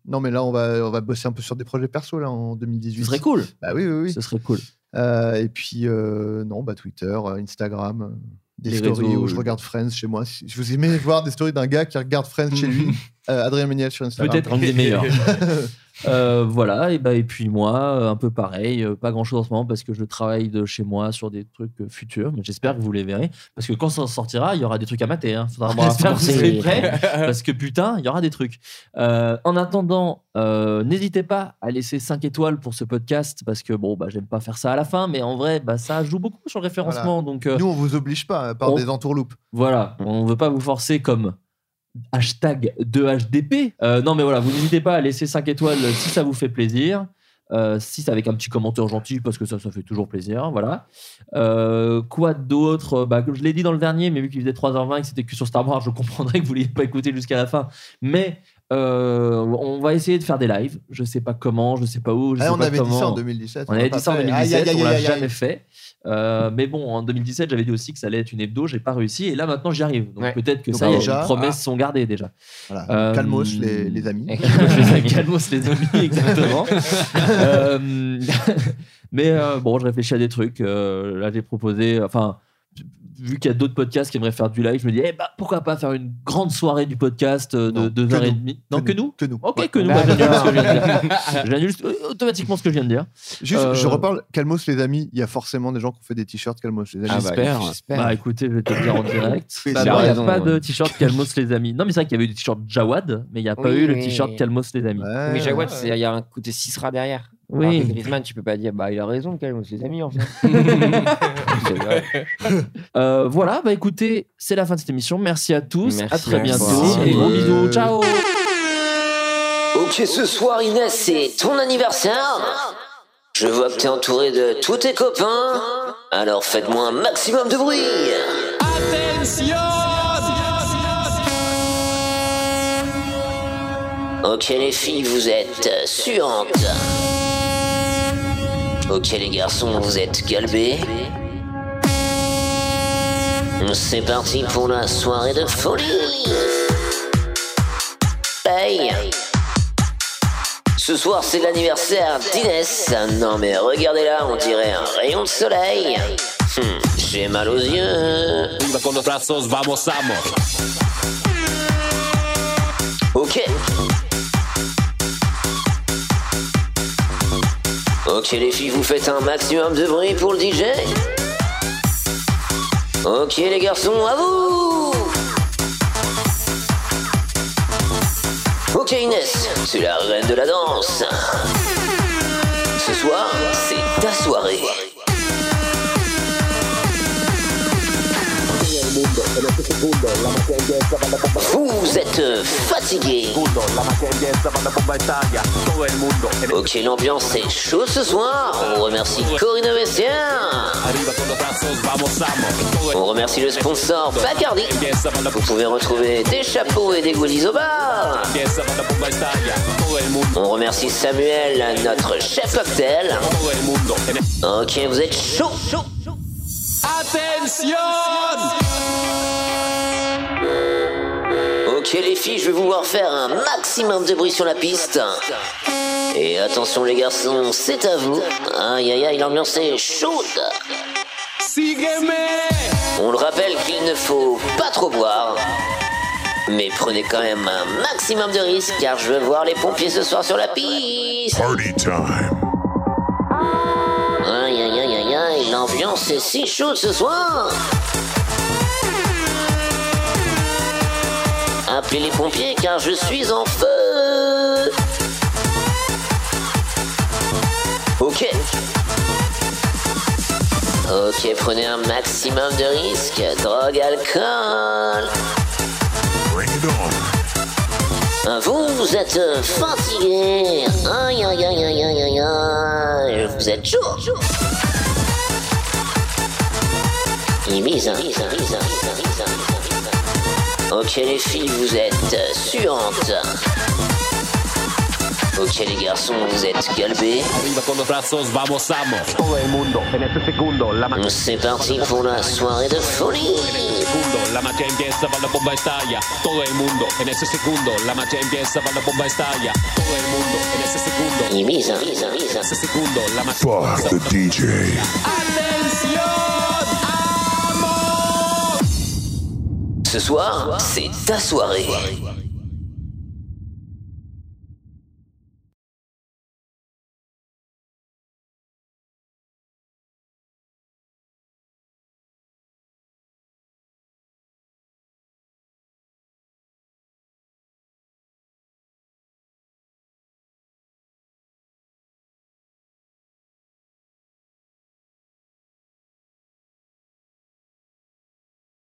Speaker 9: Non, mais là, on va, on va bosser un peu sur des projets perso là en 2018.
Speaker 6: Ce serait cool.
Speaker 9: Bah oui, oui, oui.
Speaker 6: Ce serait cool.
Speaker 9: Euh, et puis, euh, non, bah Twitter, euh, Instagram, euh, des
Speaker 6: Les
Speaker 9: stories
Speaker 6: réseaux,
Speaker 9: où je
Speaker 6: euh,
Speaker 9: regarde Friends chez moi. Si vous aimez voir des stories d'un gars qui regarde Friends chez lui, euh, Adrien Méniel sur Instagram.
Speaker 6: Peut-être un des meilleurs. Euh, voilà, et, bah, et puis moi, euh, un peu pareil, euh, pas grand chose en ce moment parce que je travaille de chez moi sur des trucs euh, futurs, mais j'espère que vous les verrez. Parce que quand ça sortira, il y aura des trucs à mater. Hein. Faudra avoir
Speaker 7: J'espère
Speaker 6: vous
Speaker 7: que
Speaker 6: serez
Speaker 7: c'est-
Speaker 6: prêts, parce que putain, il y aura des trucs. Euh, en attendant, euh, n'hésitez pas à laisser 5 étoiles pour ce podcast parce que bon, bah, j'aime pas faire ça à la fin, mais en vrai, bah, ça joue beaucoup sur le référencement. Donc euh,
Speaker 9: Nous, on vous oblige pas, à part
Speaker 6: On-
Speaker 9: des entourloupes.
Speaker 6: voilà,
Speaker 9: Mm.
Speaker 6: on ne veut pas vous forcer comme hashtag 2HDP. Euh, non, mais voilà, vous n'hésitez pas à laisser 5 étoiles si ça vous fait plaisir. Euh, si c'est avec un petit commentaire gentil, parce que ça, ça fait toujours plaisir. Voilà. Euh, quoi d'autre bah, Je l'ai dit dans le dernier, mais vu qu'il faisait 3h20 et que c'était que sur Star Wars, je comprendrais que vous ne l'ayez pas écouté jusqu'à la fin. Mais euh, on va essayer de faire des lives. Je ne sais pas comment, je ne sais pas où. Je
Speaker 9: Ah,
Speaker 6: sais
Speaker 9: on
Speaker 6: pas
Speaker 9: avait dit
Speaker 6: comment.
Speaker 9: ça en 2017,
Speaker 6: On
Speaker 9: on
Speaker 6: avait
Speaker 9: l'a
Speaker 6: dit
Speaker 9: pas
Speaker 6: ça en
Speaker 9: fait.
Speaker 6: 2017,
Speaker 9: Aïe, aïe,
Speaker 6: on
Speaker 9: aïe,
Speaker 6: l'a
Speaker 9: aïe,
Speaker 6: jamais
Speaker 9: aïe.
Speaker 6: fait. Euh, mais bon, en 2017, j'avais dit aussi que ça allait être une hebdo, j'ai pas réussi, et là maintenant j'y arrive. Donc
Speaker 9: Ouais.
Speaker 6: peut-être que
Speaker 9: Donc
Speaker 6: ça, y a-
Speaker 9: déjà,
Speaker 6: les promesses
Speaker 9: ah.
Speaker 6: sont gardées déjà.
Speaker 9: Voilà.
Speaker 6: Euh, eh,
Speaker 9: Calmos, les, les amis.
Speaker 6: Calmos, les amis, exactement. Euh, mais euh, bon, je réfléchis à des trucs. Euh, là, j'ai proposé, enfin, vu qu'il y a d'autres podcasts qui aimeraient faire du live, je me dis, eh bah, pourquoi pas faire une grande soirée du podcast euh, de 2h30 Non, que nous.
Speaker 9: Que nous.
Speaker 6: Ok,
Speaker 9: Ouais.
Speaker 6: que nous. Bah, J'annule ce que je viens de dire. J'annule euh, automatiquement ce que je viens de dire.
Speaker 9: Juste,
Speaker 6: Euh,
Speaker 9: je reparle, Calmos, les amis, il y a forcément des gens qui ont fait des t-shirts Calmos, les amis.
Speaker 6: Ah bah, Bah écoutez, je vais te le dire en direct.
Speaker 9: Oui,
Speaker 6: Bah,
Speaker 9: tu as
Speaker 6: non, il n'y a
Speaker 9: raison,
Speaker 6: pas
Speaker 9: ouais.
Speaker 6: de t-shirt Calmos les amis. Non, mais c'est vrai qu'il y avait eu le t-shirt Jawad, mais il n'y a pas
Speaker 7: Oui,
Speaker 6: eu le
Speaker 7: oui.
Speaker 6: t-shirt Calmos les amis.
Speaker 7: Mais Jawad, c'est- il y a un côté Cicera derrière.
Speaker 6: Oui.
Speaker 7: Alors que Griezmann, tu peux pas dire, bah il a raison, Calmos, les amis, enfin.
Speaker 6: Euh, voilà, bah écoutez, c'est la fin de cette émission. Merci à tous.
Speaker 7: Merci.
Speaker 6: À très bientôt.
Speaker 7: Merci.
Speaker 6: Et gros bisous. Ciao.
Speaker 12: Ok, ce soir, Inès, c'est ton anniversaire. Je vois que t'es entouré de tous tes copains. Alors faites-moi un maximum de bruit. Ok, les filles, vous êtes suantes. Ok, les garçons, vous êtes galbés. C'est parti pour la soirée de folie. Hey. Ce soir, c'est l'anniversaire d'Inès. Non, mais regardez-la, on dirait un rayon de soleil. Hmm, J'ai mal aux yeux. Ok. Ok, les filles, vous faites un maximum de bruit pour le DJ. Ok, les garçons, à vous. Ok, Inès, tu es la reine de la danse. Ce soir, c'est ta soirée. Vous êtes euh, fatigué. Ok, l'ambiance est chaude ce soir. On remercie Corinne Messière. On remercie le sponsor Bacardi. Vous pouvez retrouver des chapeaux et des goodies au bar. On remercie Samuel, notre chef cocktail. Ok, vous êtes chaud. Ok les filles, je vais vouloir faire un maximum de bruit sur la piste. Et attention les garçons, c'est à vous. Aïe aïe aïe, l'ambiance est chaude. On le rappelle qu'il ne faut pas trop boire. Mais prenez quand même un maximum de risques car je veux voir les pompiers ce soir sur la piste.
Speaker 13: Party time.
Speaker 12: Aïe aïe aïe aïe aïe, l'ambiance est si chaude ce soir. Appelez les pompiers car je suis en feu. Ok. Ok, prenez un maximum de risques. Drogue, alcool. Ah, Vous êtes euh, fatigué. Aïe aïe aïe aïe aïe aïe aïe. Vous êtes chaud. Il mise, hein. Ok les filles, vous êtes euh, suantes. Ok les garçons, vous êtes galbés. C'est parti pour la soirée de folie.
Speaker 14: La magia empieza, va la bomba estalla. Todo el mundo en ese segundo. La magia empieza, va la bomba estalla. Todo el mundo en ese segundo.
Speaker 12: Y misa.
Speaker 14: En ese segundo, la magia
Speaker 13: Fuck the DJ.
Speaker 12: Ce soir, c'est ta soirée.